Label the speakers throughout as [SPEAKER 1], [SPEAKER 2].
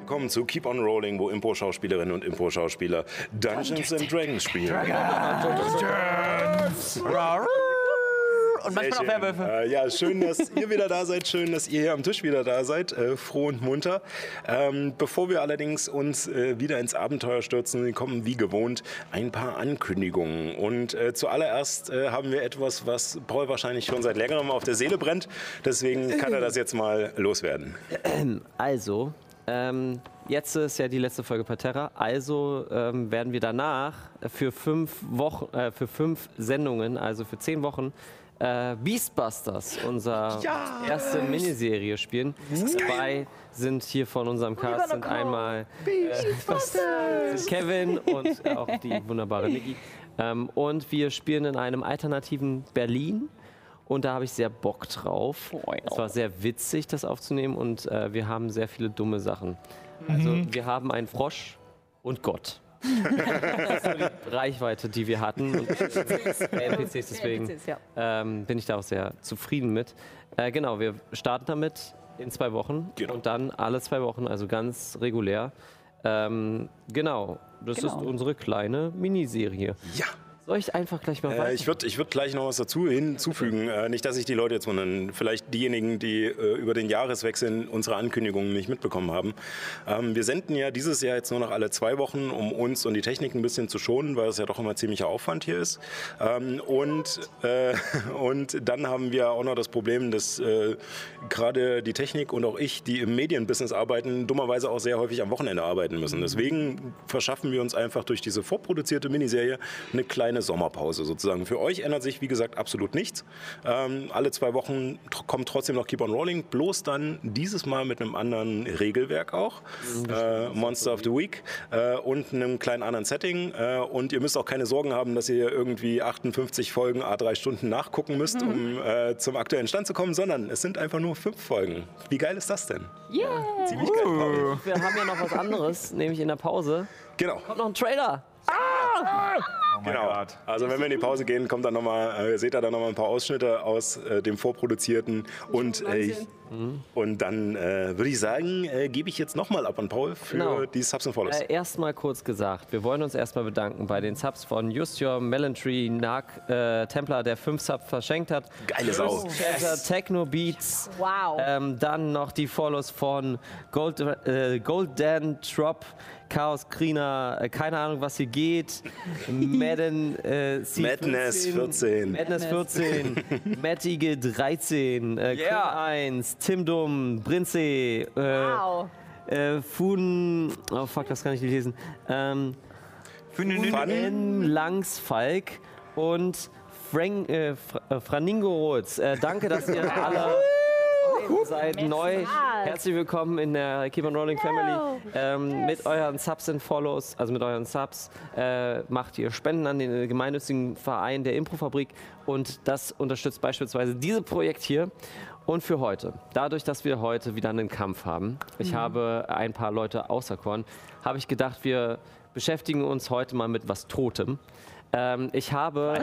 [SPEAKER 1] Willkommen zu Keep on Rolling, wo Impro-Schauspielerinnen und Impro-Schauspieler Dungeons and Dragons spielen.
[SPEAKER 2] Und
[SPEAKER 1] Sehr
[SPEAKER 2] manchmal auch
[SPEAKER 1] schön.
[SPEAKER 2] Werwölfe.
[SPEAKER 1] Äh, ja, schön, dass ihr wieder da seid. Schön, dass ihr hier am Tisch wieder da seid. Äh, froh und munter. Ähm, bevor wir allerdings uns äh, wieder ins Abenteuer stürzen, kommen wie gewohnt ein paar Ankündigungen. Und äh, zuallererst äh, haben wir etwas, was Paul wahrscheinlich schon seit längerem auf der Seele brennt. Deswegen kann er das jetzt mal loswerden.
[SPEAKER 2] Also, ähm, jetzt ist ja die letzte Folge Parterra. Also ähm, werden wir danach für fünf Wochen, äh, für fünf Sendungen, also für zehn Wochen, äh, Beastbusters, unsere erste Miniserie spielen. Zwei sind hier von
[SPEAKER 3] Oh,
[SPEAKER 2] unserem Cast, sind einmal äh, Kevin und auch die wunderbare Niki. Ähm, und wir spielen in einem alternativen Berlin. Und da habe ich sehr Bock drauf. Es war sehr witzig, das aufzunehmen und äh, wir haben sehr viele dumme Sachen. Also wir haben einen Frosch und Gott. das ist so die Reichweite, die wir hatten. Und NPCs, deswegen
[SPEAKER 3] NPCs, ja.
[SPEAKER 2] ähm, bin ich da auch sehr zufrieden mit. Äh, genau, wir starten damit in zwei Wochen
[SPEAKER 1] Genau.
[SPEAKER 2] und dann alle zwei Wochen, also ganz regulär. Ähm, genau, das ist
[SPEAKER 3] Genau.
[SPEAKER 2] unsere kleine Miniserie.
[SPEAKER 1] Ja.
[SPEAKER 2] Soll ich einfach gleich mal weiter?
[SPEAKER 1] Äh, ich würde ich würd gleich noch was dazu hinzufügen. Äh, nicht, dass ich die Leute jetzt wundern. Vielleicht diejenigen, die äh, über den Jahreswechsel unsere Ankündigungen nicht mitbekommen haben. Ähm, wir senden ja dieses Jahr jetzt nur noch alle zwei Wochen, um uns und die Technik ein bisschen zu schonen, weil es ja doch immer ziemlicher Aufwand hier ist. Ähm, und, äh, und dann haben wir auch noch das Problem, dass äh, gerade die Technik und auch ich, die im Medienbusiness arbeiten, dummerweise auch sehr häufig am Wochenende arbeiten müssen. Deswegen verschaffen wir uns einfach durch diese vorproduzierte Miniserie eine kleine Sommerpause sozusagen. Für euch ändert sich, wie gesagt, absolut nichts. Ähm, alle zwei Wochen tr kommt trotzdem noch Keep on Rolling, bloß dann dieses Mal mit einem anderen Regelwerk auch. Äh, Monster of the Week äh, und einem kleinen anderen Setting. Äh, und ihr müsst auch keine Sorgen haben, dass ihr irgendwie 58 Folgen A3 Stunden nachgucken müsst, um äh, zum aktuellen Stand zu kommen, sondern es sind einfach nur fünf Folgen. Wie geil ist das denn?
[SPEAKER 3] Yeah.
[SPEAKER 1] Ziemlich geil. Paul.
[SPEAKER 2] Wir haben ja noch was anderes, nämlich in der Pause.
[SPEAKER 1] Genau.
[SPEAKER 2] Kommt noch ein Trailer.
[SPEAKER 1] Genau. Also wenn wir in die Pause gehen, kommt dann noch mal, äh, seht ihr dann nochmal ein paar Ausschnitte aus äh, dem vorproduzierten und äh, ich, und dann äh, würde ich sagen, äh, gebe ich jetzt nochmal ab an Paul für
[SPEAKER 2] Genau.
[SPEAKER 1] die Subs and Follows.
[SPEAKER 2] Äh, erstmal kurz gesagt, wir wollen uns erstmal bedanken bei den Subs von Justior, Melantry, Nag, äh, Templar, der fünf Subs verschenkt hat.
[SPEAKER 1] Geile Sau.
[SPEAKER 2] Chaser, Techno Beats.
[SPEAKER 3] Wow.
[SPEAKER 2] Ähm, dann noch die Follows von Gold, äh, Golden Trop, Chaos Krina, äh, keine Ahnung, was hier geht. Madden, äh, C14,
[SPEAKER 1] Madness 14.
[SPEAKER 2] Madness 14, Mattige 13, äh,
[SPEAKER 4] Yeah.
[SPEAKER 2] Quinn 1, Tim Dumm, Brinze, äh,
[SPEAKER 3] Wow.
[SPEAKER 2] äh, Fuden, oh fuck, das kann ich nicht lesen. Ähm,
[SPEAKER 1] Fun.
[SPEAKER 2] N. Langsfalk und Frank, äh, Fra äh, Franingo Roths. Äh, danke, dass ihr alle seid neu. Herzlich willkommen in der Keep on Rolling Family. Ähm, Mit euren Subs und Follows, also mit euren Subs, äh, macht ihr Spenden an den gemeinnützigen Verein der Improfabrik und das unterstützt beispielsweise dieses Projekt hier. Und für heute, dadurch, dass wir heute wieder einen Kampf haben, ich habe ein paar Leute auserkoren, habe ich gedacht, wir beschäftigen uns heute mal mit was Totem. Ähm, ich habe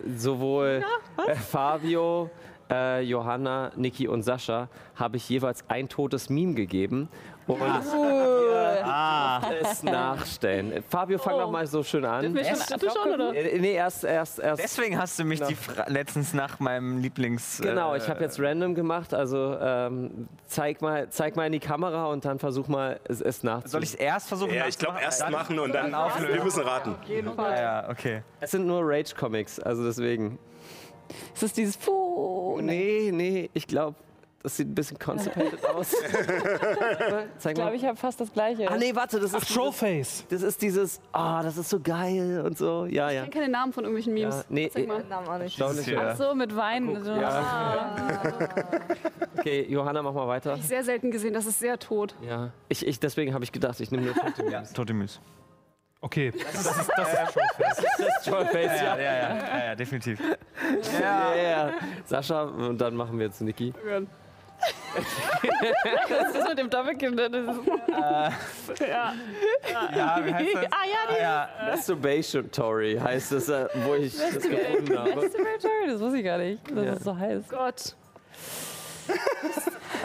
[SPEAKER 2] äh, sowohl äh, Fabio, äh, Johanna, Niki und Sascha habe ich jeweils ein totes Meme gegeben. Und es nachstellen. Fabio, fang doch mal so schön an.
[SPEAKER 3] Schon, du schon, oder?
[SPEAKER 2] Äh, Nee, erst, erst, erst.
[SPEAKER 4] Deswegen hast du mich die Fra letztens nach meinem Lieblings.
[SPEAKER 2] Genau, ich
[SPEAKER 4] äh,
[SPEAKER 2] habe jetzt random gemacht, also ähm, zeig, mal, zeig mal in die Kamera und dann versuch mal es, es nachzu-
[SPEAKER 4] Soll ich es erst versuchen?
[SPEAKER 1] Ja, ich glaube,
[SPEAKER 4] nachzumachen?
[SPEAKER 1] erst machen und dann,
[SPEAKER 4] auflösen.
[SPEAKER 1] wir müssen raten.
[SPEAKER 4] Ah, ja, okay.
[SPEAKER 2] Es sind nur Rage-Comics, also deswegen.
[SPEAKER 3] Es ist dieses Puh. ne?
[SPEAKER 2] Nee, nee, ich glaube, Das sieht ein bisschen constipated aus. Zeig
[SPEAKER 3] Ich glaube,
[SPEAKER 2] mal.
[SPEAKER 3] ich habe fast das Gleiche.
[SPEAKER 2] Ah, nee, warte, das ist, dieses,
[SPEAKER 5] Showface.
[SPEAKER 2] das ist dieses, ah, das ist so geil und so. Ja, ja.
[SPEAKER 3] Ich kenne keine Namen von irgendwelchen Memes.
[SPEAKER 2] ja nee, äh,
[SPEAKER 3] Zeig mal.
[SPEAKER 6] Namen auch nicht.
[SPEAKER 2] erstaunlich.
[SPEAKER 4] Ja.
[SPEAKER 3] Ach so, mit Wein. So.
[SPEAKER 2] Okay, Johanna, mach mal weiter.
[SPEAKER 3] Sehr selten gesehen, das ist sehr tot.
[SPEAKER 2] Ja. Ich, ich, deswegen habe ich gedacht, ich nehme nur Tote
[SPEAKER 4] Ja, Tote Müs.
[SPEAKER 5] Okay, das ist, das ist Showface.
[SPEAKER 2] Trollface.
[SPEAKER 4] Ja, ja, ja, ja, ja, definitiv.
[SPEAKER 2] Ja. Yeah. Sascha, und dann machen wir jetzt Niki.
[SPEAKER 7] Ah
[SPEAKER 3] Das ist mit dem Doppelkind. Das ist, ja.
[SPEAKER 4] Ja, wie heißt das?
[SPEAKER 3] Ah ja, die
[SPEAKER 4] Ja,
[SPEAKER 2] Masturbatory heißt es, äh, wo ich das gefunden habe.
[SPEAKER 3] Estimator, das wusste ich gar nicht, dass
[SPEAKER 2] Ja.
[SPEAKER 3] es so
[SPEAKER 7] oh
[SPEAKER 3] heißt. Gott,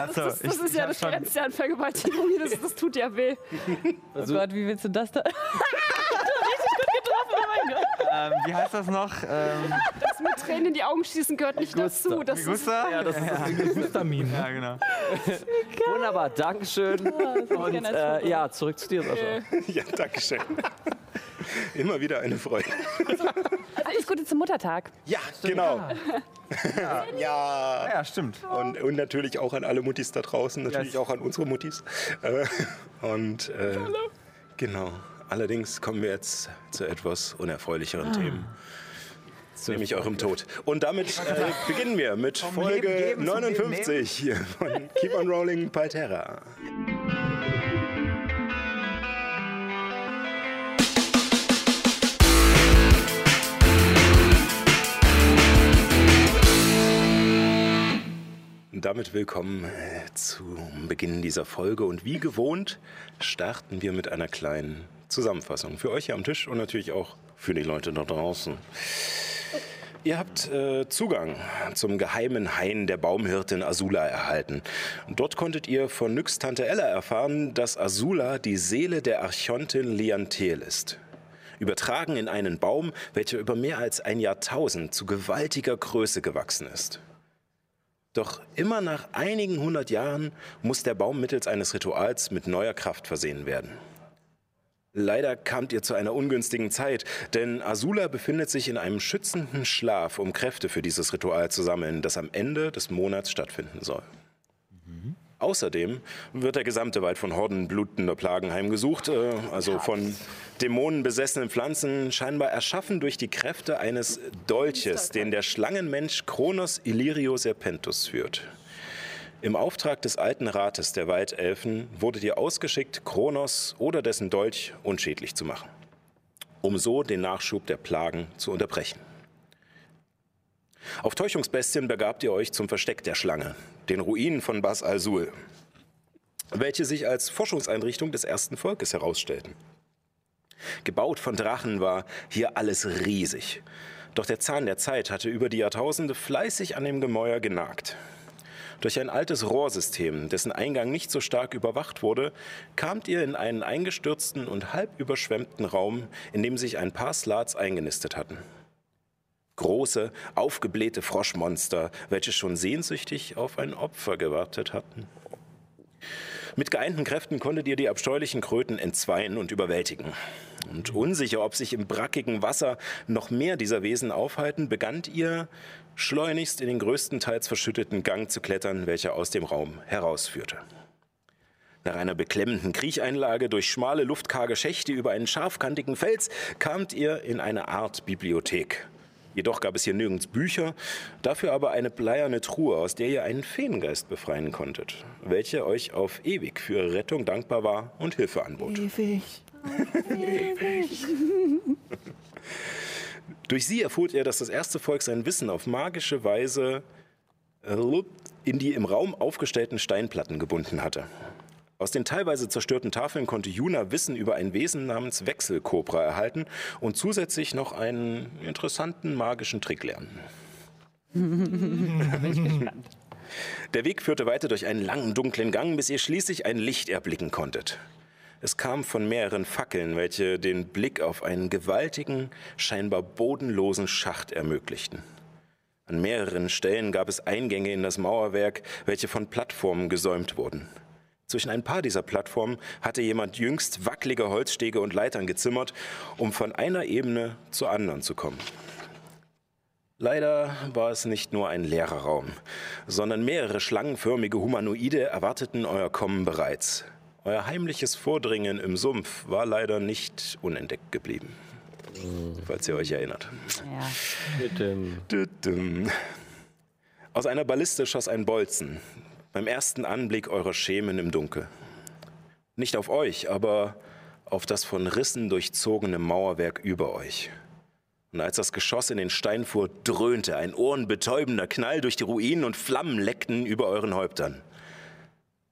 [SPEAKER 4] achso,
[SPEAKER 3] das, das
[SPEAKER 4] ich,
[SPEAKER 3] ist
[SPEAKER 4] ich
[SPEAKER 3] ja
[SPEAKER 4] hab
[SPEAKER 3] das
[SPEAKER 4] schon,
[SPEAKER 3] grenzt ja an Vergewaltigung, das, das tut ja weh.
[SPEAKER 2] Also-
[SPEAKER 3] oh Gott, wie willst du das da?
[SPEAKER 4] ähm, wie heißt das noch? Ähm,
[SPEAKER 3] Das mit Tränen in die Augen schießen gehört nicht
[SPEAKER 2] Gusta.
[SPEAKER 3] dazu. Das ist,
[SPEAKER 4] Gusta?
[SPEAKER 2] Ja, das ist
[SPEAKER 5] Histamin.
[SPEAKER 4] Ja, genau.
[SPEAKER 2] wunderbar, Dankeschön. Und äh, ja, zurück zu dir, Sascha.
[SPEAKER 1] Ja, Dankeschön. Immer wieder eine Freude.
[SPEAKER 6] Also,
[SPEAKER 3] alles Gute zum Muttertag.
[SPEAKER 1] Ja, genau. Ja.
[SPEAKER 4] Ja, stimmt.
[SPEAKER 1] Und, und natürlich auch an alle Muttis da draußen, natürlich
[SPEAKER 4] Yes.
[SPEAKER 1] auch an unsere Muttis. Äh, Und äh, genau. Allerdings kommen wir jetzt zu etwas unerfreulicheren Themen. Nämlich eurem Tod. Und damit äh, beginnen wir mit Folge
[SPEAKER 4] Leben geben zum Leben
[SPEAKER 1] 59 hier von Keep on Rolling Palterra. Und Damit willkommen äh, zum Beginn dieser Folge. Und wie gewohnt starten wir mit einer kleinen Zusammenfassung. Für euch hier am Tisch und natürlich auch für die Leute da draußen. Ihr habt äh, Zugang zum geheimen Hain der Baumhirtin Azula erhalten. Dort konntet ihr von Nyx Tante Ella erfahren, dass Azula die Seele der Archontin Liantel ist. Übertragen in einen Baum, welcher über mehr als ein Jahrtausend zu gewaltiger Größe gewachsen ist. Doch immer nach einigen hundert Jahren muss der Baum mittels eines Rituals mit neuer Kraft versehen werden. Leider kamt ihr zu einer ungünstigen Zeit, denn Azula befindet sich in einem schützenden Schlaf, um Kräfte für dieses Ritual zu sammeln, das am Ende des Monats stattfinden soll. Außerdem wird der gesamte Wald von Horden blutender Plagen heimgesucht, äh, also von dämonenbesessenen Pflanzen, scheinbar erschaffen durch die Kräfte eines Dolches, den der Schlangenmensch Kronos Illyrio Serpentus führt. Im Auftrag des alten Rates der Waldelfen wurde dir ausgeschickt, Kronos oder dessen Dolch unschädlich zu machen, um so den Nachschub der Plagen zu unterbrechen. Auf Täuschungsbestien begabt ihr euch zum Versteck der Schlange, den Ruinen von Bas al-Sul, welche sich als Forschungseinrichtung des ersten Volkes herausstellten. Gebaut von Drachen war hier alles riesig. Doch der Zahn der Zeit hatte über die Jahrtausende fleißig an dem Gemäuer genagt. Durch ein altes Rohrsystem, dessen Eingang nicht so stark überwacht wurde, kamt ihr in einen eingestürzten und halb überschwemmten Raum, in dem sich ein paar Slats eingenistet hatten. Große, aufgeblähte Froschmonster, welche schon sehnsüchtig auf ein Opfer gewartet hatten. Mit geeinten Kräften konntet ihr die abscheulichen Kröten entzweien und überwältigen. Und unsicher, ob sich im brackigen Wasser noch mehr dieser Wesen aufhalten, begannt ihr, schleunigst in den größtenteils verschütteten Gang zu klettern, welcher aus dem Raum herausführte. Nach einer beklemmenden Kriecheinlage durch schmale, luftkarge Schächte über einen scharfkantigen Fels kamt ihr in eine Art Bibliothek. Jedoch gab es hier nirgends Bücher, dafür aber eine bleierne Truhe, aus der ihr einen Feengeist befreien konntet, welche euch auf ewig für ihre Rettung dankbar war und Hilfe anbot. Durch sie erfuhrt er, dass das erste Volk sein Wissen auf magische Weise äh, in die im Raum aufgestellten Steinplatten gebunden hatte. Aus den teilweise zerstörten Tafeln konnte Juna Wissen über ein Wesen namens Wechselkobra erhalten und zusätzlich noch einen interessanten magischen Trick lernen. Der Weg führte weiter durch einen langen, dunklen Gang, bis ihr schließlich ein Licht erblicken konntet. Es kam von mehreren Fackeln, welche den Blick auf einen gewaltigen, scheinbar bodenlosen Schacht ermöglichten. An mehreren Stellen gab es Eingänge in das Mauerwerk, welche von Plattformen gesäumt wurden. Zwischen ein paar dieser Plattformen hatte jemand jüngst wackelige Holzstege und Leitern gezimmert, um von einer Ebene zur anderen zu kommen. Leider war es nicht nur ein leerer Raum, sondern mehrere schlangenförmige Humanoide erwarteten euer Kommen bereits. Euer heimliches Vordringen im Sumpf war leider nicht unentdeckt geblieben. Falls ihr euch erinnert.
[SPEAKER 3] Ja.
[SPEAKER 2] Mit dem
[SPEAKER 1] Düdüm. Aus einer Balliste schoss ein Bolzen. Beim ersten Anblick eurer Schemen im Dunkel. Nicht auf euch, aber auf das von Rissen durchzogene Mauerwerk über euch. Und als das Geschoss in den Stein fuhr, dröhnte ein ohrenbetäubender Knall durch die Ruinen und Flammen leckten über euren Häuptern.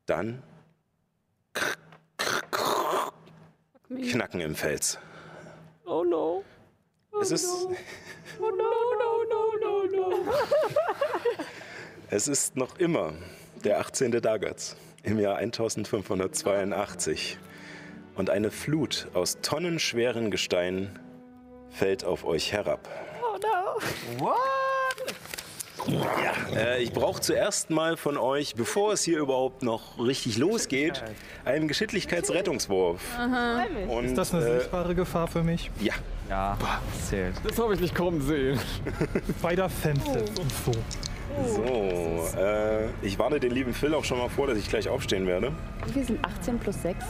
[SPEAKER 1] Dann Knacken im Fels.
[SPEAKER 2] oh no.
[SPEAKER 1] Es ist,
[SPEAKER 3] Oh no, no, no, no, no.
[SPEAKER 1] Es ist noch immer der 18. Dagatz im Jahr 1582 und eine Flut aus tonnenschweren Gestein fällt auf euch herab.
[SPEAKER 3] Oh no.
[SPEAKER 1] Äh, ich brauche zuerst mal von euch, bevor es hier überhaupt noch richtig losgeht, einen Geschicklichkeitsrettungswurf. Und,
[SPEAKER 5] Ist das eine
[SPEAKER 1] äh,
[SPEAKER 5] sichtbare Gefahr für mich?
[SPEAKER 1] ja,
[SPEAKER 4] Ja, zählt.
[SPEAKER 2] Das habe ich nicht kommen sehen.
[SPEAKER 5] Bei der Fenster und so.
[SPEAKER 1] so. Äh, ich warne den lieben Phil auch schon mal vor, dass ich gleich aufstehen werde.
[SPEAKER 6] Wir sind 18 plus 6.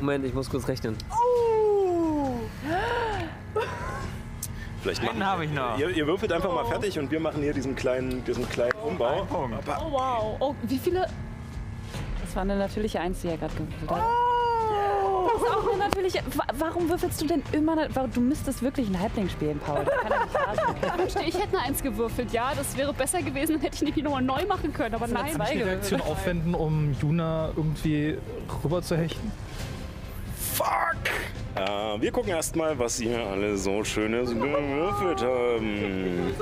[SPEAKER 2] Moment, ich muss kurz rechnen.
[SPEAKER 1] Vielleicht
[SPEAKER 4] Einen
[SPEAKER 1] machen
[SPEAKER 4] habe ich noch.
[SPEAKER 1] ihr, ihr würfelt einfach mal fertig und wir machen hier diesen kleinen, diesen kleinen Umbau.
[SPEAKER 4] Punkt.
[SPEAKER 3] Oh wow. Oh, wie viele?
[SPEAKER 6] Das war eine natürliche Eins, die er gerade gewürfelt hat.
[SPEAKER 3] Oh.
[SPEAKER 6] Das ist auch eine natürliche. Wa- Warum würfelst du denn immer? eine- warum- Du müsstest wirklich einen Halbling spielen, Paul. Das kann doch nicht wahr sein.
[SPEAKER 7] Ich wünschte, ich hätte eine Eins gewürfelt. Ja, das wäre besser gewesen, dann hätte ich nicht die Nummer neu machen können. Aber nein,
[SPEAKER 5] Kann ich eine Reaktion aufwenden, um Juna irgendwie rüber zu hechten?
[SPEAKER 1] Äh, wir gucken erst mal, was ihr alle so schönes gewürfelt haben.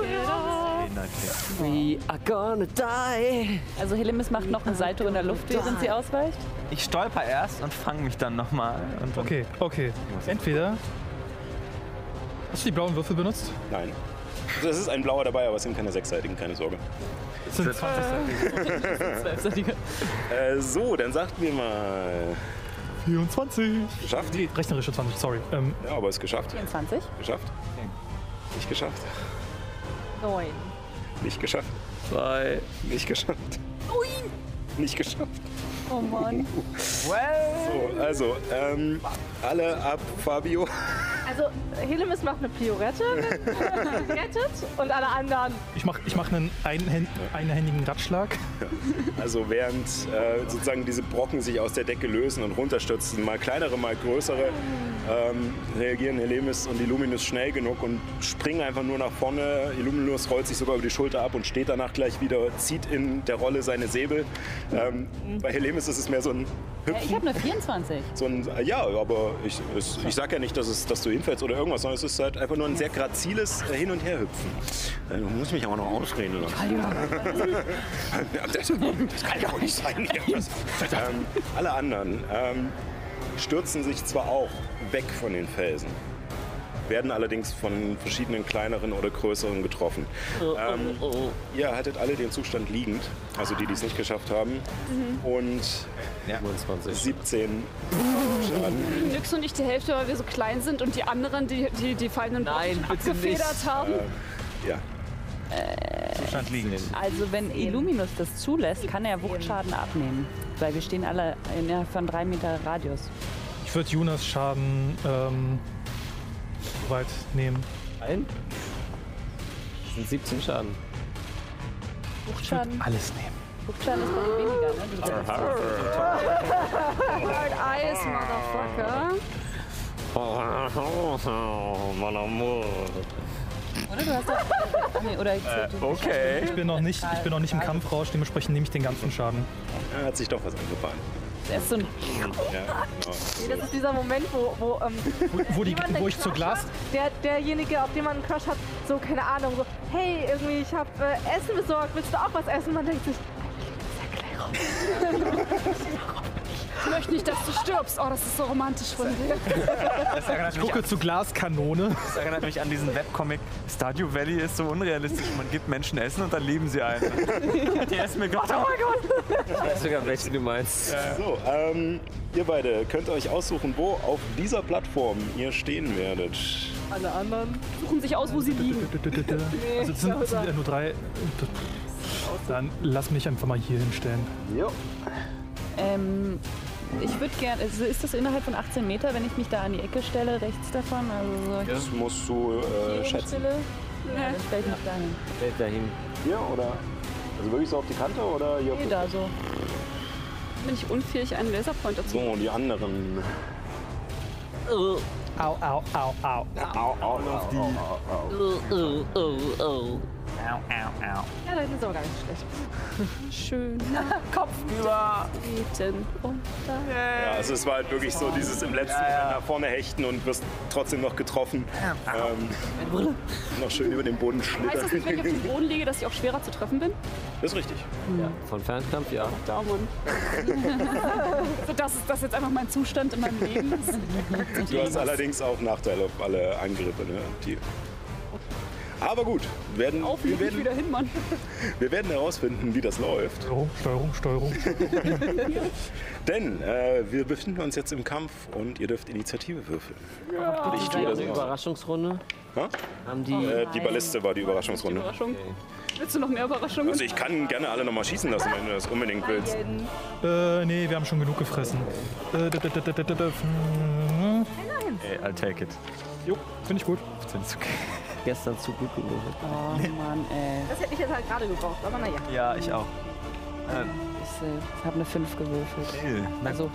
[SPEAKER 2] We are gonna die.
[SPEAKER 6] Also Helemis macht noch einen Salto in der Luft, während sie ausweicht.
[SPEAKER 4] Ich stolper erst und fange mich dann nochmal.
[SPEAKER 5] Okay, okay. Entweder. Hast du die blauen Würfel benutzt?
[SPEAKER 1] Nein. Also es ist ein blauer dabei, aber es sind keine sechsseitigen, keine Sorge.
[SPEAKER 5] Das sind 20
[SPEAKER 1] Äh, so, dann sagt mir mal.
[SPEAKER 5] 24.
[SPEAKER 1] Geschafft?
[SPEAKER 5] Nee, rechnerische 20, sorry. Ähm,
[SPEAKER 1] Ja, aber es geschafft.
[SPEAKER 6] 24.
[SPEAKER 1] Geschafft? Nicht geschafft.
[SPEAKER 6] 9.
[SPEAKER 1] Nicht geschafft.
[SPEAKER 2] Zwei.
[SPEAKER 1] Nicht geschafft. Ui! Nicht geschafft.
[SPEAKER 6] Oh Mann.
[SPEAKER 1] So, also, ähm, alle ab, Fabio.
[SPEAKER 7] Also, Helemis macht eine Piorette, rettet und alle anderen.
[SPEAKER 5] ich mache ich mach einen einhänd einhändigen Ratschlag.
[SPEAKER 1] Also während äh, sozusagen diese Brocken sich aus der Decke lösen und runterstürzen, mal kleinere, mal größere, ähm, reagieren Helemis und Illuminus schnell genug und springen einfach nur nach vorne. Illuminus rollt sich sogar über die Schulter ab und steht danach gleich wieder, zieht in der Rolle seine Säbel. Ähm, Bei Helemis ist es mehr so ein
[SPEAKER 6] Ja, ich
[SPEAKER 1] Hüpfen,
[SPEAKER 6] habe eine 24.
[SPEAKER 1] so ein äh, Ja, aber ich, es, ich sag ja nicht, dass, es, dass du hinfällst oder irgendwas, sondern es ist halt einfach nur ein sehr graziles äh, Hin- und Herhüpfen. Äh, Du musst mich aber noch ausreden lassen. Ja, Das, das kann ja auch nicht sein. Ja, das- ähm, alle anderen ähm, stürzen sich zwar auch weg von den Felsen, werden allerdings von verschiedenen kleineren oder größeren getroffen. Ähm, ihr haltet alle den Zustand liegend, also die, die es nicht geschafft haben. Mhm. Und
[SPEAKER 2] 25.
[SPEAKER 1] 17 Schaden.
[SPEAKER 7] Nix und ich die Hälfte, weil wir so klein sind und die anderen, die die, die fallenden
[SPEAKER 2] Nein,
[SPEAKER 7] Brocken
[SPEAKER 2] bitte
[SPEAKER 7] abgefedert
[SPEAKER 2] nicht.
[SPEAKER 7] haben.
[SPEAKER 1] Ja.
[SPEAKER 4] Zustand liegen.
[SPEAKER 6] Also wenn Illuminus das zulässt, kann er Wuchtschaden abnehmen. Weil wir stehen alle innerhalb von drei Meter Radius.
[SPEAKER 5] Ich würde Junas Schaden ähm, weit nehmen.
[SPEAKER 2] Ein? Das sind 17 Schaden.
[SPEAKER 6] Wuchtschaden,
[SPEAKER 5] Alles nehmen.
[SPEAKER 6] Wuchtschaden ist bei dir weniger, ne? Du sagst,
[SPEAKER 7] Hard Eyes, Motherfucker.
[SPEAKER 6] Oder du hast doch... Ah, Nee, oder zählt du-
[SPEAKER 4] Okay.
[SPEAKER 5] Ich bin noch nicht, ich bin noch nicht im Kampfrausch, dementsprechend nehme ich den ganzen Schaden.
[SPEAKER 1] Er hat sich doch was angefahren.
[SPEAKER 6] Er ist so ein
[SPEAKER 1] Ja, genau.
[SPEAKER 7] Das ist dieser Moment, wo, wo, ähm,
[SPEAKER 5] Wo, die,
[SPEAKER 7] jemand
[SPEAKER 5] wo
[SPEAKER 7] einen
[SPEAKER 5] ich zur
[SPEAKER 7] Crush
[SPEAKER 5] Glas...
[SPEAKER 7] hat, Der, derjenige, auf den man einen Crush hat, so, keine Ahnung, so, hey, irgendwie, ich habe äh, Essen besorgt, willst du auch was essen? Man denkt sich, Ich möchte nicht, dass du stirbst. Oh, das ist so romantisch von dir.
[SPEAKER 4] Das erinnert,
[SPEAKER 5] Ich
[SPEAKER 4] mich
[SPEAKER 5] gucke
[SPEAKER 4] an,
[SPEAKER 5] zur Glaskanone.
[SPEAKER 4] das erinnert mich an diesen Webcomic. Stardew Valley ist so unrealistisch. Man gibt Menschen Essen und dann leben sie einen. Die essen mir gerade. Oh mein Gott.
[SPEAKER 2] Ich weiß sogar, welchen du meinst.
[SPEAKER 1] So, ähm, ihr beide könnt euch aussuchen, wo auf dieser Plattform ihr stehen werdet.
[SPEAKER 5] Alle anderen.
[SPEAKER 3] Suchen sich aus, wo sie liegen.
[SPEAKER 5] Also es sind, es sind ja nur drei. Dann lass mich einfach mal hier hinstellen.
[SPEAKER 2] Jo.
[SPEAKER 6] Ähm, ich würde gerne, also ist das innerhalb von 18 Meter, wenn ich mich da an die Ecke stelle, rechts davon? Also so hier
[SPEAKER 1] Das musst du äh, schätzen.
[SPEAKER 6] stelle? Ja, dann stell ich mich da hin.
[SPEAKER 2] Fällt dahin.
[SPEAKER 1] Hier oder? Also wirklich so auf die Kante oder hier? auf
[SPEAKER 6] Geh
[SPEAKER 1] das-
[SPEAKER 6] da so.
[SPEAKER 8] Bin ich unfähig, einen Laserpointer zu
[SPEAKER 1] So, die anderen.
[SPEAKER 5] Au, au, au, au.
[SPEAKER 1] Au, au, auf die.
[SPEAKER 4] Au, au, au.
[SPEAKER 7] Ja, das ist auch gar nicht schlecht.
[SPEAKER 8] schön
[SPEAKER 4] Kopfüber.
[SPEAKER 8] beten.
[SPEAKER 6] Oh.
[SPEAKER 8] Und da
[SPEAKER 1] Ja, also es war halt wirklich so dieses im letzten Moment nach vorne hechten und wirst trotzdem noch getroffen. Ähm, noch schön über den Boden
[SPEAKER 8] heißt das nicht, wenn ich auf
[SPEAKER 1] schlittern.
[SPEAKER 8] den Boden liege, dass ich auch schwerer zu treffen bin?
[SPEAKER 1] Das ist richtig.
[SPEAKER 2] Ja. Von Fernkampf, ja.
[SPEAKER 8] Da, Mann. so, das ist das jetzt einfach mein Zustand in meinem Leben. ist.
[SPEAKER 1] Du hast allerdings auch Nachteile auf alle Angriffe. Ne? Die. Aber gut, werden,
[SPEAKER 8] Auf
[SPEAKER 1] wir,
[SPEAKER 8] leg mich
[SPEAKER 1] werden,
[SPEAKER 8] wieder hin, Mann.
[SPEAKER 1] wir werden herausfinden, wie das läuft.
[SPEAKER 5] Steuerung, Steuerung, Steuerung.
[SPEAKER 1] Denn äh, wir befinden uns jetzt im Kampf und ihr dürft Initiative würfeln. Ich tue
[SPEAKER 2] Die
[SPEAKER 1] das
[SPEAKER 2] eine
[SPEAKER 1] mal.
[SPEAKER 2] Überraschungsrunde.
[SPEAKER 1] Hä?
[SPEAKER 2] Haben die.
[SPEAKER 1] Äh, die Balliste war die Überraschungsrunde.
[SPEAKER 8] Überraschung. Willst du noch mehr Überraschungen?
[SPEAKER 1] Also ich kann gerne alle nochmal schießen lassen, wenn du das unbedingt willst.
[SPEAKER 5] Äh, nee, wir haben schon genug gefressen. Äh, d- d- d- d- d- d- d- hm,
[SPEAKER 4] Ey, I'll take it.
[SPEAKER 5] Jo, finde ich gut.
[SPEAKER 4] Find's okay.
[SPEAKER 2] Gestern zu gut genug.
[SPEAKER 6] Oh Mann, ey.
[SPEAKER 7] Das hätte ich jetzt halt gerade gebraucht, aber naja.
[SPEAKER 4] Ja, ich auch.
[SPEAKER 6] Ich äh, hab eine 5 gewürfelt.
[SPEAKER 2] Also.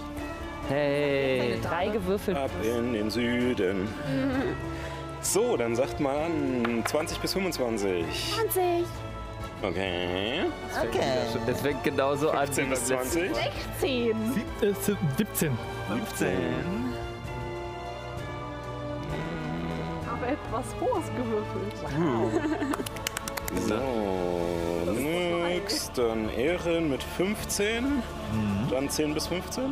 [SPEAKER 2] Hey.
[SPEAKER 6] 3 Äh, gewürfelt.
[SPEAKER 1] Ab in den Süden. So, dann sagt mal an. 20 bis 25. 20. Okay.
[SPEAKER 2] Es fängt genauso an. wie
[SPEAKER 1] 10 bis
[SPEAKER 2] beim letzten
[SPEAKER 1] 20.
[SPEAKER 5] Sieb, äh, sieb- 17.
[SPEAKER 4] 15.
[SPEAKER 7] Aber etwas hohes gewürfelt.
[SPEAKER 1] So. Nix. Dann Ehren mit 15. Dann 10 bis 15.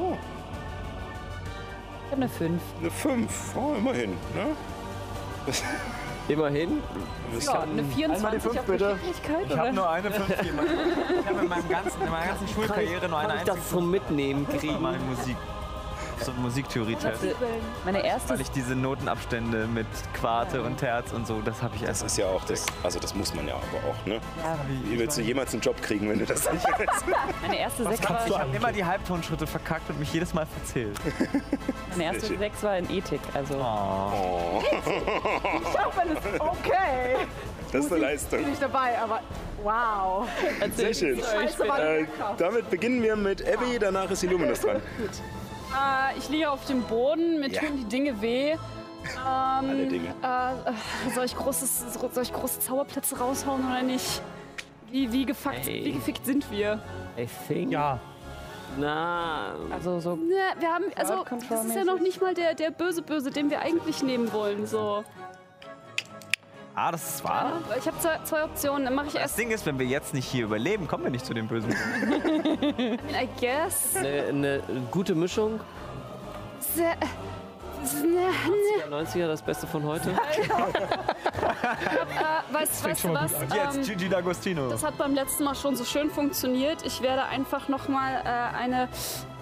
[SPEAKER 1] Oh,
[SPEAKER 6] Ich hab eine 5.
[SPEAKER 1] eine 5. Oh, immerhin. Ne?
[SPEAKER 2] Immerhin.
[SPEAKER 6] Ja, eine 24 auf Geschicklichkeit,
[SPEAKER 4] Ich habe
[SPEAKER 6] oder?
[SPEAKER 4] nur eine 15. Ich habe in, meinem ganzen- in meiner ganzen Schulkarriere nur eine
[SPEAKER 2] Kann ich das so
[SPEAKER 4] einzige
[SPEAKER 2] mitnehmen
[SPEAKER 4] Krieg.
[SPEAKER 2] kriegen?
[SPEAKER 4] Mal Musik. So ein Musiktheorie-Test.
[SPEAKER 6] Meine erste
[SPEAKER 4] Weil ich diese Notenabstände mit Quarte und Terz und so, das habe ich
[SPEAKER 1] Das
[SPEAKER 4] erst.
[SPEAKER 1] ist ja auch das. Also, das muss man ja aber auch. Ne? Wie
[SPEAKER 4] Ich
[SPEAKER 1] willst du jemals einen Job kriegen, wenn du das nicht willst?
[SPEAKER 6] Meine erste, sechs
[SPEAKER 5] kannst du
[SPEAKER 6] war,
[SPEAKER 5] an-
[SPEAKER 4] habe immer die Halbtonschritte verkackt und mich jedes Mal verzählt.
[SPEAKER 6] meine erste sechs war in Ethik, also
[SPEAKER 4] Oh.
[SPEAKER 1] Oh,
[SPEAKER 7] Okay,
[SPEAKER 1] das ist eine Leistung.
[SPEAKER 7] bin ich dabei, aber wow.
[SPEAKER 1] Sehr schön. Äh, damit beginnen wir mit Abby, danach ist Illuminus dran.
[SPEAKER 8] Äh, ich liege auf dem Boden, mir
[SPEAKER 1] Ja.
[SPEAKER 8] tun die Dinge weh. Ähm, Alle
[SPEAKER 1] Dinge.
[SPEAKER 8] Äh, soll, ich großes, soll ich große Zauberplätze raushauen oder nicht? Wie, wie, gefuckt,
[SPEAKER 2] Ey.
[SPEAKER 8] wie gefickt sind wir?
[SPEAKER 2] I think.
[SPEAKER 5] Ja,
[SPEAKER 2] Na.
[SPEAKER 6] also so
[SPEAKER 8] Na, wir haben, also,
[SPEAKER 6] Crowd Control
[SPEAKER 8] das ist ja noch nicht mal der, der böse Böse, den wir eigentlich nehmen wollen. So.
[SPEAKER 4] Ah, das ist wahr?
[SPEAKER 8] Ich habe zwei, zwei Optionen. Dann mache ich
[SPEAKER 4] Das
[SPEAKER 8] erst
[SPEAKER 4] Ding ist, wenn wir jetzt nicht hier überleben, kommen wir nicht zu den bösen.
[SPEAKER 8] den, I guess.
[SPEAKER 2] Eine, eine gute Mischung.
[SPEAKER 8] Sehr- ne, ne.
[SPEAKER 2] 90er, das Beste von heute.
[SPEAKER 8] Äh, weißt weißt du
[SPEAKER 5] schon mal
[SPEAKER 8] was?
[SPEAKER 5] gut
[SPEAKER 8] Ähm,
[SPEAKER 4] Jetzt Gigi D'Agostino.
[SPEAKER 8] Das hat beim letzten Mal schon so schön funktioniert. Ich werde einfach nochmal äh, eine.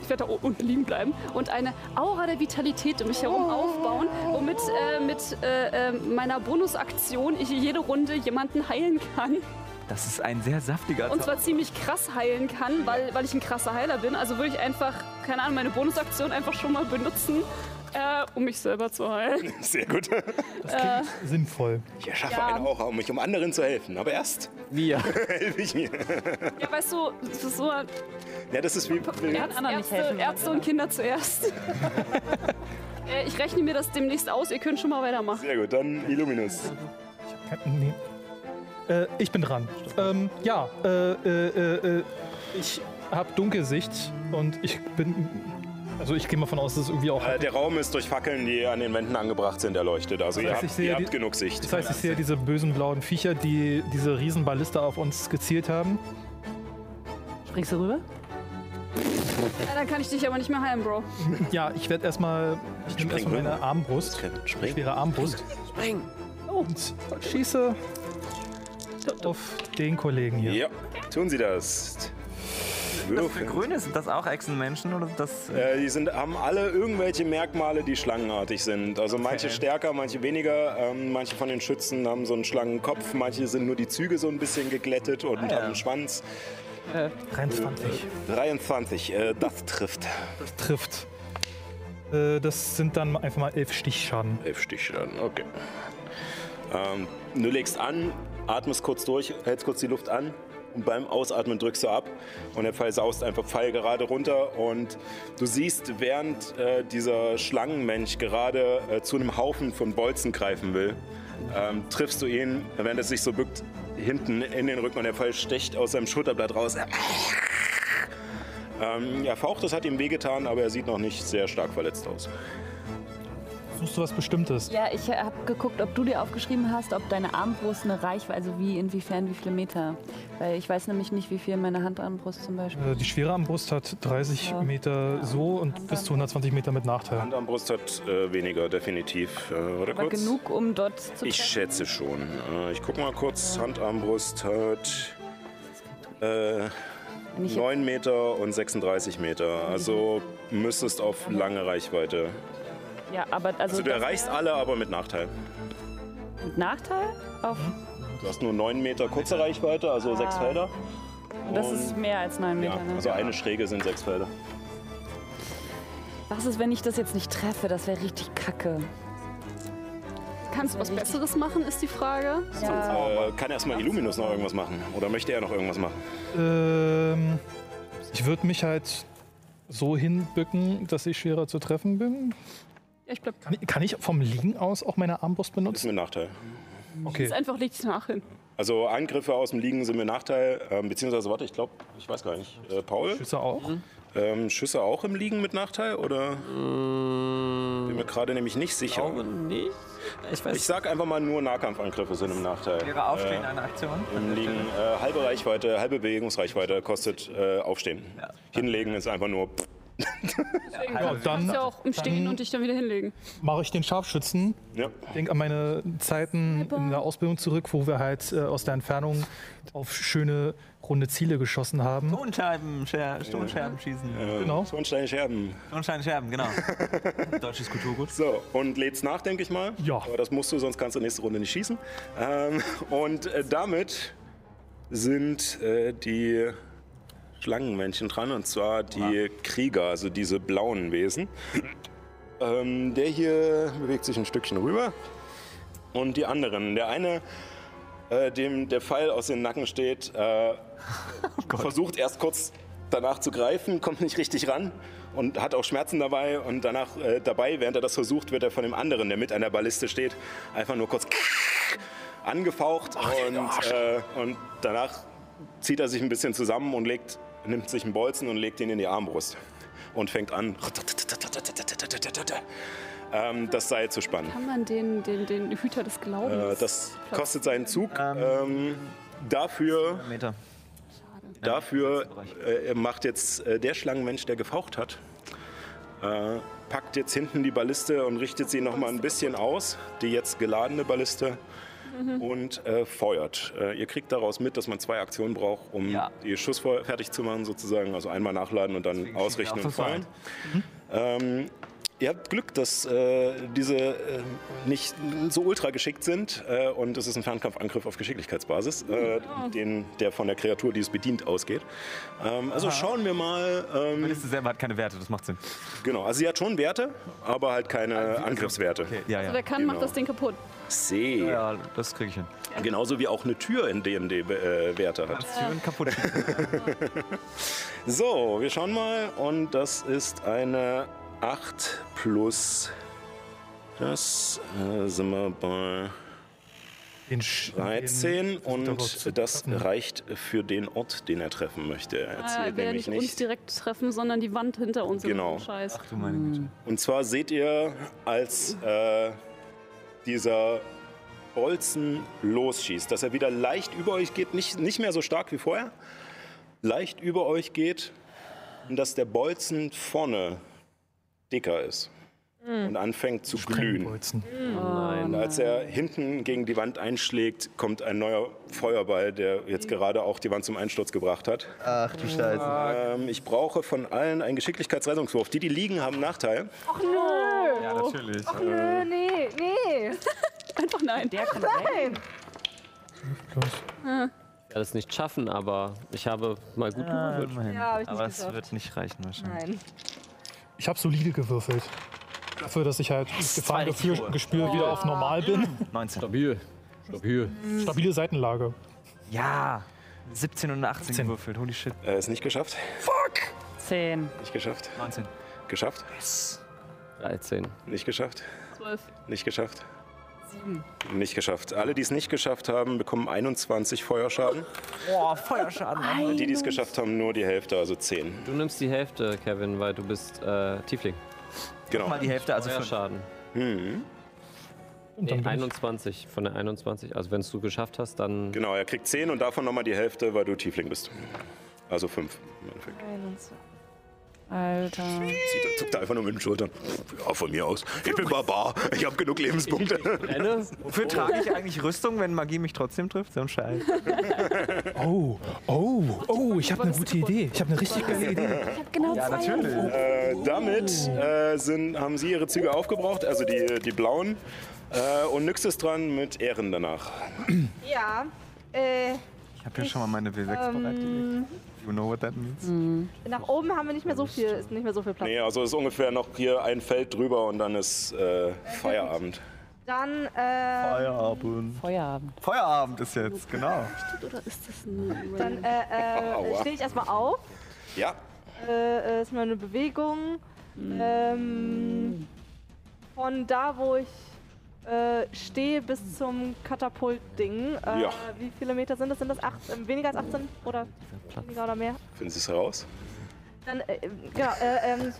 [SPEAKER 8] Ich werde da o- unten liegen bleiben und eine Aura der Vitalität um mich
[SPEAKER 5] Oh.
[SPEAKER 8] herum aufbauen, womit äh, mit äh, äh, meiner Bonusaktion ich jede Runde jemanden heilen kann.
[SPEAKER 4] Das ist ein sehr saftiger
[SPEAKER 8] Und zwar ziemlich krass heilen kann, weil, weil ich ein krasser Heiler bin. Also würde ich einfach, keine Ahnung, meine Bonusaktion einfach schon mal benutzen, äh, um mich selber zu heilen.
[SPEAKER 1] Sehr gut.
[SPEAKER 5] sinnvoll.
[SPEAKER 1] Ich erschaffe
[SPEAKER 8] Ja.
[SPEAKER 1] eine Aura, um mich um anderen zu helfen. Aber erst
[SPEAKER 2] Wir.
[SPEAKER 1] helfe ich mir.
[SPEAKER 8] Ja, weißt du, das ist so
[SPEAKER 1] Ja, das ist wie.
[SPEAKER 8] Ärz-
[SPEAKER 6] anderen nicht
[SPEAKER 8] Ärzte,
[SPEAKER 6] helfen, wenn
[SPEAKER 8] Ärzte und Kinder zuerst. Äh, ich rechne mir das demnächst aus, ihr könnt schon mal weitermachen.
[SPEAKER 1] Sehr gut, dann Illuminus.
[SPEAKER 5] Äh, Nee. Äh, ich bin dran. Ähm, ja, äh, äh, äh, äh, ich habe Dunkelsicht und ich bin. Also ich gehe mal von aus, dass es irgendwie auch.
[SPEAKER 1] Äh, der Raum ist durch Fackeln, die an den Wänden angebracht sind, erleuchtet. Also
[SPEAKER 5] Das
[SPEAKER 1] ihr
[SPEAKER 5] heißt, ich
[SPEAKER 1] habt,
[SPEAKER 5] sehe
[SPEAKER 1] ihr
[SPEAKER 5] die-
[SPEAKER 1] habt genug Sicht.
[SPEAKER 5] Das heißt, ich sehe diese bösen blauen Viecher, die diese Riesenballiste auf uns gezielt haben.
[SPEAKER 6] springst du rüber?
[SPEAKER 8] Ja, dann kann ich dich aber nicht mehr heilen, Bro.
[SPEAKER 5] Ja, ich werde erstmal. Ich
[SPEAKER 1] Spring
[SPEAKER 5] nehme erstmal meine
[SPEAKER 1] rüber.
[SPEAKER 5] Armbrust.
[SPEAKER 1] Spring.
[SPEAKER 5] Schwere Armbrust. Und schieße auf den Kollegen hier.
[SPEAKER 1] Ja, tun Sie das.
[SPEAKER 4] Das für
[SPEAKER 1] Würfeln.
[SPEAKER 4] Grüne sind das auch Echsenmenschen oder das?
[SPEAKER 1] Äh, die sind, haben alle irgendwelche Merkmale, die schlangenartig sind. Also manche stärker, manche weniger. Ähm, manche von den Schützen haben so einen Schlangenkopf, manche sind nur die Züge so ein bisschen geglättet und haben einen Schwanz.
[SPEAKER 5] 23.
[SPEAKER 1] 23, äh, das trifft.
[SPEAKER 5] Das trifft. Äh, das sind dann einfach mal elf Stichschaden.
[SPEAKER 1] Elf Stiche dann, okay. Ähm, du legst an, atmest kurz durch, hältst kurz die Luft an und beim Ausatmen drückst du ab und der Pfeil saust einfach pfeilgerade runter und du siehst, während äh, dieser Schlangenmensch gerade äh, zu einem Haufen von Bolzen greifen will, ähm, triffst du ihn, während er sich so bückt, hinten in den Rücken und der Pfeil sticht aus seinem Schulterblatt raus. Ähm, er faucht, das hat ihm wehgetan, aber er sieht noch nicht sehr stark verletzt aus.
[SPEAKER 5] Suchst du was Bestimmtes?
[SPEAKER 6] Ja, ich habe geguckt, ob du dir aufgeschrieben hast, ob deine Armbrust eine Reichweite, also wie, inwiefern, wie viele Meter. Weil ich weiß nämlich nicht, wie viel meine Handarmbrust zum Beispiel.
[SPEAKER 5] Äh, Die schwere Armbrust hat 30 Meter so und bis zu 120 Meter mit Nachteil.
[SPEAKER 1] Hand am Brust hat äh, weniger, definitiv. Äh, warte
[SPEAKER 6] Aber
[SPEAKER 1] kurz.
[SPEAKER 6] genug, um dort zu
[SPEAKER 1] Ich
[SPEAKER 6] treffen.
[SPEAKER 1] schätze schon. Äh, ich guck mal kurz. Hand am Brust hat äh,
[SPEAKER 6] Wenn ich jetzt-
[SPEAKER 1] 9 Meter und 36 Meter. Also müsstest auf lange Reichweite.
[SPEAKER 6] Ja, aber also,
[SPEAKER 1] Also du
[SPEAKER 6] das-
[SPEAKER 1] erreichst alle, aber mit Nachteil.
[SPEAKER 6] mit Nachteil auf.
[SPEAKER 1] Du hast nur 9 Meter kurze Reichweite, also sechs Felder.
[SPEAKER 6] Ah. Das ist mehr als 9 Meter.
[SPEAKER 1] Ja,
[SPEAKER 6] ne?
[SPEAKER 1] also eine Schräge sind sechs Felder.
[SPEAKER 6] Was ist, wenn ich das jetzt nicht treffe? Das wäre richtig kacke.
[SPEAKER 8] Kannst du was Besseres machen, ist die Frage.
[SPEAKER 1] Äh, kann erstmal Illuminus noch irgendwas machen? Oder möchte er noch irgendwas machen?
[SPEAKER 5] Ähm, ich würde mich halt so hinbücken, dass ich schwerer zu treffen bin.
[SPEAKER 8] Ja, ich bleib.
[SPEAKER 5] Kann ich, kann ich vom Liegen aus auch meine Armbrust
[SPEAKER 1] Ist
[SPEAKER 5] benutzen?
[SPEAKER 1] mit Nachteil.
[SPEAKER 5] Okay.
[SPEAKER 8] Ist einfach liegt nach hin.
[SPEAKER 1] Also Angriffe aus dem Liegen sind mit Nachteil. Ähm, beziehungsweise, warte, ich glaube, ich weiß gar nicht. Äh, Paul?
[SPEAKER 5] Schütze auch?
[SPEAKER 1] Ähm, Schüsse auch im Liegen mit Nachteil oder? Bin mir gerade nämlich nicht
[SPEAKER 2] Ich
[SPEAKER 1] sicher.
[SPEAKER 2] glaube nicht. Ich weiß
[SPEAKER 1] Ich sag einfach mal nur Nahkampfangriffe sind im Nachteil.
[SPEAKER 4] Wäre Aufstehen
[SPEAKER 1] Äh,
[SPEAKER 4] eine Aktion?
[SPEAKER 1] Im Liegen äh, halbe Reichweite, halbe Bewegungsreichweite kostet äh, Aufstehen. Hinlegen ist einfach nur. pff.
[SPEAKER 5] Ja,
[SPEAKER 4] Also,
[SPEAKER 8] Kannst ja
[SPEAKER 5] dann
[SPEAKER 8] auch im Stehen und dich dann wieder hinlegen.
[SPEAKER 5] mache ich den Scharfschützen.
[SPEAKER 1] Ja.
[SPEAKER 5] Denk an meine Zeiten in der Ausbildung zurück, wo wir halt äh, aus der Entfernung auf schöne runde Ziele geschossen haben.
[SPEAKER 4] Tonscheiben, Scher Tonscherben schießen.
[SPEAKER 1] Äh,
[SPEAKER 5] Genau.
[SPEAKER 1] Schornsteine Scherben.
[SPEAKER 4] Tonscherben, genau. Deutsches Kulturgut.
[SPEAKER 1] So, und lädst nach, denke ich mal.
[SPEAKER 5] Ja.
[SPEAKER 1] Aber das musst du, sonst kannst du nächste Runde nicht schießen. Ähm, und äh, damit sind äh, die Schlangenmännchen dran, und zwar die Krieger, also diese blauen Wesen. Ähm, der hier bewegt sich ein Stückchen rüber. Und die anderen. Der eine, äh, dem der Pfeil aus den Nacken steht, äh, versucht erst kurz danach zu greifen, kommt nicht richtig ran und hat auch Schmerzen dabei. Und danach, äh, dabei, während er das versucht, wird er von dem anderen, der mit an der Balliste steht, einfach nur kurz angefaucht. und, äh, und danach zieht er sich ein bisschen zusammen und legt, nimmt sich einen Bolzen und legt ihn in die Armbrust. Und fängt an, ähm, das Seil zu spannen.
[SPEAKER 8] Kann man den, den, den Hüter des
[SPEAKER 1] Äh,
[SPEAKER 8] Glaubens?
[SPEAKER 1] das kostet seinen Zug. Ähm, dafür
[SPEAKER 4] Meter.
[SPEAKER 1] Dafür äh, macht jetzt äh, der Schlangenmensch, der gefaucht hat, äh, packt jetzt hinten die Balliste und richtet sie noch mal ein bisschen aus, die jetzt geladene Balliste,
[SPEAKER 4] Mhm.
[SPEAKER 1] und äh, feuert. Äh, ihr kriegt daraus mit, dass man zwei Aktionen braucht, um
[SPEAKER 4] Ja.
[SPEAKER 1] die Schussfeuer fertig zu machen, sozusagen. Also einmal nachladen und dann
[SPEAKER 4] Deswegen
[SPEAKER 1] ausrichten und
[SPEAKER 4] schießen wir auch
[SPEAKER 1] feuern. Ähm, Ihr habt Glück, dass äh, diese äh, nicht so ultra geschickt sind äh, und es ist ein Fernkampfangriff auf Geschicklichkeitsbasis, äh,
[SPEAKER 4] Oh.
[SPEAKER 1] den, der von der Kreatur, die es bedient, ausgeht. Ähm, also schauen wir mal. Ähm,
[SPEAKER 4] Liste selber hat keine Werte, das macht Sinn.
[SPEAKER 1] genau, also sie hat schon Werte, aber halt keine Angriffswerte.
[SPEAKER 4] Ja,
[SPEAKER 8] Also der
[SPEAKER 4] ja.
[SPEAKER 8] kann, macht
[SPEAKER 1] genau.
[SPEAKER 8] das Ding kaputt.
[SPEAKER 1] C.
[SPEAKER 4] Ja, das kriege ich hin.
[SPEAKER 1] Genauso wie auch eine Tür in D&D äh, Werte hat.
[SPEAKER 4] Türen kaputt. schießen.
[SPEAKER 1] So, wir schauen mal. Und das ist eine 8 plus. Das äh, sind wir bei
[SPEAKER 5] Den Sch- den-
[SPEAKER 1] 13
[SPEAKER 5] versucht er
[SPEAKER 1] und das reicht für den Ort, den er treffen möchte. Er
[SPEAKER 8] Ah,
[SPEAKER 1] erzählt
[SPEAKER 8] der
[SPEAKER 1] nämlich
[SPEAKER 8] nicht uns
[SPEAKER 1] nicht.
[SPEAKER 8] direkt treffen, sondern die Wand hinter uns.
[SPEAKER 1] Genau.
[SPEAKER 8] Scheiß.
[SPEAKER 4] Du meine Güte.
[SPEAKER 1] Und zwar seht ihr, als äh, dieser Bolzen losschießt, dass er wieder leicht über euch geht, nicht, nicht mehr so stark wie vorher, leicht über euch geht und dass der Bolzen vorne dicker ist. und anfängt zu glühen.
[SPEAKER 5] Bolzen.
[SPEAKER 2] Nein.
[SPEAKER 1] Als er hinten gegen die Wand einschlägt, kommt ein neuer Feuerball, der jetzt gerade auch die Wand zum Einsturz gebracht hat.
[SPEAKER 9] Ach du Scheiße.
[SPEAKER 1] Ähm, ich brauche von allen einen Geschicklichkeitsrettungswurf. Die, die liegen, haben einen Nachteil.
[SPEAKER 7] Ach nö.
[SPEAKER 4] Oh. Ja, natürlich. Äh,
[SPEAKER 7] Nö, Äh, nee, nee.
[SPEAKER 8] Einfach nein. Der kommt
[SPEAKER 7] Nein.
[SPEAKER 5] Los.
[SPEAKER 2] Ich werde es nicht schaffen, aber ich habe mal gut
[SPEAKER 4] Ah,
[SPEAKER 2] gewürfelt.
[SPEAKER 4] immerhin.
[SPEAKER 7] Ja, hab ich nicht
[SPEAKER 4] Aber es
[SPEAKER 7] geschafft.
[SPEAKER 4] wird nicht reichen wahrscheinlich.
[SPEAKER 7] Nein.
[SPEAKER 5] Ich habe solide gewürfelt. Dafür, dass ich halt das Gefahrengefühl Gespür wieder auf normal bin.
[SPEAKER 4] 19.
[SPEAKER 10] Stabil. Stabil.
[SPEAKER 5] Stabile Seitenlage.
[SPEAKER 4] Ja! 17 und eine 18 gewürfelt, holy shit.
[SPEAKER 1] Äh, ist nicht geschafft.
[SPEAKER 6] Zehn.
[SPEAKER 1] Nicht geschafft.
[SPEAKER 4] 19.
[SPEAKER 1] Geschafft.
[SPEAKER 2] 13.
[SPEAKER 1] Nicht geschafft.
[SPEAKER 8] zwölf.
[SPEAKER 1] Nicht geschafft. Sieben. Nicht geschafft. Alle, die es nicht geschafft haben, bekommen 21 Feuerschaden.
[SPEAKER 4] Boah, Feuerschaden.
[SPEAKER 1] Und die, die es geschafft haben, nur die Hälfte, also 10.
[SPEAKER 2] Du nimmst die Hälfte, Kevin, weil du bist äh, Tiefling.
[SPEAKER 1] Genau.
[SPEAKER 4] Mal die Hälfte, also
[SPEAKER 2] Mehr
[SPEAKER 4] 5.
[SPEAKER 2] Schaden.
[SPEAKER 5] Mhm. Und
[SPEAKER 2] Nee,
[SPEAKER 5] dann bin ich
[SPEAKER 2] 21, von der 21. Also wenn es du geschafft hast, dann
[SPEAKER 1] Genau, er kriegt 10 und davon nochmal die Hälfte, weil du Tiefling bist. Also 5 im Endeffekt.
[SPEAKER 6] Alter.
[SPEAKER 1] Zieht er- Zuckt er einfach nur mit den Schultern. Ja, von mir aus. Ich bin Barbar. Ich habe genug Lebenspunkte.
[SPEAKER 2] brenne.
[SPEAKER 8] Oh.
[SPEAKER 4] Wofür trage ich eigentlich Rüstung, wenn Magie mich trotzdem trifft? So ein Scheiß.
[SPEAKER 5] Oh, oh, oh, ich habe eine gute Idee. Ich habe eine richtig geile Idee.
[SPEAKER 6] Genau zwei.
[SPEAKER 1] Äh, damit äh, sind, haben sie ihre Züge aufgebraucht, also die, die blauen. Äh, und Nyx ist dran mit Ehren danach.
[SPEAKER 7] Ja. Äh,
[SPEAKER 4] Ich habe ja schon mal meine W6
[SPEAKER 8] Ähm.
[SPEAKER 4] bereitgelegt. You know what that means?
[SPEAKER 8] Mm.
[SPEAKER 7] nach oben haben wir nicht mehr so viel, ist nicht mehr so viel Platz.
[SPEAKER 1] Nee, also ist ungefähr noch hier ein Feld drüber und dann ist äh, Feierabend.
[SPEAKER 7] Dann, äh,
[SPEAKER 4] Feierabend.
[SPEAKER 6] Feierabend.
[SPEAKER 4] Feierabend ist jetzt, genau.
[SPEAKER 7] dann äh, äh,
[SPEAKER 1] Aua.
[SPEAKER 7] stehe ich erstmal auf.
[SPEAKER 1] Ja,
[SPEAKER 7] Äh, äh, ist mal eine Bewegung. Ähm, von da, wo ich äh, stehe, bis zum Katapult-Ding. Äh,
[SPEAKER 1] Ja.
[SPEAKER 7] Wie viele Meter sind das? Sind das acht, äh, weniger als 18 oder weniger oder mehr?
[SPEAKER 1] finden Sie es heraus?
[SPEAKER 7] Dann, äh, genau, äh, ähm,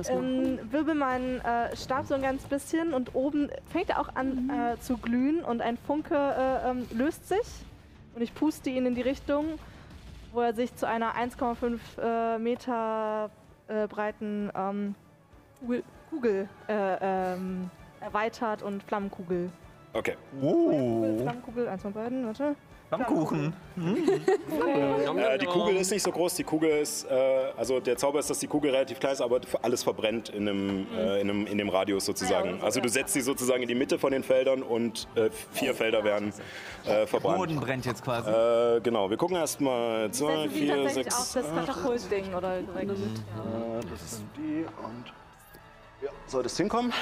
[SPEAKER 7] ich ähm, wirbel meinen äh, Stab so ein ganz bisschen und oben fängt er auch an äh, zu glühen und ein Funke äh, ähm, löst sich und ich puste ihn in die Richtung, wo er sich zu einer 1,5 äh, Meter äh, breiten ähm, Kugel- Kugel äh, ähm, erweitert und Flammenkugel.
[SPEAKER 1] Okay.
[SPEAKER 7] Kugel,
[SPEAKER 4] Oh,
[SPEAKER 7] Flammenkugel, eins von beiden, warte.
[SPEAKER 4] Flammkuchen.
[SPEAKER 1] Äh, die Kugel ist nicht so groß, die Kugel ist, äh, also der Zauber ist, dass die Kugel relativ klein ist, aber alles verbrennt in dem,
[SPEAKER 7] Mhm.
[SPEAKER 1] äh, in dem, in dem Radius
[SPEAKER 7] Ah
[SPEAKER 1] sozusagen. Also du setzt sie sozusagen in die Mitte von den Feldern und äh, vier
[SPEAKER 7] Oh,
[SPEAKER 1] Felder werden äh, verbrannt.
[SPEAKER 4] Boden brennt jetzt quasi.
[SPEAKER 1] Äh, genau, wir gucken erstmal. Zwei,
[SPEAKER 7] Setzen Sie
[SPEAKER 1] vier,
[SPEAKER 7] tatsächlich auf
[SPEAKER 1] sechs,
[SPEAKER 7] das Katapult-Ding oder direkt.
[SPEAKER 9] Das ist die und.
[SPEAKER 1] Sollte es hinkommen?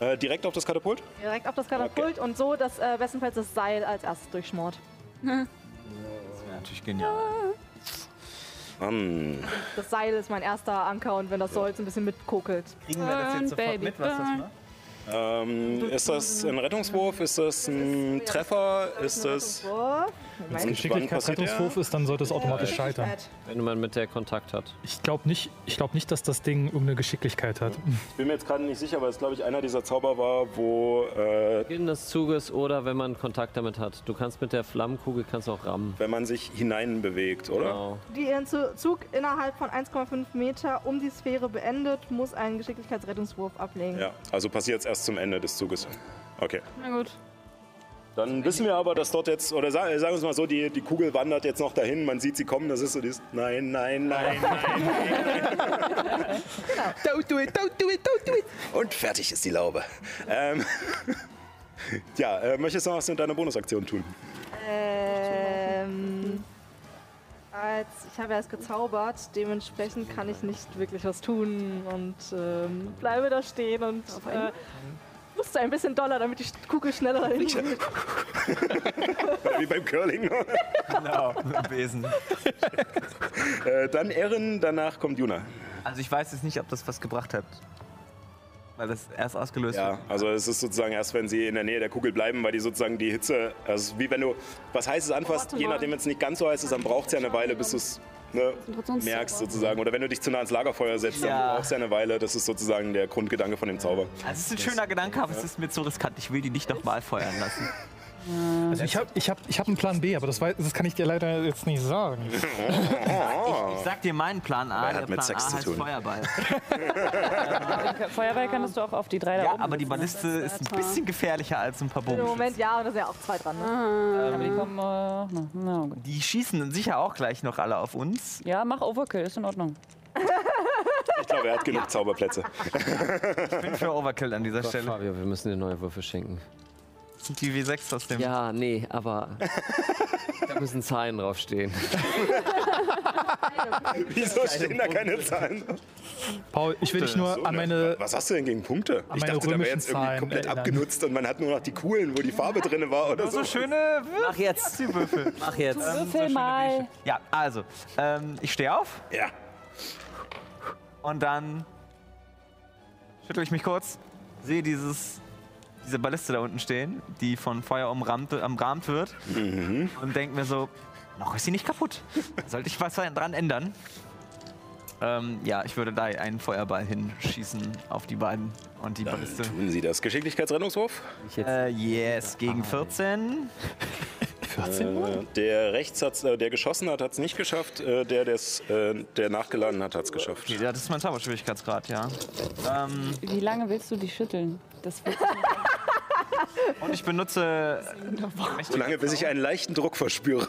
[SPEAKER 1] Äh, direkt auf das Katapult?
[SPEAKER 7] Direkt auf das Katapult und so, dass äh, bestenfalls das Seil als erstes durchschmort.
[SPEAKER 4] Das wäre natürlich genial.
[SPEAKER 1] Mann.
[SPEAKER 7] Das Seil ist mein erster Anker und wenn das Holz ein bisschen mitkokelt.
[SPEAKER 4] Kriegen wir das jetzt
[SPEAKER 8] Burn,
[SPEAKER 4] sofort
[SPEAKER 8] baby,
[SPEAKER 4] mit, was das
[SPEAKER 8] burn.
[SPEAKER 4] macht?
[SPEAKER 1] Ähm, ist das ein Rettungswurf? Ist das ein Treffer? Ist das.
[SPEAKER 7] So.
[SPEAKER 1] Wann
[SPEAKER 5] Geschicklichkeitsrettungswurf ist, dann sollte es automatisch scheitern.
[SPEAKER 2] wenn man mit der Kontakt hat.
[SPEAKER 5] Ich glaube nicht, ich glaub nicht, dass das Ding irgendeine Geschicklichkeit hat.
[SPEAKER 1] Ich bin mir jetzt gerade nicht sicher, weil es, glaube ich, einer dieser Zauber war, wo, äh,
[SPEAKER 2] Beginn des Zuges oder wenn man Kontakt damit hat. Du kannst mit der Flammenkugel kannst auch rammen.
[SPEAKER 1] wenn man sich hineinbewegt, oder?
[SPEAKER 2] Genau.
[SPEAKER 7] Die ihren Zu- Zug innerhalb von 1,5 Meter um die Sphäre beendet, muss einen Geschicklichkeitsrettungswurf ablegen.
[SPEAKER 1] Ja, also passiert es erst zum Ende des Zuges. Okay.
[SPEAKER 8] Na gut.
[SPEAKER 1] Dann wissen wir aber, dass dort jetzt, oder sagen, sagen wir es mal so, die, die Kugel wandert jetzt noch dahin, man sieht sie kommen, das ist so dieses Nein, nein, nein, nein.
[SPEAKER 9] Genau. Don't do it, don't do it, don't do it.
[SPEAKER 1] Und fertig ist die Laube. Ähm, ja, äh, möchtest du noch was mit deiner Bonusaktion tun?
[SPEAKER 7] Ähm, als ich habe erst gezaubert, dementsprechend kann ich nicht wirklich was tun und ähm, bleibe da stehen und äh, musste ein bisschen doller, damit die Kugel schneller hin.
[SPEAKER 1] Wie beim Curling. ne?
[SPEAKER 4] Genau, mit dem Besen.
[SPEAKER 1] äh, dann Erin, danach kommt Juna.
[SPEAKER 4] Also ich weiß jetzt nicht, ob das was gebracht hat. Weil das erst ausgelöst
[SPEAKER 1] Ja, also es ist sozusagen erst, wenn sie in der Nähe der Kugel bleiben, weil die sozusagen die Hitze, also wie wenn du was Heißes anfasst, je nachdem, wenn es nicht ganz so heiß ist, dann braucht es ja eine Weile, bis du es ne,
[SPEAKER 8] sonst
[SPEAKER 1] merkst sozusagen. Oder wenn du dich zu nah ans Lagerfeuer setzt,
[SPEAKER 4] Ja.
[SPEAKER 1] dann braucht es ja eine Weile. Das ist sozusagen der Grundgedanke von dem Zauber.
[SPEAKER 4] Also es ist ein schöner Gedanke, aber es ist mir zu riskant. Ich will die nicht nochmal feuern lassen.
[SPEAKER 5] Also ich habe ich hab, ich hab einen Plan B, aber das, weiß, das kann ich dir leider jetzt nicht sagen.
[SPEAKER 4] Oh.
[SPEAKER 10] Ich, ich sag dir meinen Plan A.
[SPEAKER 1] Weil hat
[SPEAKER 10] der
[SPEAKER 1] mit
[SPEAKER 10] Plan
[SPEAKER 1] Sex
[SPEAKER 10] A
[SPEAKER 1] zu
[SPEAKER 10] heißt
[SPEAKER 1] tun.
[SPEAKER 10] Feuerball.
[SPEAKER 6] Feuerwehr kannst du auch auf die drei da
[SPEAKER 10] Ja,
[SPEAKER 6] oben.
[SPEAKER 10] aber die
[SPEAKER 6] setzen.
[SPEAKER 10] Balliste ist ein bisschen gefährlicher als ein paar
[SPEAKER 7] Im
[SPEAKER 10] Bomben.
[SPEAKER 7] Moment, ja, und da sind ja auch zwei dran. Ne?
[SPEAKER 6] Aber die kommen. Äh, na, na, gut.
[SPEAKER 10] Die schießen dann sicher auch gleich noch alle auf uns.
[SPEAKER 6] ja, mach Overkill, ist in Ordnung.
[SPEAKER 1] Ich glaube, er hat genug Zauberplätze.
[SPEAKER 10] Ich bin für Overkill an dieser Stelle.
[SPEAKER 2] Fabio, wir müssen dir neue Würfel schenken.
[SPEAKER 10] Sind die W6 aus dem.
[SPEAKER 2] Ja, nee, aber da müssen Zahlen draufstehen.
[SPEAKER 1] Wieso stehen da keine Zahlen?
[SPEAKER 5] Paul, ich will dich nur
[SPEAKER 1] So,
[SPEAKER 5] an
[SPEAKER 1] ne?
[SPEAKER 5] meine.
[SPEAKER 1] Was hast du denn gegen Punkte? Ich
[SPEAKER 5] meine
[SPEAKER 1] dachte, da wäre
[SPEAKER 5] römischen
[SPEAKER 1] jetzt irgendwie
[SPEAKER 5] Zahlen
[SPEAKER 1] komplett
[SPEAKER 5] erinnern.
[SPEAKER 1] abgenutzt und man hat nur noch die coolen, wo die Farbe drin war oder so.
[SPEAKER 10] So schöne Würfel.
[SPEAKER 2] Mach jetzt!
[SPEAKER 10] Würfel.
[SPEAKER 2] Mach jetzt!
[SPEAKER 6] Würfel mal.
[SPEAKER 10] Ja, also, ähm, ich stehe auf
[SPEAKER 1] Ja.
[SPEAKER 10] und dann schüttle ich mich kurz, sehe dieses, diese Balliste da unten stehen, die von Feuer umrahmt, umrahmt wird und denke mir so, noch ist sie nicht kaputt. Sollte ich was dran ändern? Ähm, ja, ich würde da einen Feuerball hinschießen auf die beiden und die Balliste.
[SPEAKER 1] Tun Sie das. Geschicklichkeitsrettungswurf?
[SPEAKER 10] Äh, yes, gegen 14.
[SPEAKER 1] Äh, der rechts hat's, äh, der geschossen hat, hat es nicht geschafft. Äh, der, der's, äh, der nachgeladen hat, hat es geschafft.
[SPEAKER 10] Okay, das ist mein Zauberschwierigkeitsgrad, ja. Ähm,
[SPEAKER 6] Wie lange willst du die schütteln? Das wird
[SPEAKER 10] Und ich benutze.
[SPEAKER 1] So lange, bis ich einen leichten Druck verspüre.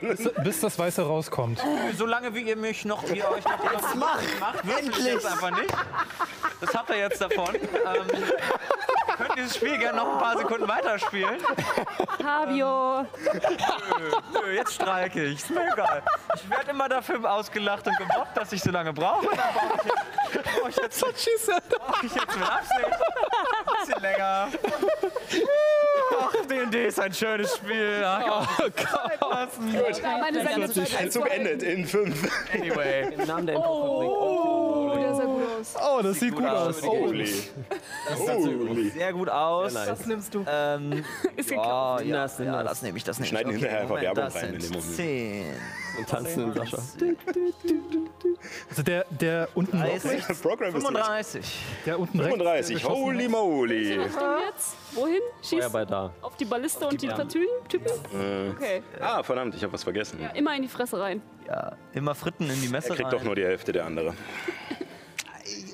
[SPEAKER 5] Bis, bis das Weiße rauskommt.
[SPEAKER 10] Solange wie ihr mich noch, wie ihr euch noch was macht, macht endlich jetzt einfach nicht. Das habt ihr jetzt davon. Ähm, könnt dieses Spiel gerne noch ein paar Sekunden weiterspielen.
[SPEAKER 6] Fabio.
[SPEAKER 10] Nö, jetzt streike ich. Ist mir egal. Ich werde immer dafür ausgelacht und gemobbt, dass ich so lange brauche. Dann brauche ich jetzt, brauche ich jetzt, brauche ich jetzt mit Absicht. Ein bisschen länger. Ach, D&D ist ein schönes Spiel. Ach, Oh Gott. Gut.
[SPEAKER 8] Meine Sendung
[SPEAKER 1] Ein Zug endet in fünf.
[SPEAKER 10] Anyway.
[SPEAKER 2] Im Namen der Oh, Info
[SPEAKER 8] der sah gut aus.
[SPEAKER 5] Oh, das sieht gut aus.
[SPEAKER 1] Holy. Holy.
[SPEAKER 10] Sehr gut aus.
[SPEAKER 2] nice.
[SPEAKER 10] nimmst du? Ähm,
[SPEAKER 8] Ist geklappt.
[SPEAKER 10] ja,
[SPEAKER 2] Nimm
[SPEAKER 10] ja,
[SPEAKER 2] das, nimm
[SPEAKER 10] ja,
[SPEAKER 2] das.
[SPEAKER 10] das nehme ich, das nehme ich.
[SPEAKER 1] schneiden hinterher einfach Werbung
[SPEAKER 10] das
[SPEAKER 1] rein in
[SPEAKER 10] sind
[SPEAKER 1] dem Moment.
[SPEAKER 10] Zehn.
[SPEAKER 2] und tanzen im Sascha.
[SPEAKER 5] Also der, der unten,
[SPEAKER 10] 30,
[SPEAKER 1] Das Programm ist mit
[SPEAKER 10] 35.
[SPEAKER 5] der unten rechts.
[SPEAKER 1] 35. Holy moly.
[SPEAKER 8] Und jetzt? Wohin? Schießt
[SPEAKER 2] Feuerball da.
[SPEAKER 8] auf die Balliste und die Tatüten? Typen? Okay.
[SPEAKER 1] Ah, verdammt, ich habe was vergessen.
[SPEAKER 8] Immer in die Fresse rein.
[SPEAKER 10] Ja, immer Fritten in die Messer
[SPEAKER 1] Er kriegt
[SPEAKER 10] rein.
[SPEAKER 1] doch nur die Hälfte der andere.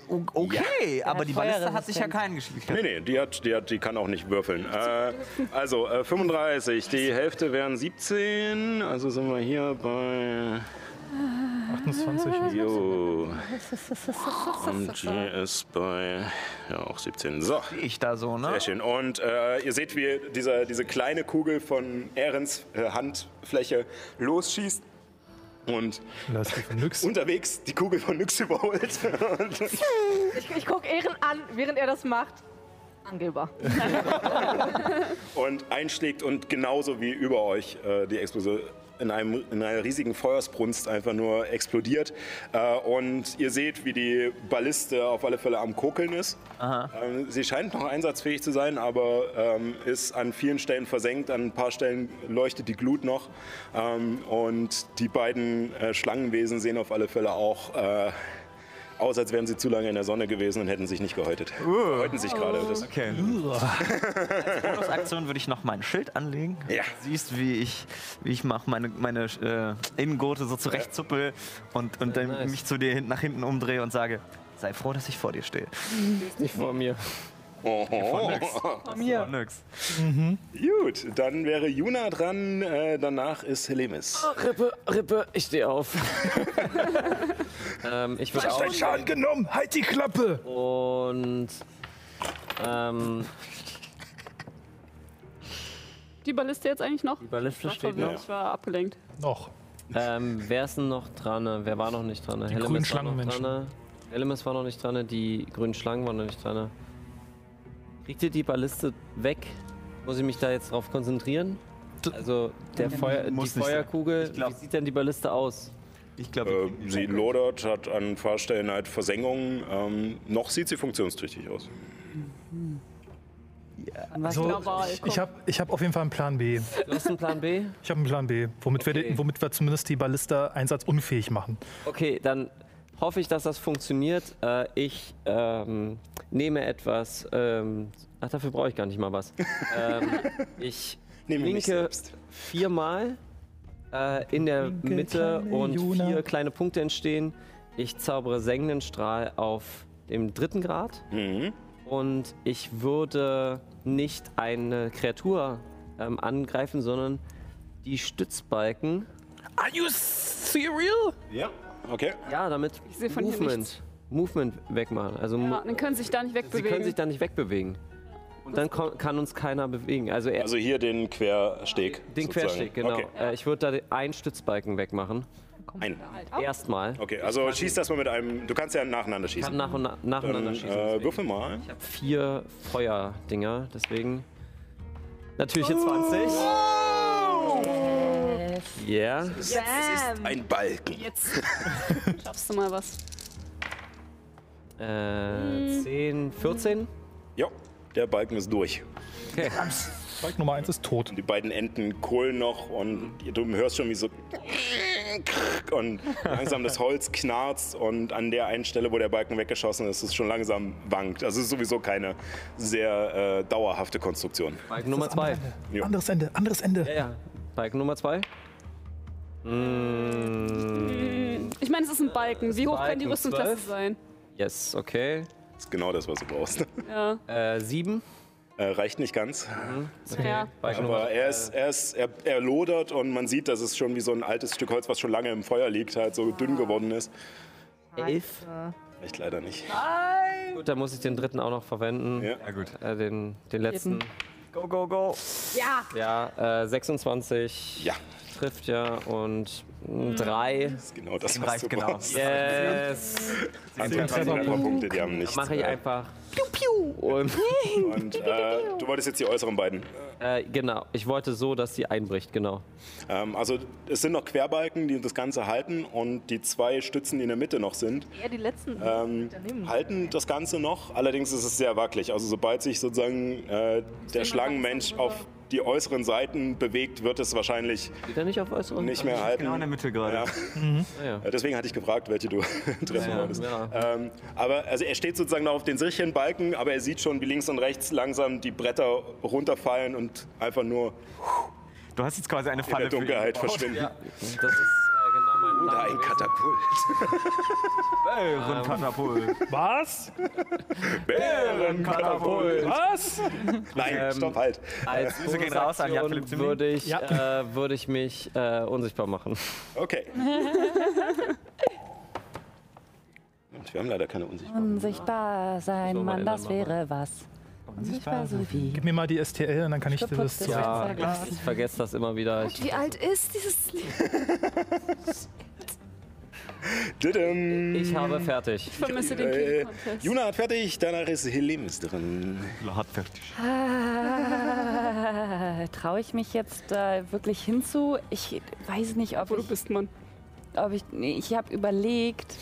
[SPEAKER 10] O- Okay, aber die Balliste hat sich ja
[SPEAKER 6] Feuerresistent.
[SPEAKER 10] keinen Geschwindigkeit.
[SPEAKER 1] Nee, nee, die, hat, die, hat, die kann auch nicht würfeln. Äh, also äh, 35, die Hälfte wären 17, also sind wir hier bei
[SPEAKER 5] 28.
[SPEAKER 1] Jo. Und die ist bei ja, auch 17. So.
[SPEAKER 10] Ich da so, ne?
[SPEAKER 1] Sehr schön. Und äh, ihr seht, wie dieser, diese kleine Kugel von Ahrens äh, Handfläche losschießt und
[SPEAKER 5] Das ist von nix.
[SPEAKER 1] unterwegs die Kugel von Nyx überholt. Und
[SPEAKER 7] Ich, ich gucke Ehren an, während er das macht. Angeber.
[SPEAKER 1] und einschlägt und genauso wie über euch äh, die Explosion in, einem, in einer riesigen Feuersbrunst einfach nur explodiert. Äh, und ihr seht, wie die Balliste auf alle Fälle am Kokeln ist. Ähm, sie scheint noch einsatzfähig zu sein, aber ähm, ist an vielen Stellen versenkt. An ein paar Stellen leuchtet die Glut noch. Ähm, und die beiden äh, Schlangenwesen sehen auf alle Fälle auch. Äh, aus, als wären sie zu lange in der Sonne gewesen und hätten sich nicht gehäutet. Häuten sich gerade. Das-
[SPEAKER 10] Okay. Als Aktion würde ich noch mein Schild anlegen.
[SPEAKER 1] Ja.
[SPEAKER 10] Du siehst, wie ich, wie ich mache meine, meine äh, Innengurte so zurechtzuppel und, und dann
[SPEAKER 2] nice.
[SPEAKER 10] mich zu dir hin, nach hinten umdrehe und sage, sei froh, dass ich vor dir stehe.
[SPEAKER 2] Nicht vor mir.
[SPEAKER 10] Ja. Nix.
[SPEAKER 1] Gut, dann wäre Juna dran, äh, danach ist Helemis.
[SPEAKER 2] Rippe, Rippe, ich stehe auf. ähm, ich würde auch.
[SPEAKER 5] Schaden genommen, halt die Klappe!
[SPEAKER 2] Und. Ähm,
[SPEAKER 8] Die Balliste jetzt eigentlich noch?
[SPEAKER 2] die Balliste steht noch.
[SPEAKER 8] Ich war abgelenkt.
[SPEAKER 5] Noch.
[SPEAKER 2] Ähm, wer ist denn noch dran? ne? Wer war noch nicht dran? ne? Helemis
[SPEAKER 5] grünen
[SPEAKER 2] war noch
[SPEAKER 5] Schlangenmenschen.
[SPEAKER 2] dran, ne? Helemis war noch nicht dran, ne? die grünen Schlangen waren noch nicht dran. ne? Kriegt ihr die Balliste weg? Muss ich mich da jetzt drauf konzentrieren? Also der Feuer, die
[SPEAKER 10] muss nicht sein.
[SPEAKER 2] Feuerkugel,
[SPEAKER 10] Ich glaub-
[SPEAKER 2] wie sieht denn die Balliste aus?
[SPEAKER 10] Ich glaube,
[SPEAKER 1] Äh,
[SPEAKER 10] wir
[SPEAKER 1] sie lodert, hat an ein paar Stellen halt Versengungen. Ähm, noch sieht sie funktionstüchtig aus.
[SPEAKER 5] So, ich ich habe ich hab auf jeden Fall einen Plan B.
[SPEAKER 2] Du hast einen Plan B?
[SPEAKER 5] Ich habe einen Plan B, womit, wir,
[SPEAKER 2] Okay.
[SPEAKER 5] den- womit wir zumindest die Ballista einsatzunfähig machen.
[SPEAKER 2] Okay, dann hoffe ich, dass das funktioniert. Äh, ich ähm, nehme etwas. Ähm, ach, dafür brauche ich gar nicht mal was. ähm, ich
[SPEAKER 1] Nehme mich
[SPEAKER 2] linke
[SPEAKER 1] selbst.
[SPEAKER 2] viermal äh, in der
[SPEAKER 5] Linke
[SPEAKER 2] Mitte
[SPEAKER 5] kleine
[SPEAKER 2] und
[SPEAKER 5] Juna.
[SPEAKER 2] vier kleine Punkte entstehen. Ich zaubere sengenden Strahl auf dem dritten Grad
[SPEAKER 1] Mhm.
[SPEAKER 2] und ich würde nicht eine Kreatur ähm, angreifen, sondern die Stützbalken.
[SPEAKER 3] Are you serial?
[SPEAKER 1] Ja, okay.
[SPEAKER 2] Ja, damit
[SPEAKER 8] sehe von hier
[SPEAKER 2] Movement, Movement wegmachen. Also
[SPEAKER 8] Ja,
[SPEAKER 2] mu-
[SPEAKER 8] dann können sie sich da nicht
[SPEAKER 2] sie
[SPEAKER 8] wegbewegen.
[SPEAKER 2] können sich da nicht wegbewegen. Und dann ko- kann uns keiner bewegen. Also, er,
[SPEAKER 1] Also hier den Quersteg.
[SPEAKER 2] den
[SPEAKER 1] sozusagen.
[SPEAKER 2] Quersteg, genau.
[SPEAKER 1] Okay.
[SPEAKER 2] Äh, ich würde da den- einen Stützbalken wegmachen.
[SPEAKER 1] Ein.
[SPEAKER 8] Oh.
[SPEAKER 2] Erstmal.
[SPEAKER 1] Okay, also schieß das mal mit einem. Du kannst ja nacheinander
[SPEAKER 2] Ich kann
[SPEAKER 1] schießen.
[SPEAKER 2] nach und nach, nacheinander
[SPEAKER 1] Dann
[SPEAKER 2] schießen.
[SPEAKER 1] äh,
[SPEAKER 2] deswegen.
[SPEAKER 1] würfel mal.
[SPEAKER 2] Ich habe vier Feuerdinger, deswegen. Natürlich eine 20.
[SPEAKER 8] Oh.
[SPEAKER 2] Yeah.
[SPEAKER 1] Ein Balken.
[SPEAKER 8] Jetzt schaffst du mal was.
[SPEAKER 2] Äh, 10, 14.
[SPEAKER 1] Ja, der Balken ist durch.
[SPEAKER 5] Spike Nummer 1 ist tot.
[SPEAKER 1] Die beiden Enten kohlen noch und du hörst schon wie so und langsam das Holz knarzt und an der einen Stelle, wo der Balken weggeschossen ist, ist schon langsam wankt. Also es ist sowieso keine sehr äh, dauerhafte Konstruktion.
[SPEAKER 2] Balken Nummer 2.
[SPEAKER 1] Ja.
[SPEAKER 5] Anderes Ende, anderes Ende.
[SPEAKER 2] Ja, ja. Balken Nummer 2. Mm,
[SPEAKER 8] Ich meine, es ist ein Balken. Wie hoch kann die
[SPEAKER 2] Balken,
[SPEAKER 8] Rüstungsklasse
[SPEAKER 2] 12?
[SPEAKER 8] sein?
[SPEAKER 2] yes, okay.
[SPEAKER 1] Das ist genau das, was du brauchst.
[SPEAKER 8] Ja.
[SPEAKER 2] Äh, 7.
[SPEAKER 1] Äh, reicht nicht ganz.
[SPEAKER 8] ja.
[SPEAKER 2] Balken
[SPEAKER 1] Aber er, ist, er, ist, er, er lodert und man sieht, dass es schon wie so ein altes Stück Holz, was schon lange im Feuer liegt, halt so dünn geworden ist.
[SPEAKER 2] 11.
[SPEAKER 1] Reicht leider nicht.
[SPEAKER 2] Gut, dann muss ich den dritten auch noch verwenden.
[SPEAKER 1] Ja.
[SPEAKER 2] gut. Äh, den, den letzten.
[SPEAKER 10] Go, go, go.
[SPEAKER 2] Ja, äh, 26.
[SPEAKER 1] Ja,
[SPEAKER 2] Trifft ja und 3.
[SPEAKER 1] das ist genau das, was
[SPEAKER 10] Reicht
[SPEAKER 1] du
[SPEAKER 10] genau.
[SPEAKER 1] brauchst.
[SPEAKER 2] Yes.
[SPEAKER 1] Also, das sind ein paar Punkte, die haben nichts.
[SPEAKER 2] Mache ich
[SPEAKER 1] äh,
[SPEAKER 2] einfach. Piu, piu. Und,
[SPEAKER 1] Und äh, du wolltest jetzt die äußeren beiden.
[SPEAKER 2] äh, genau, ich wollte so, dass sie einbricht, genau.
[SPEAKER 1] Ähm, also es sind noch Querbalken, die das Ganze halten und die zwei Stützen, die in der Mitte noch sind,
[SPEAKER 7] Ja, die letzten.
[SPEAKER 1] ähm,
[SPEAKER 7] Daneben.
[SPEAKER 1] halten das Ganze noch. Allerdings ist es sehr wackelig. Also sobald sich sozusagen äh, der Schlangenmensch auf die äußeren Seiten bewegt, wird es wahrscheinlich
[SPEAKER 2] Geht er nicht auf äußeren?
[SPEAKER 1] nicht mehr halten.
[SPEAKER 10] Genau in der Mitte gerade.
[SPEAKER 1] Ja.
[SPEAKER 2] Naja.
[SPEAKER 1] Äh, Deswegen hatte ich gefragt, welche du treffen wolltest. Ähm, aber also er steht sozusagen noch auf den sicheren Balken, aber er sieht schon, wie links und rechts langsam die Bretter runterfallen und einfach nur
[SPEAKER 10] Du hast jetzt quasi eine
[SPEAKER 1] in der
[SPEAKER 10] Falle für ihn.
[SPEAKER 1] Dunkelheit verschwinden.
[SPEAKER 2] Das ist äh, genau mein
[SPEAKER 1] Oder
[SPEAKER 2] Plan.
[SPEAKER 1] ein
[SPEAKER 2] gewesen.
[SPEAKER 1] Katapult.
[SPEAKER 10] Ey, Rundkatapult.
[SPEAKER 5] Was?
[SPEAKER 1] Bärenkatapult.
[SPEAKER 5] Was?
[SPEAKER 1] Nein, stopp, halt.
[SPEAKER 2] Äh, Als Grüße
[SPEAKER 10] gehen raus an Jan Philipp Zimmin.
[SPEAKER 2] würde ich,
[SPEAKER 5] Ja.
[SPEAKER 2] äh, würde ich mich äh, unsichtbar machen.
[SPEAKER 1] Okay. Und wir haben leider keine Unsichtbarkeit.
[SPEAKER 6] Unsichtbar sein,
[SPEAKER 2] Sollen wir
[SPEAKER 6] Mann, das
[SPEAKER 2] ändern, machen
[SPEAKER 6] wäre was. Unsichtbar so wie.
[SPEAKER 5] Gib mir mal die STL und dann kann ich dir das
[SPEAKER 6] Geputztes
[SPEAKER 5] zeigen.
[SPEAKER 6] Fensterglas.
[SPEAKER 2] Ich vergesse das immer wieder. Ich,
[SPEAKER 8] Wie alt ist dieses Lied?
[SPEAKER 1] Didim.
[SPEAKER 2] ich habe fertig.
[SPEAKER 8] Ich vermisse den
[SPEAKER 1] Äh,
[SPEAKER 8] King-Contest.
[SPEAKER 1] Juna hat fertig, danach ist Helemis drin.
[SPEAKER 10] Hat fertig.
[SPEAKER 6] Ah, Traue ich mich jetzt da wirklich hinzu? Ich weiß nicht, ob
[SPEAKER 8] Wo du
[SPEAKER 6] ich,
[SPEAKER 8] bist, Mann.
[SPEAKER 6] ob ich, nee, ich habe überlegt,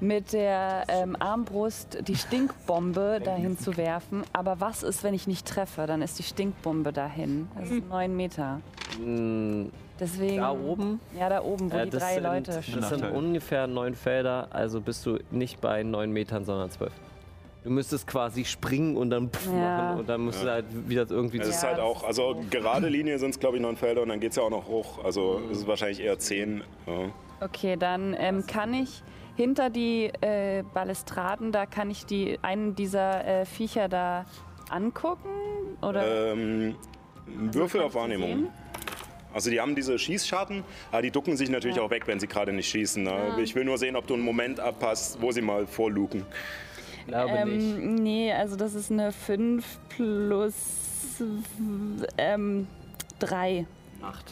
[SPEAKER 6] mit der ähm, Armbrust die Stinkbombe dahin zu werfen. Aber was ist, wenn ich nicht treffe? Dann ist die Stinkbombe dahin. Das
[SPEAKER 8] Hm.
[SPEAKER 6] ist neun Meter.
[SPEAKER 2] Mm,
[SPEAKER 6] Deswegen.
[SPEAKER 2] Da oben?
[SPEAKER 6] Ja, da oben, wo
[SPEAKER 2] Äh,
[SPEAKER 6] die drei
[SPEAKER 2] sind,
[SPEAKER 6] Leute stehen.
[SPEAKER 2] das sind
[SPEAKER 10] Nachteil.
[SPEAKER 2] ungefähr neun Felder, also bist du nicht bei neun Metern, sondern zwölf. Du müsstest quasi springen und dann pff
[SPEAKER 6] Ja.
[SPEAKER 2] machen und dann musst du halt wieder irgendwie
[SPEAKER 1] Es
[SPEAKER 2] zu.
[SPEAKER 1] ist halt auch, also gerade Linie sind es glaube ich neun Felder und dann geht es ja auch noch hoch. Also es ist wahrscheinlich eher zehn. Ja.
[SPEAKER 6] Okay, dann ähm, kann ich hinter die äh, Balustraden, da kann ich die einen dieser äh, Viecher da angucken? Oder?
[SPEAKER 1] Ähm, Würfel auf Wahrnehmung. Also die haben diese Schießscharten, aber die ducken sich natürlich auch weg, wenn sie gerade nicht schießen. Ne? Ich will nur sehen, ob du einen Moment abpasst, wo sie mal vorluken.
[SPEAKER 2] Ich glaube nicht.
[SPEAKER 6] ähm, nee, also das ist eine 5 plus ähm, 3.
[SPEAKER 1] Ach,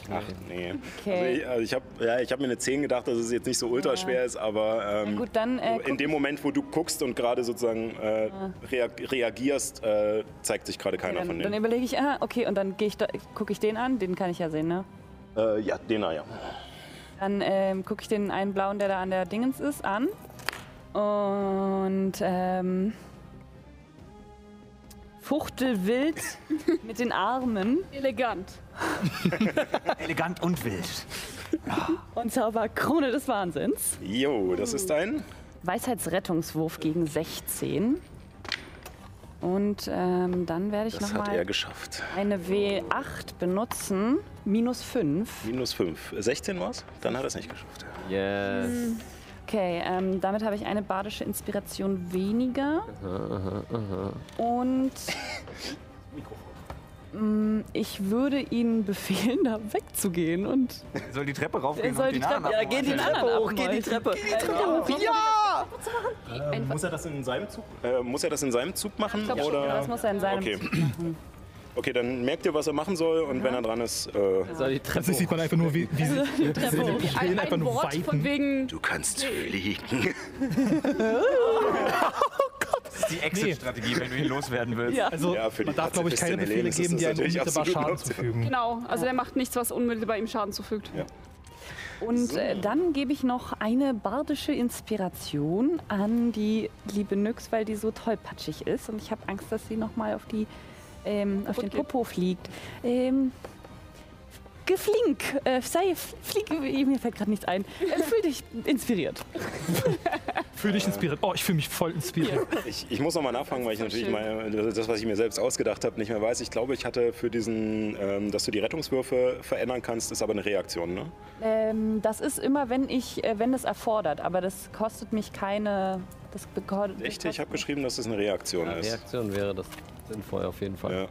[SPEAKER 1] nee.
[SPEAKER 6] Okay.
[SPEAKER 1] Also ich, also ich habe ja, ich hab mir eine 10 gedacht, dass es jetzt nicht so ultra schwer ist, aber ähm,
[SPEAKER 6] Gut, dann äh,
[SPEAKER 1] in
[SPEAKER 6] guck,
[SPEAKER 1] dem Moment, wo du guckst und gerade sozusagen äh, reag reagierst, äh, zeigt sich gerade keiner
[SPEAKER 6] dann,
[SPEAKER 1] von
[SPEAKER 6] dann
[SPEAKER 1] denen.
[SPEAKER 6] überlege ich, ah, okay, und dann gehe ich da, gucke ich den an, den kann ich ja sehen, ne?
[SPEAKER 1] Äh, ja, den ja.
[SPEAKER 6] Dann ähm, gucke ich den einen blauen, der da an der Dingens ist, an. Und ähm, fuchtel wild mit den Armen
[SPEAKER 8] Elegant.
[SPEAKER 10] Elegant und wild.
[SPEAKER 6] und zauber Krone des Wahnsinns.
[SPEAKER 1] Jo, das ist ein.
[SPEAKER 6] Weisheitsrettungswurf gegen 16. Und ähm, dann werde ich
[SPEAKER 1] Das hat er
[SPEAKER 6] nochmal
[SPEAKER 1] geschafft.
[SPEAKER 6] eine W8 benutzen. Minus 5.
[SPEAKER 1] Minus 5. 16 war's? Dann hat er es nicht geschafft. ja.
[SPEAKER 2] Yes.
[SPEAKER 6] Okay, ähm, damit habe ich eine badische Inspiration weniger. Und Mm, ich würde Ihnen befehlen, da wegzugehen. Und
[SPEAKER 10] Soll die Treppe raufgehen?
[SPEAKER 6] er soll
[SPEAKER 10] und
[SPEAKER 6] die
[SPEAKER 10] den
[SPEAKER 6] Treppe.
[SPEAKER 10] anderen
[SPEAKER 2] Ja, geh die
[SPEAKER 6] abreißen.
[SPEAKER 2] Treppe hoch, geh Oh, die Treppe.
[SPEAKER 1] muss er das in seinem Zug? Äh, muss er das in seinem Zug machen?
[SPEAKER 8] glaub schon,
[SPEAKER 1] oder?
[SPEAKER 6] Ja, das muss er in seinem
[SPEAKER 1] okay. Okay, dann merkt ihr, was er machen soll und wenn er dran ist, äh,
[SPEAKER 2] Soll die Treppe
[SPEAKER 5] Plötzlich sieht man einfach nur, wie, wie sie
[SPEAKER 8] Ein,
[SPEAKER 5] einfach
[SPEAKER 8] ein
[SPEAKER 5] nur
[SPEAKER 8] Wort von
[SPEAKER 5] weiten.
[SPEAKER 8] wegen
[SPEAKER 1] du kannst fliegen.
[SPEAKER 10] Das ist die Exit-Strategie, wenn du ihn loswerden willst.
[SPEAKER 5] Also
[SPEAKER 1] Ja, für die
[SPEAKER 5] man darf, glaube ich, keine
[SPEAKER 1] Pazifistin
[SPEAKER 5] Befehle
[SPEAKER 1] Helene ist
[SPEAKER 5] geben,
[SPEAKER 1] das
[SPEAKER 5] die einem
[SPEAKER 1] natürlich
[SPEAKER 5] unmittelbar
[SPEAKER 1] absolut eine
[SPEAKER 5] Schaden
[SPEAKER 1] Option.
[SPEAKER 5] zufügen.
[SPEAKER 8] Genau, also der macht nichts, was unmittelbar ihm Schaden zufügt.
[SPEAKER 6] Und äh, dann gebe ich noch eine bardische Inspiration an die liebe Nyx, weil die so tollpatschig ist. Und ich habe Angst, dass sie nochmal auf, die, ähm, auf den
[SPEAKER 8] geht.
[SPEAKER 6] Popo fliegt. Ähm, geflink, äh, sei, flieg, mir fällt gerade nichts ein. Äh, fühl dich inspiriert.
[SPEAKER 5] Fühl dich inspiriert. Oh, ich fühle mich voll inspiriert.
[SPEAKER 1] Ich, ich muss nochmal nachfragen, weil ich natürlich
[SPEAKER 8] schön.
[SPEAKER 1] mal äh, das, was ich mir selbst ausgedacht habe, nicht mehr weiß. Ich glaube, ich hatte für diesen, ähm, dass du die Rettungswürfe verändern kannst, ist aber eine Reaktion, ne?
[SPEAKER 6] Ähm, das ist immer, wenn ich, äh, wenn das erfordert, aber das kostet mich keine. Das bekor-
[SPEAKER 1] Echt?
[SPEAKER 6] das
[SPEAKER 1] Ich habe geschrieben, dass es eine Reaktion
[SPEAKER 2] Ja,
[SPEAKER 1] ist.
[SPEAKER 2] Reaktion wäre das sinnvoll auf jeden Fall.
[SPEAKER 1] Ja.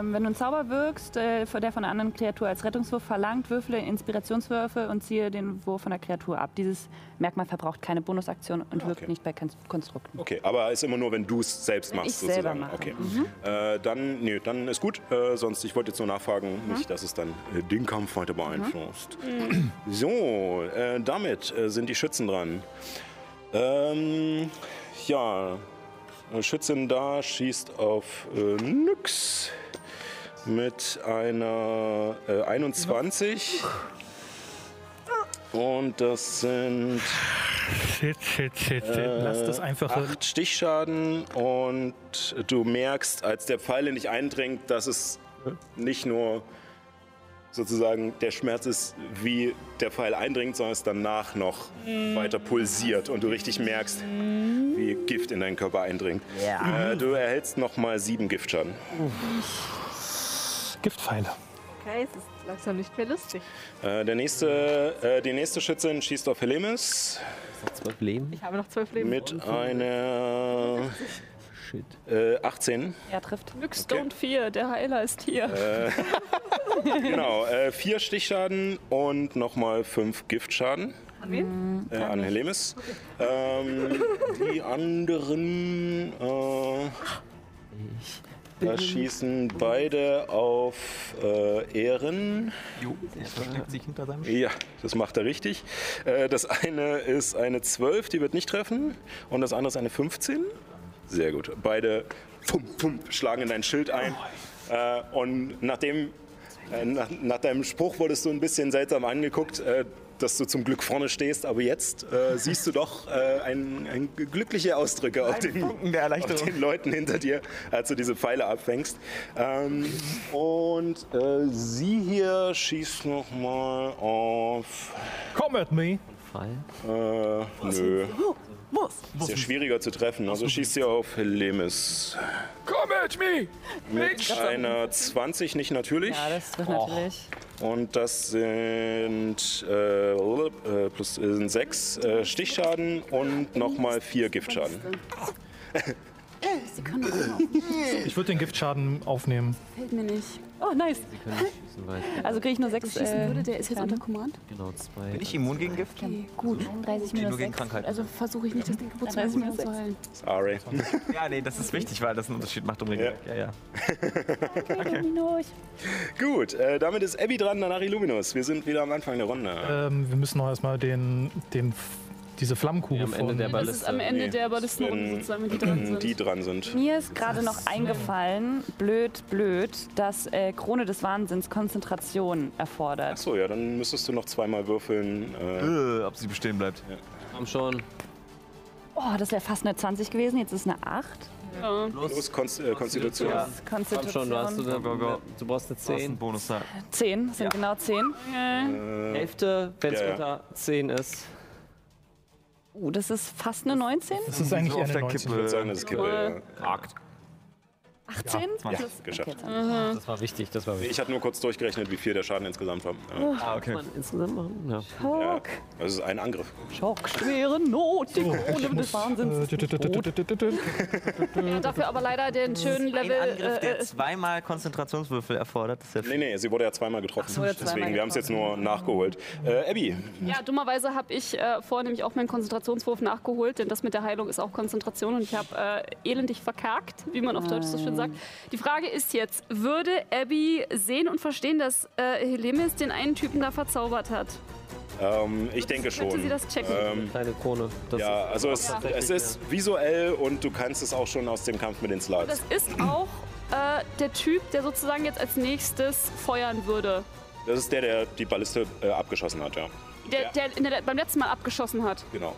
[SPEAKER 6] Ähm, wenn du einen Zauber wirkst, äh, der von einer anderen Kreatur als Rettungswurf verlangt, würfle Inspirationswürfe und ziehe den Wurf von der Kreatur ab. Dieses Merkmal verbraucht keine Bonusaktion und wirkt
[SPEAKER 1] okay.
[SPEAKER 6] nicht bei Kon- Konstrukten.
[SPEAKER 1] Okay, aber ist immer nur, wenn du es selbst machst,
[SPEAKER 6] ich selber
[SPEAKER 1] sozusagen.
[SPEAKER 6] mache. Mhm.
[SPEAKER 1] Okay. Äh, dann, nee, dann ist gut. Äh, sonst, ich wollte jetzt nur nachfragen,
[SPEAKER 6] Mhm.
[SPEAKER 1] nicht, dass es dann äh, den Kampf weiter beeinflusst. So, äh, damit äh, sind die Schützen dran. Ähm, ja, äh, Schützin da schießt auf äh, Nyx mit einer äh, 21. Und das sind
[SPEAKER 5] Shit, shit, shit, shit. Lass das einfache.
[SPEAKER 1] acht Stichschaden und du merkst, als der Pfeil in dich eindringt, dass es nicht nur sozusagen der Schmerz ist, wie der Pfeil eindringt, sondern es danach noch weiter pulsiert und du richtig merkst, wie Gift in deinen Körper eindringt. Äh, du erhältst nochmal sieben Giftschaden.
[SPEAKER 5] Giftpfeile.
[SPEAKER 7] Okay, es ist langsam nicht mehr lustig.
[SPEAKER 1] Äh, der nächste, äh, die nächste Schützin schießt auf Helemis
[SPEAKER 2] Zwölf Leben?
[SPEAKER 7] Ich habe noch zwölf Leben.
[SPEAKER 1] mit einer
[SPEAKER 2] Shit.
[SPEAKER 1] äh, 18.
[SPEAKER 6] Er trifft.
[SPEAKER 8] Nix,
[SPEAKER 1] Okay.
[SPEAKER 8] don't fear, der Heiler ist hier.
[SPEAKER 1] Genau, äh, vier Stichschaden und nochmal fünf Giftschaden. An wen? Äh, an Helemis. Ähm, die anderen äh, da schießen beide auf äh, Ehren.
[SPEAKER 10] Jo, er versteckt sich hinter seinem Sch
[SPEAKER 1] Ja, das macht er richtig. Äh, das eine ist eine 12, die wird nicht treffen. Und das andere ist eine 15. Sehr gut. Beide pum, pum, schlagen in dein Schild ein. Äh, und nachdem, äh, nach, nach deinem Spruch wurdest du ein bisschen seltsam angeguckt, äh, dass du zum Glück vorne stehst. Aber jetzt äh, siehst du doch äh, ein, ein glückliche Ausdrücke auf den,
[SPEAKER 10] Funken der Erleichterung.
[SPEAKER 1] auf den Leuten hinter dir, äh, als du diese Pfeile abfängst. Ähm, und äh, sie hier schießt nochmal auf.
[SPEAKER 5] Come at me.
[SPEAKER 2] Fall.
[SPEAKER 1] Äh, nö.
[SPEAKER 6] Muss.
[SPEAKER 1] Ist ja schwieriger zu treffen. Also schießt sie auf Lemis.
[SPEAKER 4] Come at me!
[SPEAKER 1] Mit einer 20 nicht natürlich.
[SPEAKER 6] Ja, das trifft natürlich.
[SPEAKER 1] Und das sind äh, äh, plus äh, sind sechs äh, Stichschaden und nochmal vier Giftschaden.
[SPEAKER 8] Sie können doch immer auf.
[SPEAKER 5] Ich würde den Giftschaden aufnehmen.
[SPEAKER 8] Fällt mir nicht.
[SPEAKER 6] Oh, nice.
[SPEAKER 2] Sie können nicht schießen, weil
[SPEAKER 6] Also kriege ich nur sechs.
[SPEAKER 8] Schießen
[SPEAKER 6] Äh,
[SPEAKER 8] würde, der ist jetzt unter Command.
[SPEAKER 2] genau zwei.
[SPEAKER 10] Bin ich immun gegen Gift?
[SPEAKER 8] Okay, gut.
[SPEAKER 6] 30
[SPEAKER 10] nur
[SPEAKER 6] minus
[SPEAKER 10] gegen
[SPEAKER 6] 6.
[SPEAKER 10] Krankheiten.
[SPEAKER 8] Also versuche ich nicht, das Ding kaputt zu
[SPEAKER 6] Dann
[SPEAKER 8] machen
[SPEAKER 6] reißen
[SPEAKER 8] und
[SPEAKER 6] wir
[SPEAKER 8] zu heilen.
[SPEAKER 1] Sorry.
[SPEAKER 10] Ja, nee, das ist wichtig, weil das einen Unterschied macht im Regelwerk. Ja, ja.
[SPEAKER 6] Okay, Domino. Ich
[SPEAKER 1] Gut, äh, damit ist Abby dran, danach Illuminus. Wir sind wieder am Anfang der Runde.
[SPEAKER 5] Ähm, wir müssen noch erstmal den, den, diese Flammenkugel
[SPEAKER 2] Am Ende
[SPEAKER 5] von-
[SPEAKER 2] der
[SPEAKER 8] Das ist am
[SPEAKER 2] Balliste.
[SPEAKER 8] Ende
[SPEAKER 1] Nee.
[SPEAKER 8] der Ballistenrunde
[SPEAKER 1] Wenn
[SPEAKER 8] sozusagen, wenn die dran sind.
[SPEAKER 1] die dran sind.
[SPEAKER 6] Mir ist gerade noch eingefallen, blöd, blöd, dass äh, Krone des Wahnsinns Konzentration erfordert.
[SPEAKER 1] Achso, ja, dann müsstest du noch zweimal würfeln. Äh,
[SPEAKER 10] Äh, ob sie bestehen bleibt.
[SPEAKER 2] Komm schon.
[SPEAKER 6] Oh, das wäre fast eine 20 gewesen, jetzt ist eine 8.
[SPEAKER 8] Ja.
[SPEAKER 1] plus Konst äh, Konstitution.
[SPEAKER 10] Ja.
[SPEAKER 2] Komm schon, du hast du,
[SPEAKER 10] Go, go, go.
[SPEAKER 2] du brauchst eine
[SPEAKER 10] Du hast einen
[SPEAKER 2] 10.
[SPEAKER 10] Bonus da.
[SPEAKER 6] 10, das sind genau 10.
[SPEAKER 1] Äh,
[SPEAKER 2] Hälfte, wenn es
[SPEAKER 1] Ja, ja.
[SPEAKER 2] unter 10 ist.
[SPEAKER 6] Oh, das ist fast eine 19?
[SPEAKER 5] Das ist eigentlich
[SPEAKER 10] so auf
[SPEAKER 5] eine
[SPEAKER 10] der
[SPEAKER 5] 19.
[SPEAKER 10] Kippe.
[SPEAKER 1] Sagen, das ist Kippe. äh,
[SPEAKER 10] Akt.
[SPEAKER 6] 18?
[SPEAKER 1] Ja, ja geschafft.
[SPEAKER 2] Das war wichtig, das war wichtig.
[SPEAKER 1] Ich hatte nur kurz durchgerechnet, wie viel der Schaden insgesamt war. Ja.
[SPEAKER 2] Ah, okay. Muss man insgesamt machen? Ja.
[SPEAKER 1] Ja. Das ist ein Angriff.
[SPEAKER 6] Schock, schwere Not, die Krone des Wahnsinns.
[SPEAKER 8] Ja, dafür aber leider den schönen
[SPEAKER 10] Ein
[SPEAKER 8] Level.
[SPEAKER 10] Angriff,
[SPEAKER 8] äh,
[SPEAKER 10] der
[SPEAKER 8] äh,
[SPEAKER 10] zweimal Konzentrationswürfel erfordert. Das ist ja
[SPEAKER 1] Nee, nee, sie wurde ja zweimal getroffen.
[SPEAKER 6] wurde zweimal
[SPEAKER 1] Deswegen, wir haben es jetzt nur nachgeholt. Äh, Abby,
[SPEAKER 8] ja, dummerweise habe ich äh, vorher nämlich auch meinen Konzentrationswurf nachgeholt, denn das mit der Heilung ist auch Konzentration und ich habe äh, elendig verkackt, wie man auf Deutsch so schön sagt. Die Frage ist jetzt, würde Abby sehen und verstehen, dass äh, Helemis den einen Typen da verzaubert hat?
[SPEAKER 1] ähm, ich denke schon.
[SPEAKER 8] Könnte sie das checken?
[SPEAKER 1] Ähm,
[SPEAKER 2] Kleine Krone. Das
[SPEAKER 1] ja,
[SPEAKER 2] ist-
[SPEAKER 1] also es, es ist visuell und du kannst es auch schon aus dem Kampf mit den
[SPEAKER 8] Das
[SPEAKER 1] Slugs.
[SPEAKER 8] ist auch äh, der Typ, der sozusagen jetzt als nächstes feuern würde.
[SPEAKER 1] Das ist der, der die Balliste äh, abgeschossen hat, ja.
[SPEAKER 8] Der,
[SPEAKER 1] Ja.
[SPEAKER 8] der, in der beim letzten Mal abgeschossen hat.
[SPEAKER 1] Genau.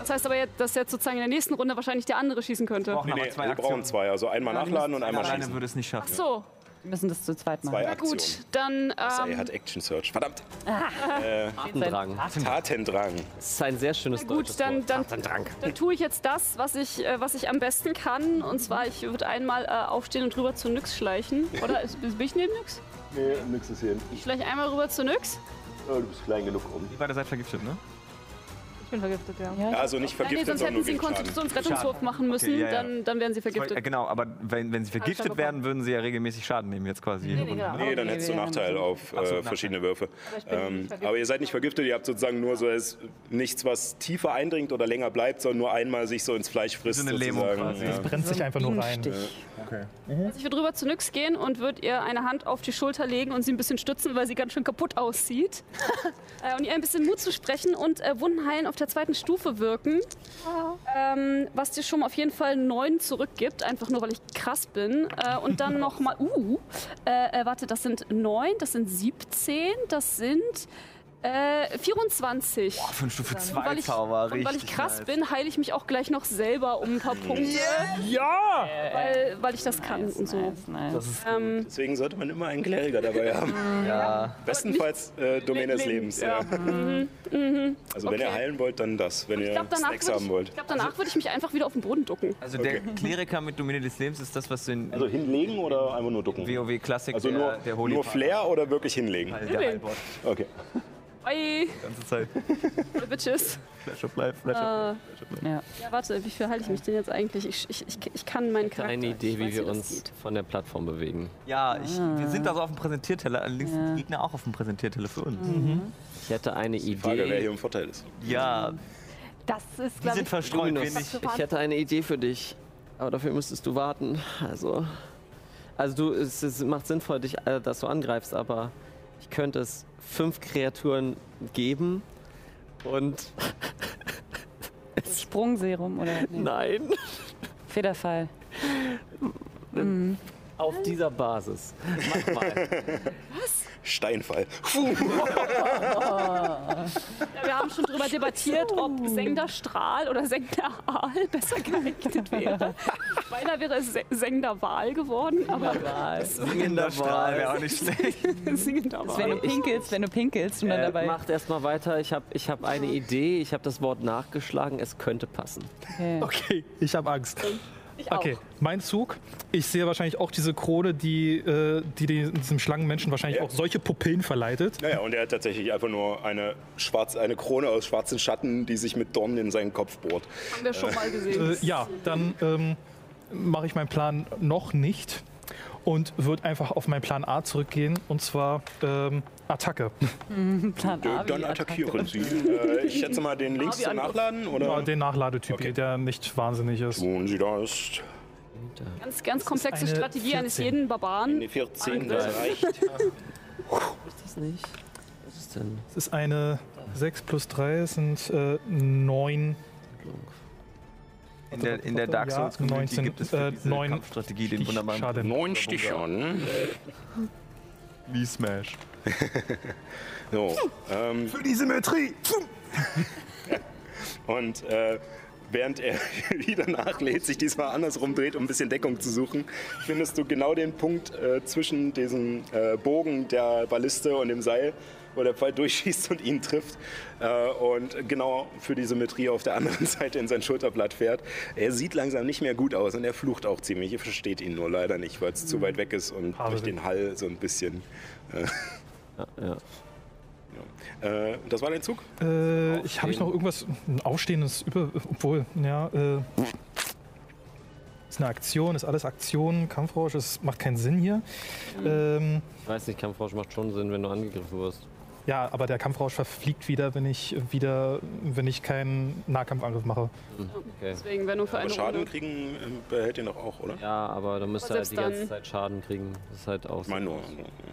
[SPEAKER 8] Das heißt aber, jetzt, dass jetzt sozusagen in der nächsten Runde wahrscheinlich der andere schießen könnte.
[SPEAKER 10] Brauchen
[SPEAKER 1] Nee,
[SPEAKER 10] aber
[SPEAKER 1] nee,
[SPEAKER 10] zwei
[SPEAKER 1] wir brauchen
[SPEAKER 10] Aktionen.
[SPEAKER 1] zwei. Also einmal nachladen und einmal
[SPEAKER 10] Alleine
[SPEAKER 1] schießen.
[SPEAKER 10] würde es nicht
[SPEAKER 8] Ach
[SPEAKER 10] schaffen.
[SPEAKER 8] so,
[SPEAKER 6] Wir müssen das zu zweit machen.
[SPEAKER 1] Zwei
[SPEAKER 8] na gut,
[SPEAKER 1] Aktionen.
[SPEAKER 8] dann.
[SPEAKER 1] Er
[SPEAKER 8] Ähm,
[SPEAKER 1] hat Action Search. Verdammt,
[SPEAKER 2] Tatendrang. Das
[SPEAKER 1] Tatendrang.
[SPEAKER 2] ist ein sehr schönes
[SPEAKER 8] gut,
[SPEAKER 2] deutsches
[SPEAKER 8] dann-
[SPEAKER 2] Wort.
[SPEAKER 8] dann-
[SPEAKER 2] Tatendrang.
[SPEAKER 8] dann tue ich jetzt das, was ich, äh, was ich am besten kann. Und zwar, ich würde einmal äh, aufstehen und rüber zu Nyx schleichen. Oder ist- bin ich neben Nyx?
[SPEAKER 1] Nee, nix ist hier.
[SPEAKER 8] Ich schleiche einmal rüber zu Nyx.
[SPEAKER 1] Du bist klein genug um.
[SPEAKER 10] Ihr beide seid vergiftet, ne?
[SPEAKER 7] Ich bin vergiftet, ja.
[SPEAKER 1] Ja, also nicht
[SPEAKER 8] Nein, nee,
[SPEAKER 1] vergiftet, sondern nur
[SPEAKER 8] sonst hätten sie einen
[SPEAKER 1] gegen Schaden.
[SPEAKER 8] Konstitutionsrettungswurf machen müssen.
[SPEAKER 10] ja, ja.
[SPEAKER 8] Dann, dann wären sie vergiftet.
[SPEAKER 10] Äh, Genau, aber wenn, wenn sie vergiftet
[SPEAKER 8] bekommen. genau.
[SPEAKER 10] werden, würden sie ja regelmäßig Schaden nehmen jetzt quasi. jede Runde.
[SPEAKER 6] Genau.
[SPEAKER 1] Nee, dann hättest du Nachteil auf äh, verschiedene Würfe. Ähm, aber ihr seid nicht vergiftet, ihr habt sozusagen nur so es, nichts, was tiefer eindringt oder länger bleibt, sondern nur einmal sich so ins Fleisch frisst.
[SPEAKER 10] So eine Lähmung
[SPEAKER 1] sozusagen.
[SPEAKER 10] quasi.
[SPEAKER 1] Ja.
[SPEAKER 5] Brennt sich einfach nur rein.
[SPEAKER 8] Also ich würde rüber zu Nyx gehen und würde ihr eine Hand auf die Schulter legen und sie ein bisschen stützen, weil sie ganz schön kaputt aussieht. äh, und ihr ein bisschen Mut zu sprechen und äh, Wunden heilen auf der zweiten Stufe wirken. Ähm, was dir schon mal auf jeden Fall neun zurückgibt, einfach nur weil ich krass bin. Äh, und dann nochmal, uh, äh, äh, warte, das sind neun, das sind 17, das sind äh, 24.
[SPEAKER 10] Fünf Stufe 2
[SPEAKER 8] weil ich,
[SPEAKER 10] Zauber,
[SPEAKER 8] und weil ich
[SPEAKER 10] richtig
[SPEAKER 8] krass
[SPEAKER 10] nice.
[SPEAKER 8] bin, heile ich mich auch gleich noch selber um ein paar Punkte,
[SPEAKER 5] Ja!
[SPEAKER 8] weil, weil ich das kann und so.
[SPEAKER 6] Nice, nice.
[SPEAKER 8] Ähm,
[SPEAKER 1] Deswegen sollte man immer einen Kleriker dabei haben. Bestenfalls äh, Domäne des Lebens. Ja. Mhm. Also wenn ihr
[SPEAKER 8] Okay.
[SPEAKER 1] heilen wollt, dann das. Wenn
[SPEAKER 8] Ich
[SPEAKER 1] ihr
[SPEAKER 8] glaube, danach,
[SPEAKER 1] Snacks haben
[SPEAKER 8] würde ich,
[SPEAKER 1] wollt.
[SPEAKER 8] ich glaub, danach würde ich mich einfach wieder auf den Boden ducken.
[SPEAKER 10] Also der Kleriker mit Domäne des Lebens ist das, was du in
[SPEAKER 1] Also hinlegen oder einfach nur ducken?
[SPEAKER 10] WoW Classic
[SPEAKER 1] Also
[SPEAKER 10] der,
[SPEAKER 1] nur,
[SPEAKER 10] der Holy Halt.
[SPEAKER 1] nur
[SPEAKER 10] Path-
[SPEAKER 1] Flair oder wirklich hinlegen?
[SPEAKER 10] Der Heilbot.
[SPEAKER 1] Okay.
[SPEAKER 8] Ey,
[SPEAKER 10] Die ganze Zeit.
[SPEAKER 8] alle Bitches.
[SPEAKER 10] Flash of Life, Flash of
[SPEAKER 8] Äh,
[SPEAKER 6] Ja.
[SPEAKER 8] ja, warte, wie viel halte ich mich denn jetzt eigentlich? Ich, ich, ich, ich kann meinen Charakter.
[SPEAKER 2] Keine
[SPEAKER 8] Ich
[SPEAKER 2] Idee, wie
[SPEAKER 8] weiß,
[SPEAKER 2] wir
[SPEAKER 8] das
[SPEAKER 2] uns
[SPEAKER 8] geht.
[SPEAKER 2] von der Plattform bewegen.
[SPEAKER 10] Ja, ich, wir sind da so auf dem Präsentierteller, allerdings sind die Gegner auch auf dem Präsentierteller für uns.
[SPEAKER 5] Mhm.
[SPEAKER 2] Ich hätte eine
[SPEAKER 1] Frage, wer hier
[SPEAKER 2] Idee.
[SPEAKER 1] im Vorteil ist.
[SPEAKER 10] Ja,
[SPEAKER 7] Das ist,
[SPEAKER 10] die
[SPEAKER 7] glaube
[SPEAKER 10] sind
[SPEAKER 7] ich,
[SPEAKER 10] verstreut
[SPEAKER 2] Dominus,
[SPEAKER 10] wenig.
[SPEAKER 2] Ich hätte eine Idee für dich, aber dafür müsstest du warten. Also, also du, es, es macht sinnvoll, dich, äh, dass du angreifst, aber ich könnte es fünf Kreaturen geben und
[SPEAKER 6] Sprungserum oder nee.
[SPEAKER 2] nein,
[SPEAKER 6] Federfall.
[SPEAKER 2] auf dieser Basis. Mach mal.
[SPEAKER 1] Steinfall.
[SPEAKER 8] Ja, wir haben schon darüber debattiert, ob Sengder Strahl oder Sengder Aal besser geeignet wäre. Beinahe wäre es Se- Sengder Wahl geworden, aber
[SPEAKER 10] Singender Strahl wäre auch nicht schlecht.
[SPEAKER 8] Sengder
[SPEAKER 6] Wenn du
[SPEAKER 8] Wahl.
[SPEAKER 6] pinkelst, wenn du pinkelst und dann
[SPEAKER 2] Äh,
[SPEAKER 6] dabei.
[SPEAKER 2] macht erstmal weiter. Ich habe ich hab eine Idee. Ich habe das Wort nachgeschlagen. Es könnte passen.
[SPEAKER 6] Okay.
[SPEAKER 5] Okay, ich habe Angst.
[SPEAKER 8] Ich
[SPEAKER 5] Okay, mein Zug. Ich sehe wahrscheinlich auch diese Krone, die, äh, die den- diesem Schlangenmenschen wahrscheinlich
[SPEAKER 1] Ja.
[SPEAKER 5] auch solche Pupillen verleitet.
[SPEAKER 1] Naja, und er hat tatsächlich einfach nur eine, schwarz, eine Krone aus schwarzen Schatten, die sich mit Dornen in seinen Kopf bohrt.
[SPEAKER 8] Haben wir schon mal gesehen.
[SPEAKER 5] Äh, ja, dann ähm, mache ich meinen Plan noch nicht und würde einfach auf meinen Plan A zurückgehen und zwar ähm, Attacke.
[SPEAKER 6] Plan A, wie
[SPEAKER 1] Dann attackieren sie. äh, ich schätze mal den Links zum Nachladen,
[SPEAKER 5] Ja,
[SPEAKER 1] oder?
[SPEAKER 5] Ah, den Nachladetyp,
[SPEAKER 1] Okay.
[SPEAKER 5] der nicht wahnsinnig ist.
[SPEAKER 1] Tun sie das.
[SPEAKER 8] Ganz, ganz komplexe
[SPEAKER 5] eine
[SPEAKER 8] Strategie eines
[SPEAKER 5] 14.
[SPEAKER 8] jeden Barbaren.
[SPEAKER 1] Eine 14, das reicht.
[SPEAKER 2] Ist das nicht? Was ist denn?
[SPEAKER 5] Es ist eine 6 plus 3 sind äh, 9.
[SPEAKER 10] In der, in der Dark
[SPEAKER 5] Ja,
[SPEAKER 10] Souls Community
[SPEAKER 5] 19,
[SPEAKER 10] gibt es für
[SPEAKER 5] äh,
[SPEAKER 10] diese
[SPEAKER 5] neun
[SPEAKER 10] Kampfstrategie den wunderbaren
[SPEAKER 5] Schaden.
[SPEAKER 1] Neun Stichern.
[SPEAKER 10] Lee Smash.
[SPEAKER 1] So, ähm,
[SPEAKER 10] Für die Symmetrie!
[SPEAKER 1] Und äh, während er wieder nachlädt, sich diesmal andersrum dreht, um ein bisschen Deckung zu suchen, findest du genau den Punkt äh, zwischen diesem äh, Bogen der Balliste und dem Seil, wo der Pfeil durchschießt und ihn trifft äh, und genau für die Symmetrie auf der anderen Seite in sein Schulterblatt fährt. Er sieht langsam nicht mehr gut aus und er flucht auch ziemlich. Ihr versteht ihn nur leider nicht, weil es zu weit weg ist und durch den Hall so ein bisschen. Äh,
[SPEAKER 2] Ja.
[SPEAKER 1] ja. Äh, das war dein Zug?
[SPEAKER 5] Äh, ich habe ich noch irgendwas ein aufstehendes über obwohl ja äh, ist eine Aktion, ist alles Aktion, Kampfrausch, es macht keinen Sinn hier.
[SPEAKER 8] Mhm.
[SPEAKER 5] Ähm,
[SPEAKER 2] Ich weiß nicht, Kampfrausch macht schon Sinn, wenn du angegriffen wirst.
[SPEAKER 5] ja, aber der Kampfrausch verfliegt wieder, wenn ich wieder wenn ich keinen Nahkampfangriff mache.
[SPEAKER 2] Okay.
[SPEAKER 8] Deswegen, wenn nur für
[SPEAKER 1] Aber
[SPEAKER 8] eine
[SPEAKER 1] Schaden
[SPEAKER 8] Runde.
[SPEAKER 1] kriegen äh, behält ihr doch auch, oder?
[SPEAKER 2] Ja, aber dann müsst ihr
[SPEAKER 8] Aber
[SPEAKER 2] halt die
[SPEAKER 8] selbst
[SPEAKER 2] ganze
[SPEAKER 8] dann-
[SPEAKER 2] Zeit Schaden kriegen. Das ist halt auch.
[SPEAKER 1] Ich meine nur.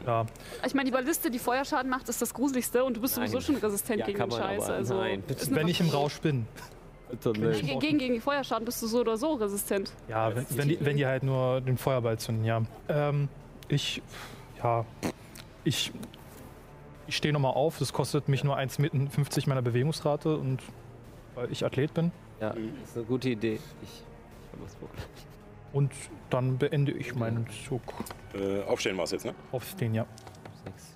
[SPEAKER 5] Ja,
[SPEAKER 8] Ich meine, die Balliste, die Feuerschaden macht, ist das Gruseligste und du bist
[SPEAKER 2] Nein.
[SPEAKER 8] sowieso schon resistent
[SPEAKER 2] Ja,
[SPEAKER 8] gegen
[SPEAKER 2] kann
[SPEAKER 8] den
[SPEAKER 2] man
[SPEAKER 8] Scheiß.
[SPEAKER 2] aber.
[SPEAKER 8] also
[SPEAKER 2] Nein,
[SPEAKER 8] ist
[SPEAKER 2] bitte
[SPEAKER 8] eine
[SPEAKER 5] wenn ich im
[SPEAKER 8] Verpflichtung.
[SPEAKER 5] Rausch bin.
[SPEAKER 2] nicht.
[SPEAKER 8] Gegen, gegen, gegen die Feuerschaden bist du so oder so resistent.
[SPEAKER 5] Ja, wenn, wenn, Äh, die, wenn die halt nur den Feuerball zünden, ja. Ähm, ich, ja, ich, ich stehe nochmal auf. Das kostet mich nur 1,50 meiner Bewegungsrate und weil ich Athlet bin.
[SPEAKER 2] Ja, das ist eine gute Idee. Ich, ich hab was vor.
[SPEAKER 5] Und dann beende ich meinen Zug
[SPEAKER 1] Äh, aufstehen war es jetzt, ne?
[SPEAKER 5] auf den, ja.
[SPEAKER 2] Sechs.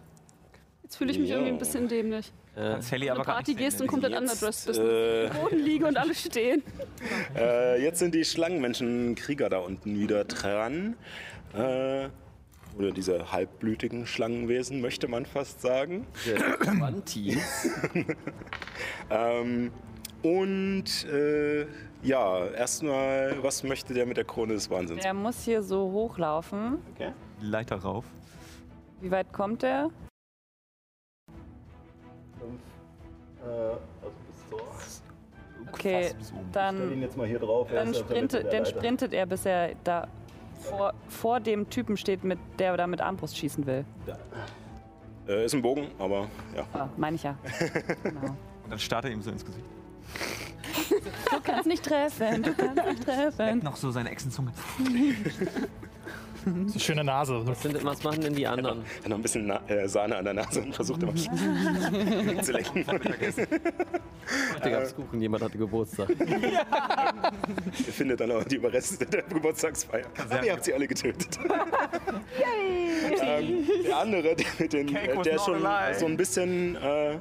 [SPEAKER 8] Jetzt fühle ich mich
[SPEAKER 1] Ja.
[SPEAKER 8] irgendwie ein bisschen dämlich.
[SPEAKER 2] Äh,
[SPEAKER 10] Als Helly
[SPEAKER 8] Wenn du
[SPEAKER 10] aber
[SPEAKER 8] eine Party
[SPEAKER 10] gar nicht
[SPEAKER 8] gehst und komplett
[SPEAKER 1] Jetzt,
[SPEAKER 8] underdressed bist.
[SPEAKER 1] äh,
[SPEAKER 8] Am Boden liege und alle stehen.
[SPEAKER 1] Äh, jetzt sind die Schlangenmenschenkrieger da unten wieder dran. Äh, oder diese halbblütigen Schlangenwesen, möchte man fast sagen. Ähm, und äh, ja, erstmal, was möchte der mit der Krone des Wahnsinns?
[SPEAKER 6] Der muss hier so hochlaufen.
[SPEAKER 1] Okay.
[SPEAKER 10] Die Leiter rauf.
[SPEAKER 6] Wie weit kommt der?
[SPEAKER 9] Äh, also bis zur.
[SPEAKER 6] Okay,
[SPEAKER 10] Fast bis oben.
[SPEAKER 9] Stell ihn
[SPEAKER 6] dann,
[SPEAKER 9] jetzt mal hier drauf. er
[SPEAKER 6] dann,
[SPEAKER 9] ist auf der Mitte
[SPEAKER 6] sprintet,
[SPEAKER 9] der
[SPEAKER 6] dann
[SPEAKER 9] Leiter.
[SPEAKER 6] sprintet er, bis er da vor, vor dem Typen steht, mit der da mit Armbrust schießen will.
[SPEAKER 1] Äh, ist ein Bogen, aber ja.
[SPEAKER 6] Ah, meine ich ja. Genau.
[SPEAKER 10] Und dann starrt er ihm so ins Gesicht.
[SPEAKER 6] Du kannst nicht treffen, du kannst nicht treffen.
[SPEAKER 10] Noch so seine Echsenzunge.
[SPEAKER 5] So schöne Nase. ne?
[SPEAKER 2] was, sind, was machen denn die anderen?
[SPEAKER 1] Hat noch ein bisschen Na äh, Sahne an der Nase und versucht immer zu lenken.
[SPEAKER 2] Heute gab's Kuchen, jemand hatte Geburtstag.
[SPEAKER 1] Ihr findet dann auch die Überreste der Geburtstagsfeier. Aber ihr habt sie alle getötet. ähm, der andere, der mit den,
[SPEAKER 10] Cake
[SPEAKER 1] äh,
[SPEAKER 10] was
[SPEAKER 1] der
[SPEAKER 10] not
[SPEAKER 1] schon
[SPEAKER 10] a lie.
[SPEAKER 1] so ein bisschen, äh,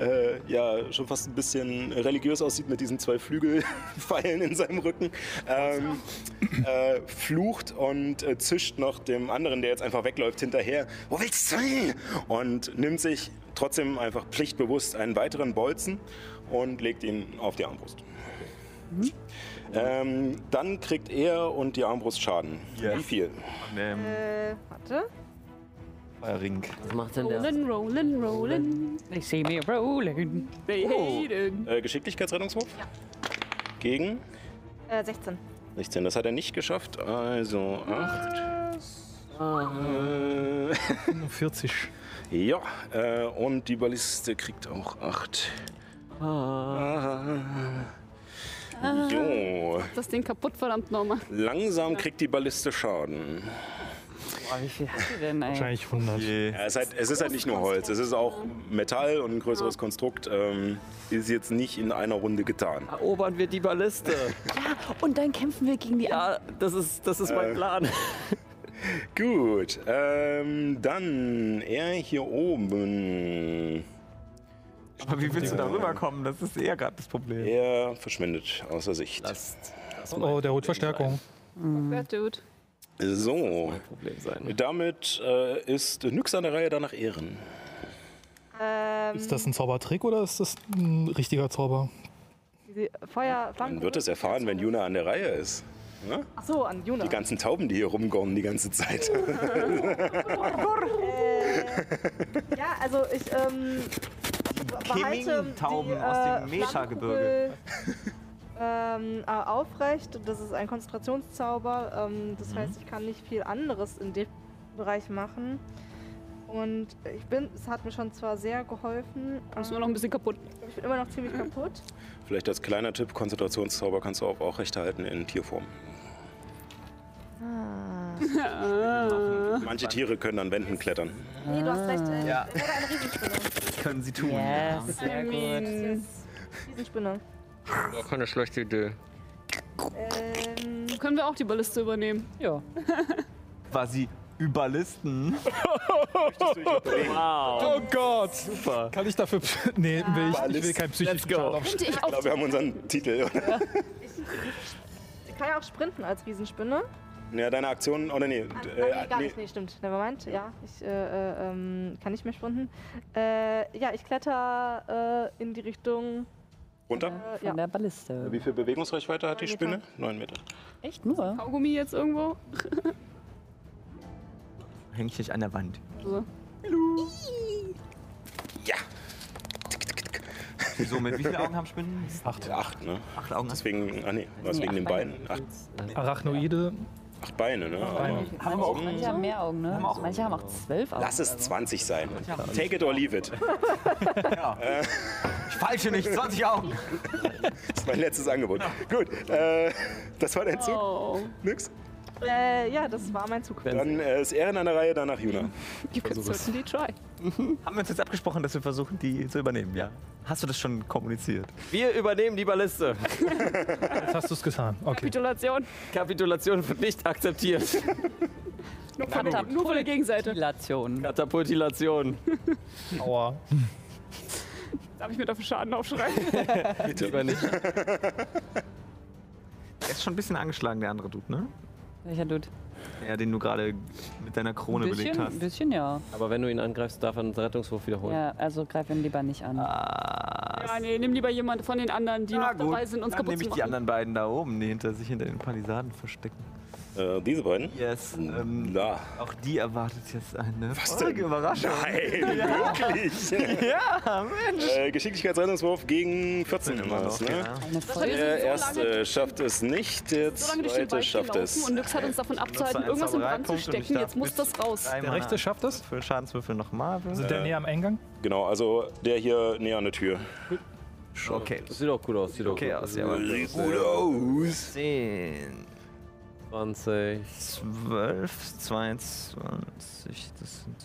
[SPEAKER 1] äh, ja, schon fast ein bisschen religiös aussieht mit diesen zwei Flügelpfeilen in seinem Rücken, ähm, äh, flucht und äh, zischt noch dem anderen, der jetzt einfach wegläuft, hinterher. Wo willst du hin? Und nimmt sich trotzdem einfach pflichtbewusst einen weiteren Bolzen und legt ihn auf die Armbrust. Ähm, dann kriegt er und die Armbrust Schaden.
[SPEAKER 10] Yes.
[SPEAKER 1] Wie viel?
[SPEAKER 10] Und, ähm,
[SPEAKER 7] Äh, warte.
[SPEAKER 10] Feuerring.
[SPEAKER 2] Was macht denn der?
[SPEAKER 8] Rolling, rolling, rolling.
[SPEAKER 6] They see me rolling.
[SPEAKER 8] They hate it.
[SPEAKER 1] Äh, Geschicklichkeitsrettungswurf? Ja. Gegen
[SPEAKER 7] Äh, 16.
[SPEAKER 1] 16. Das hat er nicht geschafft. Also 8. Äh,
[SPEAKER 5] 40.
[SPEAKER 1] ja, äh, und die Balliste kriegt auch 8. Jo,
[SPEAKER 8] Das Ding kaputt, verdammt nochmal.
[SPEAKER 1] langsam kriegt die Balliste Schaden.
[SPEAKER 6] Wie viel hat die denn, ey?
[SPEAKER 5] Wahrscheinlich 100.
[SPEAKER 10] Yeah.
[SPEAKER 1] Ja, es, ist halt, es ist halt nicht nur Holz, es ist auch Metall und ein größeres Konstrukt. Ähm, ist jetzt nicht in einer Runde getan.
[SPEAKER 2] Erobern wir oh, die Balliste.
[SPEAKER 6] Und dann kämpfen wir gegen die anderen.
[SPEAKER 2] Ja, das ist, das ist mein Plan.
[SPEAKER 1] Gut, ähm, dann er hier oben.
[SPEAKER 10] Aber wie willst du da rüberkommen? Das ist eher gerade das Problem.
[SPEAKER 1] Er verschwindet außer Sicht.
[SPEAKER 2] Lasst das
[SPEAKER 5] Oh, der holt Verstärkung.
[SPEAKER 8] Bad Dude.
[SPEAKER 1] So,
[SPEAKER 2] Problem sein.
[SPEAKER 1] damit äh, ist nix an der Reihe danach Ehren.
[SPEAKER 7] Ähm,
[SPEAKER 5] Ist das ein Zaubertrick oder ist das ein richtiger Zauber?
[SPEAKER 7] diese Feuer,
[SPEAKER 1] Man wird es erfahren, wenn Juna an der Reihe ist.
[SPEAKER 7] Ach so, an Juna.
[SPEAKER 1] Die ganzen Tauben, die hier rumgornen die ganze Zeit.
[SPEAKER 7] Ja, also ich ähm, behalte
[SPEAKER 10] Cheming Tauben
[SPEAKER 7] die,
[SPEAKER 10] aus dem
[SPEAKER 7] äh,
[SPEAKER 10] Meerschargebirge.
[SPEAKER 7] Flammenkugel, ähm, äh, aufrecht. Das ist ein Konzentrationszauber. Ähm,
[SPEAKER 10] Mhm.
[SPEAKER 7] das heißt, ich kann nicht viel anderes in dem Bereich machen. Und ich bin, es hat mir schon zwar sehr geholfen.
[SPEAKER 8] Das ist
[SPEAKER 7] ähm,
[SPEAKER 8] nur noch ein bisschen kaputt.
[SPEAKER 7] ich bin immer noch ziemlich kaputt.
[SPEAKER 1] Vielleicht als kleiner Tipp, Konzentrationszauber kannst du auch, auch recht halten in Tierform. Manche Tiere können an Wänden klettern.
[SPEAKER 7] Nee, du hast recht. Äh, ja. Oder eine Riesenspinne.
[SPEAKER 10] Können sie tun.
[SPEAKER 6] Yes, sehr gut.
[SPEAKER 7] Riesenspinne.
[SPEAKER 2] War keine schlechte Idee.
[SPEAKER 7] Ähm,
[SPEAKER 8] Können wir auch die Balliste übernehmen?
[SPEAKER 6] Ja.
[SPEAKER 10] Quasi überlisten.
[SPEAKER 5] Oh Gott! Super. Kann ich dafür. Nee, will ich, ich will kein psychischen Schaden auf
[SPEAKER 8] Könnte ich auch.
[SPEAKER 1] Ich glaube, wir haben unseren Titel. oder?
[SPEAKER 7] Ich kann ja auch sprinten als Riesenspinne.
[SPEAKER 1] Ja, deine Aktion, oder nee.
[SPEAKER 7] Ah,
[SPEAKER 1] äh,
[SPEAKER 7] nein, nee, gar
[SPEAKER 1] nee.
[SPEAKER 7] nicht, nee, stimmt. Nevermind, ja. Ich, äh, äh, ähm, kann nicht mehr sprinten. Äh, ja, ich kletter äh, in die Richtung.
[SPEAKER 1] Runter.
[SPEAKER 7] Äh,
[SPEAKER 6] Von
[SPEAKER 7] ja.
[SPEAKER 6] der Balliste.
[SPEAKER 1] Wie viel Bewegungsreichweite hat die
[SPEAKER 7] Neun Meter.
[SPEAKER 1] Spinne? Neun Meter.
[SPEAKER 6] Echt nur?
[SPEAKER 8] Kaugummi jetzt irgendwo?
[SPEAKER 10] Häng ich nicht an der Wand.
[SPEAKER 8] So.
[SPEAKER 10] Wieso, mit wie vielen Augen haben Spinnen?
[SPEAKER 5] acht.
[SPEAKER 1] Acht, ne?
[SPEAKER 10] Acht Augen.
[SPEAKER 1] Deswegen, ah nee, was
[SPEAKER 6] Nee,
[SPEAKER 1] wegen den
[SPEAKER 6] acht Beine.
[SPEAKER 1] Beinen. Acht,
[SPEAKER 5] Arachnoide.
[SPEAKER 1] acht Beine, ne? Aber
[SPEAKER 5] Beine.
[SPEAKER 6] Manche haben mehr Augen, ne? Manche haben auch zwölf Augen.
[SPEAKER 1] lass es 20 sein. Take it or leave it.
[SPEAKER 10] Ich falsche nicht, 20 Augen.
[SPEAKER 1] Das ist mein letztes Angebot. Gut, äh, das war dein Zug.
[SPEAKER 8] Oh.
[SPEAKER 1] Nix.
[SPEAKER 7] Äh, ja, das war mein Zug.
[SPEAKER 1] Dann äh, ist Ehren an der Reihe, danach Juna.
[SPEAKER 8] You
[SPEAKER 10] Also
[SPEAKER 8] can certainly try.
[SPEAKER 10] Haben wir uns jetzt abgesprochen, dass wir versuchen, die zu übernehmen, ja? Hast du das schon kommuniziert?
[SPEAKER 2] Wir übernehmen die Balliste.
[SPEAKER 5] Jetzt hast du es getan. Okay.
[SPEAKER 8] Kapitulation.
[SPEAKER 2] Kapitulation wird nicht akzeptiert.
[SPEAKER 8] Nur von, der, nur von der Gegenseite.
[SPEAKER 6] Relation.
[SPEAKER 2] Katapultilation.
[SPEAKER 5] Aua.
[SPEAKER 8] Darf ich mir dafür Schaden aufschreiben?
[SPEAKER 2] Lieber nicht.
[SPEAKER 10] Er ist schon ein bisschen angeschlagen, der andere Dude, ne?
[SPEAKER 6] Welcher Dude?
[SPEAKER 10] Ja, den du gerade mit deiner Krone belegt
[SPEAKER 6] bisschen,
[SPEAKER 10] hast.
[SPEAKER 6] bisschen, ja.
[SPEAKER 2] Aber wenn du ihn angreifst, darf er einen Rettungswurf wiederholen.
[SPEAKER 6] Ja, also greif ihn lieber nicht an.
[SPEAKER 8] Ja, nee, nimm lieber jemand von den anderen, die
[SPEAKER 10] Ah,
[SPEAKER 8] noch dabei sind, uns
[SPEAKER 10] Dann
[SPEAKER 8] kaputt
[SPEAKER 10] nehme
[SPEAKER 8] zu
[SPEAKER 10] ich die
[SPEAKER 8] machen.
[SPEAKER 10] anderen beiden da oben, die hinter sich hinter den Palisaden verstecken.
[SPEAKER 1] Äh, diese beiden?
[SPEAKER 10] Yes. Ähm,
[SPEAKER 1] Na.
[SPEAKER 10] auch die erwartet jetzt eine Folge Überraschung.
[SPEAKER 1] Nein, wirklich.
[SPEAKER 10] Ja, Mensch.
[SPEAKER 1] Äh, Geschicklichkeitsrettungswurf gegen 14 immer noch, ne?
[SPEAKER 10] ja.
[SPEAKER 6] Eine Folge.
[SPEAKER 10] Äh,
[SPEAKER 1] Der
[SPEAKER 8] so lange-
[SPEAKER 1] erste schafft es nicht, der
[SPEAKER 8] So lange durch den
[SPEAKER 1] zweite
[SPEAKER 8] Wald
[SPEAKER 1] schafft
[SPEAKER 8] gelaufen
[SPEAKER 1] es.
[SPEAKER 8] und Nix hat uns davon abzuhalten,
[SPEAKER 10] Äh, einen
[SPEAKER 8] irgendwas in Brand zu
[SPEAKER 10] Zaubereipunkt und ich
[SPEAKER 8] stecken.
[SPEAKER 10] darf
[SPEAKER 8] Jetzt muss
[SPEAKER 10] bis
[SPEAKER 8] das raus.
[SPEAKER 5] Der rechte schafft das?
[SPEAKER 10] Für Schadenswürfel nochmal.
[SPEAKER 5] Sind der näher am Eingang?
[SPEAKER 1] Genau, also der hier näher an der Tür.
[SPEAKER 10] Okay.
[SPEAKER 2] Das sieht auch gut aus. Sieht auch
[SPEAKER 10] Okay,
[SPEAKER 2] gut
[SPEAKER 10] aus, ja.
[SPEAKER 1] Gut
[SPEAKER 10] oh.
[SPEAKER 1] aus.
[SPEAKER 10] 10,
[SPEAKER 2] 20.
[SPEAKER 10] 12, 22, das sind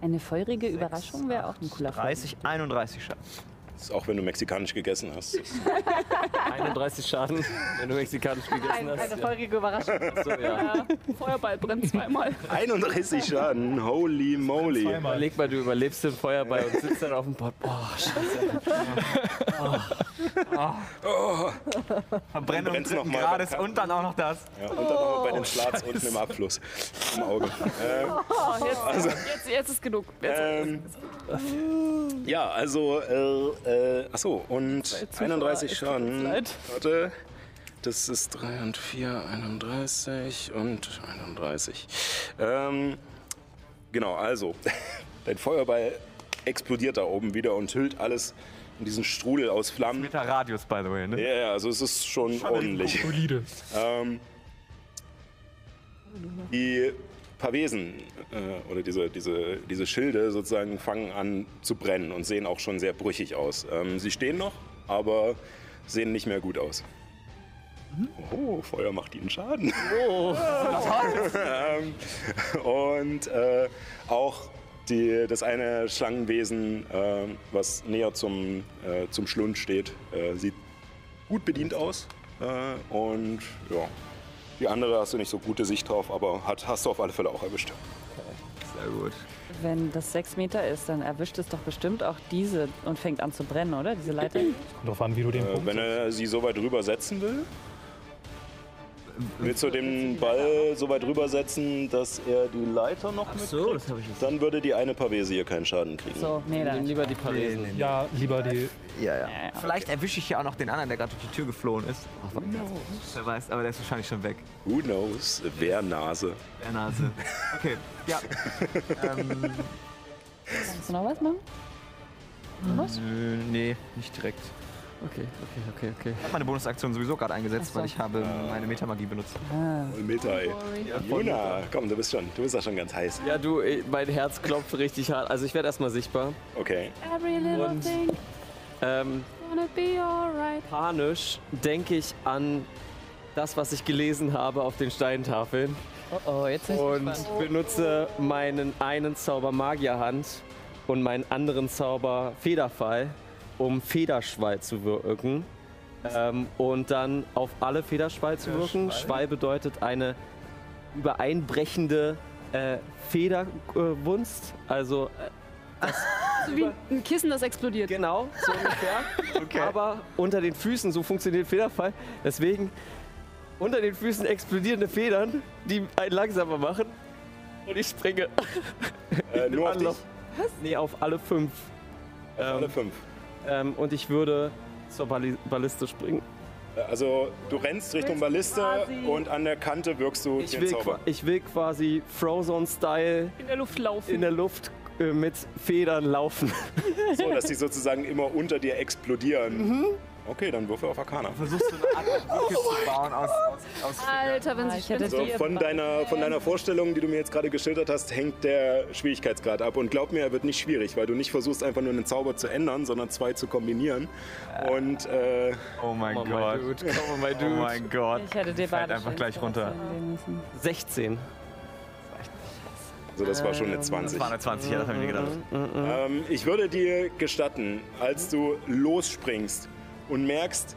[SPEAKER 6] Eine feurige Überraschung wäre auch ein cooler Film.
[SPEAKER 10] 30, 31 Schaden.
[SPEAKER 1] Ist Auch wenn du mexikanisch gegessen hast.
[SPEAKER 2] 31 Schaden, wenn du mexikanisch gegessen
[SPEAKER 7] Ein, eine
[SPEAKER 2] hast.
[SPEAKER 7] feurige Überraschung.
[SPEAKER 2] So, ja.
[SPEAKER 8] Feuerball brennt zweimal.
[SPEAKER 1] 31 Schaden, holy moly.
[SPEAKER 5] Zweimal.
[SPEAKER 2] Überleg mal, du überlebst den Feuerball und sitzt dann auf dem Pott. Boah, scheiße.
[SPEAKER 10] Verbrennung
[SPEAKER 1] Brennt's noch
[SPEAKER 10] dritten
[SPEAKER 1] mal
[SPEAKER 10] Grades
[SPEAKER 1] bekannt.
[SPEAKER 10] und dann auch noch das.
[SPEAKER 1] Ja, und dann noch bei den Schlatz unten im Abfluss. Im Auge. also,
[SPEAKER 8] Oh, jetzt, jetzt, jetzt ist genug. Jetzt.
[SPEAKER 1] Ähm, ja, also, äh, äh, achso, und 31 Schaden. Warte, das ist 3 und 4, 31 und 31. Ähm, genau, also, dein Feuerball explodiert da oben wieder und hüllt alles in diesen Strudel aus Flammen.
[SPEAKER 10] Meter Radius, by the way, ne?
[SPEAKER 1] Ja, ja, also es ist schon ordentlich.
[SPEAKER 5] Solide.
[SPEAKER 1] Ähm, die Pavesen äh, oder diese, diese, diese Schilde sozusagen fangen an zu brennen und sehen auch schon sehr brüchig aus. Ähm, sie stehen noch, aber sehen nicht mehr gut aus. Oh, Feuer macht ihnen Schaden. ähm, und äh, auch die, das eine Schlangenwesen, äh, was näher zum, äh, zum Schlund steht, äh, sieht gut bedient aus. Äh, und ja, die andere hast du nicht so gute Sicht drauf, aber hat, hast du auf alle Fälle auch erwischt.
[SPEAKER 10] Sehr gut.
[SPEAKER 6] Wenn das sechs Meter ist, dann erwischt es doch bestimmt auch diese und fängt an zu brennen, oder? Diese Leiter.
[SPEAKER 5] Kommt drauf an, wie du den
[SPEAKER 1] Äh,
[SPEAKER 5] Punkt.
[SPEAKER 1] wenn er sie so weit rüber setzen will, willst du den Ball so weit rüber setzen, dass er die Leiter noch mit?
[SPEAKER 10] So, das habe ich jetzt.
[SPEAKER 1] Dann würde die eine Pavese hier keinen Schaden kriegen.
[SPEAKER 6] So, nee,
[SPEAKER 2] Nimm
[SPEAKER 6] dann.
[SPEAKER 2] lieber die Paresen.
[SPEAKER 5] Ja, lieber die.
[SPEAKER 10] Ja, ja. Vielleicht erwische ich ja auch noch den anderen, der gerade durch die Tür geflohen ist. Ach, warte, Wer weiß, aber der ist wahrscheinlich schon weg.
[SPEAKER 1] Who knows? Wer Nase?
[SPEAKER 10] Der Nase. Okay, ja. ähm,
[SPEAKER 6] Kannst du noch was machen?
[SPEAKER 10] nö, nee, nicht direkt.
[SPEAKER 2] Okay, okay, okay, okay.
[SPEAKER 10] Ich habe meine Bonusaktion sowieso gerade eingesetzt,
[SPEAKER 6] Ach so.
[SPEAKER 10] weil ich habe meine Metamagie benutzt.
[SPEAKER 1] Voll Meta, ey. Juna, komm, du bist schon, du bist da schon ganz heiß.
[SPEAKER 2] Ja, du, eh, mein Herz klopft richtig hart. Also ich werde erstmal sichtbar.
[SPEAKER 1] Okay.
[SPEAKER 8] Every little
[SPEAKER 2] Und-
[SPEAKER 8] thing
[SPEAKER 2] Ähm,
[SPEAKER 8] gonna be alright.
[SPEAKER 2] panisch denke ich an das, was ich gelesen habe auf den Steintafeln
[SPEAKER 6] Oh oh, jetzt bin ich
[SPEAKER 2] und
[SPEAKER 6] gespannt.
[SPEAKER 2] benutze meinen einen Zauber Magierhand und meinen anderen Zauber Federfall, um Federschwall zu wirken. Ähm, und dann auf alle Federschwall zu wirken. Schwall bedeutet eine übereinbrechende äh, Federwunst. Also äh,
[SPEAKER 8] So wie
[SPEAKER 10] Äh.
[SPEAKER 8] ein Kissen, das explodiert.
[SPEAKER 2] Genau, so ungefähr. Aber unter den Füßen, so funktioniert Federfall. Deswegen unter den Füßen explodierende Federn, die einen langsamer machen. Und ich springe.
[SPEAKER 1] Äh, nur auf dich.
[SPEAKER 2] Anlauf. Nee, auf alle fünf.
[SPEAKER 1] Alle fünf.
[SPEAKER 2] Ähm, und ich würde zur Balli Balliste springen.
[SPEAKER 1] Äh, Also du rennst Richtung Balliste und an der Kante wirkst du
[SPEAKER 2] Ich
[SPEAKER 1] den
[SPEAKER 2] will,
[SPEAKER 1] Zauber.
[SPEAKER 2] qua- ich will quasi Frozone-Style
[SPEAKER 8] In der Luft laufen.
[SPEAKER 2] in der Luft äh, mit Federn laufen.
[SPEAKER 1] So, Oh, dass die sozusagen immer unter dir explodieren. Okay, dann würfel auf Arcana.
[SPEAKER 10] Versuchst du eine Art Brücke zu bauen aus, aus, aus
[SPEAKER 8] Alter, wenn
[SPEAKER 6] Ah,
[SPEAKER 8] sich
[SPEAKER 6] ich hätte
[SPEAKER 8] wenn
[SPEAKER 1] So,
[SPEAKER 8] sich-
[SPEAKER 1] Also von deiner, von deiner Vorstellung, die du mir jetzt gerade geschildert hast, hängt der Schwierigkeitsgrad ab. Und glaub mir, er wird nicht schwierig, weil du nicht versuchst, einfach nur einen Zauber zu ändern, sondern zwei zu kombinieren. Und äh,
[SPEAKER 10] Oh mein Gott. Oh mein Gott.
[SPEAKER 6] Ich hätte dir
[SPEAKER 10] Fällt
[SPEAKER 6] badische
[SPEAKER 10] einfach gleich runter.
[SPEAKER 6] Inspiration geben müssen.
[SPEAKER 2] 16.
[SPEAKER 1] also das war schon eine 20.
[SPEAKER 10] Das war eine 20, ja, das hab ich mir gedacht.
[SPEAKER 1] Ähm, ich würde dir gestatten, als du losspringst und merkst,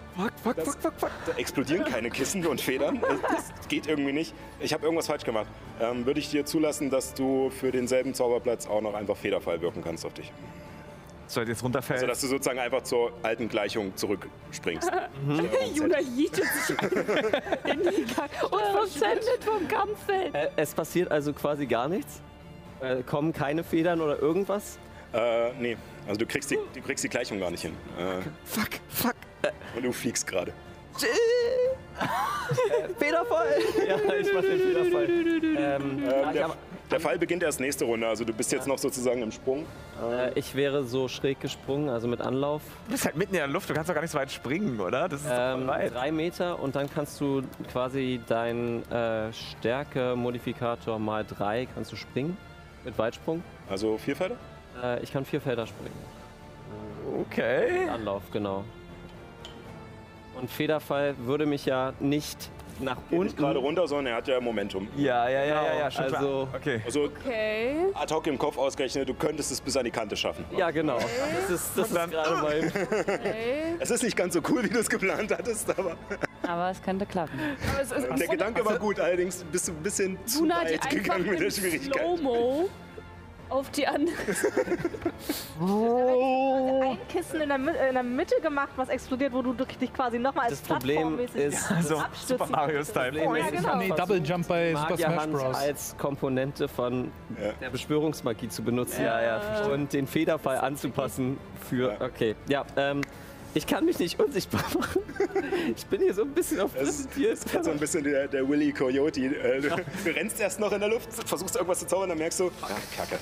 [SPEAKER 1] dass- da explodieren keine Kissen und Federn. Das das geht irgendwie nicht. Ich habe irgendwas falsch gemacht. Ähm, würde ich dir zulassen, dass du für denselben Zauberplatz auch noch einfach Federfall wirken kannst auf dich.
[SPEAKER 10] So, jetzt runterfällt.
[SPEAKER 1] Also, dass du sozusagen einfach zur alten Gleichung zurückspringst.
[SPEAKER 8] Juna jietet sich in die Kacke und verschwindet vom Kampffeld.
[SPEAKER 2] Äh, es passiert also quasi gar nichts. Äh, kommen keine Federn oder irgendwas.
[SPEAKER 1] Äh, nee, also du kriegst, die, du kriegst die Gleichung gar nicht hin. Äh,
[SPEAKER 2] Fuck, fuck.
[SPEAKER 1] und du fliegst gerade.
[SPEAKER 2] Federfall! ja, ich mach den Federfall. Ähm,
[SPEAKER 1] Ähm,
[SPEAKER 2] ich,
[SPEAKER 1] der, der Fall beginnt erst nächste Runde. Also du bist jetzt noch sozusagen im Sprung.
[SPEAKER 2] äh, ich wäre so schräg gesprungen, also mit Anlauf.
[SPEAKER 10] du bist halt mitten in der Luft, du kannst doch gar nicht so weit springen, oder? Das ist doch voll
[SPEAKER 2] Ähm,
[SPEAKER 10] weit.
[SPEAKER 2] drei Meter und dann kannst du quasi deinen äh, Stärke-Modifikator mal drei kannst du springen. Mit Weitsprung.
[SPEAKER 1] Also vier Felder?
[SPEAKER 2] Äh, ich kann vier Felder springen.
[SPEAKER 10] Okay.
[SPEAKER 2] Anlauf, genau. Und Federfall würde mich ja nicht nach
[SPEAKER 1] Und nicht
[SPEAKER 2] unten.
[SPEAKER 1] gerade runter, sondern er hat ja Momentum.
[SPEAKER 10] Ja, ja, ja, ja, ja, schon
[SPEAKER 2] Also-
[SPEAKER 10] Genau. klar. Okay.
[SPEAKER 1] Also
[SPEAKER 8] Okay.
[SPEAKER 1] ad hoc im Kopf ausgerechnet, du könntest es bis an die Kante schaffen.
[SPEAKER 2] Ja, genau. Das ist, das ist gerade mein.
[SPEAKER 8] okay.
[SPEAKER 1] Es ist nicht ganz so cool, wie du es geplant hattest, aber
[SPEAKER 6] Aber es könnte klappen.
[SPEAKER 8] Aber es ist
[SPEAKER 1] der Gedanke war gut. Allerdings bist du ein bisschen zu
[SPEAKER 8] Juna die
[SPEAKER 1] weit
[SPEAKER 8] einfach
[SPEAKER 1] gegangen mit der
[SPEAKER 8] im
[SPEAKER 1] Schwierigkeit.
[SPEAKER 8] Slow-Mo auf die andere.
[SPEAKER 7] Ein Kissen in der, Mi- äh, in der Mitte gemacht, was explodiert, wo du dich quasi nochmal als
[SPEAKER 2] Das Problem
[SPEAKER 7] plattformmäßig
[SPEAKER 2] ist,
[SPEAKER 10] Also,
[SPEAKER 7] abstürzen
[SPEAKER 10] Super Mario Style. Oh,
[SPEAKER 2] Problem ist,
[SPEAKER 7] ja,
[SPEAKER 2] ich
[SPEAKER 7] genau.
[SPEAKER 2] hab
[SPEAKER 5] Nee,
[SPEAKER 2] versucht,
[SPEAKER 5] Double Jump bei Super Smash
[SPEAKER 2] Magierhand
[SPEAKER 5] Bros.
[SPEAKER 2] als Komponente von
[SPEAKER 1] Ja.
[SPEAKER 2] der Beschwörungsmagie zu benutzen.
[SPEAKER 10] Ja, ja, verstehe.
[SPEAKER 2] Und den Federfall anzupassen für.
[SPEAKER 1] Ja.
[SPEAKER 2] Okay, ja, ähm. Ich kann mich nicht unsichtbar machen. Ich bin hier so ein bisschen auf
[SPEAKER 1] Es-
[SPEAKER 2] Präsentier.
[SPEAKER 1] Das ist halt so ein bisschen der, der Willy Coyote. Äh, du, du rennst erst noch in der Luft, versuchst irgendwas zu zaubern, dann merkst du, ah, Kacke.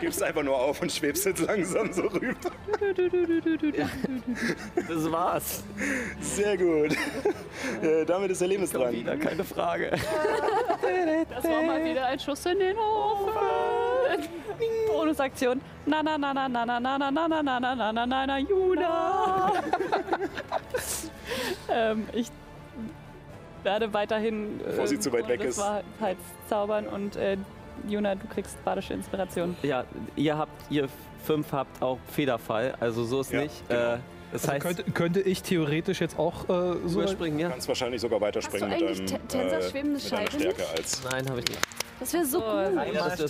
[SPEAKER 1] Gibst einfach nur auf und schwebst jetzt langsam so rüber.
[SPEAKER 2] Das war's.
[SPEAKER 1] Sehr gut. Äh, damit ist der Lebens
[SPEAKER 2] Komm
[SPEAKER 1] dran.
[SPEAKER 2] wieder, keine Frage.
[SPEAKER 8] Das war mal wieder ein Schuss in den
[SPEAKER 1] Oh,
[SPEAKER 8] Ofen. Bonusaktion. Na na na na na na na na na na na na na na na na Juna. ähm, ich werde weiterhin.
[SPEAKER 1] Bevor
[SPEAKER 8] äh,
[SPEAKER 1] sie zu weit
[SPEAKER 8] ohne
[SPEAKER 1] weg
[SPEAKER 8] das
[SPEAKER 1] ist.
[SPEAKER 8] Wahrheit zaubern und äh, Juna, du kriegst badische Inspiration.
[SPEAKER 2] Ja, ihr habt, ihr fünf habt auch Federfall, also so ist
[SPEAKER 1] Ja,
[SPEAKER 2] nicht.
[SPEAKER 1] genau.
[SPEAKER 2] Äh, das
[SPEAKER 5] Also
[SPEAKER 2] heißt,
[SPEAKER 5] könnte, könnte ich theoretisch jetzt auch äh, so.
[SPEAKER 2] überspringen, ja?
[SPEAKER 1] Du kannst wahrscheinlich sogar weiterspringen mit
[SPEAKER 8] Hast du eigentlich
[SPEAKER 1] deinem, äh,
[SPEAKER 8] Te- Tensor schwebende
[SPEAKER 1] mit deiner
[SPEAKER 8] Scheibe
[SPEAKER 1] Stärke als
[SPEAKER 2] Nein, habe ich nicht.
[SPEAKER 8] Das wäre so cool.
[SPEAKER 2] das wär super gewesen.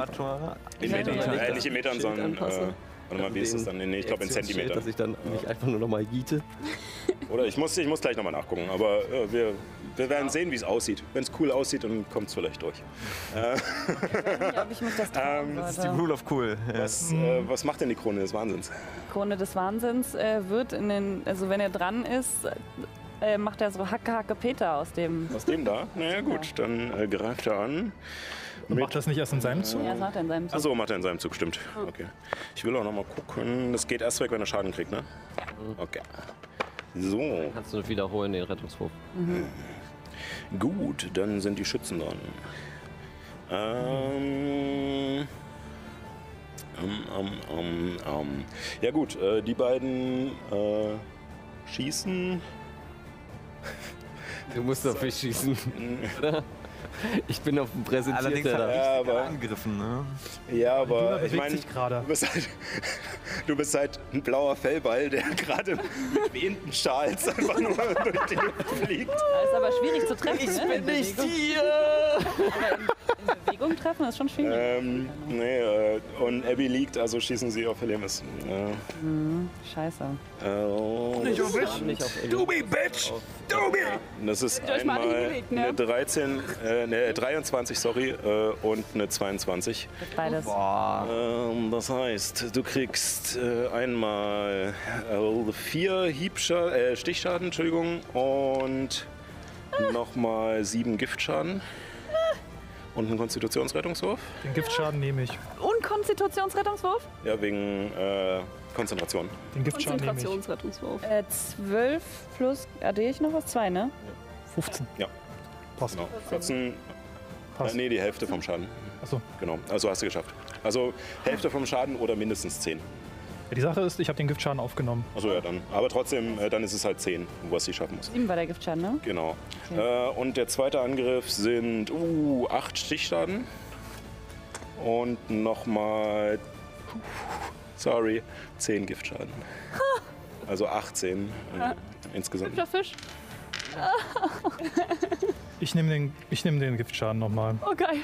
[SPEAKER 10] Stärkenmodifikator.
[SPEAKER 1] in
[SPEAKER 8] hätte
[SPEAKER 1] Metern.
[SPEAKER 2] überlegt,
[SPEAKER 1] Äh, nicht in Metern,
[SPEAKER 2] Schild
[SPEAKER 1] sondern äh,
[SPEAKER 2] anpassen.
[SPEAKER 1] warte mal, wie ist das dann? Nee, ich glaube in
[SPEAKER 2] Reaktionsschild,
[SPEAKER 1] Zentimetern.
[SPEAKER 2] Dass ich dann nicht einfach nur nochmal jiete.
[SPEAKER 1] Oder ich muss, ich muss gleich nochmal nachgucken, aber äh, wir, wir werden sehen, wie es aussieht. Wenn es cool aussieht, dann kommt es vielleicht durch.
[SPEAKER 6] Ob ich mich das trauen
[SPEAKER 10] Das ist die
[SPEAKER 6] würde.
[SPEAKER 10] Rule of Cool. Ja.
[SPEAKER 1] Was, äh, was macht denn die Krone des Wahnsinns?
[SPEAKER 6] Krone des Wahnsinns äh, wird in den, also wenn er dran ist, äh, macht er so Hacke Hacke Peter aus dem.
[SPEAKER 1] Aus dem da? Naja gut, dann äh, greift er an.
[SPEAKER 5] Macht das nicht erst in seinem Zug?
[SPEAKER 6] Ja, das macht er in seinem Zug.
[SPEAKER 1] Achso, macht er in seinem Zug, stimmt.
[SPEAKER 2] Ah.
[SPEAKER 1] Okay. Ich will auch nochmal gucken. Das geht erst weg, wenn er Schaden kriegt, ne?
[SPEAKER 2] Mhm.
[SPEAKER 1] Okay. So,
[SPEAKER 2] Kannst du wiederholen den Rettungswurf.
[SPEAKER 1] gut, dann sind die Schützen dran. Ähm. Ähm, ähm, ähm, ähm. Ja gut, äh, die beiden äh, schießen.
[SPEAKER 2] Du musst auf mich schießen. oder? ich bin auf dem
[SPEAKER 10] Allerdings
[SPEAKER 2] Präsentierteller.
[SPEAKER 10] hat
[SPEAKER 1] Ja,
[SPEAKER 10] er
[SPEAKER 1] aber-
[SPEAKER 10] angegriffen, ne?
[SPEAKER 1] Ja,
[SPEAKER 5] Juna
[SPEAKER 1] aber ich
[SPEAKER 5] bewegt
[SPEAKER 1] meine,
[SPEAKER 5] sich gerade.
[SPEAKER 1] du bist halt, Du bist halt ein blauer Fellball, der gerade mit wehenden Schals einfach nur durch die Luft fliegt.
[SPEAKER 6] Das ist aber schwierig zu treffen. Ich ne? bin
[SPEAKER 2] Nicht hier!
[SPEAKER 6] In Bewegung treffen das ist schon schwierig.
[SPEAKER 1] Ähm, nee, äh, und Abby liegt, also schießen sie auf Äh, Helemis. Ja.
[SPEAKER 6] Scheiße.
[SPEAKER 1] Oh,
[SPEAKER 2] Nicht auf
[SPEAKER 1] me, bitch! Do me! Das ist
[SPEAKER 8] euch mal alle
[SPEAKER 1] einmal
[SPEAKER 8] hingelegt, ne?
[SPEAKER 1] eine 13, äh, ne, 23, sorry, äh, und eine 22.
[SPEAKER 6] Beides.
[SPEAKER 1] Ähm, das heißt, du kriegst äh, einmal äh, vier Hiebscha äh, Stichschaden, Entschuldigung, und nochmal sieben Giftschaden. Und einen Konstitutionsrettungswurf.
[SPEAKER 5] Den Giftschaden nehme ich.
[SPEAKER 8] Und Konstitutionsrettungswurf?
[SPEAKER 1] Ja, wegen äh, Konzentration.
[SPEAKER 5] Den Giftschaden nehme ich.
[SPEAKER 8] Konzentrationsrettungswurf.
[SPEAKER 6] Äh, 12 plus, hatte ich noch was? Zwei, ne?
[SPEAKER 5] 15.
[SPEAKER 1] Ja.
[SPEAKER 5] Passt.
[SPEAKER 1] Genau. 14, äh,
[SPEAKER 5] Passt.
[SPEAKER 1] nee, die Hälfte vom Schaden.
[SPEAKER 5] Achso.
[SPEAKER 1] Genau. Also hast du geschafft. Also Hälfte vom Schaden oder mindestens 10.
[SPEAKER 5] Ja, die Sache ist, ich habe den Giftschaden aufgenommen.
[SPEAKER 1] Achso, ja, dann. Aber trotzdem, äh, dann ist es halt 10, was sie schaffen muss.
[SPEAKER 6] Sieben war der Giftschaden, ne?
[SPEAKER 1] Genau. Äh, und der zweite Angriff sind uh, acht Stichschaden. Und nochmal. Sorry, 10 Giftschaden. Also 18 äh, insgesamt.
[SPEAKER 8] Der Fisch.
[SPEAKER 5] Ich nehme den, ich nehme den Giftschaden nochmal.
[SPEAKER 8] Oh geil.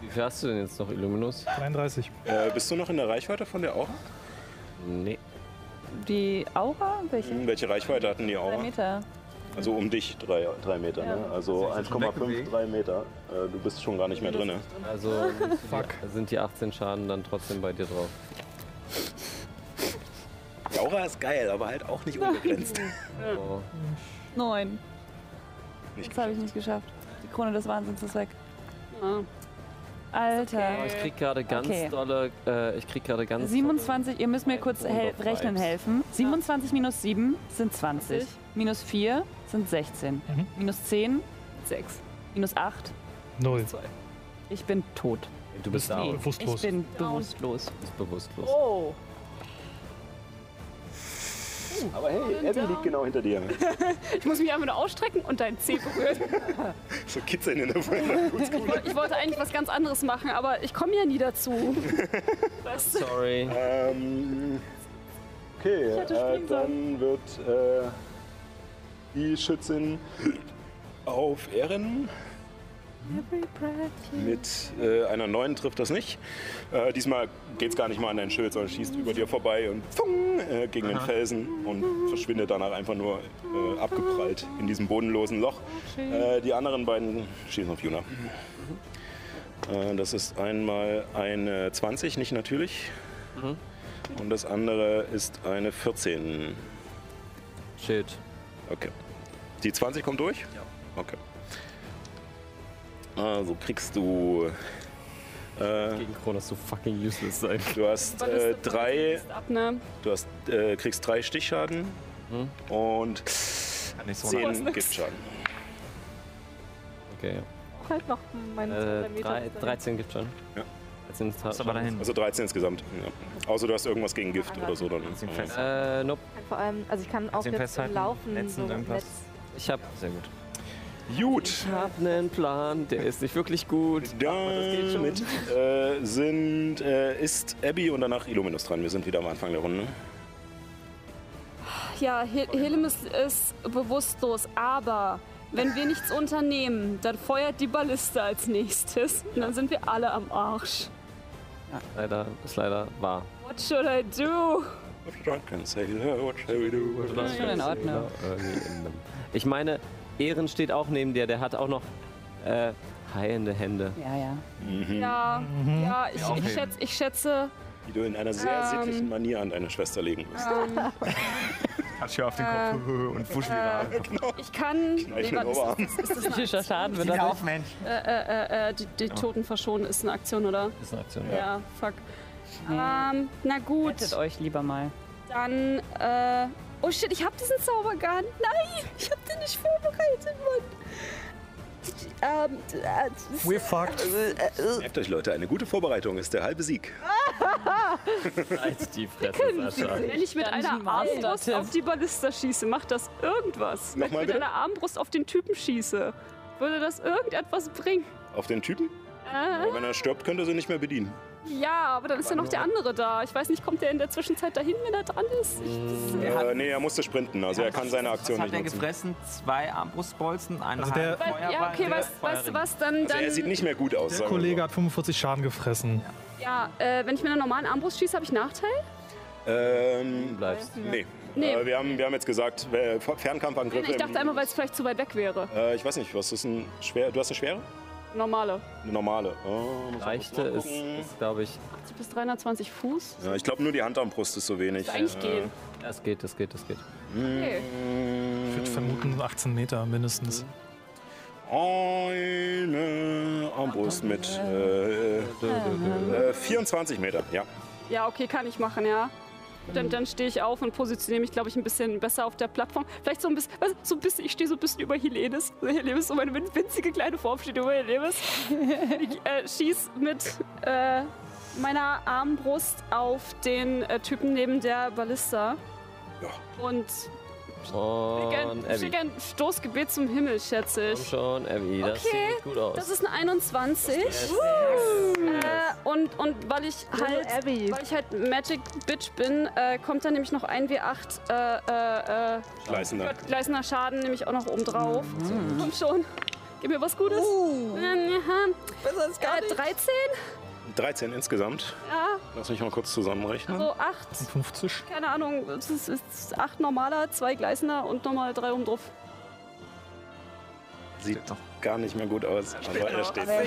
[SPEAKER 2] Wie viel hast du denn jetzt noch, Illuminus?
[SPEAKER 5] 33.
[SPEAKER 1] Äh, bist du noch in der Reichweite von der Aura?
[SPEAKER 2] Nee.
[SPEAKER 6] Die Aura? Welche?
[SPEAKER 1] Hm, Welche Reichweite hatten die
[SPEAKER 6] Drei
[SPEAKER 1] Aura?
[SPEAKER 6] Meter.
[SPEAKER 1] Also um dich drei, drei Meter, ne? Also 1,5, drei Meter. Äh, du bist schon gar nicht mehr drin. Ne?
[SPEAKER 2] Also Fuck. sind die 18 Schaden dann trotzdem bei dir drauf.
[SPEAKER 1] Die Aura ist geil, aber halt auch nicht unbegrenzt.
[SPEAKER 2] Oh.
[SPEAKER 6] Neun.
[SPEAKER 1] Nicht
[SPEAKER 6] Das habe ich nicht geschafft. Die Krone des Wahnsinns ist weg.
[SPEAKER 8] Ja.
[SPEAKER 6] Alter.
[SPEAKER 2] Ich krieg gerade ganz
[SPEAKER 6] Okay.
[SPEAKER 2] dolle, äh, ich krieg gerade ganz
[SPEAKER 6] 27, ihr müsst mir kurz hel
[SPEAKER 2] Wunderbar.
[SPEAKER 6] rechnen helfen. 27 minus 7 sind 20. Minus 4 sind 16.
[SPEAKER 5] Mhm.
[SPEAKER 6] Minus 10,
[SPEAKER 8] Sechs.
[SPEAKER 6] minus 8.
[SPEAKER 5] Null.
[SPEAKER 6] Ich bin tot.
[SPEAKER 2] Du bist
[SPEAKER 5] Nee,
[SPEAKER 2] down.
[SPEAKER 5] bewusstlos.
[SPEAKER 6] Ich bin bewusstlos.
[SPEAKER 2] Du bist bewusstlos.
[SPEAKER 3] Oh.
[SPEAKER 1] Aber hey, Abby liegt genau hinter dir.
[SPEAKER 8] Ich muss mich einfach nur ausstrecken und dein Zeh berühren.
[SPEAKER 1] So kitzeln in der Folge.
[SPEAKER 8] Ich wollte eigentlich was ganz anderes machen, aber ich komme ja nie dazu.
[SPEAKER 2] Sorry.
[SPEAKER 1] ähm, okay, äh, dann wird äh, die Schützin auf Ehren. Mit äh, einer neuen trifft das nicht. Äh, diesmal geht es gar nicht mal an dein Schild, sondern schießt über dir vorbei und pfung, äh, gegen den Felsen und verschwindet danach einfach nur äh, abgeprallt in diesem bodenlosen Loch. Äh, die anderen beiden schießen auf Juna. Äh, das ist einmal eine 20, nicht natürlich. Und das andere ist eine 14.
[SPEAKER 2] Shit.
[SPEAKER 1] Okay. Die 20 kommt durch? Ja. Okay. Also kriegst du. Äh,
[SPEAKER 2] Gegen Kronos so fucking useless sein.
[SPEAKER 1] du hast äh, drei.
[SPEAKER 8] Ab, ne?
[SPEAKER 1] Du hast, äh, kriegst drei Stichschaden und
[SPEAKER 10] Kann nicht Hm? so
[SPEAKER 1] zehn Giftschaden.
[SPEAKER 2] Okay,
[SPEAKER 7] Halt noch meine
[SPEAKER 2] ja.
[SPEAKER 7] zwei
[SPEAKER 2] Äh, drei,
[SPEAKER 7] Meter bis dahin.
[SPEAKER 2] 13 gibt's schon.
[SPEAKER 1] Ja.
[SPEAKER 2] 13 ist
[SPEAKER 10] Ist aber dahin.
[SPEAKER 1] Also 13 insgesamt. Ja. Außer du hast irgendwas gegen Gift oder so. Dann,
[SPEAKER 10] ihn fest.
[SPEAKER 2] Äh, nope.
[SPEAKER 7] Vor allem, also ich kann auch
[SPEAKER 10] ihn
[SPEAKER 7] jetzt
[SPEAKER 10] festhalten?
[SPEAKER 7] laufen.
[SPEAKER 10] Netzen, irgendwas?
[SPEAKER 7] Netz-
[SPEAKER 2] Ich hab,
[SPEAKER 10] Sehr gut.
[SPEAKER 1] Gut.
[SPEAKER 2] ich hab einen Plan, der ist nicht wirklich gut. geht schon.
[SPEAKER 1] Damit äh, sind, äh, ist Abby und danach Illuminus dran. Wir sind wieder am Anfang der Runde.
[SPEAKER 8] Ja, Hel Helmis ist bewusstlos, aber wenn wir nichts unternehmen, dann feuert die Balliste als nächstes. Und dann sind wir alle am Arsch.
[SPEAKER 2] Leider, ist leider wahr.
[SPEAKER 8] What should I do?
[SPEAKER 1] What drunk and sailor, what shall we do?
[SPEAKER 6] Das ist schon in Ordnung.
[SPEAKER 2] Irgendwie in einem- Ich meine, Ehren steht auch neben dir, der hat auch noch äh, heilende Hände.
[SPEAKER 6] Ja, ja.
[SPEAKER 8] Ja, ja ich, ich, schätz, ich schätze,
[SPEAKER 1] Die du in einer
[SPEAKER 8] Ähm.
[SPEAKER 1] sehr sittlichen Manier an deine Schwester legen wirst.
[SPEAKER 8] Ah.
[SPEAKER 10] Hatschi auf den Kopf und fusch wieder ab.
[SPEAKER 8] ich kann.
[SPEAKER 1] Gleich den Oberarm.
[SPEAKER 6] Psychischer Schaden wird
[SPEAKER 10] Wieder
[SPEAKER 6] dadurch.
[SPEAKER 10] auf, Mensch.
[SPEAKER 8] Äh, äh, äh, die, die Toten verschonen ist eine Aktion, oder?
[SPEAKER 2] Ist eine Aktion.
[SPEAKER 8] Ja, fuck. Ähm, na gut,
[SPEAKER 6] Rettet euch lieber mal.
[SPEAKER 8] dann. Äh, oh shit, ich hab diesen Zauber gar nicht. Nein, ich hab den nicht vorbereitet, Mann. Ähm, äh,
[SPEAKER 5] We're fucked.
[SPEAKER 1] Merkt euch, Leute, eine gute Vorbereitung ist der halbe Sieg.
[SPEAKER 2] Als die Fresse, Sascha.
[SPEAKER 8] wenn ich mit einer Armbrust auf die Ballista schieße, macht das irgendwas? Wenn ich
[SPEAKER 1] Nochmal
[SPEAKER 8] mit
[SPEAKER 1] bitte?
[SPEAKER 8] einer Armbrust auf den Typen schieße, würde das irgendetwas bringen?
[SPEAKER 1] Auf den Typen?
[SPEAKER 8] Äh,
[SPEAKER 1] Wenn er stirbt, könnt ihr sie nicht mehr bedienen.
[SPEAKER 8] Ja, aber dann ist ja noch der andere da. Ich weiß nicht, kommt der in der Zwischenzeit dahin, wenn er dran ist? Ich,
[SPEAKER 1] Äh, nee, er musste sprinten, also er kann seine Aktion
[SPEAKER 10] Was
[SPEAKER 1] nicht
[SPEAKER 10] hat er
[SPEAKER 1] nutzen.
[SPEAKER 10] gefressen? Zwei Armbrustbolzen, einen
[SPEAKER 5] Also der-
[SPEAKER 10] halben
[SPEAKER 8] weil, ja,
[SPEAKER 10] Feuerball,
[SPEAKER 8] okay,
[SPEAKER 10] der
[SPEAKER 8] weißt weißt du
[SPEAKER 10] Feuerring.
[SPEAKER 8] was, dann...
[SPEAKER 1] Also
[SPEAKER 8] dann
[SPEAKER 1] er sieht nicht mehr gut aus.
[SPEAKER 5] Der
[SPEAKER 1] sagen wir
[SPEAKER 5] Kollege hat 45 Schaden gefressen.
[SPEAKER 8] ja, äh, wenn ich mit einer normalen Armbrust schieße, habe ich Nachteil?
[SPEAKER 1] so. Ähm,
[SPEAKER 2] Bleibst.
[SPEAKER 1] nee.
[SPEAKER 8] Nee.
[SPEAKER 1] Äh, wir, haben, wir haben jetzt gesagt, wer- Fer- Fernkampfangriffe.
[SPEAKER 8] Ich dachte
[SPEAKER 1] im-
[SPEAKER 8] einmal, weil es vielleicht zu weit weg wäre.
[SPEAKER 1] äh, ich weiß nicht, was ist ein schwer? Du hast eine schwere?
[SPEAKER 8] Normale.
[SPEAKER 1] Eine normale. Oh, muss man
[SPEAKER 2] Leichte
[SPEAKER 1] kurz
[SPEAKER 2] ist,
[SPEAKER 1] nachgucken.
[SPEAKER 2] ist glaube ich.
[SPEAKER 8] 80 bis 320 Fuß.
[SPEAKER 1] Ja, ich glaube, nur die Handarmbrust ist so wenig.
[SPEAKER 8] Müsste eigentlich
[SPEAKER 1] Äh,
[SPEAKER 8] gehen.
[SPEAKER 2] Das geht, das geht, das geht.
[SPEAKER 8] Okay.
[SPEAKER 1] Hm.
[SPEAKER 5] Ich würde vermuten 18 Meter mindestens.
[SPEAKER 1] Eine Armbrust mit äh, äh, 24 Meter, ja.
[SPEAKER 8] Ja, okay, kann ich machen, ja. Dann, dann stehe ich auf und positioniere mich, glaube ich, ein bisschen besser auf der Plattform. Vielleicht so ein bisschen, weißt, du, so ein bisschen ich stehe so ein bisschen über Helenes. Helenes, so meine win- winzige kleine Form steht über Helenes. Ich äh, schieß mit äh, meiner Armbrust auf den äh, Typen neben der Ballista. Und
[SPEAKER 2] Und
[SPEAKER 8] schicke ein-
[SPEAKER 2] Abby.
[SPEAKER 8] schicke ein Stoßgebet zum Himmel, schätze
[SPEAKER 2] Komm
[SPEAKER 8] ich.
[SPEAKER 2] schon, Abby, das
[SPEAKER 8] Okay,
[SPEAKER 2] sieht gut aus.
[SPEAKER 8] Das ist eine 21. Äh, und, und weil ich halt.
[SPEAKER 7] Little Abby.
[SPEAKER 8] Weil ich halt Magic Bitch bin, äh, kommt dann nämlich noch ein W8 äh, äh, äh,
[SPEAKER 1] Leistender.
[SPEAKER 8] Gott, gleißender Schaden, nämlich auch noch oben drauf. Komm schon, gib mir was Gutes. Uh. Besser als gar nicht. Äh, 13,
[SPEAKER 1] 13 insgesamt.
[SPEAKER 8] ja,
[SPEAKER 1] Lass mich mal kurz zusammenrechnen.
[SPEAKER 8] so 8,
[SPEAKER 5] 50?
[SPEAKER 8] keine Ahnung, es ist, es ist 8 normaler, 2 gleißender und nochmal 3 oben drauf.
[SPEAKER 1] Sieht doch gar nicht mehr gut aus. Aber er steht.
[SPEAKER 7] Äh,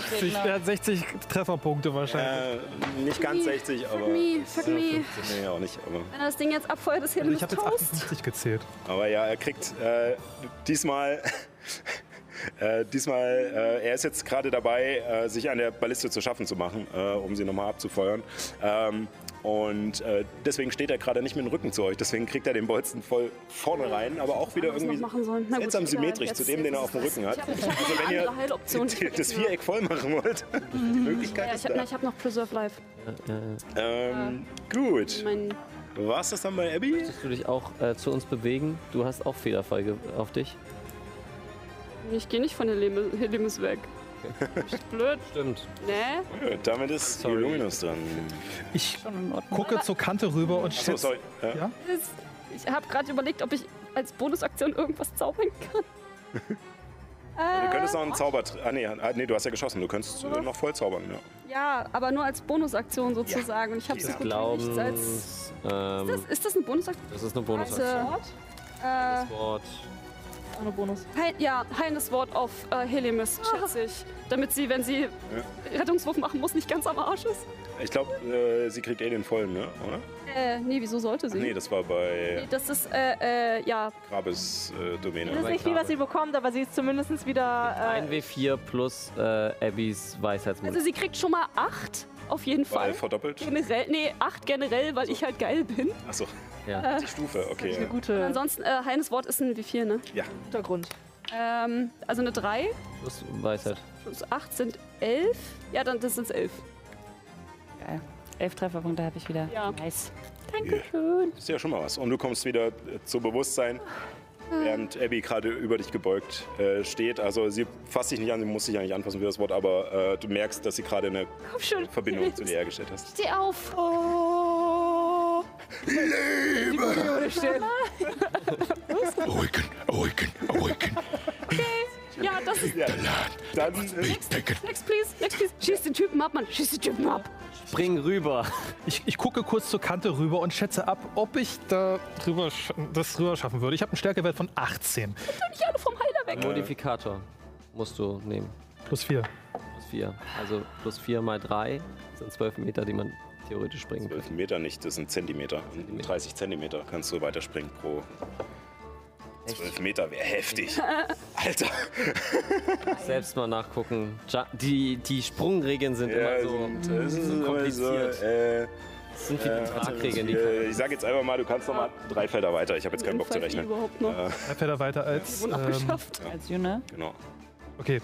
[SPEAKER 5] Er hat 60 Trefferpunkte wahrscheinlich.
[SPEAKER 1] Äh, nicht ganz 60, aber.
[SPEAKER 8] me, fuck
[SPEAKER 1] 15,
[SPEAKER 8] me.
[SPEAKER 1] nee, auch nicht. Aber,
[SPEAKER 8] Wenn er das Ding Also jetzt abfeuert, ist hier
[SPEAKER 5] Also Ich
[SPEAKER 8] ein
[SPEAKER 5] habe jetzt
[SPEAKER 8] Toast.
[SPEAKER 5] 58 gezählt.
[SPEAKER 1] aber ja, er kriegt äh, diesmal. Äh, diesmal, äh, er ist jetzt gerade dabei, äh, sich an der Balliste zu schaffen zu machen, äh, um sie nochmal abzufeuern. Ähm, und äh, deswegen steht er gerade nicht mit dem Rücken zu euch. Deswegen kriegt er den Bolzen voll vorne rein, aber auch wieder
[SPEAKER 8] noch
[SPEAKER 1] irgendwie
[SPEAKER 8] machen sollen. Na gut,
[SPEAKER 1] seltsam
[SPEAKER 8] egal.
[SPEAKER 1] symmetrisch
[SPEAKER 8] Jetzt-
[SPEAKER 1] zu dem, den er auf dem Rücken hat.
[SPEAKER 8] Ich habe
[SPEAKER 1] Also
[SPEAKER 8] hab noch
[SPEAKER 1] wenn
[SPEAKER 8] eine
[SPEAKER 1] ihr
[SPEAKER 8] andere Heiloption. die ich
[SPEAKER 1] das
[SPEAKER 8] vergessen habe.
[SPEAKER 1] Viereck voll machen wollt, die Möglichkeit
[SPEAKER 8] Ja,
[SPEAKER 1] ist
[SPEAKER 8] ich habe
[SPEAKER 1] da.
[SPEAKER 8] hab noch Preserve Life.
[SPEAKER 2] Äh,
[SPEAKER 1] Ähm, gut,
[SPEAKER 8] Mein,
[SPEAKER 1] war's das dann bei Abby?
[SPEAKER 2] Möchtest du dich auch äh, zu uns bewegen? Du hast auch fehlerfrei ge- auf dich.
[SPEAKER 8] ich gehe nicht von Helene Helemis weg. Ist blöd,
[SPEAKER 2] Stimmt.
[SPEAKER 8] ne?
[SPEAKER 1] Gut, damit ist
[SPEAKER 2] Sorry.
[SPEAKER 1] Illuminus dran.
[SPEAKER 5] Ich gucke zur Kante rüber und
[SPEAKER 1] Achso,
[SPEAKER 5] schätze.
[SPEAKER 1] sorry. Äh,
[SPEAKER 5] Ja?
[SPEAKER 8] Das- Ich habe gerade überlegt, ob ich als Bonusaktion irgendwas zaubern kann.
[SPEAKER 1] Du könntest noch einen Zauber. Ah nee, ah, nee, du hast ja geschossen. Du könntest äh, noch voll zaubern. Ja.
[SPEAKER 8] Ja, aber nur als Bonusaktion sozusagen. Und ich habe
[SPEAKER 1] Ja.
[SPEAKER 8] so gut wie nichts als.
[SPEAKER 2] Glaubens. Ähm,
[SPEAKER 8] Das, ist das eine Bonusaktion?
[SPEAKER 2] das ist eine Bonusaktion.
[SPEAKER 8] Also, äh,
[SPEAKER 2] Das Wort.
[SPEAKER 7] Ohne Bonus.
[SPEAKER 8] heil, ja, heilendes Wort auf äh, Helemis, schätze ich. Damit sie, wenn sie Rettungswurf machen muss, nicht ganz am Arsch ist.
[SPEAKER 1] Ich glaube, äh, sie kriegt eh den vollen, ne? oder?
[SPEAKER 8] Äh, nee, wieso sollte sie?
[SPEAKER 1] Nee, das war bei
[SPEAKER 8] Nee, das ist, äh, äh, ja,
[SPEAKER 1] Grabes äh,
[SPEAKER 7] Ich weiß
[SPEAKER 1] Domäne.
[SPEAKER 7] nicht, wie was sie bekommt, aber sie ist zumindest wieder.
[SPEAKER 2] Ein
[SPEAKER 7] Äh,
[SPEAKER 2] W4 plus äh, Abbys
[SPEAKER 8] Also
[SPEAKER 2] Weisheitsmodell.
[SPEAKER 8] sie kriegt schon mal 8, auf jeden
[SPEAKER 1] Weil
[SPEAKER 8] Fall.
[SPEAKER 1] verdoppelt?
[SPEAKER 8] Generell, nee, 8 generell, weil ich halt geil bin. Und
[SPEAKER 1] Achso,
[SPEAKER 2] Ja.
[SPEAKER 1] die Stufe, okay.
[SPEAKER 7] eine
[SPEAKER 1] ja.
[SPEAKER 7] gute
[SPEAKER 8] ansonsten, äh, Heines Wort ist ein W4, ne?
[SPEAKER 7] Hintergrund.
[SPEAKER 8] Ähm, also eine 3
[SPEAKER 2] Plus Weisheit.
[SPEAKER 8] plus 8 sind 11. Ja, dann das sind 11.
[SPEAKER 6] Elf Trefferpunkte habe ich wieder.
[SPEAKER 8] Ja.
[SPEAKER 6] Nice.
[SPEAKER 1] Ist ja schon mal was. Und du kommst wieder äh, zu Bewusstsein, während Abby gerade über dich gebeugt äh, steht. Also sie fasst dich nicht an, sie muss dich ja nicht anfassen für das Wort, aber äh, du merkst, dass sie gerade eine
[SPEAKER 8] Komm schon.
[SPEAKER 1] Verbindung zu dir hergestellt hast.
[SPEAKER 8] Steh auf. Oh. Lebe.
[SPEAKER 11] Awaken, awaken, awaken.
[SPEAKER 8] Ja, das ist.
[SPEAKER 1] Ja, dann äh,
[SPEAKER 11] Big ticket.
[SPEAKER 8] Next, please. Next, please. Schieß den Typen ab, Mann. Schieß den Typen ab.
[SPEAKER 2] Spring rüber.
[SPEAKER 5] Ich, ich gucke kurz zur Kante rüber und schätze ab, ob ich da drüber sch- das rüber schaffen würde. Ich habe einen Stärkewert von 18.
[SPEAKER 8] Nicht alle vom Heiler weg.
[SPEAKER 2] Modifikator musst du nehmen.
[SPEAKER 5] Plus 4.
[SPEAKER 2] Plus 4. Also plus 4 mal 3 sind 12 Meter, die man theoretisch springen kann.
[SPEAKER 1] 12 Meter nicht, das sind Zentimeter. 30 Zentimeter kannst du weiterspringen pro. 12 Meter wäre heftig. Alter.
[SPEAKER 2] Selbst mal nachgucken. Ja, die, die Sprungregeln sind immer so,
[SPEAKER 1] also,
[SPEAKER 2] äh, so kompliziert.
[SPEAKER 1] äh,
[SPEAKER 2] das sind viele Tragregeln, die
[SPEAKER 1] äh, ich sag jetzt einfach mal, du kannst noch mal drei Felder weiter. Ich habe jetzt keinen Bock zu
[SPEAKER 8] Fall
[SPEAKER 1] rechnen. Äh,
[SPEAKER 8] überhaupt noch.
[SPEAKER 5] Drei Felder weiter als. Ähm,
[SPEAKER 8] Abgeschafft.
[SPEAKER 6] Als Juna.
[SPEAKER 1] Genau.
[SPEAKER 5] okay,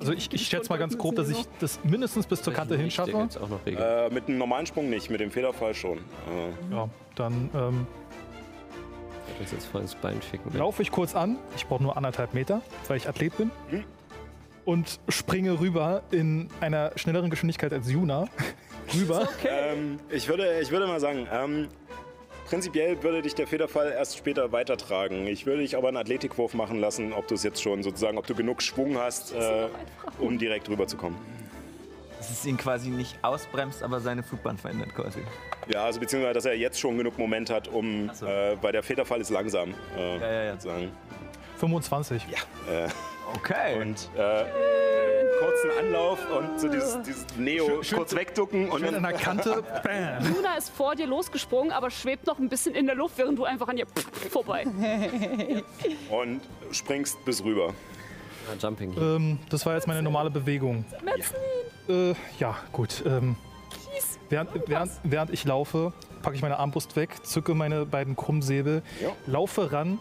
[SPEAKER 5] also ich, ich schätze mal ganz grob, dass ich das mindestens bis zur Kante hinschaffe.
[SPEAKER 2] Gibt's auch noch Regeln.
[SPEAKER 1] Äh, mit einem normalen Sprung nicht, mit dem Federfall schon. Äh,
[SPEAKER 5] Ja, dann ähm,
[SPEAKER 2] Ich werd uns jetzt voll ins Bein ficken.
[SPEAKER 5] laufe ich kurz an. Ich brauche nur anderthalb Meter, weil ich Athlet bin. Und springe rüber in einer schnelleren Geschwindigkeit als Juna. rüber.
[SPEAKER 1] Ähm, ich, würde, ich würde mal sagen, ähm, prinzipiell würde dich der Federfall erst später weitertragen. Ich würde dich aber einen Athletikwurf machen lassen, ob du es jetzt schon sozusagen, ob du genug Schwung hast, äh, um direkt rüberzukommen.
[SPEAKER 10] Dass es ihn quasi nicht ausbremst, aber seine Flugbahn verändert quasi.
[SPEAKER 1] Ja, also beziehungsweise, dass er jetzt schon genug Moment hat, um,
[SPEAKER 10] Ach so.
[SPEAKER 1] äh, weil der Federfall ist langsam, äh,
[SPEAKER 10] Ja, ja, ja.
[SPEAKER 1] sozusagen.
[SPEAKER 5] 25.
[SPEAKER 1] Äh,
[SPEAKER 10] Okay.
[SPEAKER 1] und äh, kurzen Anlauf und so dieses, dieses Neo
[SPEAKER 5] Schön- schön
[SPEAKER 1] kurz
[SPEAKER 5] zu-
[SPEAKER 1] wegducken und
[SPEAKER 5] Schön an
[SPEAKER 1] dann
[SPEAKER 5] der Kante. Bam.
[SPEAKER 1] ähm.
[SPEAKER 8] Luna ist vor dir losgesprungen, aber schwebt noch ein bisschen in der Luft, während du einfach an ihr vorbei.
[SPEAKER 1] und springst bis rüber.
[SPEAKER 2] Ah, Jumping.
[SPEAKER 5] Ähm, das war jetzt meine normale Bewegung. Äh, ja, gut. Ähm, während, während, während ich laufe, packe ich meine Armbrust weg, zücke meine beiden Krummsäbel,
[SPEAKER 1] Ja.
[SPEAKER 5] laufe ran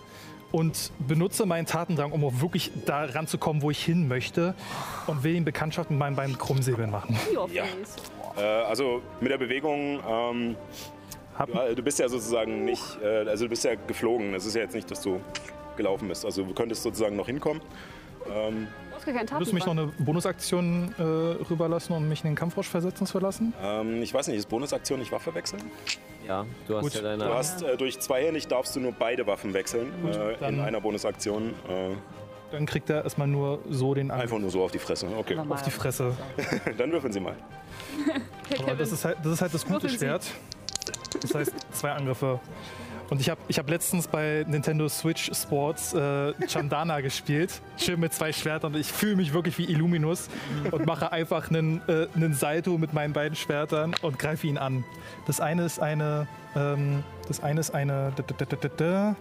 [SPEAKER 5] und benutze meinen Tatendrang, um auch wirklich da ranzukommen, wo ich hin möchte und will ihn Bekanntschaft mit meinen beiden Krummsäbeln machen.
[SPEAKER 1] Ja. Äh, also mit der Bewegung, ähm, äh,
[SPEAKER 5] Hab-
[SPEAKER 1] du, du bist ja sozusagen nicht, äh, also du bist ja geflogen. Es ist ja jetzt nicht, dass du gelaufen bist. Also du könntest sozusagen noch hinkommen. Ähm,
[SPEAKER 8] Das ist kein
[SPEAKER 5] Würdest du mich noch eine Bonusaktion äh, rüberlassen und mich in den Kampfrausch versetzen zu lassen?
[SPEAKER 1] ähm, ich weiß nicht, ist Bonusaktion nicht Waffe wechseln?
[SPEAKER 2] Ja, du hast
[SPEAKER 5] Gut.
[SPEAKER 2] ja deine.
[SPEAKER 1] Du hast äh, durch zweihändig darfst du nur beide Waffen wechseln äh, in
[SPEAKER 5] dann-
[SPEAKER 1] einer Bonusaktion. Äh,
[SPEAKER 5] Dann kriegt er erstmal nur so den Angriff
[SPEAKER 1] einfach nur so auf die Fresse. ne? Okay,
[SPEAKER 6] Normal.
[SPEAKER 5] auf die Fresse.
[SPEAKER 1] dann würfeln sie mal.
[SPEAKER 5] Aber das ist halt das, ist halt das gute
[SPEAKER 8] Würfeln Sie.
[SPEAKER 5] Schwert. Das heißt, zwei Angriffe. Und ich habe ich hab letztens bei Nintendo Switch Sports äh, Chandana gespielt. Schön mit zwei Schwertern. Ich fühle mich wirklich wie Illuminus und mache einfach einen, äh, einen Salto mit meinen beiden Schwertern und greife ihn an. Das eine ist eine. Ähm, das eine ist eine. d- d- d- d- d- d-
[SPEAKER 2] Noch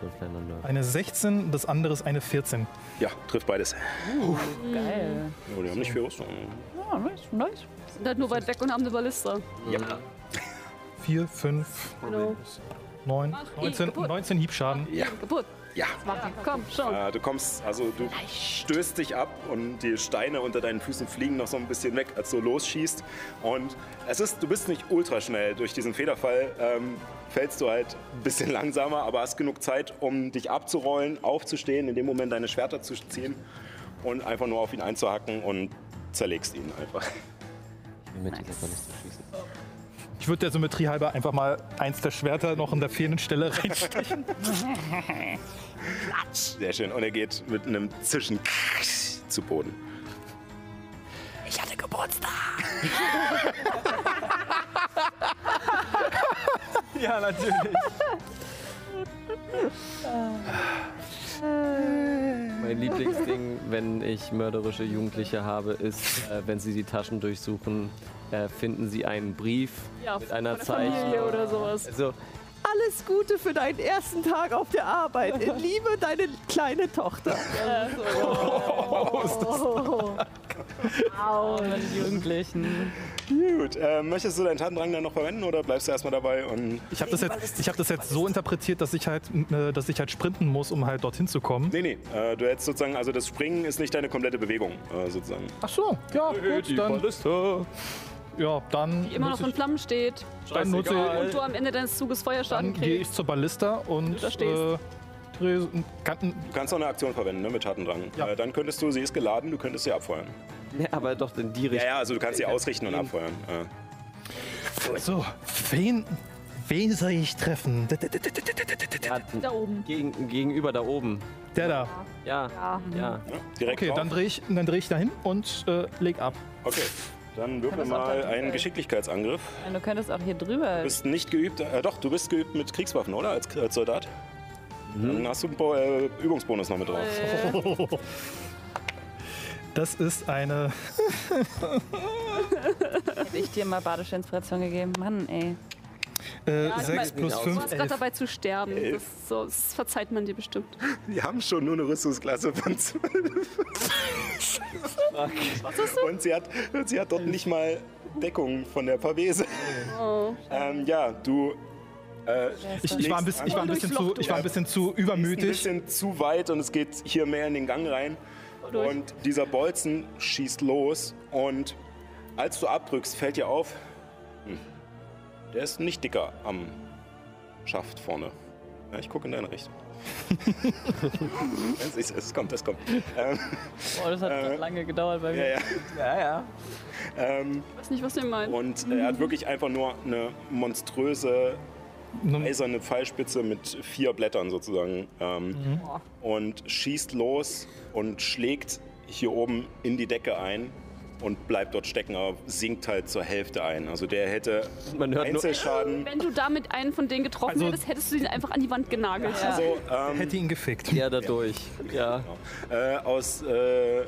[SPEAKER 2] so ein kleiner Nerd.
[SPEAKER 5] Eine 16, das andere ist eine 14.
[SPEAKER 1] Ja, trifft beides.
[SPEAKER 6] Geil.
[SPEAKER 1] Oh, die haben nicht viel Rüstung.
[SPEAKER 6] Ja, nice, nice.
[SPEAKER 8] Sind halt nur weit weg und haben eine Balliste.
[SPEAKER 5] 4, 5, 9,
[SPEAKER 8] Ach, ich
[SPEAKER 5] 19,
[SPEAKER 8] kaputt.
[SPEAKER 5] 19 Hiebschaden.
[SPEAKER 1] Ja.
[SPEAKER 8] Geburt.
[SPEAKER 1] Ja.
[SPEAKER 8] Komm, schon.
[SPEAKER 1] Äh, du kommst, also du stößt dich ab und die Steine unter deinen Füßen fliegen noch so ein bisschen weg, als du losschießt. Und es ist, du bist nicht ultra schnell. Durch diesen Federfall ähm, fällst du halt ein bisschen langsamer, aber hast genug Zeit, um dich abzurollen, aufzustehen, in dem Moment deine Schwerter zu ziehen und einfach nur auf ihn einzuhacken und zerlegst ihn einfach.
[SPEAKER 2] Mit nice. gar nicht zu schießen.
[SPEAKER 5] Ich würde der Symmetrie halber einfach mal eins der Schwerter noch in der fehlenden Stelle reinstecken.
[SPEAKER 1] Sehr schön. Und er geht mit einem Zischen zu Boden.
[SPEAKER 10] Ja, natürlich.
[SPEAKER 2] Mein Lieblingsding, wenn ich mörderische Jugendliche habe, ist, äh, wenn sie die Taschen durchsuchen, äh, finden sie einen Brief
[SPEAKER 8] Ja,
[SPEAKER 2] mit einer
[SPEAKER 8] von der Familie
[SPEAKER 2] Zeichnung.
[SPEAKER 8] oder sowas.
[SPEAKER 2] Also,
[SPEAKER 12] Alles Gute für deinen ersten Tag auf der Arbeit. In Liebe, deine kleine Tochter.
[SPEAKER 8] Oh.
[SPEAKER 6] Jugendlichen.
[SPEAKER 1] Gut. Äh, möchtest du deinen Tatendrang dann noch verwenden oder bleibst du erstmal dabei und
[SPEAKER 5] Ich habe das jetzt, ich hab das jetzt so interpretiert, dass ich, halt, äh, dass ich halt sprinten muss, um halt dorthin zu kommen.
[SPEAKER 1] Nee, nee, äh, du hättest sozusagen, also das Springen ist nicht deine komplette Bewegung, äh, sozusagen.
[SPEAKER 5] Ach so, ja, gut, dann. Ja, dann.
[SPEAKER 8] Immer noch
[SPEAKER 5] nutze
[SPEAKER 8] in Flammen steht
[SPEAKER 5] ich, dann nutze
[SPEAKER 8] und du am Ende deines Zuges Feuerschaden
[SPEAKER 5] dann gehe
[SPEAKER 8] kriegst.
[SPEAKER 5] ich zur Ballista und.
[SPEAKER 8] da stehst.
[SPEAKER 5] äh, drehe- kann,
[SPEAKER 1] Du kannst auch eine Aktion verwenden, ne, mit Schattendrang.
[SPEAKER 5] Ja.
[SPEAKER 1] Äh, dann könntest du, sie ist geladen, du könntest sie abfeuern.
[SPEAKER 2] ja, aber doch in die
[SPEAKER 1] Ja,
[SPEAKER 2] Richtung.
[SPEAKER 1] ja, also du kannst sie ausrichten und abfeuern. Äh,
[SPEAKER 5] so, wen, wen soll ich treffen? Der, der, der,
[SPEAKER 2] Ja,
[SPEAKER 8] Da oben.
[SPEAKER 2] gegen, gegenüber da oben.
[SPEAKER 5] der da.
[SPEAKER 2] Ja, ja.
[SPEAKER 1] ne? Direkt
[SPEAKER 5] Okay,
[SPEAKER 1] drauf.
[SPEAKER 5] dann drehe ich, dann dreh ich dahin und äh, leg ab.
[SPEAKER 1] Okay, dann würfel
[SPEAKER 6] das auch
[SPEAKER 1] mal
[SPEAKER 6] dann-
[SPEAKER 1] einen Geschicklichkeitsangriff.
[SPEAKER 6] Du könntest auch hier drüber.
[SPEAKER 1] Du bist nicht geübt, äh, doch, du bist geübt mit Kriegswaffen, oder? Als, als Soldat. Dann hast du einen Bo- äh, Übungsbonus noch mit drauf.
[SPEAKER 5] Das ist eine.
[SPEAKER 6] Hätte ich dir mal badische Inspiration gegeben. Mann, ey.
[SPEAKER 5] Äh,
[SPEAKER 8] ich
[SPEAKER 5] 6
[SPEAKER 8] mein-
[SPEAKER 5] plus
[SPEAKER 8] Du
[SPEAKER 5] 5,
[SPEAKER 8] warst gerade
[SPEAKER 5] 11.
[SPEAKER 8] dabei zu sterben. Das, ist so, das verzeiht man dir bestimmt.
[SPEAKER 1] Die haben schon nur eine Rüstungsklasse von 12. Und sie hat, sie hat dort nicht mal Deckung von der Pavese. Ähm, ja, du. Äh,
[SPEAKER 5] Ich, ich, war ein bisschen, ich, war ein bisschen zu, ich war ein bisschen zu
[SPEAKER 1] ein
[SPEAKER 5] übermütig.
[SPEAKER 1] bisschen zu weit und es geht hier mehr in den Gang rein. Und dieser Bolzen schießt los und als du abdrückst, fällt dir auf, hm, der ist nicht dicker am Schaft vorne. Ja, ich gucke in deine Richtung. es, ist, es kommt, es kommt. Ähm,
[SPEAKER 13] Boah, das hat grad
[SPEAKER 1] äh,
[SPEAKER 13] lange gedauert bei
[SPEAKER 1] ja,
[SPEAKER 13] mir.
[SPEAKER 1] ja.
[SPEAKER 13] ja.
[SPEAKER 1] Ähm,
[SPEAKER 8] Ich weiß nicht, was ihr meint.
[SPEAKER 1] und äh, er hat wirklich einfach nur eine monströse eiserne Pfeilspitze mit vier Blättern sozusagen. Ähm,
[SPEAKER 8] Mhm.
[SPEAKER 1] Und schießt los und schlägt hier oben in die Decke ein und bleibt dort stecken, aber sinkt halt zur Hälfte ein. Also der hätte Einzelschaden.
[SPEAKER 8] Wenn du damit einen von denen getroffen
[SPEAKER 1] Also-
[SPEAKER 8] hättest, hättest du ihn einfach an die Wand genagelt.
[SPEAKER 1] Also, ähm,
[SPEAKER 5] Hätte ihn gefickt.
[SPEAKER 2] Ja, dadurch. Ja.
[SPEAKER 1] Äh, aus äh,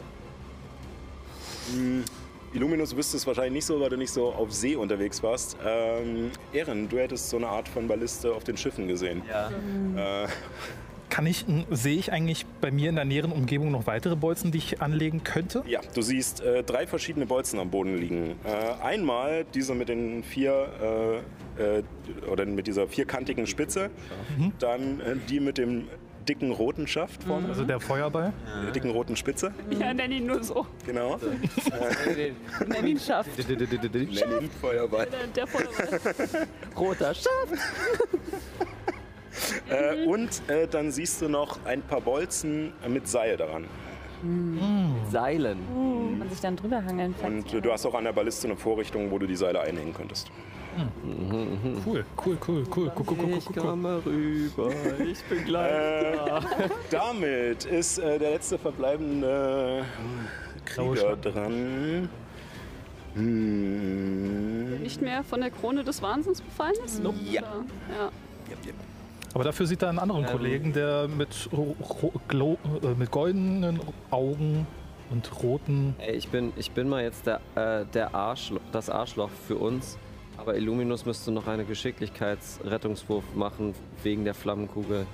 [SPEAKER 1] mh, Illuminus wüsstest wahrscheinlich nicht so, weil du nicht so auf See unterwegs warst. Ähm, Ehren, du hättest so eine Art von Balliste auf den Schiffen gesehen.
[SPEAKER 10] Ja.
[SPEAKER 1] Äh,
[SPEAKER 5] Kann ich, m, sehe ich eigentlich bei mir in der näheren Umgebung noch weitere Bolzen, die ich anlegen könnte?
[SPEAKER 1] ja, du siehst äh, drei verschiedene Bolzen am Boden liegen. Äh, einmal diese mit den vier äh, äh, oder mit dieser vierkantigen Spitze, dann äh, die mit dem dicken roten Schaft vorne,
[SPEAKER 5] Also der Feuerball?
[SPEAKER 1] der dicken roten Spitze,
[SPEAKER 8] Ja, nenn ihn nur so.
[SPEAKER 1] genau.
[SPEAKER 13] Nenn ihn Schaft.
[SPEAKER 1] Lenny Feuerball.
[SPEAKER 8] Der, der voll
[SPEAKER 13] Roter Schaft.
[SPEAKER 1] Äh, und äh, dann siehst du noch ein paar Bolzen mit Seil daran.
[SPEAKER 2] Seilen.
[SPEAKER 6] Kann man sich dann drüber hangeln. falls
[SPEAKER 1] Und äh, du hast auch an der Balliste eine Vorrichtung, wo du die Seile einhängen könntest.
[SPEAKER 5] Cool, cool, cool, cool, cool, cool, cool, cool, cool.
[SPEAKER 2] Mal rüber, ich bin
[SPEAKER 1] Äh, damit ist äh, der letzte verbleibende Krieger dran. Hm.
[SPEAKER 8] nicht mehr von der Krone des Wahnsinns befallen ist? Nope.
[SPEAKER 1] Ja.
[SPEAKER 8] ja.
[SPEAKER 5] Aber dafür sieht er einen anderen Kollegen, der mit, ro- ro- glo- äh, mit goldenen Augen und roten.
[SPEAKER 2] Ey, ich bin, ich bin mal jetzt der, äh, der Arschlo das Arschloch für uns. Aber Illuminus müsste noch einen Geschicklichkeitsrettungswurf machen wegen der Flammenkugel.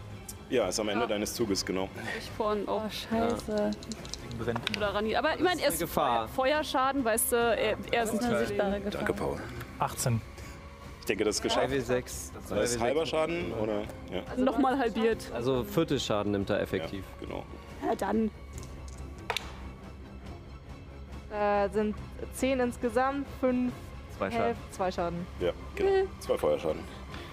[SPEAKER 1] Ja, ist am Ende deines Zuges, genau.
[SPEAKER 8] Ich vorhin auch.
[SPEAKER 6] Scheiße.
[SPEAKER 8] Oder ran. Aber ich meine,
[SPEAKER 2] eine
[SPEAKER 8] er ist
[SPEAKER 2] Gefahr.
[SPEAKER 8] Feuerschaden, weißt du, er, er ist
[SPEAKER 6] eine sichtbare Gefahr.
[SPEAKER 1] Danke, Paul.
[SPEAKER 5] 18.
[SPEAKER 1] Ich denke, das ist geschafft.
[SPEAKER 2] 3W6.
[SPEAKER 1] Das ist halber Schaden, oder? Ja,
[SPEAKER 8] Also nochmal halbiert.
[SPEAKER 2] Also Viertelschaden nimmt er effektiv.
[SPEAKER 1] genau.
[SPEAKER 8] Ja, dann.
[SPEAKER 7] Äh, sind 10 insgesamt, 5
[SPEAKER 10] Zwei
[SPEAKER 7] Schaden. Zwei Schaden.
[SPEAKER 1] Ja, genau. Zwei Feuerschaden.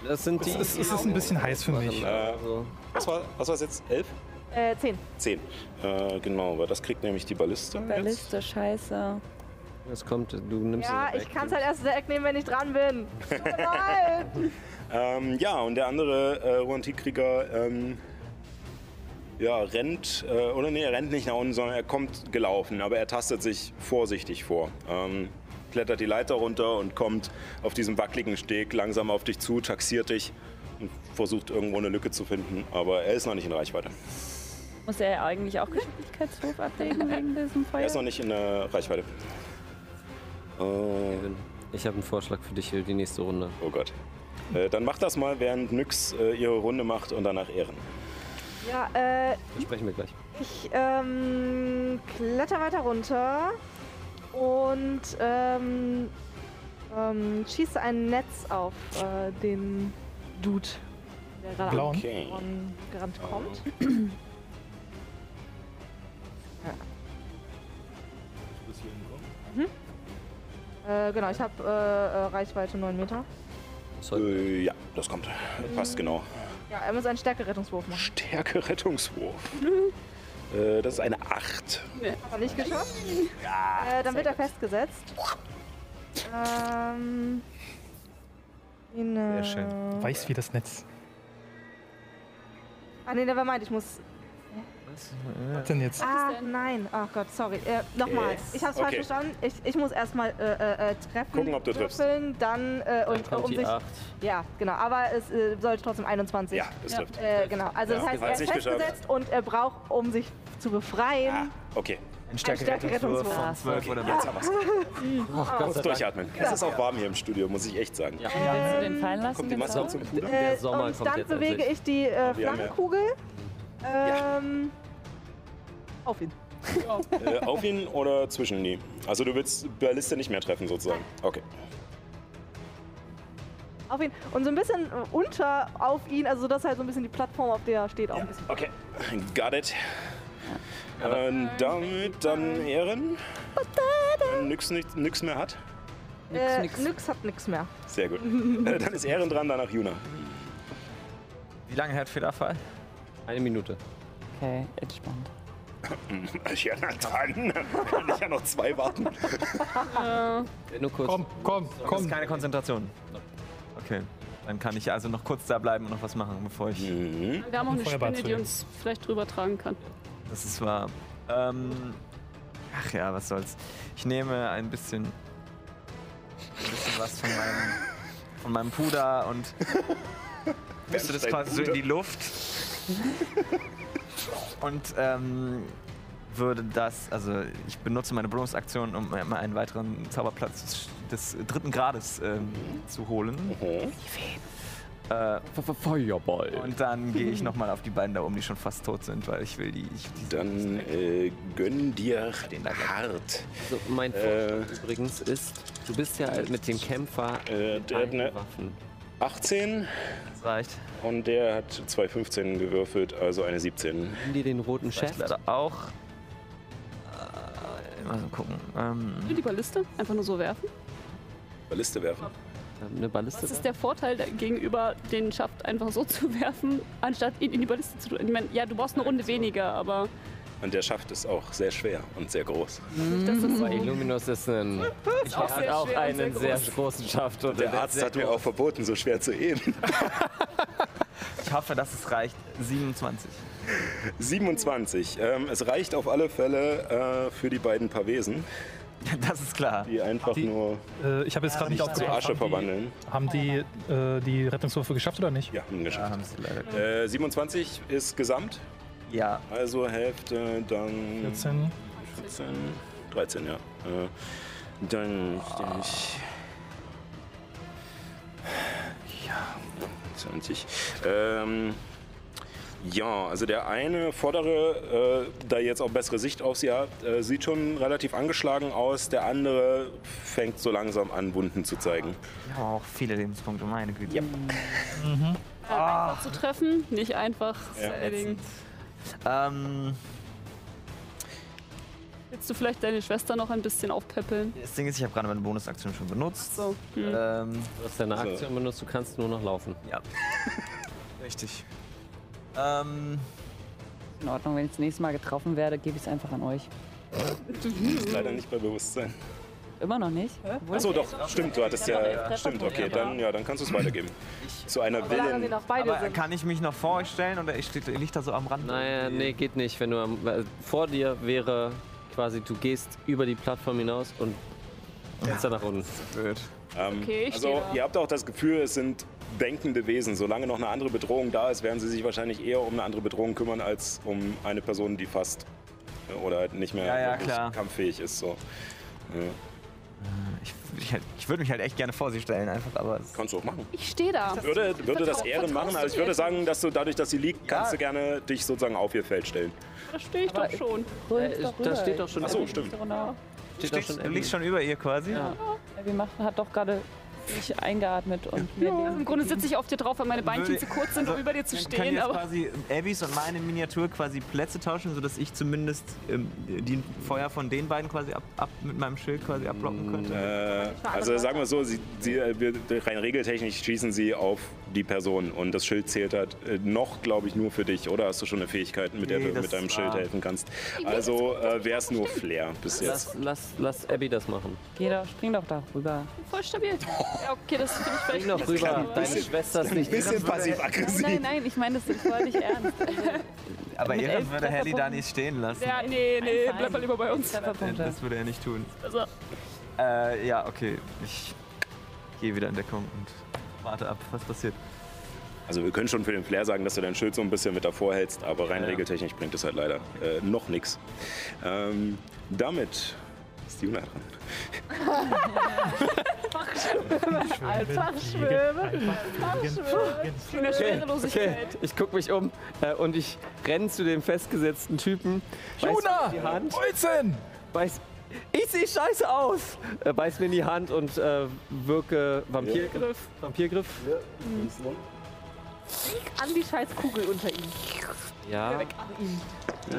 [SPEAKER 2] Das sind die.
[SPEAKER 5] Es ist, es ist ein bisschen heiß für mich.
[SPEAKER 1] Äh,
[SPEAKER 2] Also,
[SPEAKER 1] was war was war's jetzt? Elf?
[SPEAKER 7] Äh, 10.
[SPEAKER 1] Zehn. Äh, genau, weil das kriegt nämlich die Balliste. jetzt.
[SPEAKER 6] Balliste, scheiße.
[SPEAKER 2] es kommt, du nimmst
[SPEAKER 7] Ja,
[SPEAKER 2] ihn weg.
[SPEAKER 7] ich kann es halt erst direkt nehmen, wenn ich dran bin. Nein!
[SPEAKER 1] Ähm, ja, und der andere äh, Ruantik-Krieger ähm, ja, rennt, äh, oder nee, er rennt nicht nach unten, sondern er kommt gelaufen, aber er tastet sich vorsichtig vor. Ähm, klettert die Leiter runter und kommt auf diesem wackeligen Steg langsam auf dich zu, taxiert dich und versucht irgendwo eine Lücke zu finden, aber er ist noch nicht in Reichweite.
[SPEAKER 6] Muss er eigentlich auch Geschicklichkeitswurf ablegen wegen diesem
[SPEAKER 1] Er
[SPEAKER 6] Feuer?
[SPEAKER 1] ist noch nicht in der Reichweite. Äh,
[SPEAKER 2] Ich habe einen Vorschlag für dich für die nächste Runde.
[SPEAKER 1] oh Gott. Äh, dann macht das mal, während Nyx äh, ihre Runde macht und danach Ehren.
[SPEAKER 7] Ja, äh,
[SPEAKER 2] Da sprechen wir gleich.
[SPEAKER 7] ich ähm, kletter weiter runter und ähm, ähm, schieße ein Netz auf äh, den Dude, der gerade
[SPEAKER 5] Blauen.
[SPEAKER 1] Okay.
[SPEAKER 7] angerannt kommt. Mhm. Äh, genau, ich habe äh, äh, Reichweite 9 Meter.
[SPEAKER 1] Äh, ja, das kommt. Passt genau.
[SPEAKER 7] Ja, er muss einen Stärkerettungswurf machen.
[SPEAKER 1] Stärke Rettungswurf. Äh, das ist eine 8.
[SPEAKER 7] Hat er nicht geschafft? äh, dann wird er festgesetzt. Ähm, in, äh,
[SPEAKER 4] Sehr schön.
[SPEAKER 5] Weiß wie das Netz.
[SPEAKER 7] Ah, nee, never mind, ich muss.
[SPEAKER 5] Was denn jetzt?
[SPEAKER 7] Ah, nein. Ach Gott, sorry. Äh, nochmal.
[SPEAKER 1] Yes.
[SPEAKER 7] Ich hab's falsch
[SPEAKER 1] Okay.
[SPEAKER 7] verstanden. Ich, ich muss erstmal äh, äh, äh, treffen.
[SPEAKER 1] Gucken, ob du triffst.
[SPEAKER 7] würfeln, Dann, äh, und äh,
[SPEAKER 2] Kommt
[SPEAKER 7] um
[SPEAKER 2] die
[SPEAKER 7] sich.
[SPEAKER 2] 8.
[SPEAKER 7] Ja, genau. Aber es äh, sollte trotzdem 21.
[SPEAKER 1] Ja, das trifft.
[SPEAKER 7] Äh, genau. Also,
[SPEAKER 1] Ja.
[SPEAKER 7] das heißt, er
[SPEAKER 1] Hat's
[SPEAKER 7] ist
[SPEAKER 1] nicht geschafft.
[SPEAKER 7] festgesetzt und er braucht, um sich zu befreien.
[SPEAKER 1] Ah, okay.
[SPEAKER 10] Ein
[SPEAKER 7] Stärkerettungswurf.
[SPEAKER 10] Stärkerettungswurf von 12 oder mehr.
[SPEAKER 1] Kurz durchatmen. Es ist auch warm hier im Studio, muss ich echt sagen.
[SPEAKER 2] Ja.
[SPEAKER 6] Kannst Äh, du den fallen lassen?
[SPEAKER 1] Kommt die
[SPEAKER 6] den
[SPEAKER 1] Maske
[SPEAKER 6] Zauber?
[SPEAKER 1] auch zum Puder?
[SPEAKER 7] Äh,
[SPEAKER 2] Der Sommer
[SPEAKER 7] und
[SPEAKER 2] kommt
[SPEAKER 7] dann
[SPEAKER 2] jetzt
[SPEAKER 7] bewege
[SPEAKER 2] endlich.
[SPEAKER 7] ich die
[SPEAKER 1] Oh,
[SPEAKER 7] äh,
[SPEAKER 1] wir haben ja-
[SPEAKER 7] Flammenkugel ähm, auf ihn.
[SPEAKER 1] Äh, auf ihn oder zwischen die? Also du willst Balliste nicht mehr treffen sozusagen. Okay.
[SPEAKER 7] Auf ihn. Und so ein bisschen äh, unter auf ihn, also dass halt so ein bisschen die Plattform, auf der er steht, auch ein bisschen.
[SPEAKER 1] Okay. Got it. Ähm, damit dann Ehren. Wenn Nix, nix, nix mehr hat.
[SPEAKER 7] Äh, nix hat nix mehr.
[SPEAKER 1] Sehr gut. Äh, dann ist Ehren dran, danach Juna.
[SPEAKER 10] Wie lange hält Fehlerfall?
[SPEAKER 2] Eine Minute.
[SPEAKER 6] Okay, entspannt.
[SPEAKER 1] Ja, na dann. Kann ich ja noch zwei warten.
[SPEAKER 2] Nur kurz.
[SPEAKER 10] Komm, komm, komm. Das ist keine Konzentration. Okay. Dann kann ich also noch kurz da bleiben und noch was machen, bevor ich.
[SPEAKER 8] Wir haben auch eine Spinne, die uns vielleicht drüber tragen kann.
[SPEAKER 10] Das ist wahr. Ähm, ach ja, was soll's. Ich nehme ein bisschen, ein bisschen was von meinem, von meinem Puder und müsste das
[SPEAKER 4] Dein
[SPEAKER 10] quasi so in
[SPEAKER 4] Puder.
[SPEAKER 10] die Luft. Und ähm, würde das, also ich benutze meine Bonusaktion, um mir einen weiteren Zauberplatz des, des dritten Grades ähm, zu holen.
[SPEAKER 1] Oh,
[SPEAKER 10] Äh,
[SPEAKER 2] Feuerball.
[SPEAKER 10] Und dann gehe ich nochmal auf die beiden da oben, die schon fast tot sind, weil ich will die. Ich, die
[SPEAKER 1] Dann äh, gönn dir hart.
[SPEAKER 2] Also mein Vorschlag übrigens ist, du bist ja mit dem Kämpfer
[SPEAKER 1] äh, der hat eine 18.
[SPEAKER 10] Das reicht.
[SPEAKER 1] Und der hat 2,15 gewürfelt, also eine 17.
[SPEAKER 2] Nimm dir den roten
[SPEAKER 10] Chef. leider auch. Äh, mal so gucken. Ähm,
[SPEAKER 8] Will die Balliste einfach nur so werfen?
[SPEAKER 1] Balliste werfen.
[SPEAKER 2] Eine Balliste.
[SPEAKER 8] Was ist der Vorteil da- gegenüber den Schaft einfach so zu werfen, anstatt ihn in die Balliste zu tun? Ich meine, ja, du brauchst eine Runde weniger, aber
[SPEAKER 1] Und der schafft es auch sehr schwer und sehr groß.
[SPEAKER 2] Bei Illuminus ist ein. Ich
[SPEAKER 8] auch
[SPEAKER 2] hat
[SPEAKER 8] sehr
[SPEAKER 2] auch
[SPEAKER 8] schwer und
[SPEAKER 2] einen
[SPEAKER 8] sehr
[SPEAKER 2] sehr,
[SPEAKER 8] groß.
[SPEAKER 2] großen Schaft. Und
[SPEAKER 1] Der Arzt hat mir auch verboten, so schwer zu heben.
[SPEAKER 10] ich hoffe, dass es reicht. 27.
[SPEAKER 1] 27. Ähm, es reicht auf alle Fälle äh, für die beiden Pavesen.
[SPEAKER 10] Das ist klar.
[SPEAKER 1] Die einfach nur
[SPEAKER 5] Äh, ich habe jetzt gerade nicht
[SPEAKER 1] sich zu
[SPEAKER 5] aufgepasst.
[SPEAKER 1] Asche verwandeln.
[SPEAKER 5] Haben die, äh, die Rettungswürfe geschafft oder nicht?
[SPEAKER 1] Ja, haben geschafft.
[SPEAKER 10] leider.
[SPEAKER 1] Äh, 27 ist gesamt.
[SPEAKER 10] Ja.
[SPEAKER 1] Also Hälfte, dann.
[SPEAKER 5] 14.
[SPEAKER 1] 14 13, ja. Äh, dann. dann ich, ja, 20. Ähm. Ja, also der eine vordere, äh, da jetzt auch bessere Sicht auf sie hat, äh, sieht schon relativ angeschlagen aus. Der andere fängt so langsam an, Wunden zu zeigen.
[SPEAKER 10] Wir haben auch viele Lebenspunkte, meine Güte.
[SPEAKER 8] äh, einfach zu treffen, nicht einfach.
[SPEAKER 10] Ja.
[SPEAKER 8] Deswegen.
[SPEAKER 10] Ähm,
[SPEAKER 8] Willst du vielleicht deine Schwester noch ein bisschen aufpäppeln?
[SPEAKER 10] das Ding ist, ich habe gerade meine Bonusaktion schon benutzt.
[SPEAKER 8] So. Hm.
[SPEAKER 10] Ähm,
[SPEAKER 2] Du hast deine
[SPEAKER 10] So.
[SPEAKER 2] Aktion benutzt, du kannst nur noch laufen.
[SPEAKER 10] Ja. Richtig. Ähm,
[SPEAKER 6] In Ordnung, wenn ich das nächste Mal getroffen werde, gebe ich es einfach an euch.
[SPEAKER 1] Ist leider nicht bei Bewusstsein.
[SPEAKER 6] Immer noch nicht?
[SPEAKER 1] Achso, doch, stimmt, du hattest ja. Stimmt, okay, dann, ja, dann kannst du es weitergeben. Zu einer Willen.
[SPEAKER 10] aber kann ich mich noch vor euch stellen oder ich steht, liegt da so am Rand?
[SPEAKER 2] Naja, nee, geht nicht. Wenn du am, weil vor dir wäre quasi, du gehst über die Plattform hinaus und gehst dann nach unten.
[SPEAKER 1] Ähm,
[SPEAKER 8] Okay, ich
[SPEAKER 1] also
[SPEAKER 8] stehe da.
[SPEAKER 1] ihr habt auch das Gefühl, es sind denkende Wesen. Solange noch eine andere Bedrohung da ist, werden sie sich wahrscheinlich eher um eine andere Bedrohung kümmern als um eine Person, die fast äh, oder halt nicht mehr
[SPEAKER 10] Ja, ja,
[SPEAKER 1] wirklich
[SPEAKER 10] klar.
[SPEAKER 1] kampffähig ist. So. Ja.
[SPEAKER 10] Ich, ich, halt- ich würde mich halt echt gerne vor sie stellen, einfach, aber. es-
[SPEAKER 1] Kannst du auch machen.
[SPEAKER 8] Ich stehe da.
[SPEAKER 1] Ich würde, würde das Ehren machen, also ich würde sagen, dass du dadurch, dass sie liegt, kannst du gerne dich sozusagen auf ihr Feld stellen.
[SPEAKER 8] Da stehe ich doch schon.
[SPEAKER 6] Äh,
[SPEAKER 2] da steht doch schon.
[SPEAKER 1] Ach so, stimmt.
[SPEAKER 6] Genau.
[SPEAKER 2] Steht
[SPEAKER 10] Stehst- du liegst schon über ihr quasi.
[SPEAKER 6] Wir machen, hat doch gerade sich eingeatmet und mir
[SPEAKER 8] Im Grunde sitze ich auf dir drauf, weil meine Beinchen
[SPEAKER 10] Würde-
[SPEAKER 8] zu kurz sind, um
[SPEAKER 10] also,
[SPEAKER 8] über dir zu
[SPEAKER 10] Dann können
[SPEAKER 8] stehen.
[SPEAKER 10] jetzt
[SPEAKER 8] Aber
[SPEAKER 10] quasi Abbys und meine Miniatur quasi Plätze tauschen, sodass ich zumindest ähm, die Feuer von den beiden quasi ab, ab mit meinem Schild quasi abblocken könnte.
[SPEAKER 1] Äh, also sagen wir so, sie, sie, äh, wir- rein regeltechnisch schießen sie auf die Person und das Schild zählt halt äh, noch, glaube ich, nur für dich. Oder hast du schon eine Fähigkeit, mit der
[SPEAKER 2] Nee,
[SPEAKER 1] du
[SPEAKER 2] das
[SPEAKER 1] mit deinem
[SPEAKER 2] ist
[SPEAKER 1] Schild
[SPEAKER 2] wahr.
[SPEAKER 1] helfen kannst? Also äh, wäre es nur Flair bis jetzt.
[SPEAKER 2] Lass, lass, lass Abby das machen.
[SPEAKER 6] Geh doch, spring doch da rüber.
[SPEAKER 8] voll stabil. Ja, okay, das finde ich vielleicht
[SPEAKER 2] Geh noch
[SPEAKER 8] nicht
[SPEAKER 2] rüber,
[SPEAKER 8] so-
[SPEAKER 2] deine Schwester ist nicht.
[SPEAKER 6] Nein, nein, ich meine das ist voll nicht ernst.
[SPEAKER 10] Aber
[SPEAKER 6] mit
[SPEAKER 10] Ehren
[SPEAKER 6] elf
[SPEAKER 10] würde Helly da
[SPEAKER 6] Trefferpunkten-
[SPEAKER 10] nicht stehen lassen.
[SPEAKER 8] Ja, nee, nee, bleib mal lieber bei uns.
[SPEAKER 10] Das würde er nicht tun.
[SPEAKER 8] Also,
[SPEAKER 10] Äh, ja, okay. Ich gehe wieder in Deckung und warte ab, was passiert.
[SPEAKER 1] Also wir können schon für den Flair sagen, dass du dein Schild so ein bisschen mit davor hältst, aber rein
[SPEAKER 10] Ja.
[SPEAKER 1] regeltechnisch bringt es halt leider äh, noch nichts. Ähm, damit ist die Juna dran.
[SPEAKER 3] Einfach schwimmen.
[SPEAKER 8] Schöne Schwerelosigkeit.
[SPEAKER 2] ich guck mich um äh, und ich renne zu dem festgesetzten Typen. beiß mir
[SPEAKER 3] Juna,
[SPEAKER 2] in die Hand, Beiß, ich sehe scheiße aus! Äh, beiß mir in die Hand und äh, wirke Vampirgriff. Vampirgriff?
[SPEAKER 3] An die scheiß Kugel unter ihm.
[SPEAKER 2] Ja.
[SPEAKER 3] Weg an ihm.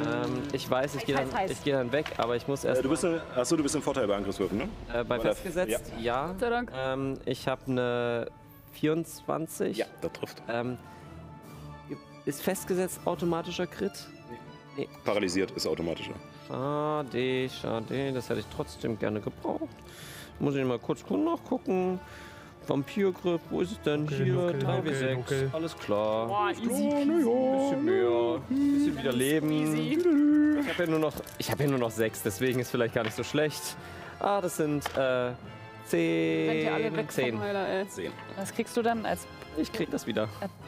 [SPEAKER 2] Ähm, ich weiß, ich gehe
[SPEAKER 3] Heiß,
[SPEAKER 2] dann,
[SPEAKER 3] heiß, heiß.
[SPEAKER 2] ich geh dann weg, aber ich muss erst.
[SPEAKER 1] Äh, du bist, eine- achso, du bist im Vorteil bei Angriffswürfen, ne?
[SPEAKER 2] Äh, bei
[SPEAKER 1] Weil er-
[SPEAKER 2] festgesetzt,
[SPEAKER 1] ja.
[SPEAKER 2] ja. ne Ähm, ich habe eine 24. Ja,
[SPEAKER 1] da trifft.
[SPEAKER 2] Ähm, Ist festgesetzt automatischer Crit? Nee.
[SPEAKER 1] Paralysiert ist automatischer.
[SPEAKER 2] Schade, schade. Das hätte ich trotzdem gerne gebraucht. Muss ich mal kurz nachgucken. Vampirgrip, wo ist es denn? Hier,
[SPEAKER 5] okay,
[SPEAKER 2] 3
[SPEAKER 5] okay,
[SPEAKER 2] bis 6.
[SPEAKER 5] okay.
[SPEAKER 2] Alles klar.
[SPEAKER 5] Boah, easy
[SPEAKER 2] Bisschen mehr. Bisschen wieder leben. Ich habe ja nur noch, ich habe ja nur noch 6, deswegen ist vielleicht gar nicht so schlecht. Ah, das sind äh, 10.
[SPEAKER 8] Rennt ihr alle weg äh, vom Heiler, ey.
[SPEAKER 6] Was kriegst du dann als.
[SPEAKER 2] Ich krieg das wieder.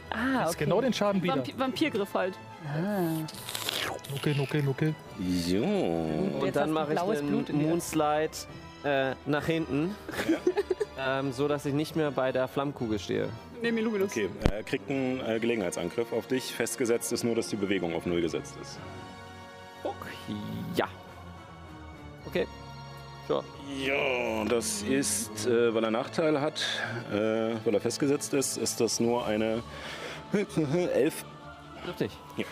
[SPEAKER 6] Ah, okay.
[SPEAKER 5] genau Schaden
[SPEAKER 8] Vampi Vampirgriff halt.
[SPEAKER 5] Okay, okay, okay.
[SPEAKER 1] Jo. Und
[SPEAKER 2] Und dann mache ich
[SPEAKER 5] blaues
[SPEAKER 2] den
[SPEAKER 5] Blut in dir.
[SPEAKER 2] Moonslide äh, nach hinten. ähm, so dass ich nicht mehr bei der Flammkugel stehe.
[SPEAKER 8] Nehme Luminus.
[SPEAKER 1] Okay, er kriegt einen äh, Gelegenheitsangriff auf dich. Festgesetzt ist nur, dass die Bewegung auf Null gesetzt ist.
[SPEAKER 2] Ja. Okay. Sure.
[SPEAKER 1] Ja, das ist, äh, weil er Nachteil hat, äh, weil er festgesetzt ist, ist das nur eine 11.
[SPEAKER 2] Trifft nicht.
[SPEAKER 1] Ja.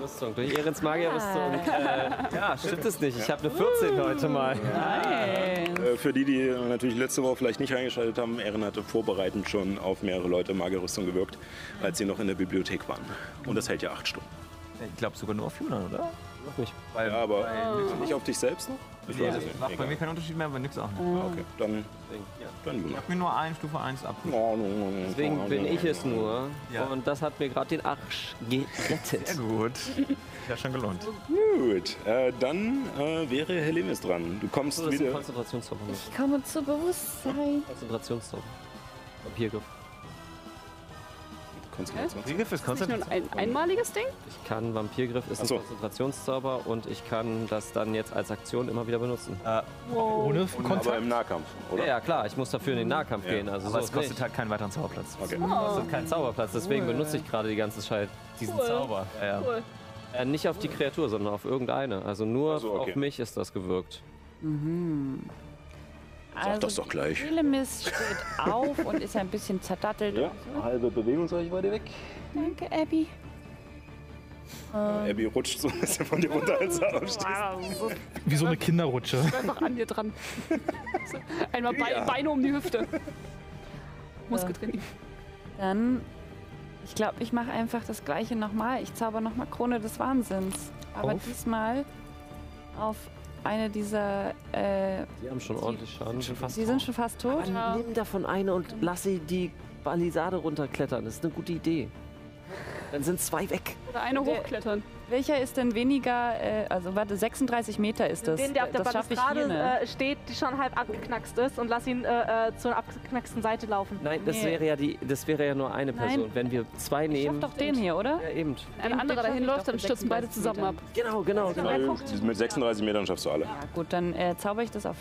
[SPEAKER 2] Rüstung, durch Ehrens Magierrüstung. Äh, ja, stimmt es nicht. Ich habe eine 14 heute mal.
[SPEAKER 1] Äh, Für die, die natürlich letzte Woche vielleicht nicht eingeschaltet haben, Ehren hatte vorbereitend schon auf mehrere Leute Magerrüstung gewirkt, als sie noch in der Bibliothek waren. Und das hält ja acht Stunden.
[SPEAKER 10] Ich glaube sogar nur auf Junan, oder?
[SPEAKER 2] Noch nicht.
[SPEAKER 1] ja, aber nicht auf dich selbst noch? Ich
[SPEAKER 10] Nee,
[SPEAKER 1] weiß
[SPEAKER 2] also
[SPEAKER 1] es nicht.
[SPEAKER 10] macht bei
[SPEAKER 1] Egal.
[SPEAKER 10] mir keinen Unterschied mehr, aber nix auch nicht.
[SPEAKER 1] Ah, okay, dann, dann
[SPEAKER 10] Ich
[SPEAKER 1] Juna.
[SPEAKER 10] hab mir nur ein Stufe 1 ab.
[SPEAKER 2] Deswegen bin ich es nur.
[SPEAKER 10] Ja.
[SPEAKER 2] Und das hat mir gerade den Arsch gerettet. Sehr
[SPEAKER 10] gut. Ja, schon gelohnt.
[SPEAKER 1] Gut, äh, dann äh, wäre Helemis dran. Du kommst
[SPEAKER 2] So, das ist ein
[SPEAKER 1] wieder.
[SPEAKER 2] Konzentrationszauber.
[SPEAKER 6] Ich komme zu Bewusstsein.
[SPEAKER 2] Konzentrationszauber. Papiergriff.
[SPEAKER 1] Konzentration.
[SPEAKER 10] Papiergriff ist
[SPEAKER 8] Ist nicht nur ein, ein einmaliges Ding?
[SPEAKER 2] Ich kann Vampirgriff ist ein Konzentrationszauber und ich kann das dann jetzt als Aktion immer wieder benutzen.
[SPEAKER 1] Ah.
[SPEAKER 8] Wow. Ohne
[SPEAKER 2] Kontakt?
[SPEAKER 1] Aber im Nahkampf, oder?
[SPEAKER 2] Ja, ja, klar, ich muss dafür in den Nahkampf
[SPEAKER 1] Ja.
[SPEAKER 2] gehen. Also
[SPEAKER 1] Aber
[SPEAKER 2] so
[SPEAKER 1] es
[SPEAKER 2] ist
[SPEAKER 1] kostet
[SPEAKER 2] nicht.
[SPEAKER 10] halt keinen weiteren Zauberplatz.
[SPEAKER 1] Okay.
[SPEAKER 6] Oh,
[SPEAKER 2] Es kostet keinen Zauberplatz, deswegen
[SPEAKER 10] Cool.
[SPEAKER 2] benutze ich gerade die ganze Zeit diesen
[SPEAKER 10] Cool.
[SPEAKER 2] Zauber. Ja, ja.
[SPEAKER 10] Cool.
[SPEAKER 2] Äh, nicht auf die Kreatur, sondern auf irgendeine. Also nur
[SPEAKER 1] so, okay.
[SPEAKER 2] auf mich ist das gewirkt.
[SPEAKER 6] Mhm. also
[SPEAKER 1] Sag das doch gleich.
[SPEAKER 6] Elemis steht auf und ist ein bisschen zerdattelt.
[SPEAKER 1] Ja, halbe Bewegungsreichweite weg.
[SPEAKER 6] Danke, Abby. Ähm.
[SPEAKER 1] Abby rutscht so ein bisschen von dir runter, als er aufsteht.
[SPEAKER 8] Wow.
[SPEAKER 5] Wie so eine Kinderrutsche.
[SPEAKER 8] Einfach an dir dran. Einmal Be
[SPEAKER 1] Ja.
[SPEAKER 8] Beine um die Hüfte. Muskeltraining.
[SPEAKER 6] Dann, ich glaube, ich mache einfach das gleiche nochmal. Ich zauber nochmal Krone des Wahnsinns. Aber
[SPEAKER 2] Auf?
[SPEAKER 6] diesmal auf eine dieser. Äh,
[SPEAKER 2] Die haben schon ordentlich Schaden. Sind schon
[SPEAKER 6] die sind schon fast tot.
[SPEAKER 2] Nimm davon eine und lass sie die Balisade runterklettern. Das ist eine gute Idee. Dann sind zwei weg.
[SPEAKER 8] Oder eine
[SPEAKER 6] Der-
[SPEAKER 8] hochklettern.
[SPEAKER 6] Welcher ist denn weniger? Äh, also, warte, 36 Meter ist das.
[SPEAKER 7] den, der auf der
[SPEAKER 6] das schaffe ich
[SPEAKER 7] Balustrade
[SPEAKER 6] hier, ne?
[SPEAKER 7] äh, steht, die schon halb abgeknackst ist und lass ihn äh, äh, zur abgeknacksten Seite laufen.
[SPEAKER 2] Nein, das,
[SPEAKER 7] Nee.
[SPEAKER 2] wäre ja die, das wäre ja nur eine
[SPEAKER 7] Nein.
[SPEAKER 2] Person. Wenn wir zwei
[SPEAKER 7] äh,
[SPEAKER 2] nehmen.
[SPEAKER 6] Doch den hier, oder?
[SPEAKER 2] Ja, eben.
[SPEAKER 8] Ein anderer dahin läuft, dann stürzen beide
[SPEAKER 6] 36
[SPEAKER 8] zusammen ab.
[SPEAKER 2] Genau, genau,
[SPEAKER 1] Äh, Mit 36 Metern schaffst du alle.
[SPEAKER 6] Ja, gut, dann äh, zauber ich das auf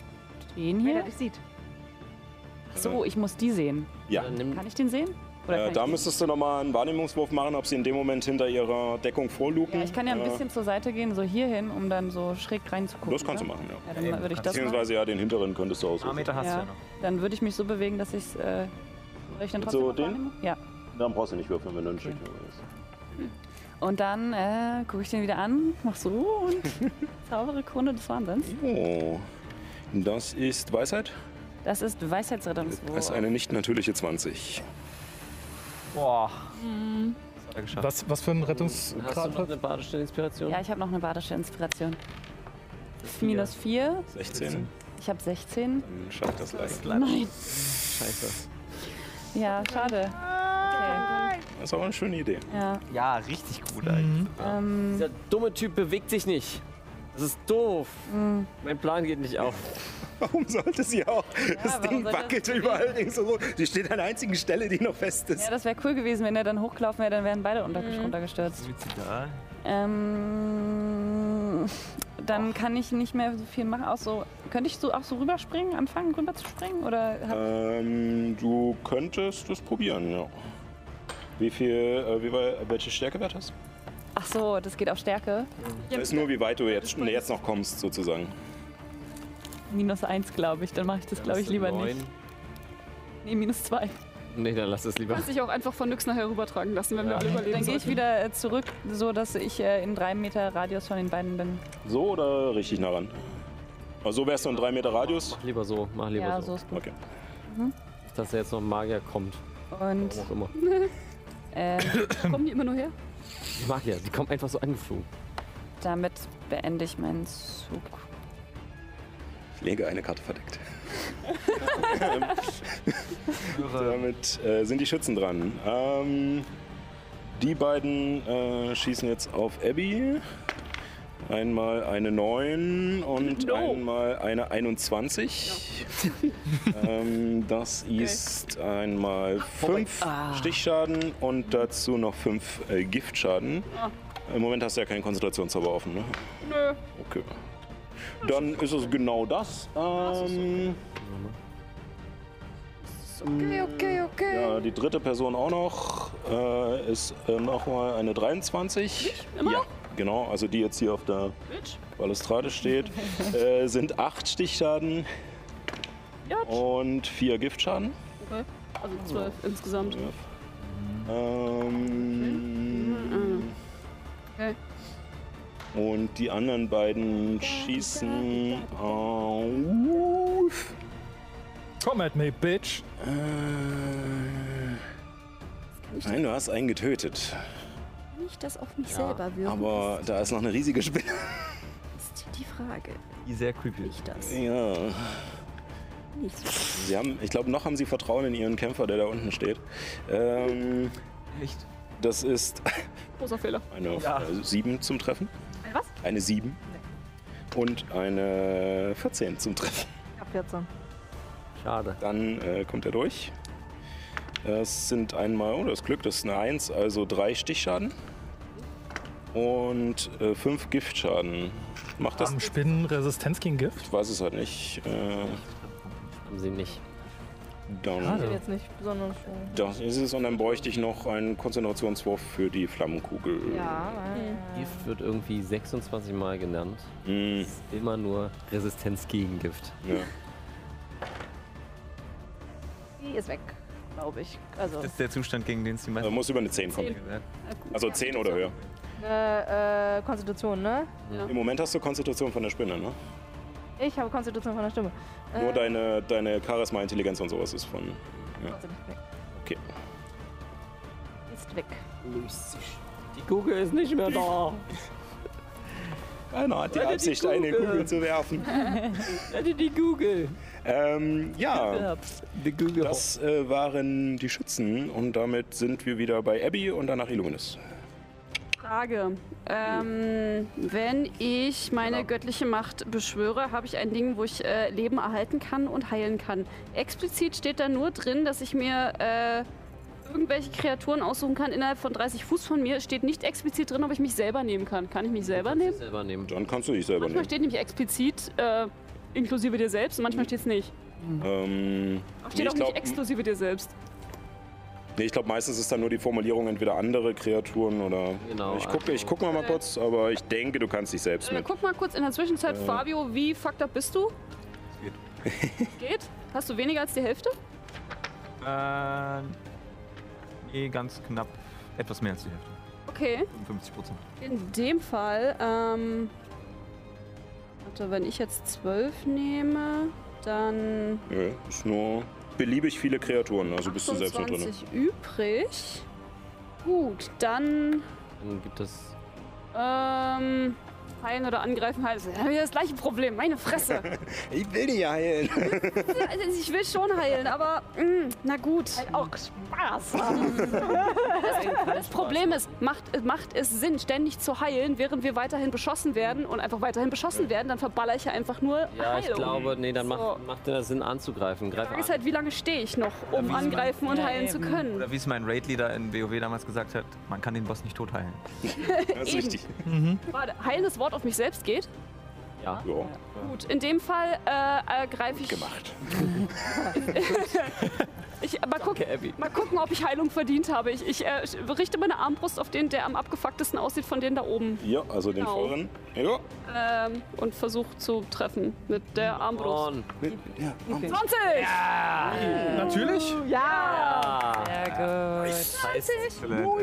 [SPEAKER 6] den hier.
[SPEAKER 7] dich sieht.
[SPEAKER 6] So, ich muss die sehen.
[SPEAKER 1] Ja.
[SPEAKER 6] Kann ich den sehen? Oder kann
[SPEAKER 1] Äh,
[SPEAKER 6] ich
[SPEAKER 1] da müsstest du nochmal einen Wahrnehmungswurf machen, ob sie in dem Moment hinter ihrer Deckung vorluken.
[SPEAKER 6] Ja, ich kann ja ein
[SPEAKER 1] Äh,
[SPEAKER 6] bisschen zur Seite gehen, so hier hin, um dann so schräg reinzugucken.
[SPEAKER 1] Das kannst du
[SPEAKER 6] oder?
[SPEAKER 1] machen, ja.
[SPEAKER 6] Ja, dann würde ich das machen.
[SPEAKER 1] Beziehungsweise ja, den hinteren könntest du aussuchen.
[SPEAKER 10] Ah, Meter hast du ja
[SPEAKER 6] Ja.
[SPEAKER 10] noch.
[SPEAKER 6] Dann würde ich mich so bewegen, dass ich es. Äh, soll ich dann trotzdem
[SPEAKER 1] So,
[SPEAKER 6] noch
[SPEAKER 1] den?
[SPEAKER 6] wahrnehmen? Ja.
[SPEAKER 1] Dann brauchst du nicht würfeln, wenn du einen Schick hast.
[SPEAKER 6] Und dann äh, gucke ich den wieder an, mach so und zaubere Krone des Wahnsinns.
[SPEAKER 1] Oh. Das ist Weisheit.
[SPEAKER 6] Das ist Weisheitsrettungswurf.
[SPEAKER 1] Das ist eine nicht natürliche 20.
[SPEAKER 10] Boah.
[SPEAKER 6] Mhm.
[SPEAKER 5] Was, was für ein
[SPEAKER 2] Hast du
[SPEAKER 5] Rettungsgrad
[SPEAKER 2] noch eine badische Inspiration?
[SPEAKER 6] Ja, ich habe noch eine badische Inspiration. Minus 4.
[SPEAKER 1] 16.
[SPEAKER 6] Ich habe 16.
[SPEAKER 1] Dann schafft das leicht.
[SPEAKER 6] Nein.
[SPEAKER 1] Scheiße.
[SPEAKER 6] Ja, schade. Ah, Okay.
[SPEAKER 1] Das ist aber eine schöne Idee.
[SPEAKER 6] Ja.
[SPEAKER 2] Ja, richtig gut
[SPEAKER 5] eigentlich.
[SPEAKER 6] Ähm,
[SPEAKER 2] Dieser dumme Typ bewegt sich nicht. Das ist doof. Mein Plan geht nicht auf.
[SPEAKER 1] Warum sollte sie auch? das Ding wackelt überall links und rum. Sie steht an der einzigen Stelle, die noch fest ist.
[SPEAKER 6] Ja, das wäre cool gewesen, wenn er dann hochgelaufen wäre, dann wären beide unter runtergestürzt. Ähm, dann kann ich nicht mehr so viel machen. Auch so, könnte ich so auch so rüberspringen, anfangen rüber zu springen? Oder hab,
[SPEAKER 1] Ähm, du könntest es probieren, ja. Wie viel, äh, wie, wei- welche Stärkewert hast du?
[SPEAKER 6] ach so, das geht auf Stärke.
[SPEAKER 1] Das ist nur, wie weit du jetzt, jetzt noch kommst, sozusagen.
[SPEAKER 6] Minus eins, glaube ich. Dann mache ich das, glaube ich, lieber nicht. Nee, minus zwei.
[SPEAKER 2] Nee, dann lass es lieber.
[SPEAKER 8] Kann sich auch einfach von Nyx nachher rübertragen lassen, wenn wir alle überleben.
[SPEAKER 6] Dann gehe ich
[SPEAKER 8] sollten.
[SPEAKER 6] wieder äh, zurück, so dass ich äh, in drei Meter Radius von den beiden bin.
[SPEAKER 1] So oder richtig nah ran? Also so wärst du in 3 Meter Radius? Mach
[SPEAKER 2] lieber so, mach lieber
[SPEAKER 6] Ja,
[SPEAKER 2] so.
[SPEAKER 6] so ist gut.
[SPEAKER 1] Okay.
[SPEAKER 2] Dass da jetzt noch ein Magier kommt.
[SPEAKER 6] Und
[SPEAKER 2] Warum auch immer.
[SPEAKER 6] Ähm,
[SPEAKER 8] Kommen die immer nur her?
[SPEAKER 2] Ich mag ja, die kommen einfach so angeflogen.
[SPEAKER 6] damit beende ich meinen Zug.
[SPEAKER 14] Ich lege eine Karte verdeckt.
[SPEAKER 1] Damit äh, sind die Schützen dran. Ähm, die beiden äh, schießen jetzt auf Abby. Einmal eine 9 und einmal eine 21. ähm, das ist einmal 5
[SPEAKER 11] Ah.
[SPEAKER 1] Stichschaden und dazu noch 5 äh, Giftschaden.
[SPEAKER 8] Ah.
[SPEAKER 1] Im Moment hast du ja keinen Konzentrationszauber offen, ne?
[SPEAKER 8] Nö.
[SPEAKER 1] Okay. Dann ist es genau das. Ähm,
[SPEAKER 8] Okay, okay, okay.
[SPEAKER 1] Ja, die dritte Person auch noch äh, ist äh, nochmal eine 23.
[SPEAKER 8] Immer
[SPEAKER 1] Ja, genau, also die jetzt hier auf der
[SPEAKER 8] Bitch.
[SPEAKER 1] Balustrade steht. äh, sind acht Stichschaden und vier Giftschaden.
[SPEAKER 8] Okay. Also zwölf insgesamt.
[SPEAKER 1] Ähm,
[SPEAKER 8] Okay.
[SPEAKER 1] Und die anderen beiden schießen auf.
[SPEAKER 5] Come at me, bitch!
[SPEAKER 1] äh, Nein, du hast einen getötet.
[SPEAKER 15] Kann ich das auf mich selber wirken?
[SPEAKER 1] Aber da ist noch eine riesige Spinne.
[SPEAKER 15] ist die Frage.
[SPEAKER 1] Die sehr creepy.
[SPEAKER 15] Ich das.
[SPEAKER 1] Ja.
[SPEAKER 15] Nicht so.
[SPEAKER 1] Sie haben, ich glaube, noch haben sie Vertrauen in ihren Kämpfer, der da unten steht. Ähm, Echt? Das ist
[SPEAKER 8] Großer Fehler.
[SPEAKER 1] eine
[SPEAKER 8] Ja.
[SPEAKER 1] 7 zum Treffen.
[SPEAKER 7] Eine was?
[SPEAKER 1] Eine 7. Und eine 14 zum Treffen.
[SPEAKER 7] Ja, 14.
[SPEAKER 1] Schade. Dann äh, kommt er durch. Das sind einmal, oh, das Glück, das ist eine 1, also 3 Stichschaden. Und 5 Giftschaden. Macht das.
[SPEAKER 5] Haben Spinnen Resistenz gegen Gift?
[SPEAKER 1] Ich weiß es halt nicht. Äh,
[SPEAKER 2] Haben sie nicht.
[SPEAKER 1] Dann,
[SPEAKER 7] Sieht jetzt nicht besonders schön.
[SPEAKER 1] Das ist es und dann bräuchte ich noch einen Konzentrationswurf für die Flammenkugel.
[SPEAKER 7] Ja,
[SPEAKER 2] Gift wird irgendwie 26 Mal genannt.
[SPEAKER 1] Mhm.
[SPEAKER 2] Ist immer nur Resistenz gegen Gift.
[SPEAKER 1] Ja.
[SPEAKER 7] die ist weg, glaube ich. Also,
[SPEAKER 10] Das ist der Zustand, gegen den es die meisten.
[SPEAKER 1] muss über eine 10
[SPEAKER 10] kommen.
[SPEAKER 1] Also 10 oder höher.
[SPEAKER 7] äh, äh, Konstitution, ne?
[SPEAKER 1] Im Moment hast du Konstitution von der Spinne, ne?
[SPEAKER 7] Ich habe Konstitution von der Stimme.
[SPEAKER 1] Nur deine, deine Charisma, Intelligenz und sowas ist von. Ja.
[SPEAKER 7] Trotzdem nicht weg.
[SPEAKER 1] Okay.
[SPEAKER 7] Ist weg.
[SPEAKER 2] Löst sich. Die Kugel ist nicht mehr da.
[SPEAKER 1] Keiner hat Ah, die
[SPEAKER 2] Rette die
[SPEAKER 1] Absicht, eine
[SPEAKER 2] Kugel.
[SPEAKER 1] Kugel zu werfen.
[SPEAKER 2] Rette die Kugel.
[SPEAKER 1] Ähm, ja,
[SPEAKER 2] die Kugel.
[SPEAKER 1] das äh, waren die Schützen und damit sind wir wieder bei Abby und danach Illuminus.
[SPEAKER 8] Frage. Ähm, wenn ich meine
[SPEAKER 1] Genau.
[SPEAKER 8] göttliche Macht beschwöre, habe ich ein Ding, wo ich äh, Leben erhalten kann und heilen kann. Explizit steht da nur drin, dass ich mir äh, irgendwelche Kreaturen aussuchen kann innerhalb von 30 Fuß von mir. Steht nicht explizit drin, ob ich mich selber nehmen kann. Kann ich mich selber nehmen?
[SPEAKER 2] Selber nehmen.
[SPEAKER 1] Dann kannst du dich selber
[SPEAKER 8] Manchmal
[SPEAKER 1] nehmen.
[SPEAKER 8] steht nämlich explizit äh, inklusive dir selbst, und manchmal steht es nicht.
[SPEAKER 1] Ähm,
[SPEAKER 8] Steht
[SPEAKER 1] Hm. nee,
[SPEAKER 8] auch
[SPEAKER 1] ich
[SPEAKER 8] nicht
[SPEAKER 1] glaube,
[SPEAKER 8] exklusive dir selbst.
[SPEAKER 1] nee, ich glaub, meistens ist dann nur die Formulierung entweder andere Kreaturen oder.
[SPEAKER 2] Genau,
[SPEAKER 1] Ich gucke ich guck mal, mal kurz, aber ich denke, du kannst dich selbst
[SPEAKER 8] Äh,
[SPEAKER 1] mit.
[SPEAKER 8] guck mal kurz in der Zwischenzeit,
[SPEAKER 1] Äh.
[SPEAKER 8] Fabio, wie fucked up bist du? Geht? Hast du weniger als die Hälfte?
[SPEAKER 10] Äh, nee, ganz knapp. Etwas mehr als die Hälfte.
[SPEAKER 8] Okay.
[SPEAKER 10] 50 Prozent.
[SPEAKER 8] In dem Fall, ähm. Warte, wenn ich jetzt 12 nehme, dann.
[SPEAKER 1] Nö, ist nur beliebig viele Kreaturen, also bist du selbst noch drin.
[SPEAKER 8] 20 übrig. Gut, dann.
[SPEAKER 2] Dann gibt es.
[SPEAKER 8] Ähm. Heilen oder angreifen, heilen. Das ist ja wieder das gleiche Problem, meine Fresse.
[SPEAKER 1] Ich will nicht heilen.
[SPEAKER 8] Also ich will schon heilen, aber mm, na gut. Halt auch Spaß. das, das Problem ist, macht, macht es Sinn, ständig zu heilen, während wir weiterhin beschossen werden und einfach weiterhin beschossen werden, dann verballere ich ja einfach nur
[SPEAKER 2] Ja,
[SPEAKER 8] Heilung.
[SPEAKER 2] ich glaube, nee, dann
[SPEAKER 8] So.
[SPEAKER 2] macht, macht das Sinn anzugreifen. Greif
[SPEAKER 8] Die Frage ist
[SPEAKER 2] an.
[SPEAKER 8] halt, wie lange stehe ich noch, um angreifen und heilen zu können?
[SPEAKER 10] Oder wie es mein Raid-Leader in WoW damals gesagt hat, man kann den Boss nicht tot heilen.
[SPEAKER 8] Das ist Eben. richtig. Warte, heilendes Wort auf mich selbst geht?
[SPEAKER 2] Ja.
[SPEAKER 8] Gut, in dem Fall äh, äh, greife ich.
[SPEAKER 1] gemacht.
[SPEAKER 8] ich, mal, guck, mal gucken, ob ich Heilung verdient habe. Ich, ich äh, richte meine Armbrust auf den, der am abgefucktesten aussieht von denen da oben.
[SPEAKER 1] Ja, also den
[SPEAKER 8] Genau.
[SPEAKER 1] vorderen. Ja.
[SPEAKER 8] Ähm, und versuche zu treffen mit der Armbrust.
[SPEAKER 1] Ja.
[SPEAKER 8] 20!
[SPEAKER 5] Natürlich.
[SPEAKER 8] Ja!
[SPEAKER 6] Sehr gut.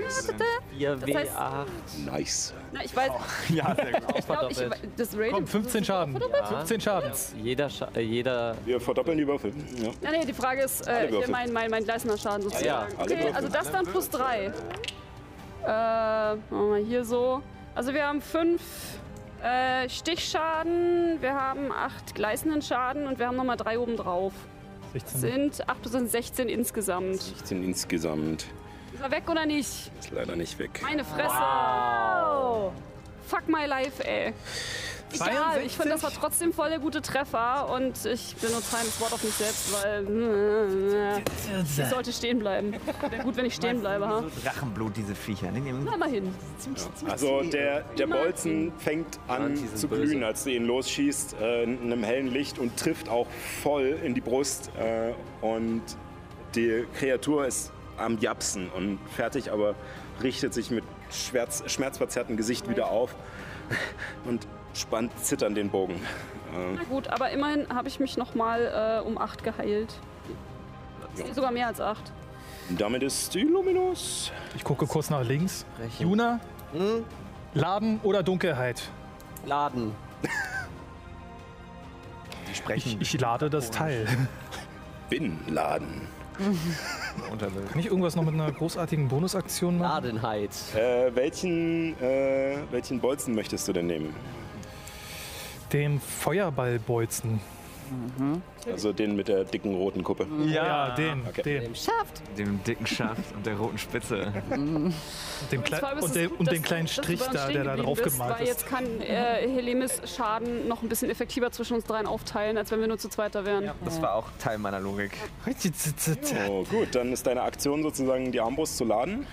[SPEAKER 8] 20!
[SPEAKER 2] Ja,
[SPEAKER 8] Das heißt-
[SPEAKER 2] W8.
[SPEAKER 1] Nice.
[SPEAKER 8] Na, ich weiß.
[SPEAKER 5] Ja, sehr
[SPEAKER 8] Ich glaube, ich, das Rating-
[SPEAKER 5] Komm, 15 Schaden.
[SPEAKER 8] Ja.
[SPEAKER 5] 15 Schaden.
[SPEAKER 2] Jeder, Scha äh, jeder.
[SPEAKER 1] Wir verdoppeln die Würfel. Ja.
[SPEAKER 8] Nein, nee, die Frage ist,
[SPEAKER 1] Alle
[SPEAKER 8] äh, hier
[SPEAKER 1] Würfel.
[SPEAKER 8] mein, mein, mein, mein gleißender Schaden sozusagen.
[SPEAKER 2] Ja, ja, alle
[SPEAKER 8] okay,
[SPEAKER 2] Würfel.
[SPEAKER 8] also das dann plus drei. Äh, machen wir mal hier so. Also wir haben fünf äh, Stichschaden, wir haben acht gleißenden Schaden und wir haben nochmal drei obendrauf.
[SPEAKER 5] 16.
[SPEAKER 8] Sind 8 plus sind 16 insgesamt.
[SPEAKER 1] 16 insgesamt.
[SPEAKER 8] Ist er weg oder nicht?
[SPEAKER 1] Ist leider nicht weg.
[SPEAKER 8] Meine Fresse! Fuck my life, ey. Egal, ich finde, das war trotzdem voll der gute Treffer und ich benutze kein Wort auf mich selbst, weil. äh, Ich sollte stehen bleiben. Wäre gut, wenn ich stehen bleibe, ha?
[SPEAKER 10] Drachenblut, diese Viecher. Nee, nee,
[SPEAKER 8] Na, mal hin.
[SPEAKER 1] Also der, der Bolzen fängt an
[SPEAKER 10] die sind
[SPEAKER 1] zu
[SPEAKER 10] böse.
[SPEAKER 1] glühen, als du ihn losschießt, äh, in einem hellen Licht und trifft auch voll in die Brust. Äh, und die Kreatur ist am Japsen und fertig, aber richtet sich mit schmerz, schmerzverzerrtem Gesicht wieder auf und spannt zitternd den Bogen.
[SPEAKER 8] Na gut, aber immerhin habe ich mich nochmal äh, um 8 geheilt.
[SPEAKER 1] Ja.
[SPEAKER 8] Sogar mehr als 8.
[SPEAKER 1] Äh, damit ist die Luminus.
[SPEAKER 5] Ich gucke kurz nach links. Juna,
[SPEAKER 2] Hm?
[SPEAKER 5] Laden oder Dunkelheit?
[SPEAKER 2] Laden.
[SPEAKER 5] Ich, ich lade
[SPEAKER 2] Oh,
[SPEAKER 5] das Teil.
[SPEAKER 1] Bin laden.
[SPEAKER 5] Kann ich irgendwas noch mit einer großartigen Bonusaktion machen?
[SPEAKER 2] Ladenheit.
[SPEAKER 1] Äh, welchen, äh, welchen Bolzen möchtest du denn nehmen?
[SPEAKER 5] Dem Feuerballbolzen.
[SPEAKER 1] Also den mit der dicken roten Kuppe.
[SPEAKER 10] Mhm.
[SPEAKER 5] Ja, den, den.
[SPEAKER 12] Schafft.
[SPEAKER 10] Dem dicken Schaft und der roten Spitze.
[SPEAKER 5] Dem Klei-
[SPEAKER 8] Vor allem ist
[SPEAKER 5] und,
[SPEAKER 8] es
[SPEAKER 5] den,
[SPEAKER 8] gut,
[SPEAKER 5] und
[SPEAKER 8] dass
[SPEAKER 5] den kleinen
[SPEAKER 8] du- dass du
[SPEAKER 5] Strich
[SPEAKER 8] bei uns
[SPEAKER 5] da,
[SPEAKER 8] stehen
[SPEAKER 5] der da
[SPEAKER 8] geblieben
[SPEAKER 5] drauf
[SPEAKER 8] bist,
[SPEAKER 5] gemalt
[SPEAKER 8] Weil
[SPEAKER 5] ist. Mhm.
[SPEAKER 8] jetzt kann äh, Helemis Schaden noch ein bisschen effektiver zwischen uns dreien aufteilen, als wenn wir nur zu zweiter wären.
[SPEAKER 10] Das war auch Teil meiner Logik.
[SPEAKER 1] Oh, gut, dann ist deine Aktion sozusagen die Armbrust zu laden.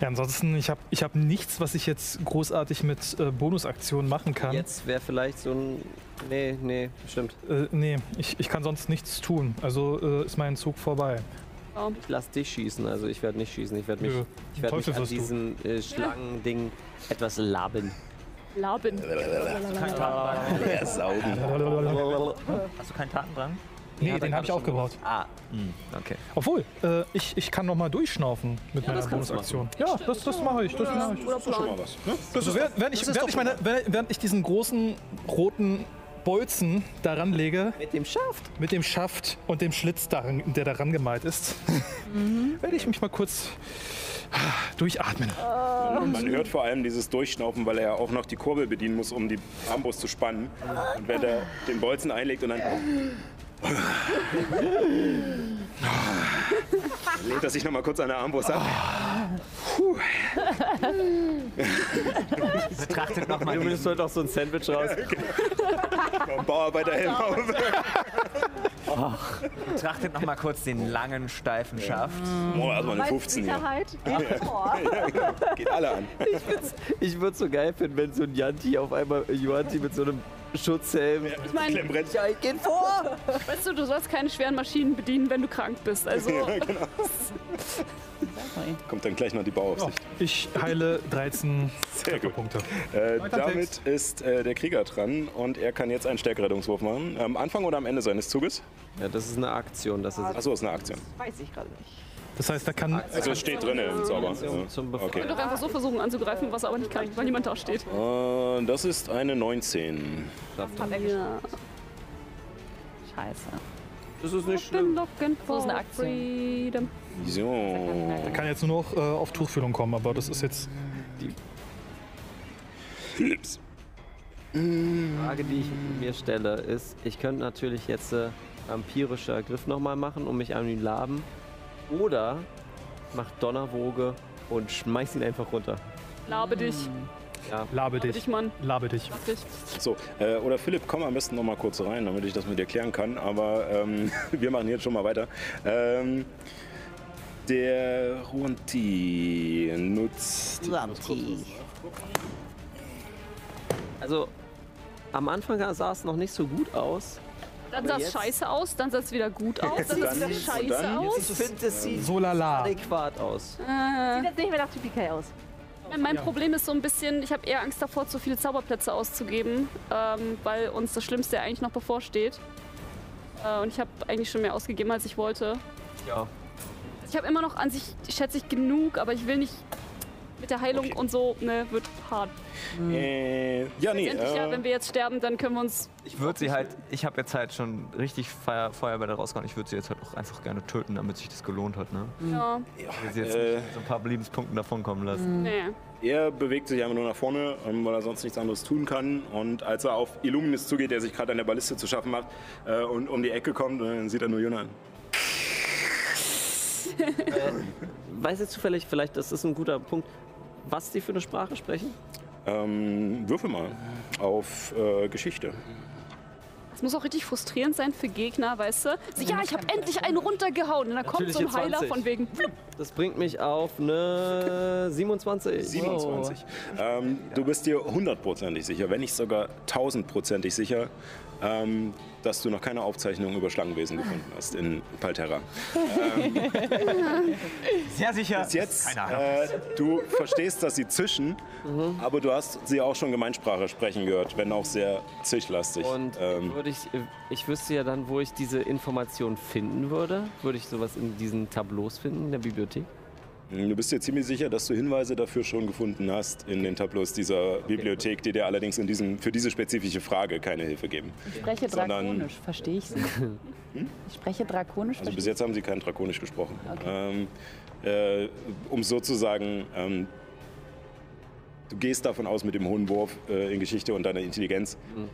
[SPEAKER 5] Ja, ansonsten, ich habe ich hab nichts, was ich jetzt großartig mit äh, Bonusaktionen machen kann.
[SPEAKER 2] Jetzt wäre vielleicht so ein. Nee, nee, stimmt.
[SPEAKER 5] Äh, nee, ich, ich kann sonst nichts tun. Also äh, ist mein Zug vorbei.
[SPEAKER 2] Ich lass dich schießen, also ich werde nicht schießen. Ich werde mich,
[SPEAKER 5] Nö,
[SPEAKER 2] ich werd mich
[SPEAKER 5] Teufel
[SPEAKER 2] an
[SPEAKER 5] wirst du.
[SPEAKER 2] diesem äh, Schlangending etwas laben.
[SPEAKER 8] Laben.
[SPEAKER 1] Ja,
[SPEAKER 10] saugen. Hast du keinen Tatendrang?
[SPEAKER 5] Nee, den habe ich aufgebaut.
[SPEAKER 10] Ah,
[SPEAKER 8] hm,
[SPEAKER 10] okay.
[SPEAKER 5] Obwohl, äh, ich, ich kann noch mal durchschnaufen mit meiner Bonusaktion. Ja, das, das mache ich. Das mache ich.
[SPEAKER 1] Das ist schon mal was. Ne?
[SPEAKER 5] Das ist, Also, während, während, ich, während, ich meine, während, während ich diesen großen roten Bolzen daran lege.
[SPEAKER 2] Mit dem Schaft.
[SPEAKER 5] Mit dem Schaft und dem Schlitz, daran, der daran gemalt ist, werde ich mich mal kurz durchatmen.
[SPEAKER 1] Man hört vor allem dieses Durchschnaufen, weil er ja auch noch die Kurbel bedienen muss, um die Armbrust zu spannen. Und wenn er den Bolzen einlegt und dann lehnt er sich nochmal kurz an der Armbrust ab.
[SPEAKER 10] Betrachtet nochmal
[SPEAKER 2] Du nimmst heute auch so ein Sandwich raus.
[SPEAKER 1] Komm, Bauarbeiterhelm auf.
[SPEAKER 10] Betrachtet noch mal kurz den langen, steifen Schaft.
[SPEAKER 1] Boah, erstmal eine 15 hier.
[SPEAKER 7] Sicherheit
[SPEAKER 6] Ah,
[SPEAKER 7] geht vor.
[SPEAKER 1] Geht alle an.
[SPEAKER 2] Ich würde so geil finden, wenn so ein Yanti auf einmal Yanti mit so einem Schutzhelm.
[SPEAKER 8] Ich meine,
[SPEAKER 1] Klemmbrett.
[SPEAKER 2] Ja, ich geh vor!
[SPEAKER 8] weißt du, du sollst keine schweren Maschinen bedienen, wenn du krank bist. Also,
[SPEAKER 1] genau. Kommt dann gleich noch die Bauaufsicht.
[SPEAKER 5] Ich heile 13 Punkte.
[SPEAKER 1] Äh,
[SPEAKER 5] Weiter
[SPEAKER 1] damit ist äh, der Krieger dran und er kann jetzt einen Stärkerettungswurf machen. Am Anfang oder am Ende seines Zuges?
[SPEAKER 2] Ja, das ist eine Aktion. Das ist
[SPEAKER 1] Achso, ist eine Aktion.
[SPEAKER 7] Weiß ich gerade nicht.
[SPEAKER 5] Das heißt, da kann.
[SPEAKER 1] Also es steht drin im Zauber.
[SPEAKER 2] Aktion Also zum Befreien.
[SPEAKER 1] Okay.
[SPEAKER 8] doch einfach so versuchen anzugreifen, was er aber nicht kann, weil niemand da steht.
[SPEAKER 1] Äh, das ist eine 19.
[SPEAKER 8] Ja.
[SPEAKER 6] Scheiße.
[SPEAKER 2] Das ist nicht
[SPEAKER 8] Bin looking for
[SPEAKER 6] ist eine Aktion.
[SPEAKER 8] freedom.
[SPEAKER 1] So.
[SPEAKER 5] Kann jetzt nur noch äh, auf Tuchfühlung kommen, aber das ist jetzt.
[SPEAKER 2] Die Frage, die ich mir stelle, ist, ich könnte natürlich jetzt äh, vampirischer Griff nochmal machen, um mich an ihn laben. Oder mach Donnerwoge und schmeiß ihn einfach runter.
[SPEAKER 8] Labe dich.
[SPEAKER 5] Hm.
[SPEAKER 2] Ja.
[SPEAKER 5] Labe
[SPEAKER 8] Labe
[SPEAKER 5] dich.
[SPEAKER 8] dich, Mann.
[SPEAKER 5] Labe dich.
[SPEAKER 8] Labe dich.
[SPEAKER 1] So, äh, oder Philipp, komm am besten noch mal kurz rein, damit ich das mit dir klären kann. Aber ähm, wir machen jetzt schon mal weiter. Ähm, der Ruanti nutzt.
[SPEAKER 2] Also, am Anfang sah es noch nicht so gut aus.
[SPEAKER 8] Dann
[SPEAKER 2] Aber
[SPEAKER 8] sah
[SPEAKER 2] jetzt-
[SPEAKER 8] es scheiße aus, dann sah es wieder gut aus, dann sah es wieder scheiße
[SPEAKER 1] dann-
[SPEAKER 8] aus.
[SPEAKER 2] Ich finde, es sieht
[SPEAKER 5] So lala.
[SPEAKER 2] adäquat aus.
[SPEAKER 8] Äh,
[SPEAKER 7] Sieht jetzt nicht mehr nach TPK aus.
[SPEAKER 8] mein Problem ist so ein bisschen, ich habe eher Angst davor, zu viele Zauberplätze auszugeben, ähm, weil uns das Schlimmste ja eigentlich noch bevorsteht. Äh, und ich habe eigentlich schon mehr ausgegeben, als ich wollte.
[SPEAKER 2] Ja.
[SPEAKER 8] Ich habe immer noch an sich, schätze ich, genug, aber ich will nicht Mit der Heilung und so, ne, wird hart.
[SPEAKER 1] Äh, ja, nee.
[SPEAKER 8] Letztendlich, ja,
[SPEAKER 1] äh,
[SPEAKER 8] wenn wir jetzt sterben, dann können wir uns.
[SPEAKER 10] Ich würde sie halt, ich habe jetzt halt schon richtig Feuer, Feuer bei der rausgehauen. Ich würde sie jetzt halt auch einfach gerne töten, damit sich das gelohnt hat, ne?
[SPEAKER 8] Ja.
[SPEAKER 10] Ich will sie jetzt
[SPEAKER 1] Äh. Hm.
[SPEAKER 10] nicht mit so ein paar Lebenspunkten davonkommen lassen.
[SPEAKER 8] Nee.
[SPEAKER 1] Er bewegt sich einfach nur nach vorne, ähm, weil er sonst nichts anderes tun kann. Und als er auf Illuminus zugeht, der sich gerade an der Balliste zu schaffen macht äh, und um die Ecke kommt, äh, sieht er nur Jona an.
[SPEAKER 2] Weiß jetzt zufällig, vielleicht, das ist ein guter Punkt, was die für eine Sprache sprechen?
[SPEAKER 1] Ähm, würfel mal auf äh, Geschichte.
[SPEAKER 8] Es muss auch richtig frustrierend sein für Gegner, weißt du? So, ja, ich habe endlich einen runtergehauen. Und dann kommt
[SPEAKER 2] Natürlich
[SPEAKER 8] so ein
[SPEAKER 2] jetzt
[SPEAKER 8] Heiler
[SPEAKER 2] 20.
[SPEAKER 8] von wegen. Flup.
[SPEAKER 2] Das bringt mich auf eine 27.
[SPEAKER 1] 27. Ähm, du bist dir hundertprozentig sicher, wenn nicht sogar tausendprozentig sicher, ähm, dass du noch keine Aufzeichnung über Schlangenwesen gefunden hast in Palterra.
[SPEAKER 10] Sehr sicher.
[SPEAKER 1] Bis jetzt, äh, du verstehst, dass sie zischen, aber du hast sie auch schon Gemeinsprache sprechen gehört, wenn auch sehr zischlastig. Ähm,
[SPEAKER 2] Und würde ich, ich wüsste ja dann, wo ich diese Information finden würde. Würde ich sowas in diesen Tableaus finden, in der Bibliothek?
[SPEAKER 1] Du bist dir ziemlich sicher, dass du Hinweise dafür schon gefunden hast in den Tableaus dieser Bibliothek, die dir allerdings in diesem, für diese spezifische Frage keine Hilfe geben.
[SPEAKER 6] Ich spreche
[SPEAKER 1] Sondern- Hm?
[SPEAKER 6] drakonisch, verstehe ich sie. Ich spreche drakonisch,
[SPEAKER 1] Also bis
[SPEAKER 6] verstehe
[SPEAKER 1] jetzt haben sie kein Drakonisch gesprochen. Ähm, äh, um sozusagen, ähm, du gehst davon aus mit dem hohen Wurf äh, in Geschichte und deiner Intelligenz,
[SPEAKER 2] Hm.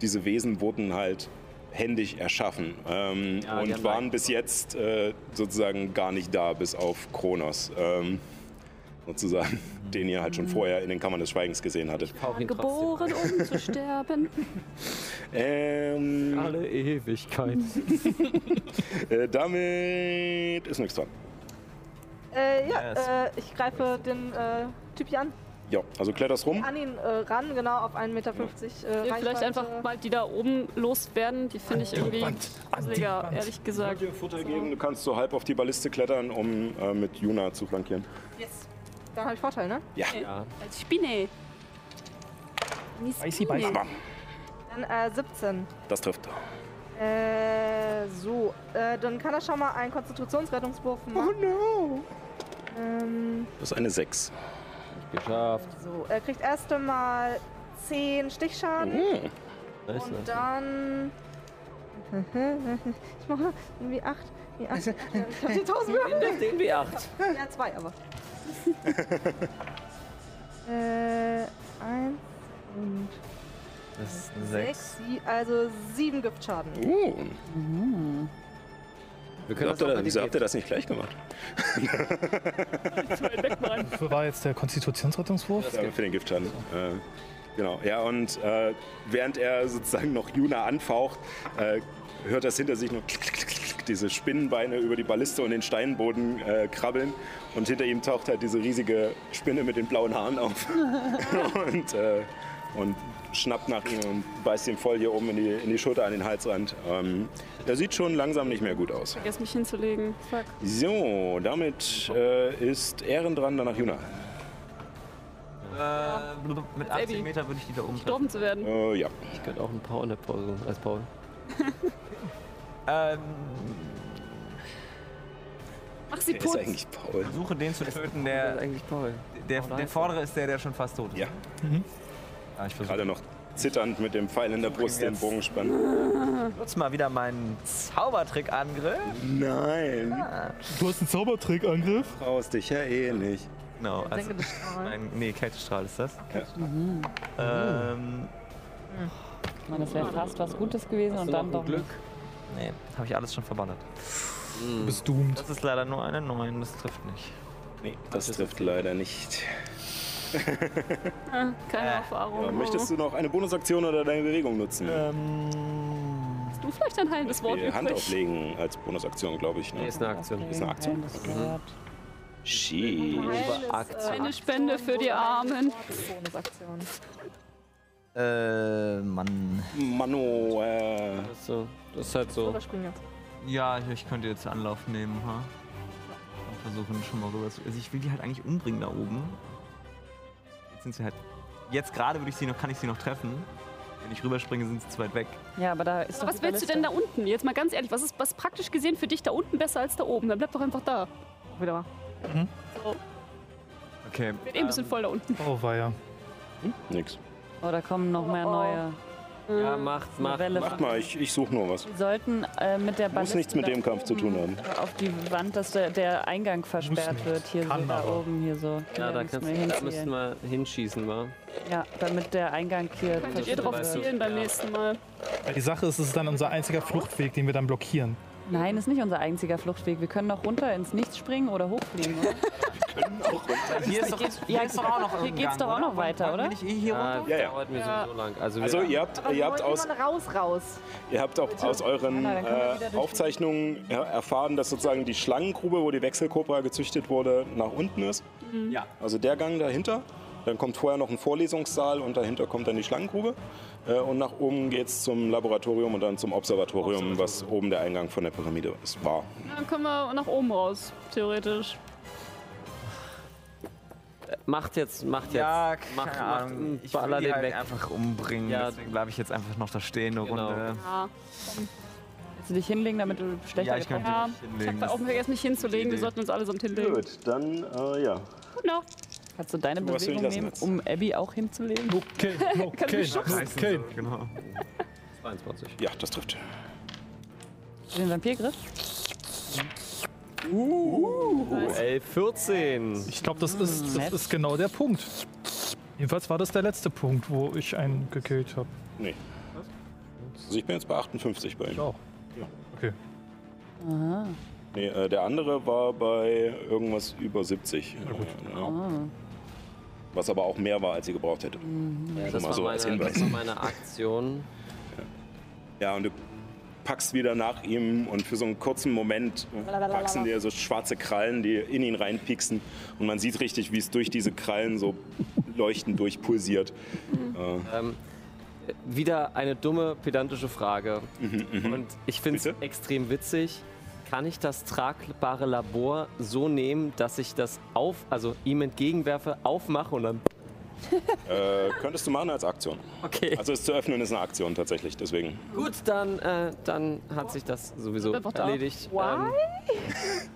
[SPEAKER 1] diese Wesen wurden halt händisch erschaffen ähm,
[SPEAKER 2] Ja, die
[SPEAKER 1] und
[SPEAKER 2] haben
[SPEAKER 1] waren bis jetzt äh, sozusagen gar nicht da, bis auf Kronos. Ähm, sozusagen,
[SPEAKER 2] Hm.
[SPEAKER 1] den ihr halt schon vorher in den Kammern des Schweigens gesehen hattet.
[SPEAKER 8] Geboren, um zu sterben.
[SPEAKER 1] Ähm,
[SPEAKER 2] Alle Ewigkeit.
[SPEAKER 1] äh, damit ist nichts dran.
[SPEAKER 7] Äh, ja,
[SPEAKER 1] Yes.
[SPEAKER 7] äh, ich greife den äh, Typi an.
[SPEAKER 1] Ja, also kletterst rum.
[SPEAKER 7] An ihn äh, ran, genau, auf 1,50 Meter. Äh,
[SPEAKER 8] Ja, vielleicht
[SPEAKER 7] Reichweite.
[SPEAKER 8] einfach mal die da oben loswerden. Die finde ich irgendwie gruseliger, ehrlich gesagt.
[SPEAKER 1] Du kannst so halb auf die Balliste klettern, um äh, mit Juna zu flankieren.
[SPEAKER 7] Yes. Dann habe ich Vorteil, ne?
[SPEAKER 1] Ja.
[SPEAKER 8] Als Spinne.
[SPEAKER 7] Spicy,
[SPEAKER 1] beißy. Aber-
[SPEAKER 7] Dann äh, 17.
[SPEAKER 1] Das trifft.
[SPEAKER 7] Äh, so. Äh, dann kann er schon mal einen Konzentrationsrettungswurf machen. Oh no! Ähm,
[SPEAKER 1] Das ist eine 6.
[SPEAKER 2] Geschafft.
[SPEAKER 7] so, er kriegt erst einmal 10 Stichschaden.
[SPEAKER 2] Nice,
[SPEAKER 7] Und
[SPEAKER 2] nice.
[SPEAKER 7] dann. Ich mache irgendwie 8. Ich hab die 1000
[SPEAKER 2] Nimm
[SPEAKER 7] Würfel.
[SPEAKER 2] den W8.
[SPEAKER 7] Ja, 2 aber. äh, 1 und
[SPEAKER 10] Das ist eine 6.
[SPEAKER 7] 6. Also 7 Giftschaden.
[SPEAKER 1] Uh.
[SPEAKER 2] Wir
[SPEAKER 1] Wieso habt, ihr das, wieso habt ihr das nicht gleich gemacht?
[SPEAKER 5] Wofür war jetzt der Konstitutionsrettungswurf?
[SPEAKER 1] Ja, für den Giftschaden. Äh, genau. Ja, und äh, während er sozusagen noch Juna anfaucht, äh, hört das hinter sich nur klick, klick, klick, klick, diese Spinnenbeine über die Balliste und den Steinboden äh, krabbeln. Und hinter ihm taucht halt diese riesige Spinne mit den blauen Haaren auf. und, äh, und schnappt nach ihm und beißt ihm voll hier oben in die, in die Schulter an den Halsrand. Ähm, er sieht schon langsam nicht mehr gut aus.
[SPEAKER 8] Vergiss mich hinzulegen. Fuck.
[SPEAKER 1] So, damit äh, ist Ehren dran, danach Juna.
[SPEAKER 10] Äh, mit 80 Meter würde ich die da oben treffen.
[SPEAKER 8] Gestorben zu werden.
[SPEAKER 1] Äh, ja.
[SPEAKER 2] Ich könnte auch einen Power in der Pause als Paul.
[SPEAKER 10] Ähm,
[SPEAKER 8] Ach, sie
[SPEAKER 10] Wer ist
[SPEAKER 8] putzt.
[SPEAKER 10] eigentlich
[SPEAKER 1] Paul?
[SPEAKER 10] Versuche den zu töten, der.
[SPEAKER 2] eigentlich Paul.
[SPEAKER 10] Der, der vordere ist der, der schon fast tot ist.
[SPEAKER 1] Ja.
[SPEAKER 10] Ah, ich
[SPEAKER 1] Gerade noch zitternd mit dem Pfeil in der Brust den Bogen spannen.
[SPEAKER 10] Nutz mal wieder meinen Zaubertrickangriff.
[SPEAKER 1] Nein.
[SPEAKER 5] Du hast einen Zaubertrickangriff?
[SPEAKER 1] Traust dich ja eh nicht.
[SPEAKER 10] Genau. Also,
[SPEAKER 6] Kältestrahl.
[SPEAKER 10] mein, nee, Kältestrahl ist das.
[SPEAKER 6] Mhm.
[SPEAKER 10] Ähm,
[SPEAKER 6] ich. Mann, das wäre fast was Gutes gewesen und dann doch nicht.
[SPEAKER 10] nee, habe ich alles schon verballert.
[SPEAKER 5] Du bist doomed.
[SPEAKER 10] Das ist leider nur eine 9, das trifft nicht.
[SPEAKER 1] Nee, das trifft leider nicht.
[SPEAKER 8] Ah, Keine Erfahrung.
[SPEAKER 1] Ja, möchtest du noch eine Bonusaktion oder deine Bewegung nutzen?
[SPEAKER 8] Hast du vielleicht ein heilendes Wort
[SPEAKER 1] Die Hand
[SPEAKER 8] übrig?
[SPEAKER 1] auflegen als Bonusaktion, glaube ich. Ne?
[SPEAKER 2] Nee, ist eine Aktion.
[SPEAKER 1] Ist eine Aktion. Mhm. Sheesh.
[SPEAKER 7] äh,
[SPEAKER 8] Eine Spende für die Armen.
[SPEAKER 7] Bonusaktion.
[SPEAKER 10] Äh, Mann.
[SPEAKER 1] Mano, äh.
[SPEAKER 2] Das ist, so, das ist halt so.
[SPEAKER 7] Oder springen jetzt.
[SPEAKER 10] Ja, ich, ich könnte jetzt Anlauf nehmen, ha? Und versuchen schon mal rüber zu. Also ich will die halt eigentlich umbringen da oben. Jetzt sind sie halt. Jetzt gerade würde ich sie noch, kann ich sie noch treffen. Wenn ich rüberspringe, sind sie zu weit weg.
[SPEAKER 6] Ja, aber da ist
[SPEAKER 8] Aber
[SPEAKER 6] doch
[SPEAKER 8] was
[SPEAKER 6] die
[SPEAKER 8] willst du denn da unten? Jetzt mal ganz ehrlich, was ist was praktisch gesehen für dich da unten besser als da oben? Dann bleib doch einfach da. Wieder mal.
[SPEAKER 10] Okay.
[SPEAKER 8] Bin eh ein bisschen voll da unten.
[SPEAKER 5] Oh, weia.
[SPEAKER 1] Nix.
[SPEAKER 6] Oh, da kommen noch mehr neue.
[SPEAKER 2] Ja, macht, macht.
[SPEAKER 1] Macht mal, ich, ich suche nur was.
[SPEAKER 6] Wir sollten äh, mit der
[SPEAKER 1] Muss
[SPEAKER 6] Balliste
[SPEAKER 1] nichts mit
[SPEAKER 6] da
[SPEAKER 1] dem Kampf zu tun haben.
[SPEAKER 6] oben Auf die Wand, dass der, der Eingang versperrt wird. Hier so, da oben, hier so.
[SPEAKER 2] Ja, da, kannst,
[SPEAKER 6] müssen wir
[SPEAKER 2] da müssten
[SPEAKER 6] hinziehen.
[SPEAKER 2] wir hinschießen, wa?
[SPEAKER 6] Ja, damit der Eingang hier.
[SPEAKER 8] Könnt ihr drauf
[SPEAKER 6] verschwindet.
[SPEAKER 8] zielen beim nächsten Mal?
[SPEAKER 5] Weil die Sache ist, es ist dann unser einziger Fluchtweg, den wir dann blockieren.
[SPEAKER 6] Nein, ist nicht unser einziger Fluchtweg. Wir können noch runter ins Nichts springen oder hochfliegen. Oder?
[SPEAKER 10] Hier ist doch, hier ist doch auch noch
[SPEAKER 6] Hier geht's doch auch noch weiter, oder?
[SPEAKER 10] hier runter?
[SPEAKER 1] Ja, ja.
[SPEAKER 2] Dauert mir
[SPEAKER 7] Ja.
[SPEAKER 2] sowieso lang. Also, wir
[SPEAKER 1] Also ihr habt,
[SPEAKER 7] Aber
[SPEAKER 1] ihr
[SPEAKER 7] wir
[SPEAKER 1] habt
[SPEAKER 7] wollen
[SPEAKER 1] aus,
[SPEAKER 7] immer raus, raus.
[SPEAKER 1] ihr habt auch aus euren
[SPEAKER 7] Ja, dann können wir wieder
[SPEAKER 1] äh,
[SPEAKER 7] durch die-
[SPEAKER 1] Aufzeichnungen ja, erfahren, dass sozusagen die Schlangengrube, wo die Wechselkobra gezüchtet wurde, nach unten ist.
[SPEAKER 7] Mhm.
[SPEAKER 10] Ja.
[SPEAKER 1] Also der Gang dahinter. Dann kommt vorher noch ein Vorlesungssaal und dahinter kommt dann die Schlangengrube. Äh, Und nach oben geht es zum Laboratorium und dann zum Observatorium, was oben der Eingang von der Pyramide ist. War.
[SPEAKER 8] Dann können wir nach oben raus, theoretisch.
[SPEAKER 2] Macht jetzt, macht jetzt.
[SPEAKER 10] Ja,
[SPEAKER 2] macht,
[SPEAKER 10] keine Ahnung.
[SPEAKER 2] macht-
[SPEAKER 10] Ich
[SPEAKER 2] baller
[SPEAKER 10] will die
[SPEAKER 2] den
[SPEAKER 10] halt
[SPEAKER 2] weg.
[SPEAKER 10] einfach umbringen.
[SPEAKER 2] Ja.
[SPEAKER 10] Deswegen bleibe ich jetzt einfach noch da stehen eine
[SPEAKER 2] Genau.
[SPEAKER 10] Runde.
[SPEAKER 8] Ja.
[SPEAKER 6] Willst du dich hinlegen, damit du schlechter
[SPEAKER 10] Ja, ich kann
[SPEAKER 6] getroffen
[SPEAKER 8] Ja,
[SPEAKER 10] mich
[SPEAKER 8] ich
[SPEAKER 10] hinlegen.
[SPEAKER 8] habe auch vergessen, mich hinzulegen. Wir
[SPEAKER 10] Idee.
[SPEAKER 8] sollten uns allesamt hinlegen.
[SPEAKER 1] Gut, dann äh, ja.
[SPEAKER 8] Genau.
[SPEAKER 6] wirst. Kannst du deine
[SPEAKER 1] Du hast
[SPEAKER 6] Bewegung
[SPEAKER 1] dich lassen
[SPEAKER 6] nehmen,
[SPEAKER 1] jetzt.
[SPEAKER 6] um Abby auch hinzulegen?
[SPEAKER 5] Okay,
[SPEAKER 8] Kannst mich schubsen.
[SPEAKER 5] okay.
[SPEAKER 10] Genau.
[SPEAKER 2] 22.
[SPEAKER 1] Ja, das trifft.
[SPEAKER 6] Den Vampirgriff?
[SPEAKER 2] Ey, 14.
[SPEAKER 5] Ich glaube, das ist, das ist genau der Punkt. Jedenfalls war das der letzte Punkt, wo ich einen gekillt habe.
[SPEAKER 1] Nee. Also ich bin jetzt bei 58 bei ihm.
[SPEAKER 5] auch. Okay.
[SPEAKER 6] Aha.
[SPEAKER 1] Nee, äh, der andere war bei irgendwas über 70. Äh, ja.
[SPEAKER 6] Ah.
[SPEAKER 1] Was aber auch mehr war, als ihr gebraucht hättet.
[SPEAKER 2] Ja,
[SPEAKER 1] Schon
[SPEAKER 2] das,
[SPEAKER 1] mal
[SPEAKER 2] war
[SPEAKER 1] so als
[SPEAKER 2] meine, das
[SPEAKER 1] Hinweis.
[SPEAKER 2] war meine Aktion.
[SPEAKER 1] Ja, und du packst wieder nach ihm und für so einen kurzen Moment wachsen dir so schwarze Krallen, die in ihn reinpieksen. Und man sieht richtig, wie es durch diese Krallen so leuchtend durchpulsiert. Äh,
[SPEAKER 2] Ähm, wieder eine dumme, pedantische Frage.
[SPEAKER 10] Mhm,
[SPEAKER 2] Und ich finde es extrem witzig. Kann ich das tragbare Labor so nehmen, dass ich das auf, also ihm entgegenwerfe, aufmache und dann.
[SPEAKER 1] äh, könntest du machen als Aktion.
[SPEAKER 2] Okay.
[SPEAKER 1] Also es zu öffnen ist eine Aktion tatsächlich, deswegen.
[SPEAKER 2] Gut, dann, äh, dann hat sich das sowieso
[SPEAKER 8] Einfach da.
[SPEAKER 2] erledigt. Ähm,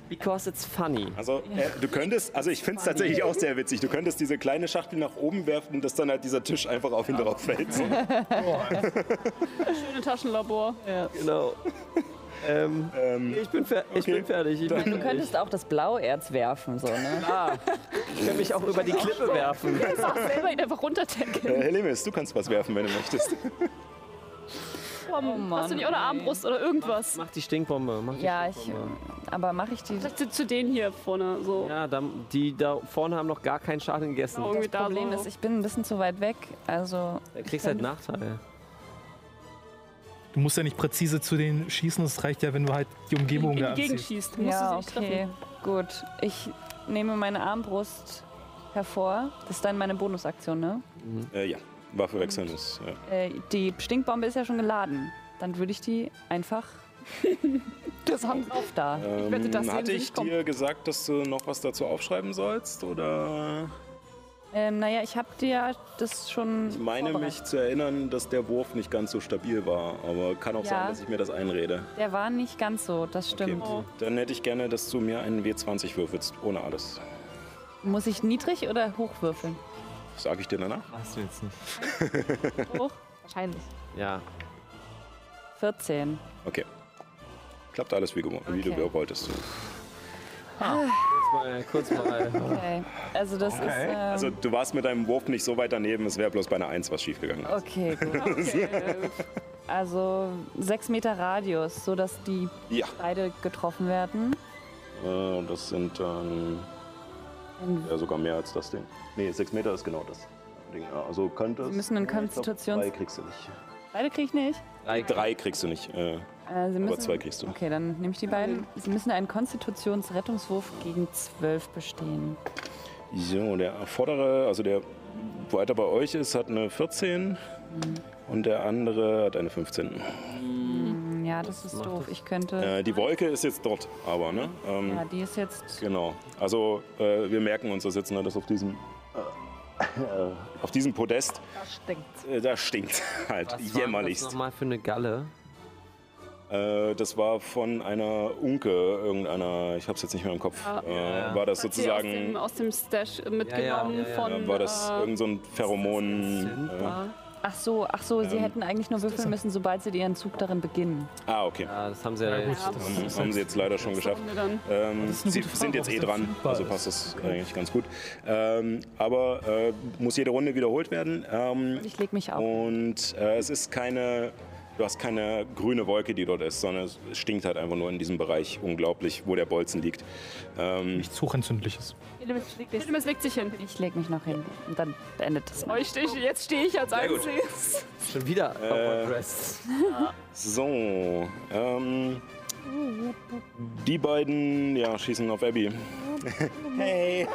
[SPEAKER 2] because it's funny.
[SPEAKER 1] Also äh, du könntest, also ich finde es tatsächlich auch sehr witzig, du könntest diese kleine Schachtel nach oben werfen und dass dann halt dieser Tisch einfach auf ihn drauf fällt. So.
[SPEAKER 8] Schöne Taschenlabor.
[SPEAKER 2] Genau. Ähm, ich bin, fer ich bin fertig. Ich bin
[SPEAKER 6] Du könntest auch das Blauerz werfen, so, ne?
[SPEAKER 2] Ah, ich kann mich auch über die Klippe werfen.
[SPEAKER 8] Auch selber ihn einfach runterdeckeln.
[SPEAKER 1] Äh, Helimis, du kannst was werfen, wenn du möchtest.
[SPEAKER 6] Oh
[SPEAKER 8] Komm, hast du nicht auch eine Armbrust oder irgendwas?
[SPEAKER 2] Mach die Stinkbombe. Mach die
[SPEAKER 6] Ja, ich.
[SPEAKER 2] Stinkbombe.
[SPEAKER 6] Aber mache ich die.
[SPEAKER 8] Vielleicht zu, zu denen hier vorne. So.
[SPEAKER 2] Ja, da, die da vorne haben noch gar keinen Schaden gegessen.
[SPEAKER 8] Irgendwie
[SPEAKER 6] Das
[SPEAKER 8] da
[SPEAKER 6] Problem
[SPEAKER 8] so.
[SPEAKER 6] ist, ich bin ein bisschen zu weit weg. Also.
[SPEAKER 2] Da kriegst du halt Nachteile.
[SPEAKER 5] Du musst ja nicht präzise zu denen schießen, es reicht ja, wenn du halt die Umgebung
[SPEAKER 8] in die
[SPEAKER 5] da
[SPEAKER 8] Gegend
[SPEAKER 5] anziehst.
[SPEAKER 8] schießt. Du musst
[SPEAKER 6] Ja,
[SPEAKER 8] sie nicht
[SPEAKER 6] okay. Gut. Ich nehme meine Armbrust hervor. Das ist dann meine Bonusaktion, ne?
[SPEAKER 1] Äh, ja, Waffe wechseln ist. Ja.
[SPEAKER 6] Äh, die Stinkbombe ist ja schon geladen. Dann würde ich die einfach. das haben auf da.
[SPEAKER 1] Ähm,
[SPEAKER 8] wette, das sehen
[SPEAKER 1] hatte
[SPEAKER 8] sie
[SPEAKER 1] ich
[SPEAKER 8] nicht kommen.
[SPEAKER 1] dir gesagt, dass du noch was dazu aufschreiben sollst? Oder
[SPEAKER 6] Ähm, naja, ich habe dir ja das schon.
[SPEAKER 1] ich meine mich zu erinnern, dass der Wurf nicht ganz so stabil war, aber kann auch
[SPEAKER 6] Ja.
[SPEAKER 1] sein, dass ich mir das einrede.
[SPEAKER 6] Der war nicht ganz so, das stimmt.
[SPEAKER 1] Dann hätte ich gerne, dass du mir einen W20 würfelst, ohne alles.
[SPEAKER 6] Muss ich niedrig oder hoch würfeln?
[SPEAKER 1] Sag ich dir danach?
[SPEAKER 10] Hast du jetzt nicht.
[SPEAKER 7] Hoch? Wahrscheinlich.
[SPEAKER 2] Ja.
[SPEAKER 6] 14.
[SPEAKER 1] Okay. Klappt alles wie, gewo- wie du wolltest.
[SPEAKER 2] Kurz mal. Kurz mal.
[SPEAKER 6] Okay. Also das ist. Ähm,
[SPEAKER 1] Also du warst mit deinem Wurf nicht so weit daneben, es wäre bloß bei einer 1 was schiefgegangen.
[SPEAKER 12] Oh.
[SPEAKER 6] okay, gut.
[SPEAKER 8] Okay.
[SPEAKER 6] Also 6 Meter Radius, sodass die
[SPEAKER 1] Ja.
[SPEAKER 6] beide getroffen werden.
[SPEAKER 1] Äh, das sind dann
[SPEAKER 6] Ein-
[SPEAKER 1] ja, sogar mehr als das Ding. Nee, 6 Meter ist genau das Ding. Ja, Also könnte
[SPEAKER 6] Sie müssen in Konstitutions.
[SPEAKER 1] Drei kriegst du nicht.
[SPEAKER 6] Beide kriege ich nicht.
[SPEAKER 1] Drei, drei kriegst du nicht. Äh,
[SPEAKER 6] Äh, sie müssen,
[SPEAKER 1] aber zwei kriegst du.
[SPEAKER 6] Okay, dann nehme ich die beiden. Sie müssen einen Konstitutionsrettungswurf gegen 12 bestehen.
[SPEAKER 1] So, der vordere, also der weiter bei euch ist, hat eine 14
[SPEAKER 6] Mhm.
[SPEAKER 1] und der andere hat eine 15.
[SPEAKER 6] Hm, Ja, das ist doof. Ich könnte.
[SPEAKER 1] Äh, die Wolke ist jetzt dort, aber, ne? Ähm,
[SPEAKER 6] Ja, die ist jetzt.
[SPEAKER 1] Genau. Also äh, wir merken uns das jetzt, ne, dass auf diesem, äh, äh, auf diesem Podest,
[SPEAKER 7] Das stinkt.
[SPEAKER 1] äh, da stinkt halt
[SPEAKER 2] Was war das
[SPEAKER 1] jämmerlichst.
[SPEAKER 2] nochmal für eine Galle?
[SPEAKER 1] Äh, das war von einer Unke, irgendeiner, ich habe es jetzt nicht mehr im Kopf,
[SPEAKER 8] Ah, Ja.
[SPEAKER 1] äh, war das
[SPEAKER 8] Hat sie Aus
[SPEAKER 1] sozusagen,
[SPEAKER 8] dem, aus dem Stash mitgenommen von.
[SPEAKER 1] war das
[SPEAKER 8] äh,
[SPEAKER 1] irgend so ein Pheromon?
[SPEAKER 8] Zimper?
[SPEAKER 6] Ach so, ach so, sie
[SPEAKER 1] Ähm,
[SPEAKER 6] hätten eigentlich nur würfeln müssen, sobald sie ihren Zug darin beginnen.
[SPEAKER 1] Äh, ah, okay.
[SPEAKER 2] Ja, das haben sie ja,
[SPEAKER 1] Haben,
[SPEAKER 2] jetzt. Das
[SPEAKER 1] haben sie jetzt leider schon geschafft.
[SPEAKER 2] dann.
[SPEAKER 1] Ähm,
[SPEAKER 2] Das ist eine
[SPEAKER 1] sie
[SPEAKER 2] gute Frage,
[SPEAKER 1] sind jetzt
[SPEAKER 2] ob
[SPEAKER 1] eh
[SPEAKER 2] das
[SPEAKER 1] dran,
[SPEAKER 2] verfügbar
[SPEAKER 1] also
[SPEAKER 2] ist.
[SPEAKER 1] passt das eigentlich ganz gut. Ähm, aber äh, muss jede Runde wiederholt werden. Ähm,
[SPEAKER 6] ich leg mich auf.
[SPEAKER 1] Und äh, es ist keine, du hast keine grüne Wolke, die dort ist, sondern es stinkt halt einfach nur in diesem Bereich unglaublich, wo der Bolzen liegt. Ähm,
[SPEAKER 5] Nichts Hochentzündliches.
[SPEAKER 8] Illumis legt sich hin.
[SPEAKER 6] Ich leg mich noch hin und dann beendet das.
[SPEAKER 8] Oh, ich steh, jetzt stehe ich als
[SPEAKER 1] Sehr gut.
[SPEAKER 8] Einziges.
[SPEAKER 2] Schon wieder
[SPEAKER 1] Äh,
[SPEAKER 2] Oppressed.
[SPEAKER 1] So, ähm, die beiden ja, schießen auf Abby. Hey.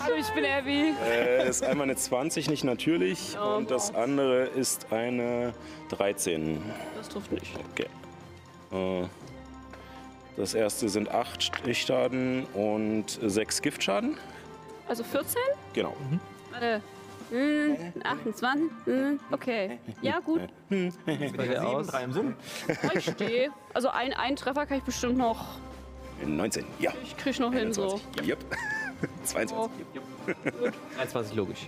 [SPEAKER 8] Hallo, ich bin Abby.
[SPEAKER 1] Äh, ist einmal eine 20 nicht natürlich und das andere ist eine 13.
[SPEAKER 8] Das trifft nicht.
[SPEAKER 1] Okay. Äh, Das erste sind 8 Stichschaden und 6 Giftschaden.
[SPEAKER 8] Also 14?
[SPEAKER 1] Genau.
[SPEAKER 8] Warte. Hm, 28? Hm, okay. Ja, gut.
[SPEAKER 2] Bei der aus.
[SPEAKER 8] Oh, Ich stehe. Also ein, ein Treffer kann ich bestimmt noch.
[SPEAKER 1] 19, ja.
[SPEAKER 8] Ich krieg noch hin so.
[SPEAKER 1] 21, Yep. 22. Yep.
[SPEAKER 2] 21 logisch.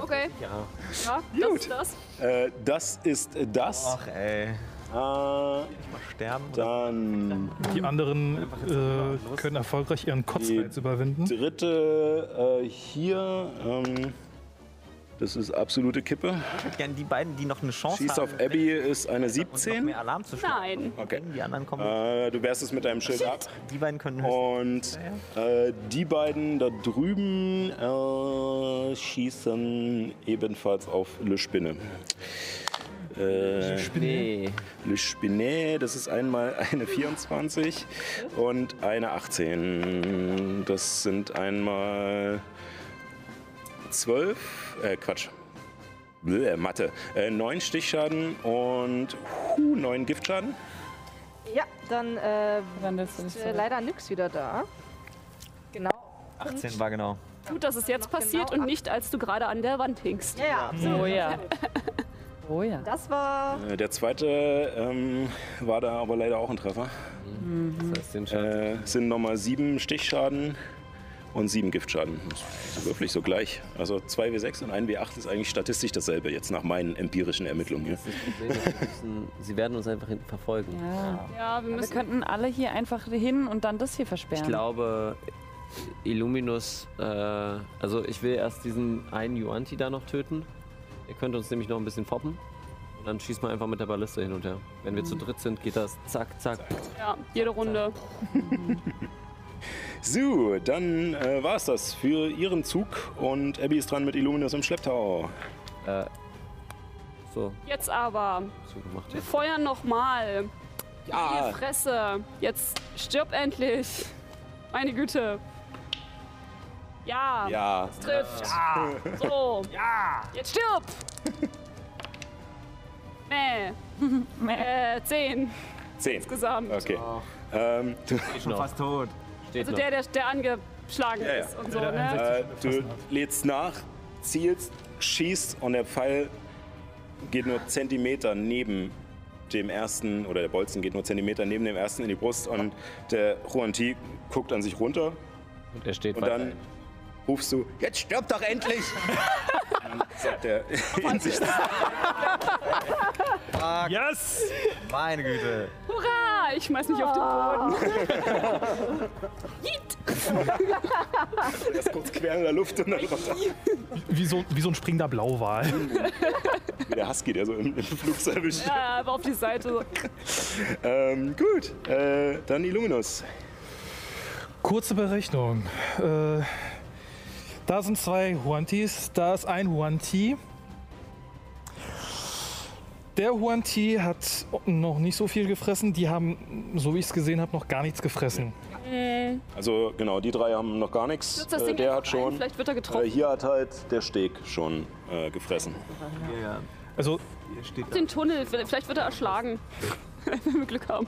[SPEAKER 8] Okay.
[SPEAKER 2] Ja.
[SPEAKER 8] Ja, das ist das.
[SPEAKER 1] Äh, das ist das.
[SPEAKER 10] Ach, ey.
[SPEAKER 1] Äh,
[SPEAKER 10] Sterben.
[SPEAKER 1] dann
[SPEAKER 5] Die anderen äh, können erfolgreich ihren Kotzreiz überwinden.
[SPEAKER 1] dritte äh, hier. Ähm, das ist absolute Kippe.
[SPEAKER 10] Ich hätte gern die beiden, die noch eine Chance
[SPEAKER 1] Schieß
[SPEAKER 10] haben.
[SPEAKER 1] auf Abby ist eine
[SPEAKER 10] noch
[SPEAKER 1] 17.
[SPEAKER 10] mehr Alarm zu
[SPEAKER 8] schlagen.
[SPEAKER 10] Nein. Okay. Die anderen kommen.
[SPEAKER 1] Äh, du wärst es mit deinem Schild ab.
[SPEAKER 10] Die beiden können
[SPEAKER 1] Und äh, die beiden da drüben äh, schießen ebenfalls auf Le Spinne. Äh, Le
[SPEAKER 2] Spinne.
[SPEAKER 1] Le Spinne, das ist einmal eine 24 und eine 18. Das sind einmal 12, äh Quatsch, Bläh, Mathe, äh, 9 Stichschaden und huh, 9 Giftschaden.
[SPEAKER 7] Ja, dann, äh,
[SPEAKER 6] du
[SPEAKER 7] ist
[SPEAKER 6] das
[SPEAKER 7] äh,
[SPEAKER 6] zurück.
[SPEAKER 7] leider nix wieder da. Genau.
[SPEAKER 10] 18 war genau.
[SPEAKER 8] Gut, dass es jetzt passiert und nicht, als du gerade an der Wand hingst.
[SPEAKER 7] Ja, ja, absolut.
[SPEAKER 8] Oh ja.
[SPEAKER 6] Oh ja.
[SPEAKER 7] Das war
[SPEAKER 1] Äh, Der zweite ähm, war da aber leider auch ein Treffer.
[SPEAKER 2] Das heißt, den Sch-
[SPEAKER 1] Äh, sind nochmal sieben Stichschaden und sieben Giftschaden. Das ist wirklich so gleich. Also 2W6 und 1W8 ist eigentlich statistisch dasselbe, jetzt nach meinen empirischen Ermittlungen hier.
[SPEAKER 2] Wir müssen- Sie werden uns einfach hinten verfolgen.
[SPEAKER 6] Ja.
[SPEAKER 8] Ja, wir
[SPEAKER 6] Wir
[SPEAKER 8] müssen.
[SPEAKER 6] könnten alle hier einfach hin und dann das hier versperren.
[SPEAKER 2] Ich glaube, Illuminus, äh, also ich will erst diesen einen Yuanti da noch töten. Ihr könnt uns nämlich noch ein bisschen foppen. Und dann schießt man einfach mit der Balliste hin und her. Wenn wir zu dritt sind, geht das zack, zack.
[SPEAKER 8] Ja, jede Runde.
[SPEAKER 1] So, dann äh, war es das für Ihren Zug und Abby ist dran mit Illuminus im Schlepptau.
[SPEAKER 2] Äh, so,
[SPEAKER 8] Jetzt aber.
[SPEAKER 2] zugemacht.
[SPEAKER 8] Wir feuern nochmal. Ja.
[SPEAKER 1] Ah.
[SPEAKER 8] Die Fresse. Jetzt stirb endlich. Meine Güte. Ja.
[SPEAKER 1] Ja.
[SPEAKER 8] Es trifft. Ja. So. Ja. Jetzt stirb. Mäh. Mäh. Äh, zehn
[SPEAKER 1] Zehn.
[SPEAKER 8] insgesamt.
[SPEAKER 1] Okay. Ähm, du,
[SPEAKER 10] Schon fast tot.
[SPEAKER 2] Steht
[SPEAKER 8] Also der, der, der angeschlagen
[SPEAKER 1] Ja, ja.
[SPEAKER 8] ist und so, ne?
[SPEAKER 1] äh, du lädst nach, zielst, schießt und der Pfeil geht nur Zentimeter neben dem ersten, oder der Bolzen geht nur Zentimeter neben dem ersten in die Brust und der Juan T guckt an sich runter
[SPEAKER 2] Und er steht
[SPEAKER 1] und dann rufst du, jetzt stirb doch endlich! Und dann sagt er in sich
[SPEAKER 10] Fuck.
[SPEAKER 5] Yes!
[SPEAKER 10] Meine Güte.
[SPEAKER 8] Hurra! Ah, Ich schmeiß mich auf den Boden.
[SPEAKER 1] erst kurz quer in der Luft und dann runter.
[SPEAKER 5] Wie so, wie so ein springender Blauwal.
[SPEAKER 1] Wie der Husky, der so im, im Flugzeug erwischt.
[SPEAKER 8] Ja, aber äh, auf die Seite.
[SPEAKER 1] Ähm, gut, äh, dann Illuminus.
[SPEAKER 5] Kurze Berechnung. Äh, da sind zwei Huantis, da ist ein Huanti. Der Huanti hat noch nicht so viel gefressen, die haben, so wie ich es gesehen habe, noch gar nichts gefressen.
[SPEAKER 8] Mhm.
[SPEAKER 1] Also genau, die drei haben noch gar nichts.
[SPEAKER 8] Stürzt das
[SPEAKER 1] Äh,
[SPEAKER 8] Ding
[SPEAKER 1] der
[SPEAKER 8] einfach
[SPEAKER 1] hat schon.
[SPEAKER 8] ein, vielleicht wird er getroffen.
[SPEAKER 1] Äh, hier hat halt der Steg schon äh, gefressen.
[SPEAKER 10] Ja, ja.
[SPEAKER 5] Also,
[SPEAKER 10] Hier steht
[SPEAKER 8] Den Tunnel, vielleicht wird er erschlagen. Wenn wir Glück haben.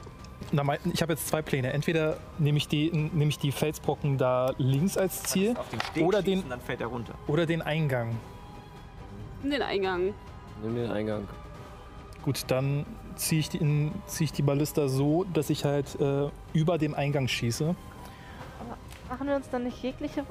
[SPEAKER 5] na, mein, ich habe jetzt zwei Pläne. Entweder nehme ich, die, nehme ich die Felsbrocken da links als Ziel
[SPEAKER 10] auf den Steg
[SPEAKER 5] oder
[SPEAKER 10] schießen,
[SPEAKER 5] den,
[SPEAKER 10] dann fällt er runter.
[SPEAKER 5] oder den Eingang.
[SPEAKER 8] In den Eingang.
[SPEAKER 2] Nimm den Eingang.
[SPEAKER 5] Gut, dann ziehe ich, die in- zieh ich die Ballista so, dass ich halt äh, über dem Eingang schieße.
[SPEAKER 7] Aber machen wir uns dann nicht jegliche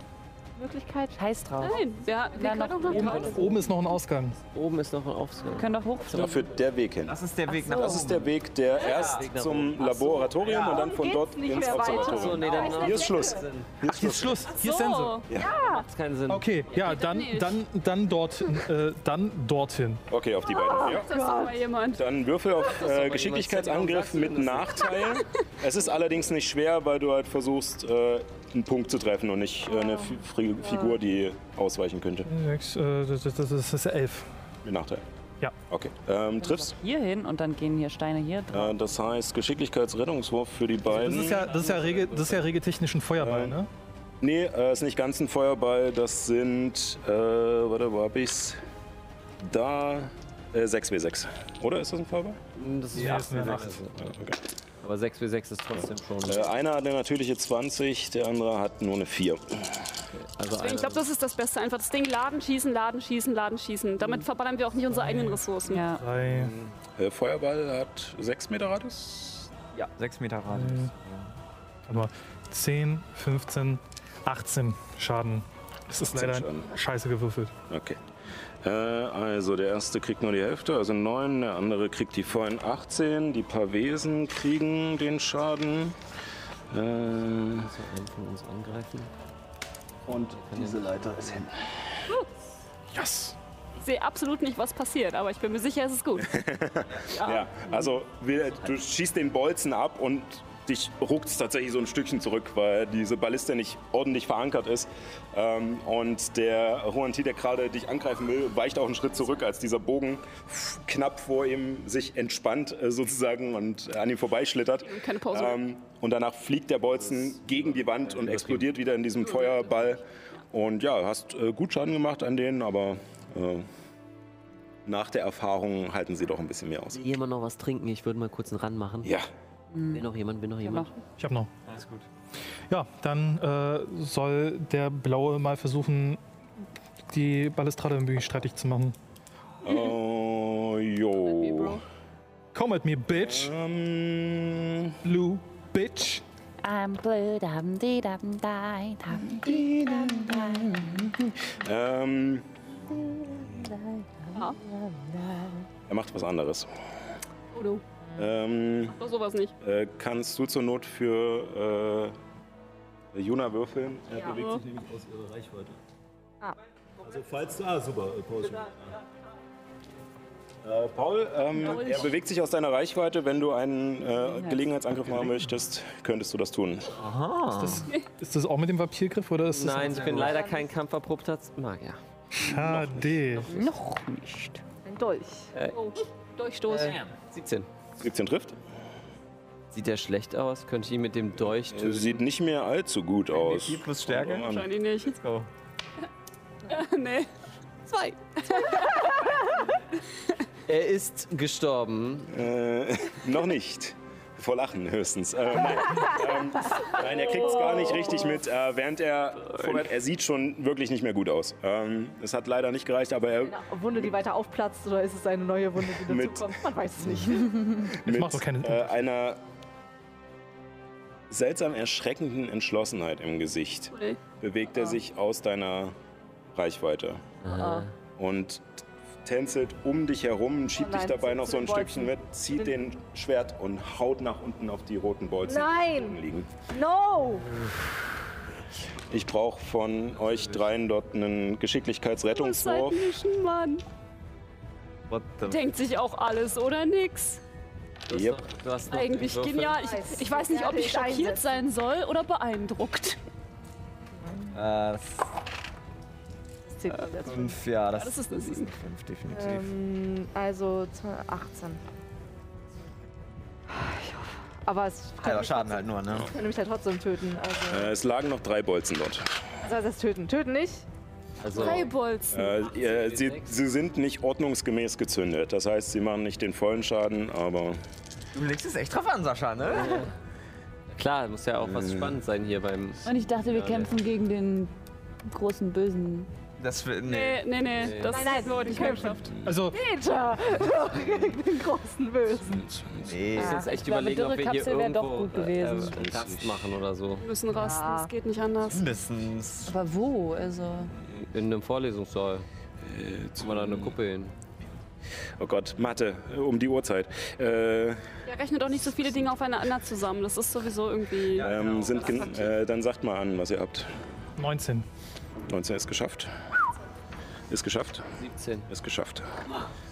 [SPEAKER 7] Möglichkeit?
[SPEAKER 6] Scheiß drauf.
[SPEAKER 8] Nein, wir,
[SPEAKER 6] Ja,
[SPEAKER 8] wir können
[SPEAKER 6] noch
[SPEAKER 8] auch noch
[SPEAKER 6] oben.
[SPEAKER 8] draußen.
[SPEAKER 5] Oben ist noch ein Ausgang.
[SPEAKER 2] Oben ist noch ein Aufsehen.
[SPEAKER 6] können doch hochfliegen.
[SPEAKER 14] Da führt der Weg hin. Das
[SPEAKER 10] ist der Weg
[SPEAKER 2] nach
[SPEAKER 14] Das
[SPEAKER 2] oben.
[SPEAKER 14] ist der Weg, der
[SPEAKER 2] Ja.
[SPEAKER 14] erst
[SPEAKER 2] Weg nach
[SPEAKER 14] zum
[SPEAKER 2] oben. Ach so.
[SPEAKER 14] Laboratorium
[SPEAKER 2] Ja. Also,
[SPEAKER 14] und dann von
[SPEAKER 2] Geht's
[SPEAKER 14] dort
[SPEAKER 2] nicht
[SPEAKER 14] ins
[SPEAKER 2] mehr weiter?
[SPEAKER 14] Observatorium.
[SPEAKER 2] Ach so, Oh, nee, dann-
[SPEAKER 14] hier ist Schluss.
[SPEAKER 2] Hier
[SPEAKER 5] Ach, hier ist Schluss. Hier ist
[SPEAKER 2] so.
[SPEAKER 8] Oh,
[SPEAKER 5] Sense.
[SPEAKER 7] Ja.
[SPEAKER 2] Macht keinen Sinn.
[SPEAKER 5] Okay, ja, dann, dann, dann, dort, äh, dann dorthin.
[SPEAKER 1] Okay, auf die beiden.
[SPEAKER 2] Ah.
[SPEAKER 1] ja.
[SPEAKER 8] Das ist doch mal jemand.
[SPEAKER 1] Dann würfel auf äh, Geschicklichkeitsangriff mit Nachteil. Es ist allerdings nicht schwer, weil du halt versuchst, äh, einen Punkt zu treffen und nicht äh,
[SPEAKER 2] Ah.
[SPEAKER 1] eine Fi Fri- Figur, die ausweichen könnte.
[SPEAKER 5] Sechs, äh, das, das, das ist elf.
[SPEAKER 1] Mit Nachteil.
[SPEAKER 5] Ja.
[SPEAKER 1] Okay. Ähm, triffst.
[SPEAKER 6] Hier hin und dann gehen hier Steine hier drauf.
[SPEAKER 1] Äh, das heißt Geschicklichkeitsrettungswurf für die beiden.
[SPEAKER 5] Das ist ja, das ist ja, rege, das ist ja regeltechnisch ein Feuerball, ne?
[SPEAKER 1] Nee, äh, ist nicht ganz ein Feuerball. Das sind. Äh, warte, wo hab ich's? Da. Äh, 6W6. Oder ist das ein Feuerball?
[SPEAKER 2] Das ist
[SPEAKER 1] Ja,
[SPEAKER 2] acht
[SPEAKER 1] eine
[SPEAKER 2] W
[SPEAKER 1] Acht.
[SPEAKER 2] sechs. Aber 6W6 ist trotzdem schon.
[SPEAKER 1] Äh, einer hat eine natürliche 20, der andere hat nur eine 4.
[SPEAKER 2] Also
[SPEAKER 8] Deswegen, ich glaube, das ist das Beste. Einfach das Ding laden, schießen, laden, schießen, laden, schießen. Damit verballern wir auch nicht unsere eigenen Ressourcen.
[SPEAKER 6] Mhm. Ja.
[SPEAKER 5] Drei.
[SPEAKER 1] Äh, Feuerball hat 6 Meter Radius?
[SPEAKER 10] Ja, 6 Meter Radius.
[SPEAKER 5] Warte mal. 10, 15, 18 Schaden. Das ist
[SPEAKER 1] 18
[SPEAKER 5] leider
[SPEAKER 1] Schaden.
[SPEAKER 5] scheiße gewürfelt.
[SPEAKER 1] Okay. Äh, also der erste kriegt nur die Hälfte, also 9, der andere kriegt die vollen 18, die paar Wesen kriegen den Schaden. Äh,
[SPEAKER 2] einen von uns angreifen.
[SPEAKER 14] Und diese Leiter ist hin.
[SPEAKER 5] Yes!
[SPEAKER 8] Ich sehe absolut nicht, was passiert, aber ich bin mir sicher, es ist gut.
[SPEAKER 1] Ja, also wir, du schießt den Bolzen ab und dich ruckt es tatsächlich so ein Stückchen zurück, weil diese Balliste nicht ordentlich verankert ist. Ähm, und der Hohen T, der gerade dich angreifen will, weicht auch einen Schritt zurück, als dieser Bogen knapp vor ihm sich entspannt äh, sozusagen und an ihm vorbeischlittert.
[SPEAKER 8] Keine Pause.
[SPEAKER 1] Ähm, und danach fliegt der Bolzen gegen die Wand und explodiert wieder in
[SPEAKER 8] Mhm.
[SPEAKER 1] diesem Feuerball. Und ja, hast äh, gut Schaden gemacht an denen, aber äh, nach der Erfahrung halten sie doch ein bisschen mehr aus.
[SPEAKER 2] Will jemand noch was trinken? Ich würde mal kurz einen Ran machen.
[SPEAKER 1] Ja.
[SPEAKER 2] Will noch jemand? Will noch jemand?
[SPEAKER 5] Ich hab noch.
[SPEAKER 10] Alles gut.
[SPEAKER 5] Ja, dann äh, soll der Blaue mal versuchen, die Balustrade irgendwie streitig zu machen.
[SPEAKER 1] Oh, jo.
[SPEAKER 5] Come at me, bitch!
[SPEAKER 1] Um,
[SPEAKER 5] Blue, bitch!
[SPEAKER 6] I'm blue, dum dee dum die, dum dee dum die.
[SPEAKER 1] Ähm,
[SPEAKER 8] Ja.
[SPEAKER 1] er macht was anderes.
[SPEAKER 8] Oh, du.
[SPEAKER 1] Ähm,
[SPEAKER 8] Doch sowas nicht.
[SPEAKER 1] äh, kannst du zur Not für äh, Juna würfeln? Er
[SPEAKER 8] Ja.
[SPEAKER 1] bewegt sich
[SPEAKER 11] nämlich aus ihrer Reichweite.
[SPEAKER 7] Ah.
[SPEAKER 11] Also falls du. Ah, super, äh, Pause.
[SPEAKER 1] Äh, Paul, ähm,
[SPEAKER 11] Paul.
[SPEAKER 1] er bewegt sich aus deiner Reichweite. Wenn du einen äh, Gelegenheitsangriff machen möchtest, könntest du das tun.
[SPEAKER 2] Aha.
[SPEAKER 5] Ist das, ist das auch mit dem Papiergriff oder ist das
[SPEAKER 2] Nein, ich bin leider kein kampferprobter Z- Magier.
[SPEAKER 5] Schade.
[SPEAKER 6] Noch nicht.
[SPEAKER 7] Ein Dolch.
[SPEAKER 2] Äh,
[SPEAKER 8] Oh, Durchstoß.
[SPEAKER 6] Äh.
[SPEAKER 2] 17.
[SPEAKER 1] 17 trifft?
[SPEAKER 2] Sieht der schlecht aus? Könnte ich ihn mit dem Dolch
[SPEAKER 1] Äh,
[SPEAKER 2] töten?
[SPEAKER 1] Sieht nicht mehr allzu gut aus.
[SPEAKER 10] Vier plus Stärke?
[SPEAKER 1] Oh, Mann.
[SPEAKER 8] Wahrscheinlich nicht. Let's
[SPEAKER 10] go.
[SPEAKER 8] nee. Zwei.
[SPEAKER 2] Er ist gestorben.
[SPEAKER 1] Äh, noch nicht. Vor Lachen höchstens. Äh, nein. ähm, nein, er kriegt es gar nicht richtig mit. Äh, während er vorwärts, er sieht schon wirklich nicht mehr gut aus. Ähm, es hat leider nicht gereicht, aber er
[SPEAKER 7] Eine Wunde, die weiter aufplatzt, oder ist es eine neue Wunde, die
[SPEAKER 1] Mit-
[SPEAKER 7] dazukommt? Man weiß es nicht.
[SPEAKER 1] mit äh, einer seltsam erschreckenden Entschlossenheit im Gesicht
[SPEAKER 8] Ui.
[SPEAKER 1] bewegt
[SPEAKER 7] Ah.
[SPEAKER 1] er sich aus deiner Reichweite
[SPEAKER 2] Aha.
[SPEAKER 1] und tänzelt um dich herum, schiebt
[SPEAKER 7] Oh nein,
[SPEAKER 1] dich dabei
[SPEAKER 7] zu-
[SPEAKER 1] noch
[SPEAKER 7] zu
[SPEAKER 1] so ein
[SPEAKER 7] den Bolzen.
[SPEAKER 1] Stückchen mit, zieht den Schwert und haut nach unten auf die roten Bolzen, die
[SPEAKER 7] Nein!
[SPEAKER 1] oben liegen.
[SPEAKER 7] No!
[SPEAKER 1] Ich brauche von euch dreien dort einen
[SPEAKER 8] Was seid
[SPEAKER 1] Geschicklichkeitsrettungswurf.
[SPEAKER 8] nicht ein Mann? Denkt sich auch alles oder nix.
[SPEAKER 1] Yep.
[SPEAKER 2] Du hast noch
[SPEAKER 8] Eigentlich
[SPEAKER 2] den Würfel.
[SPEAKER 8] genial. Ich, ich weiß nicht, ob ich schockiert sein soll oder beeindruckt.
[SPEAKER 10] Äh,
[SPEAKER 7] Zehn plus sechs.
[SPEAKER 10] fünf, ja, das,
[SPEAKER 7] Das
[SPEAKER 10] ist,
[SPEAKER 7] ist-
[SPEAKER 10] das ist eine 5, definitiv.
[SPEAKER 7] Ähm, also zwei- 18. Ich hoffe. Aber es kann,
[SPEAKER 10] ja,
[SPEAKER 7] mich,
[SPEAKER 10] Schaden halt nur, ne?
[SPEAKER 7] kann mich halt trotzdem töten. Also,
[SPEAKER 1] Äh, es lagen noch drei Bolzen dort.
[SPEAKER 7] das heißt, es töten. Töten nicht.
[SPEAKER 1] Also,
[SPEAKER 8] Drei Bolzen.
[SPEAKER 1] äh, äh, sie, sie sind nicht ordnungsgemäß gezündet. Das heißt, sie machen nicht den vollen Schaden, aber
[SPEAKER 10] Du legst es echt drauf an, Sascha, ne?
[SPEAKER 2] Klar, muss ja auch was spannend sein hier beim.
[SPEAKER 6] Und ich dachte, wir
[SPEAKER 2] Ja,
[SPEAKER 6] kämpfen gegen den großen Bösen.
[SPEAKER 10] Das wird.
[SPEAKER 8] Nee, nee, nee, das nein, nein, wurde nicht mehr geschafft.
[SPEAKER 5] Also.
[SPEAKER 7] Peter! Doch, gegen den großen Bösen.
[SPEAKER 2] Ich muss jetzt echt
[SPEAKER 8] Ich glaube,
[SPEAKER 2] überlegen, ob wir hier
[SPEAKER 8] Dürrekapsel wär doch
[SPEAKER 2] irgendwo
[SPEAKER 8] gut gewesen.
[SPEAKER 2] äh, Rast machen oder so.
[SPEAKER 8] Wir müssen rasten, es geht nicht anders.
[SPEAKER 10] Mindestens.
[SPEAKER 6] Aber wo? Also.
[SPEAKER 2] In einem Vorlesungssaal. Jetzt mal da eine Kuppe hin.
[SPEAKER 1] Oh Gott, Mathe, um die Uhrzeit. Äh,
[SPEAKER 8] Ja, rechne doch nicht so viele Dinge aufeinander zusammen. Das ist sowieso irgendwie.
[SPEAKER 1] ähm, sind gen- äh, dann sagt mal an, was ihr habt.
[SPEAKER 5] 19.
[SPEAKER 1] 19 ist geschafft. Ist geschafft.
[SPEAKER 2] 17.
[SPEAKER 1] Ist geschafft.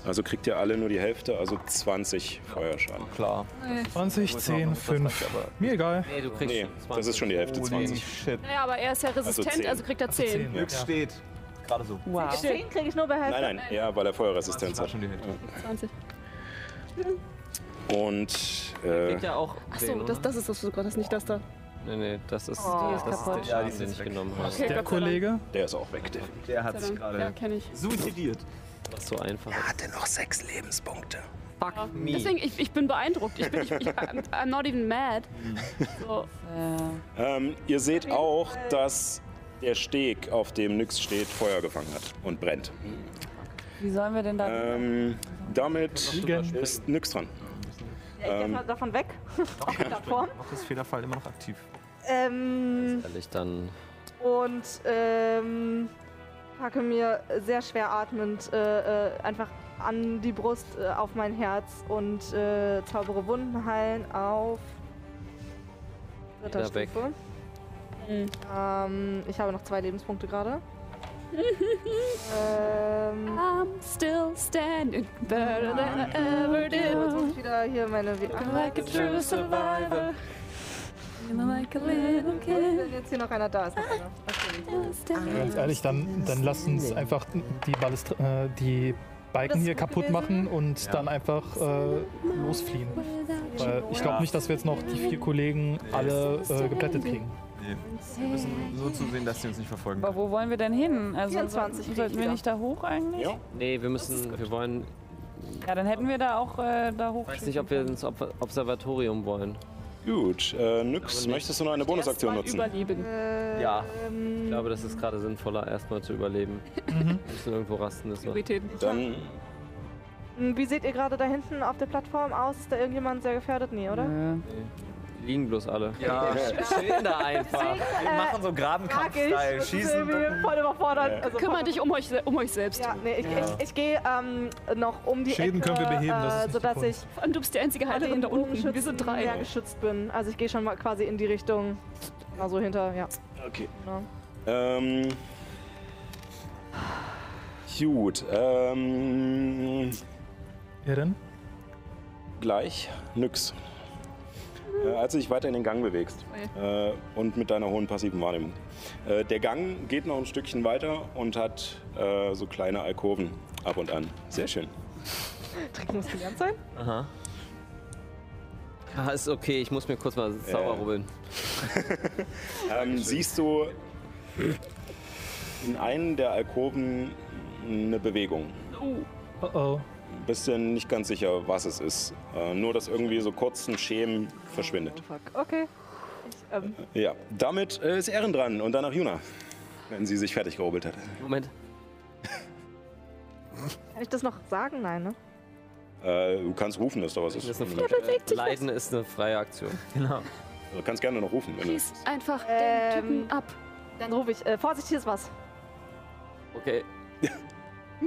[SPEAKER 1] Also kriegt ihr alle nur die Hälfte, also 20 Feuerschaden.
[SPEAKER 10] Klar.
[SPEAKER 5] 20, 10, 5. Mir egal.
[SPEAKER 2] Nee, du
[SPEAKER 1] Nee, das ist schon die Hälfte, 20.
[SPEAKER 8] Naja, aber er ist ja resistent, also,
[SPEAKER 1] zehn.
[SPEAKER 8] kriegt er 10.
[SPEAKER 1] Ja.
[SPEAKER 10] steht. Gerade so.
[SPEAKER 7] Wow. 10 kriege ich nur bei Hälfte.
[SPEAKER 1] Nein, nein, ja, weil er Feuerresistenz hat.
[SPEAKER 8] 20.
[SPEAKER 1] Und äh,
[SPEAKER 2] Kriegt ja auch. ne?
[SPEAKER 8] Achso, das, das ist das, was du gerade hast, nicht das da.
[SPEAKER 2] Nee, nee, das ist,
[SPEAKER 8] Oh, die ist
[SPEAKER 2] das
[SPEAKER 8] kaputt.
[SPEAKER 2] ist
[SPEAKER 8] Ja,
[SPEAKER 2] der,
[SPEAKER 8] die
[SPEAKER 2] den ich genommen
[SPEAKER 8] Okay,
[SPEAKER 2] habe.
[SPEAKER 8] Gott sei Dank. Kollege?
[SPEAKER 1] Der ist auch weg, der.
[SPEAKER 10] Der
[SPEAKER 8] Gott sei Dank. Ja, kenn ich.
[SPEAKER 10] suizidiert.
[SPEAKER 2] Das ist so einfach. Er
[SPEAKER 1] hatte noch sechs Lebenspunkte.
[SPEAKER 2] Fuck me.
[SPEAKER 8] Deswegen, ich, ich bin beeindruckt. Ich bin, ich, ich, I'm, I'm not even mad. So.
[SPEAKER 1] Ähm, ihr seht auch, dass der Steg, auf dem Nyx steht, Feuer gefangen hat und brennt.
[SPEAKER 6] Wie sollen wir denn da.
[SPEAKER 1] Ähm, damit ist Nyx dran.
[SPEAKER 7] Ja, ich
[SPEAKER 1] Ähm,
[SPEAKER 7] gehe davon weg. Auf die Plattform.
[SPEAKER 10] Auch ist Federfall immer noch aktiv.
[SPEAKER 7] Ähm,
[SPEAKER 2] Weil ich dann.
[SPEAKER 7] und ähm, packe mir sehr schwer atmend äh, äh, einfach an die Brust, äh, auf mein Herz und äh, zaubere Wunden heilen auf dritter
[SPEAKER 2] Wieder weg.
[SPEAKER 7] Stufe. Ähm, ich habe noch zwei Lebenspunkte gerade. ähm,
[SPEAKER 8] I'm still standing better than I ever
[SPEAKER 7] jetzt muss
[SPEAKER 8] did.
[SPEAKER 7] ich wieder hier meine... Ach,
[SPEAKER 8] Like a true survivor. Feeling like a little kid.
[SPEAKER 7] wenn jetzt hier noch einer da ist.
[SPEAKER 5] Ganz ehrlich, dann, dann lass uns einfach die, Ballist äh, die Balken hier kaputt machen und dann einfach äh, losfliehen. Weil ich glaube nicht, dass wir jetzt noch die vier Kollegen alle äh, geplättet kriegen.
[SPEAKER 10] Nee. Wir müssen so zusehen, dass sie uns nicht verfolgen.
[SPEAKER 6] Aber wo wollen wir denn hin? Also
[SPEAKER 7] 24
[SPEAKER 6] sollten-
[SPEAKER 7] krieg
[SPEAKER 6] sollten
[SPEAKER 7] ich
[SPEAKER 6] wir
[SPEAKER 7] wieder.
[SPEAKER 6] nicht da hoch eigentlich? Ja.
[SPEAKER 2] Nee, wir müssen. Wir wollen.
[SPEAKER 6] dann hätten wir da auch äh, da hoch.
[SPEAKER 2] Ich weiß nicht, ob wir ins Ob- Observatorium wollen.
[SPEAKER 1] Gut, äh, Nyx, möchtest du noch eine Bonusaktion nutzen?
[SPEAKER 8] Überleben.
[SPEAKER 2] Ja. Ich
[SPEAKER 7] Ähm,
[SPEAKER 2] glaube, das ist gerade sinnvoller, erstmal zu überleben.
[SPEAKER 6] Mhm.
[SPEAKER 2] Wir müssen irgendwo rasten. Das war.
[SPEAKER 8] Prioritäten.
[SPEAKER 1] Dann
[SPEAKER 7] Hm, Wie seht ihr gerade da hinten auf der Plattform aus? Ist da irgendjemand sehr gefährdet? Nee, oder?
[SPEAKER 2] liegen bloß alle.
[SPEAKER 10] Ja.
[SPEAKER 2] Schön da einfach.
[SPEAKER 10] Wir machen so Grabenkampf-Style. Schießen.
[SPEAKER 7] irgendwie voll überfordert. Also
[SPEAKER 8] Kümmer
[SPEAKER 7] voll-
[SPEAKER 8] dich um euch, se- um euch selbst.
[SPEAKER 7] Ja, nee, ich, ich, ich gehe ähm, noch um die
[SPEAKER 5] Schäden
[SPEAKER 7] Ecke,
[SPEAKER 5] können wir beheben, das ist
[SPEAKER 7] äh,
[SPEAKER 5] nicht
[SPEAKER 7] sodass
[SPEAKER 5] die Kunst.
[SPEAKER 7] ich
[SPEAKER 8] Vor allem, du bist die einzige Heilerin da unten. Wir sind drei.
[SPEAKER 7] mehr geschützt bin. Also ich gehe schon mal quasi in die Richtung, also hinter, ja.
[SPEAKER 1] Okay.
[SPEAKER 7] Genau.
[SPEAKER 1] Ähm, gut. Ähm,
[SPEAKER 5] Ja, dann?
[SPEAKER 1] gleich nix. Äh, als du dich weiter in den Gang bewegst äh, und mit deiner hohen passiven Wahrnehmung. Äh, der Gang geht noch ein Stückchen weiter und hat äh, so kleine Alkoven ab und an. Sehr schön.
[SPEAKER 7] Trick muss gelernt sein.
[SPEAKER 2] Aha. Ah, ist okay, ich muss mir kurz mal sauber rubbeln.
[SPEAKER 1] Ähm, siehst du in einem der Alkoven eine Bewegung?
[SPEAKER 5] Oh oh.
[SPEAKER 1] Bist du nicht ganz sicher, was es ist? Äh, nur, dass irgendwie so kurz ein Schemen verschwindet.
[SPEAKER 7] Okay. Ich, ähm,
[SPEAKER 1] Ja, damit äh, ist Erin dran und danach Juna, wenn sie sich fertig gehobelt hat.
[SPEAKER 2] Moment.
[SPEAKER 7] kann ich das noch sagen? Nein, ne?
[SPEAKER 1] Äh, du kannst rufen, dass da was ist.
[SPEAKER 2] Das ist eine
[SPEAKER 1] Du
[SPEAKER 2] freie, Leiden ist eine freie Aktion. Genau.
[SPEAKER 1] kannst gerne noch rufen. Wenn du,
[SPEAKER 8] Schieß einfach den
[SPEAKER 7] Ähm,
[SPEAKER 8] Typen ab.
[SPEAKER 7] Dann rufe ich, äh, Vorsicht, hier ist was.
[SPEAKER 2] Okay.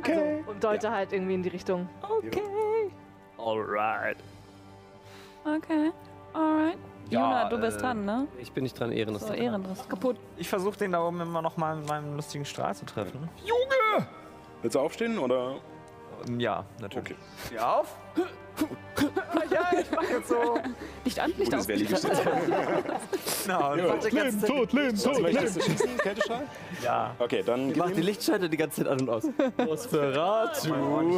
[SPEAKER 7] Also, und deute halt irgendwie in die Richtung.
[SPEAKER 6] Okay.
[SPEAKER 2] Alright.
[SPEAKER 6] Okay. Alright.
[SPEAKER 10] Ja,
[SPEAKER 6] Juna, du bist
[SPEAKER 10] äh,
[SPEAKER 6] dran, ne?
[SPEAKER 2] Ich bin nicht dran, Ehren ist
[SPEAKER 6] So,
[SPEAKER 2] dran.
[SPEAKER 6] Ehren ist
[SPEAKER 8] kaputt.
[SPEAKER 10] Ich versuche den da oben immer noch mal in meinem lustigen Strahl zu treffen.
[SPEAKER 1] willst du aufstehen oder?
[SPEAKER 10] Ähm, Ja, natürlich.
[SPEAKER 1] Okay.
[SPEAKER 10] Steh auf. ja, ich mach jetzt so.
[SPEAKER 8] Licht an, Licht aus.
[SPEAKER 1] Gutes Valley gestimmt.
[SPEAKER 10] Na,
[SPEAKER 1] Ja.
[SPEAKER 10] warte, ganz-
[SPEAKER 5] tot, Leben,
[SPEAKER 1] Was möchtest du schießen? Kälteschall?
[SPEAKER 10] Ja.
[SPEAKER 1] Okay, dann
[SPEAKER 2] Mach die Lichtschalter die ganze Zeit an und aus.
[SPEAKER 10] Oh
[SPEAKER 2] Nosferatu.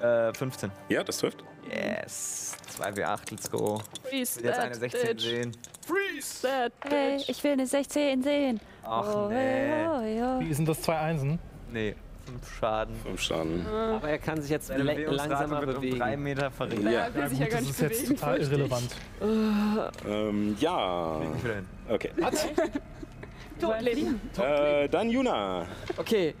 [SPEAKER 10] Äh, 15.
[SPEAKER 1] Ja, das trifft.
[SPEAKER 10] Yes. 2W8, let's go. Ich
[SPEAKER 8] Freeze
[SPEAKER 10] will jetzt
[SPEAKER 8] that
[SPEAKER 10] eine 16
[SPEAKER 8] bitch.
[SPEAKER 10] sehen.
[SPEAKER 8] Freeze that
[SPEAKER 6] Hey,
[SPEAKER 8] bitch.
[SPEAKER 6] ich will eine 16 sehen.
[SPEAKER 10] Ach nee.
[SPEAKER 6] Oh, ja.
[SPEAKER 5] Wie sind das zwei Einsen?
[SPEAKER 10] Nee. 5 Schaden.
[SPEAKER 1] Fünf Schaden.
[SPEAKER 2] Aber er kann sich jetzt
[SPEAKER 10] Seine
[SPEAKER 2] le-
[SPEAKER 10] Bewegungsrate
[SPEAKER 2] langsamer
[SPEAKER 10] wird um 3
[SPEAKER 2] bewegen.
[SPEAKER 10] Meter verringert.
[SPEAKER 8] Ja, will sich ja gar
[SPEAKER 5] Das
[SPEAKER 8] nicht
[SPEAKER 5] ist jetzt
[SPEAKER 8] bewegen.
[SPEAKER 5] total irrelevant.
[SPEAKER 1] Ähm, ja.
[SPEAKER 10] Ich will hin.
[SPEAKER 1] Okay.
[SPEAKER 8] Totleben.
[SPEAKER 1] Äh, dann Juna.
[SPEAKER 2] Okay,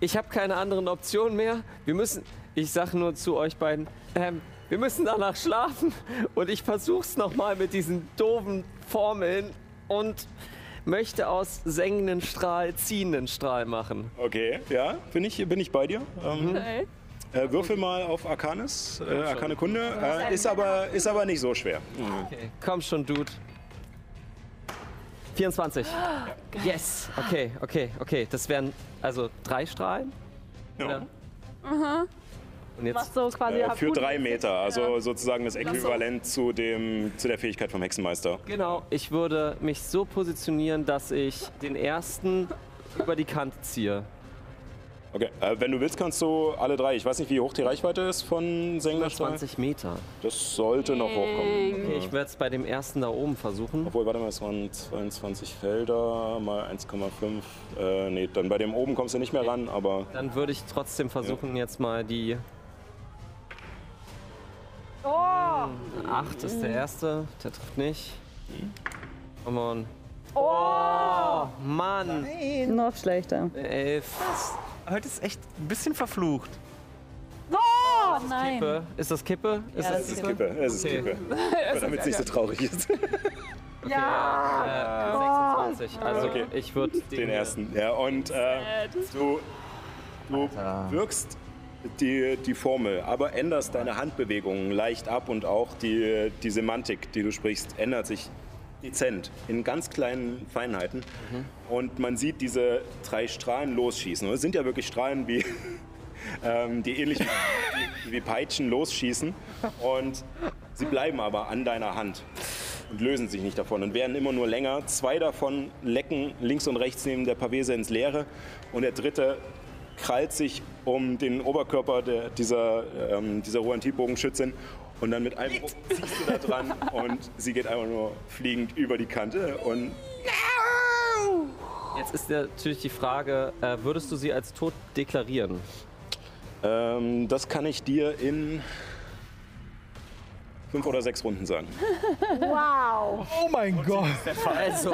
[SPEAKER 2] ich habe keine anderen Optionen mehr. Wir müssen, ich sag nur zu euch beiden, ähm, wir müssen danach schlafen und ich versuch's nochmal mit diesen doofen Formeln und möchte aus sengenden Strahl ziehenden Strahl machen.
[SPEAKER 1] Okay, ja, bin ich, bin ich bei dir. Ähm, Äh, würfel mal auf Arcanis, äh, Arcane Kunde. Äh, ist, aber, ist aber nicht so schwer. Mhm.
[SPEAKER 2] Komm schon, Dude. 24. Yes. Okay, okay, okay. Das wären also drei Strahlen. Oder?
[SPEAKER 7] Aha.
[SPEAKER 2] Und jetzt
[SPEAKER 7] Machst so quasi
[SPEAKER 1] Äh, für
[SPEAKER 7] Harpunen.
[SPEAKER 1] drei Meter, also sozusagen das
[SPEAKER 7] Ach so.
[SPEAKER 1] Äquivalent zu, dem, zu der Fähigkeit vom Hexenmeister.
[SPEAKER 2] Genau, ich würde mich so positionieren, dass ich den ersten über die Kante ziehe.
[SPEAKER 1] Okay, äh, wenn du willst, kannst du alle drei. Ich weiß nicht, wie hoch die Reichweite ist von Sengler
[SPEAKER 2] 20 Meter.
[SPEAKER 1] Das sollte noch hochkommen.
[SPEAKER 2] Okay, ich werde es bei dem ersten da oben versuchen.
[SPEAKER 1] Obwohl, warte mal, es waren 22 Felder mal 1,5. Äh, nee, dann bei dem oben kommst du nicht mehr ran, aber.
[SPEAKER 2] Dann würde ich trotzdem versuchen, jetzt mal die
[SPEAKER 7] Oh!
[SPEAKER 2] 8 ist der erste. Der trifft nicht. Come on.
[SPEAKER 7] Oh!
[SPEAKER 2] Mann!
[SPEAKER 13] Noch schlechter.
[SPEAKER 2] Elf.
[SPEAKER 10] Heute ist echt ein bisschen verflucht.
[SPEAKER 7] Oh!
[SPEAKER 2] Kippe. Ist das Kippe? Ist
[SPEAKER 13] Ja,
[SPEAKER 2] das,
[SPEAKER 13] das ist
[SPEAKER 1] Kippe, es ist Kippe. Aber damit es nicht so traurig ist.
[SPEAKER 2] Ja! Äh, 26. Also
[SPEAKER 1] Okay.
[SPEAKER 2] ich würde den,
[SPEAKER 1] Den ersten. Ja, und äh, du, du wirkst die, die Formel, aber änderst deine Handbewegungen leicht ab und auch die, die Semantik, die du sprichst, ändert sich dezent in ganz kleinen Feinheiten. Und man sieht diese drei Strahlen losschießen. Und es sind ja wirklich Strahlen wie. Ähm, die ähnlich wie, wie Peitschen losschießen und sie bleiben aber an deiner Hand und lösen sich nicht davon und werden immer nur länger. Zwei davon lecken links und rechts neben der Pavese ins Leere und der dritte krallt sich um den Oberkörper der, dieser, ähm, dieser Ruanti-Bogenschützin und dann mit einem Ruck ziehst du da dran und sie geht einfach nur fliegend über die Kante und
[SPEAKER 2] Jetzt ist natürlich die Frage, äh, würdest du sie als tot deklarieren?
[SPEAKER 1] ähm, das kann ich dir in fünf oder sechs Runden sagen.
[SPEAKER 7] Wow!
[SPEAKER 5] Oh mein Gott.
[SPEAKER 2] Also,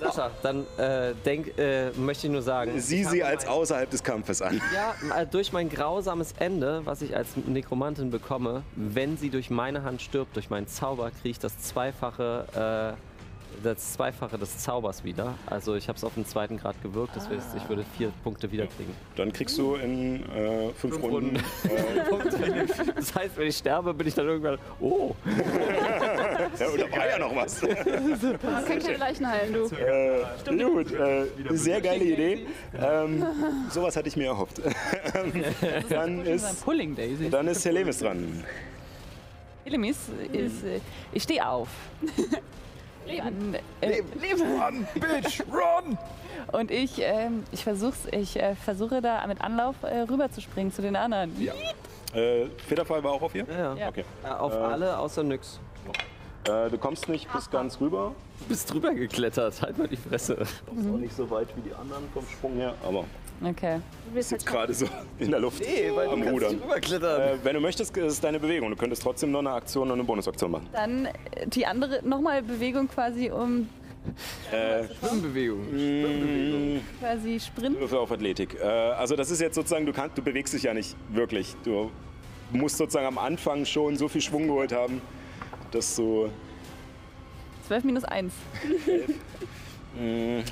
[SPEAKER 2] Sascha, dann äh, denk, äh, möchte ich nur sagen.
[SPEAKER 1] Sieh
[SPEAKER 2] ich
[SPEAKER 1] sie
[SPEAKER 2] habe
[SPEAKER 1] als außerhalb des Kampfes an.
[SPEAKER 2] Ja, äh, durch mein grausames Ende, was ich als Nekromantin bekomme, wenn sie durch meine Hand stirbt, durch meinen Zauber, kriege ich das Zweifache, äh, das Zweifache des Zaubers wieder. Also ich habe es auf den zweiten Grad gewirkt, das heißt, ich würde vier Punkte wiederkriegen.
[SPEAKER 1] Dann kriegst du in äh, fünf, Runden.
[SPEAKER 2] Das heißt, wenn ich sterbe, bin ich dann irgendwann, oh.
[SPEAKER 1] ja, und da war ja noch was.
[SPEAKER 8] Man kann keine Leichen heilen, du.
[SPEAKER 1] äh, gut, äh, sehr geile Idee. Ähm, sowas hatte ich mir erhofft. Ähm, dann, ist,
[SPEAKER 13] Pulling Daisy.
[SPEAKER 1] dann ist Helemis dran.
[SPEAKER 6] Elemis ist. äh, Ich stehe auf. Leben. Leben.
[SPEAKER 4] Run, bitch, run!
[SPEAKER 6] Und ich, ähm, ich, versuch's, ich äh, versuche da mit Anlauf äh, rüberzuspringen zu den anderen.
[SPEAKER 1] Ja. Äh, Federfall war auch auf ihr?
[SPEAKER 2] Ja,
[SPEAKER 6] Ja.
[SPEAKER 1] Okay.
[SPEAKER 2] Äh, Auf
[SPEAKER 1] Äh,
[SPEAKER 2] alle außer nix.
[SPEAKER 1] Äh, du kommst nicht bis ganz rüber.
[SPEAKER 2] Du bist drüber geklettert, halt mal die Fresse.
[SPEAKER 9] Ist auch nicht so weit wie die anderen vom Sprung her.
[SPEAKER 1] Aber
[SPEAKER 6] Okay.
[SPEAKER 7] Du bist halt
[SPEAKER 1] gerade so in der Luft
[SPEAKER 2] Nee, weil du
[SPEAKER 1] am
[SPEAKER 2] kannst
[SPEAKER 1] Rudern.
[SPEAKER 2] nicht rüberklettern.
[SPEAKER 1] Äh, wenn du möchtest, ist es deine Bewegung. Du könntest trotzdem noch eine Aktion und eine Bonusaktion machen.
[SPEAKER 6] Dann äh, die andere, nochmal Bewegung quasi um
[SPEAKER 1] Äh,
[SPEAKER 2] Schwimmbewegung.
[SPEAKER 1] Schwimmbewegung.
[SPEAKER 6] quasi Sprint.
[SPEAKER 1] Würfel auf Athletik. Äh, also das ist jetzt sozusagen, du, kann, du bewegst dich ja nicht wirklich. Du musst sozusagen am Anfang schon so viel Schwung geholt haben, dass du...
[SPEAKER 6] 12 minus 1.
[SPEAKER 1] mh,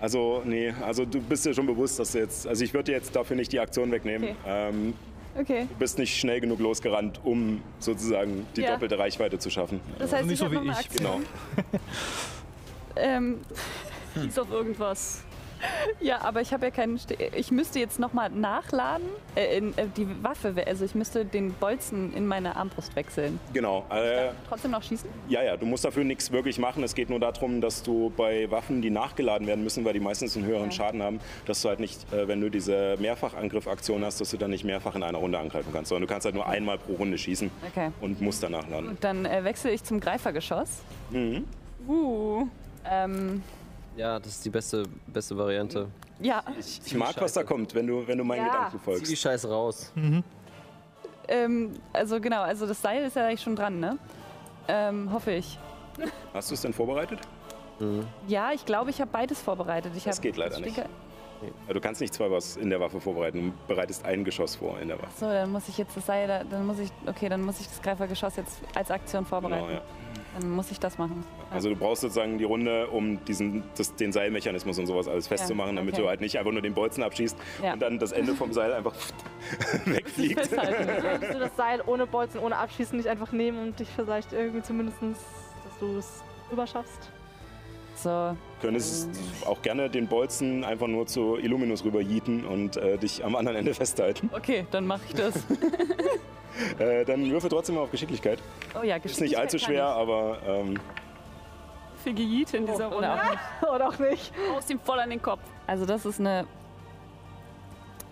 [SPEAKER 1] also nee, also du bist dir schon bewusst, dass du jetzt... Also ich würde dir jetzt dafür nicht die Aktion wegnehmen.
[SPEAKER 6] Okay.
[SPEAKER 1] Ähm,
[SPEAKER 6] Okay.
[SPEAKER 1] du bist nicht schnell genug losgerannt, um sozusagen die
[SPEAKER 6] Ja.
[SPEAKER 1] doppelte Reichweite zu schaffen.
[SPEAKER 8] Das heißt,
[SPEAKER 5] Also Nicht
[SPEAKER 8] ich
[SPEAKER 5] so
[SPEAKER 8] hab
[SPEAKER 5] wie
[SPEAKER 8] noch eine
[SPEAKER 5] ich.
[SPEAKER 8] Aktion.
[SPEAKER 1] Genau.
[SPEAKER 6] Ähm,
[SPEAKER 8] Ist auf irgendwas.
[SPEAKER 6] ja, aber ich habe ja keinen. Ste ich müsste jetzt nochmal nachladen. Äh, in, äh, die Waffe, we- also ich müsste den Bolzen in meine Armbrust wechseln.
[SPEAKER 1] Genau. Äh,
[SPEAKER 6] Trotzdem noch schießen?
[SPEAKER 1] Ja, ja, du musst dafür nichts wirklich machen. Es geht nur darum, dass du bei Waffen, die nachgeladen werden müssen, weil die meistens einen höheren Schaden haben, dass du halt nicht, äh, wenn du diese Mehrfachangriffaktion hast, dass du dann nicht mehrfach in einer Runde angreifen kannst, sondern du kannst halt nur einmal pro Runde schießen
[SPEAKER 6] Okay.
[SPEAKER 1] und musst dann nachladen.
[SPEAKER 6] Gut, dann äh, wechsle ich zum Greifergeschoss.
[SPEAKER 1] Mhm.
[SPEAKER 6] Uh. Ähm,
[SPEAKER 2] Ja, das ist die beste, beste Variante.
[SPEAKER 6] ja,
[SPEAKER 1] Ich mag, was da kommt, wenn du, wenn du meinen
[SPEAKER 6] Ja.
[SPEAKER 1] Gedanken
[SPEAKER 2] Zieh die
[SPEAKER 1] folgst.
[SPEAKER 2] Scheiße raus.
[SPEAKER 6] ähm, also genau, also das Seil ist ja eigentlich schon dran, ne? Ähm, hoffe ich.
[SPEAKER 1] Hast du es denn vorbereitet? Mhm.
[SPEAKER 6] Ja, ich glaube, ich habe beides vorbereitet. Ich
[SPEAKER 1] Das
[SPEAKER 6] hab-
[SPEAKER 1] geht leider
[SPEAKER 6] ich
[SPEAKER 1] nicht.
[SPEAKER 6] denke-
[SPEAKER 1] Du kannst nicht zwei was in der Waffe vorbereiten. Du bereitest ein Geschoss vor in der Waffe.
[SPEAKER 6] So, dann muss ich jetzt das Seil, da- dann muss ich, okay, dann muss ich das Greifergeschoss jetzt als Aktion vorbereiten.
[SPEAKER 1] Genau, ja.
[SPEAKER 6] Dann muss ich das machen.
[SPEAKER 1] Also du brauchst sozusagen die Runde, um diesen, das, den Seilmechanismus und sowas alles festzumachen, damit
[SPEAKER 6] okay.
[SPEAKER 1] du halt nicht einfach nur den Bolzen abschießt
[SPEAKER 6] Ja.
[SPEAKER 1] und dann das Ende vom Seil einfach wegfliegt.
[SPEAKER 7] Kannst du das Seil ohne Bolzen, ohne Abschießen nicht einfach nehmen und dich vielleicht irgendwie zumindest, dass du es überschaffst?
[SPEAKER 6] So.
[SPEAKER 1] Könntest auch gerne den Bolzen einfach nur zu Illuminus rüber yeeten und äh, dich am anderen Ende festhalten.
[SPEAKER 6] Okay, dann mache ich das.
[SPEAKER 1] Äh, dann würfe trotzdem mal auf Geschicklichkeit.
[SPEAKER 6] Oh ja,
[SPEAKER 1] Ist nicht allzu schwer, aber ähm,
[SPEAKER 8] Viel Gejiet in
[SPEAKER 3] Oh,
[SPEAKER 8] dieser Runde.
[SPEAKER 7] Oder auch nicht.
[SPEAKER 8] Aus ihm voll an den Kopf.
[SPEAKER 6] Also das ist eine,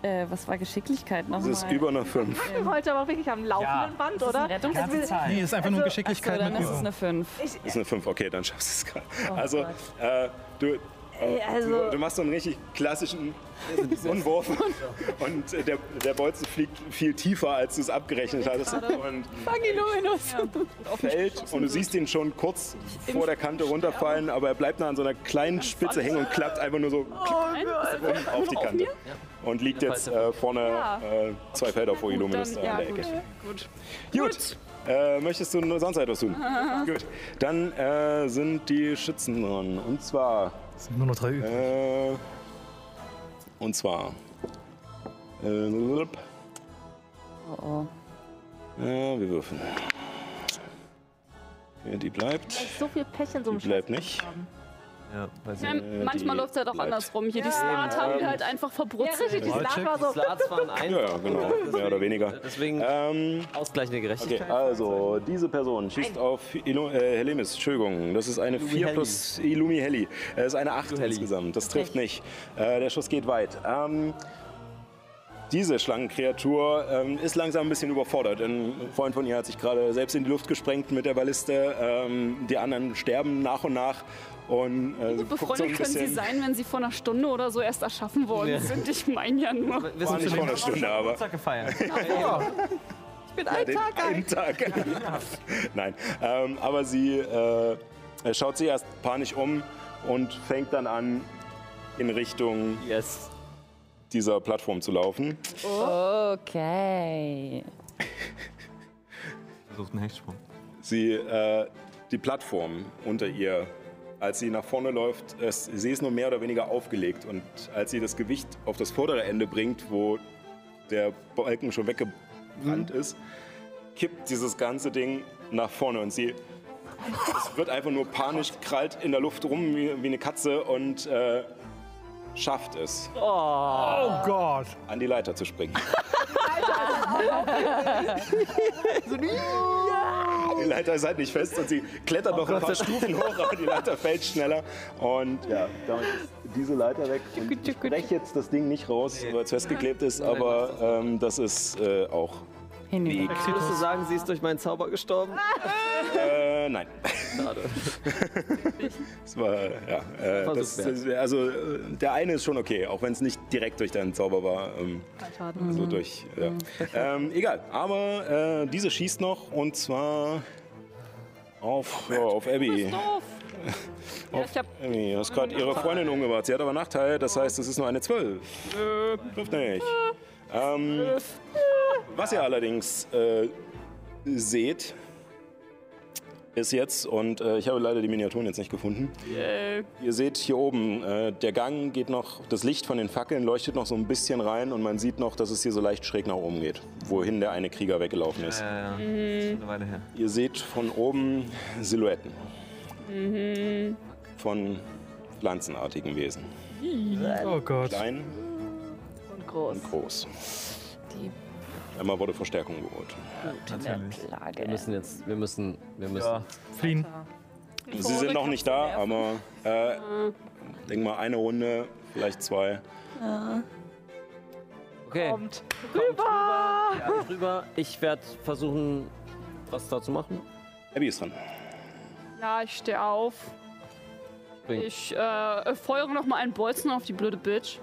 [SPEAKER 6] äh, was war Geschicklichkeit
[SPEAKER 1] es
[SPEAKER 6] nochmal?
[SPEAKER 1] ist über eine 5.
[SPEAKER 5] Ähm.
[SPEAKER 7] Wir wollten aber wirklich am laufenden Band,
[SPEAKER 6] Ist das
[SPEAKER 7] oder?
[SPEAKER 6] ein Rettungswurf?
[SPEAKER 7] Also wir-
[SPEAKER 1] Nee, ist einfach nur Geschicklichkeit
[SPEAKER 6] Achso, also, dann
[SPEAKER 1] mit
[SPEAKER 6] ist es
[SPEAKER 1] Übung.
[SPEAKER 6] eine 5.
[SPEAKER 1] Ist eine 5, okay, dann schaffst du es gerade.
[SPEAKER 6] Oh
[SPEAKER 1] also, äh, du,
[SPEAKER 6] Ey,
[SPEAKER 1] äh,
[SPEAKER 6] also-
[SPEAKER 1] du, du machst so einen richtig klassischen Unwurf und äh, der, der Bolzen fliegt viel tiefer, als du es abgerechnet hattest. Und
[SPEAKER 12] Fang ihn Luminus.
[SPEAKER 1] fällt und du siehst ihn schon kurz vor der Kante runterfallen, aber er bleibt noch an so einer kleinen Spitze hängen und klappt einfach nur so
[SPEAKER 12] Gott.
[SPEAKER 1] auf die Kante. Und liegt jetzt äh, vorne
[SPEAKER 12] Ja.
[SPEAKER 1] äh, zwei Felder vor Illuminus da
[SPEAKER 12] dann-
[SPEAKER 1] an
[SPEAKER 12] ja,
[SPEAKER 1] der Ecke.
[SPEAKER 8] Gut.
[SPEAKER 1] Gut. Äh, möchtest du nur sonst etwas tun?
[SPEAKER 8] Aha.
[SPEAKER 1] Gut. Dann äh, sind die Schützen dran. Und zwar.
[SPEAKER 5] sind nur noch drei übrig.
[SPEAKER 1] Äh, und zwar. Äh, lup.
[SPEAKER 6] Oh, oh.
[SPEAKER 1] ja, wir würfeln. Ja, die bleibt.
[SPEAKER 7] So viel Pech in so einem
[SPEAKER 1] Die bleibt
[SPEAKER 7] Scheiß-
[SPEAKER 1] nicht. Ja,
[SPEAKER 8] Ja, manchmal läuft es halt auch andersrum. Hier die Smart haben wir halt einfach verbrutzelt.
[SPEAKER 7] Ja, richtig, die Smart Smart war so-
[SPEAKER 2] Slats waren ein.
[SPEAKER 1] Ja, ja, genau. Mehr oder weniger. Ähm,
[SPEAKER 2] Deswegen ausgleichende
[SPEAKER 1] Okay,
[SPEAKER 2] Gerechtigkeit.
[SPEAKER 1] also diese Person schießt auf Ilu äh, Helemis, Entschuldigung, das ist eine
[SPEAKER 2] Illumi
[SPEAKER 1] 4
[SPEAKER 2] Heli.
[SPEAKER 1] plus Illumi Heli. Das ist eine 8 insgesamt, das trifft nicht. Äh, der Schuss geht weit. Ähm, diese Schlangenkreatur ähm, ist langsam ein bisschen überfordert. Ein Freund von ihr hat sich gerade selbst in die Luft gesprengt mit der Balliste. Ähm, die anderen sterben nach und nach. Und, äh, sie guckt
[SPEAKER 8] Gut
[SPEAKER 1] so
[SPEAKER 8] befreundet
[SPEAKER 1] ein
[SPEAKER 8] können sie
[SPEAKER 1] bisschen-
[SPEAKER 8] sein, wenn sie vor einer Stunde oder so erst erschaffen worden
[SPEAKER 1] Ja.
[SPEAKER 8] sind. Ich meine ja nur.
[SPEAKER 1] War nicht vor einer Stunde, aber.
[SPEAKER 10] gefeiert.
[SPEAKER 8] Ich bin
[SPEAKER 1] Ja, genau. den einen Tag. Nein, ähm, aber sie äh, schaut sich erst panisch um und fängt dann an, in Richtung dieser Plattform zu laufen.
[SPEAKER 6] Okay.
[SPEAKER 10] Versucht einen Hechtsprung.
[SPEAKER 1] Sie, äh, die Plattform unter ihr, als sie nach vorne läuft, es, sie ist nur mehr oder weniger aufgelegt. Und als sie das Gewicht auf das vordere Ende bringt, wo der Balken schon weggebrannt ist, kippt dieses ganze Ding nach vorne und sie es wird einfach nur panisch, krallt in der Luft rum wie, wie eine Katze und äh, schafft es,
[SPEAKER 5] Oh, Gott.
[SPEAKER 1] an die Leiter zu springen. Die Leiter ist halt nicht fest und sie klettert noch ein paar Stufen hoch, aber die Leiter fällt schneller. Und ja, damit ist diese Leiter weg. Und ich breche jetzt das Ding nicht raus, weil es festgeklebt ist, aber ähm, das ist äh, auch.
[SPEAKER 2] Wie würdest du sagen, sie ist durch meinen Zauber gestorben?
[SPEAKER 1] Ah. Äh, nein. Das war, ja. Äh,
[SPEAKER 2] Versuch
[SPEAKER 1] das,
[SPEAKER 2] wert.
[SPEAKER 1] das, also äh, der eine ist schon okay, auch wenn es nicht direkt durch deinen Zauber war. Ähm,
[SPEAKER 7] Schaden.
[SPEAKER 1] So durch. Ja. Ähm, egal, aber äh, diese schießt noch und zwar auf, ja, auf Abby.
[SPEAKER 8] Doof. Ja, ich hab.
[SPEAKER 1] Abby, du hast gerade ihre Freundin umgebracht. Sie hat aber Nachteil, das heißt, es ist nur eine 12. Trifft nicht. Ähm, was ihr allerdings äh, seht, ist jetzt, und äh, ich habe leider die Miniaturen jetzt nicht gefunden.
[SPEAKER 8] Yay.
[SPEAKER 1] Ihr seht hier oben, äh, der Gang geht noch, das Licht von den Fackeln leuchtet noch so ein bisschen rein und man sieht noch, dass es hier so leicht schräg nach oben geht, wohin der eine Krieger weggelaufen ist.
[SPEAKER 10] Ja, ja, ja. Das ist schon eine Weile her.
[SPEAKER 1] Ihr seht von oben Silhouetten
[SPEAKER 8] Mhm.
[SPEAKER 1] von pflanzenartigen Wesen.
[SPEAKER 5] Oh Gott.
[SPEAKER 1] Klein
[SPEAKER 6] Und groß.
[SPEAKER 1] und groß.
[SPEAKER 6] Die
[SPEAKER 1] Einmal wurde Verstärkung geholt.
[SPEAKER 6] Natürlich. Plage.
[SPEAKER 2] Wir müssen jetzt, wir müssen, wir müssen.
[SPEAKER 5] Fliehen.
[SPEAKER 1] Sie sind noch nicht da, aber äh,
[SPEAKER 8] Ah.
[SPEAKER 1] denk mal eine Runde, vielleicht zwei.
[SPEAKER 2] Okay.
[SPEAKER 7] Kommt rüber!
[SPEAKER 2] Ja, rüber. Ich werde versuchen, was da zu machen.
[SPEAKER 1] Abby ist dran.
[SPEAKER 8] Ja, ich stehe auf.
[SPEAKER 2] Spring.
[SPEAKER 8] Ich äh, feuere nochmal einen Bolzen auf die blöde Bitch.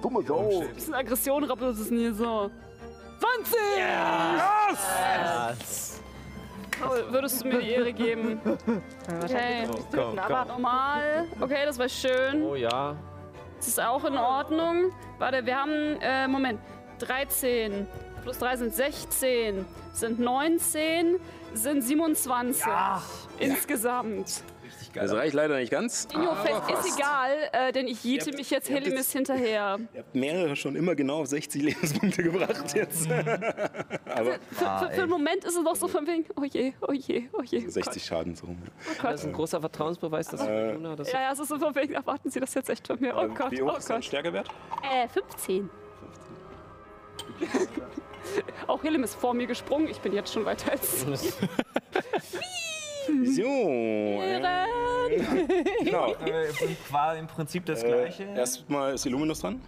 [SPEAKER 1] Dumme Sau.
[SPEAKER 8] Ein bisschen Aggression rappelt uns das nie so. 20!
[SPEAKER 1] Yes!
[SPEAKER 2] Yes!
[SPEAKER 8] Paul, würdest du mir die Ehre geben? Okay.
[SPEAKER 7] Wahrscheinlich nicht töten, aber
[SPEAKER 8] Normal. Okay, das war schön.
[SPEAKER 2] Oh ja.
[SPEAKER 8] Das ist auch in Ordnung. Warte, wir haben, äh, Moment, 13 plus 3 sind 16, sind 19, sind 27 insgesamt.
[SPEAKER 1] Das reicht leider nicht ganz.
[SPEAKER 8] Ingo,
[SPEAKER 1] aber
[SPEAKER 8] fest
[SPEAKER 1] Ah, fast.
[SPEAKER 8] ist egal, äh, denn ich jiete
[SPEAKER 1] Ihr habt-
[SPEAKER 8] mich jetzt
[SPEAKER 1] ihr habt
[SPEAKER 8] Helimis hinterher.
[SPEAKER 1] Ihr habt mehrere schon immer genau auf 60 Lebenspunkte gebracht jetzt. aber
[SPEAKER 8] Für, für, für einen Moment ist es
[SPEAKER 1] Also.
[SPEAKER 8] noch so von wegen, oh je, oh je, oh je. oh
[SPEAKER 1] 60 Schaden so rum.
[SPEAKER 8] Gott, Oh
[SPEAKER 2] Das ist ein
[SPEAKER 8] Gott.
[SPEAKER 2] großer Vertrauensbeweis, dass
[SPEAKER 1] Äh,
[SPEAKER 2] Luna das.
[SPEAKER 8] Ja, ja, es ist so von wegen, erwarten Sie das jetzt echt von mir. Oh Gott,
[SPEAKER 1] Ähm, Wie
[SPEAKER 8] oh
[SPEAKER 1] hoch ist dein
[SPEAKER 8] Gott.
[SPEAKER 1] Stärkewert?
[SPEAKER 8] Äh, 15. Auch Helim ist vor mir gesprungen, ich bin jetzt schon weiter als sie. Mhm.
[SPEAKER 1] So. äh, Genau.
[SPEAKER 10] War im Prinzip das gleiche.
[SPEAKER 1] Äh, erstmal ist Illuminus dran.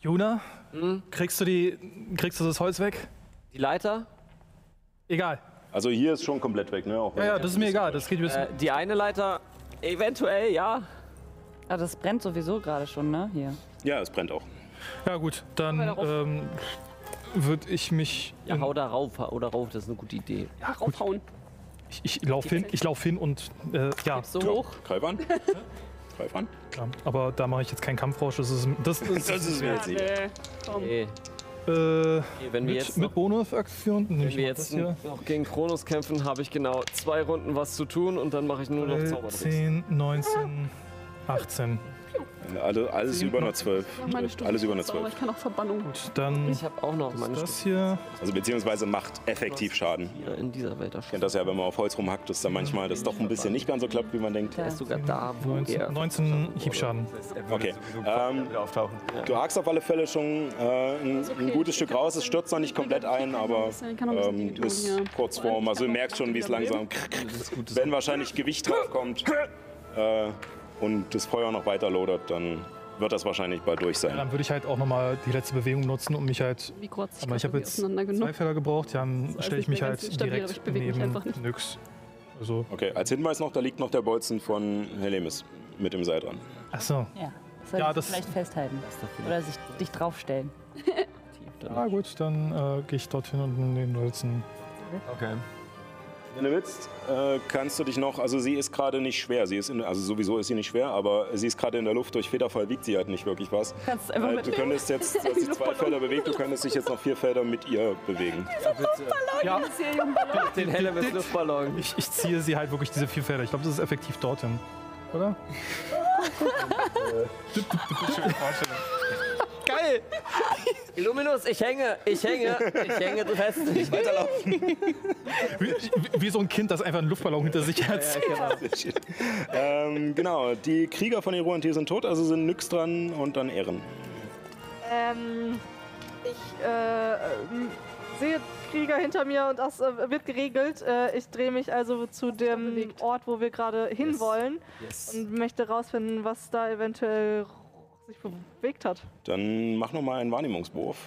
[SPEAKER 5] Juna,
[SPEAKER 2] Hm?
[SPEAKER 5] kriegst, du die, kriegst du das Holz weg?
[SPEAKER 2] Die Leiter?
[SPEAKER 5] Egal.
[SPEAKER 1] Also hier ist schon komplett weg, ne? Auch
[SPEAKER 5] Ja, ja, das ist mir egal. Das geht bis.
[SPEAKER 2] Äh, die eine Leiter, eventuell, ja.
[SPEAKER 6] Ah, das brennt sowieso gerade schon, ne? Hier.
[SPEAKER 1] Ja, es brennt auch.
[SPEAKER 5] Ja, gut, dann ähm, würde ich mich.
[SPEAKER 2] Ja, hau da rauf, hau da rauf, das ist eine gute Idee.
[SPEAKER 8] Ja, raufhauen.
[SPEAKER 5] Ich, ich laufe hin, ich lauf hin und. Äh, ja.
[SPEAKER 2] So hoch.
[SPEAKER 1] Greif an. Greif an.
[SPEAKER 5] Klar. Aber da mache ich jetzt keinen Kampfrausch. Das ist. Das ist,
[SPEAKER 1] Das ist mir jetzt egal.
[SPEAKER 8] Äh, komm.
[SPEAKER 2] Okay.
[SPEAKER 5] Äh,
[SPEAKER 2] wenn Also, wir
[SPEAKER 5] mit,
[SPEAKER 2] jetzt
[SPEAKER 5] mit Bonusaktion. nehme
[SPEAKER 2] Wenn
[SPEAKER 5] ich
[SPEAKER 2] wir
[SPEAKER 5] mal
[SPEAKER 2] jetzt
[SPEAKER 5] das hier.
[SPEAKER 2] noch gegen Kronos kämpfen, habe ich genau zwei Runden was zu tun und dann mache ich nur
[SPEAKER 5] Äh,
[SPEAKER 2] noch Zaubertricks.
[SPEAKER 5] 10, 19, 18.
[SPEAKER 1] Ja, Alle, alles über einer 12.
[SPEAKER 8] Ja, meine Stufe
[SPEAKER 1] Alles über
[SPEAKER 8] ist
[SPEAKER 1] einer
[SPEAKER 8] sauber,
[SPEAKER 1] 12.
[SPEAKER 8] Ich kann auch Verbannung.
[SPEAKER 5] Gut, dann.
[SPEAKER 2] Ich habe auch noch meine
[SPEAKER 5] das hier.
[SPEAKER 1] Also beziehungsweise macht effektiv Schaden.
[SPEAKER 2] Stufe in dieser Welt erschaffen.
[SPEAKER 1] Kennt das ja, wenn man auf Holz rumhackt, dass dann manchmal das doch ein bisschen nicht ganz so klappt, wie man denkt.
[SPEAKER 2] Er ist sogar da, wo
[SPEAKER 5] 19,
[SPEAKER 2] er.
[SPEAKER 5] 19 Hiebschaden.
[SPEAKER 1] Okay. Ähm, du hakst auf alle Fälle schon äh, ein, ein gutes Stück raus. Es stürzt noch nicht komplett ein, aber
[SPEAKER 8] Ich kann noch
[SPEAKER 1] ähm,
[SPEAKER 8] ein bisschen Dinge tun
[SPEAKER 1] ist
[SPEAKER 8] hier.
[SPEAKER 1] kurz vorm. Also du merkst schon, wie es langsam. Wenn wahrscheinlich Gewicht draufkommt äh, und das Feuer noch weiter lodert, dann wird das wahrscheinlich bald durch
[SPEAKER 5] Ja,
[SPEAKER 1] sein.
[SPEAKER 5] dann würde ich halt auch nochmal die letzte Bewegung nutzen, um mich halt.
[SPEAKER 8] Wie kurz
[SPEAKER 5] Aber ich habe jetzt zwei
[SPEAKER 8] auseinandergenommen.
[SPEAKER 5] Felder gebraucht, dann
[SPEAKER 8] alles
[SPEAKER 5] stelle ich
[SPEAKER 8] nicht
[SPEAKER 5] mich
[SPEAKER 8] mehr ganz
[SPEAKER 5] halt
[SPEAKER 8] stabil, aber
[SPEAKER 5] direkt
[SPEAKER 8] ich bewege mich
[SPEAKER 5] neben
[SPEAKER 8] einfach nicht.
[SPEAKER 5] Nyx. Also,
[SPEAKER 1] Okay, als Hinweis noch, da liegt noch der Bolzen von Helemis mit dem Seil dran.
[SPEAKER 5] achso.
[SPEAKER 6] Ja. Soll
[SPEAKER 5] Ja,
[SPEAKER 6] ich
[SPEAKER 5] das-
[SPEAKER 6] vielleicht festhalten? Oder sich dich draufstellen?
[SPEAKER 5] Na gut, dann äh, gehe ich dorthin und nehme den Nutzen.
[SPEAKER 10] Okay.
[SPEAKER 1] Wenn du willst, äh, kannst du dich noch, also sie ist gerade nicht schwer, sie ist in, also sowieso ist sie nicht schwer, aber sie ist gerade in der Luft, durch Federfall wiegt sie halt nicht wirklich was.
[SPEAKER 6] Kannst einfach
[SPEAKER 1] Äh,
[SPEAKER 6] mit
[SPEAKER 1] du könntest jetzt, du hast dich zwei Felder bewegt, du könntest dich jetzt noch vier Felder mit ihr bewegen.
[SPEAKER 5] Ja,
[SPEAKER 2] Den Hellemis Luftballon.
[SPEAKER 5] ich, ich ziehe sie halt wirklich diese vier Felder. Ich glaube, das ist effektiv dorthin. Oder?
[SPEAKER 2] Geil! Illuminus, ich hänge, ich hänge, ich hänge fest. Ich
[SPEAKER 1] weiterlaufen.
[SPEAKER 5] Wie, wie- wie so ein Kind, das einfach einen Luftballon hinter sich hat.
[SPEAKER 1] ähm, genau, die Krieger von Eruantir sind tot, also sind Nyx dran und dann Ehren.
[SPEAKER 7] Ähm, ich äh, ähm, sehe Krieger hinter mir und das äh, wird geregelt. Äh, ich drehe mich also zu dem Ort, wo wir gerade hinwollen und möchte herausfinden, was da eventuell sich bewegt hat.
[SPEAKER 1] Dann mach nochmal einen Wahrnehmungswurf.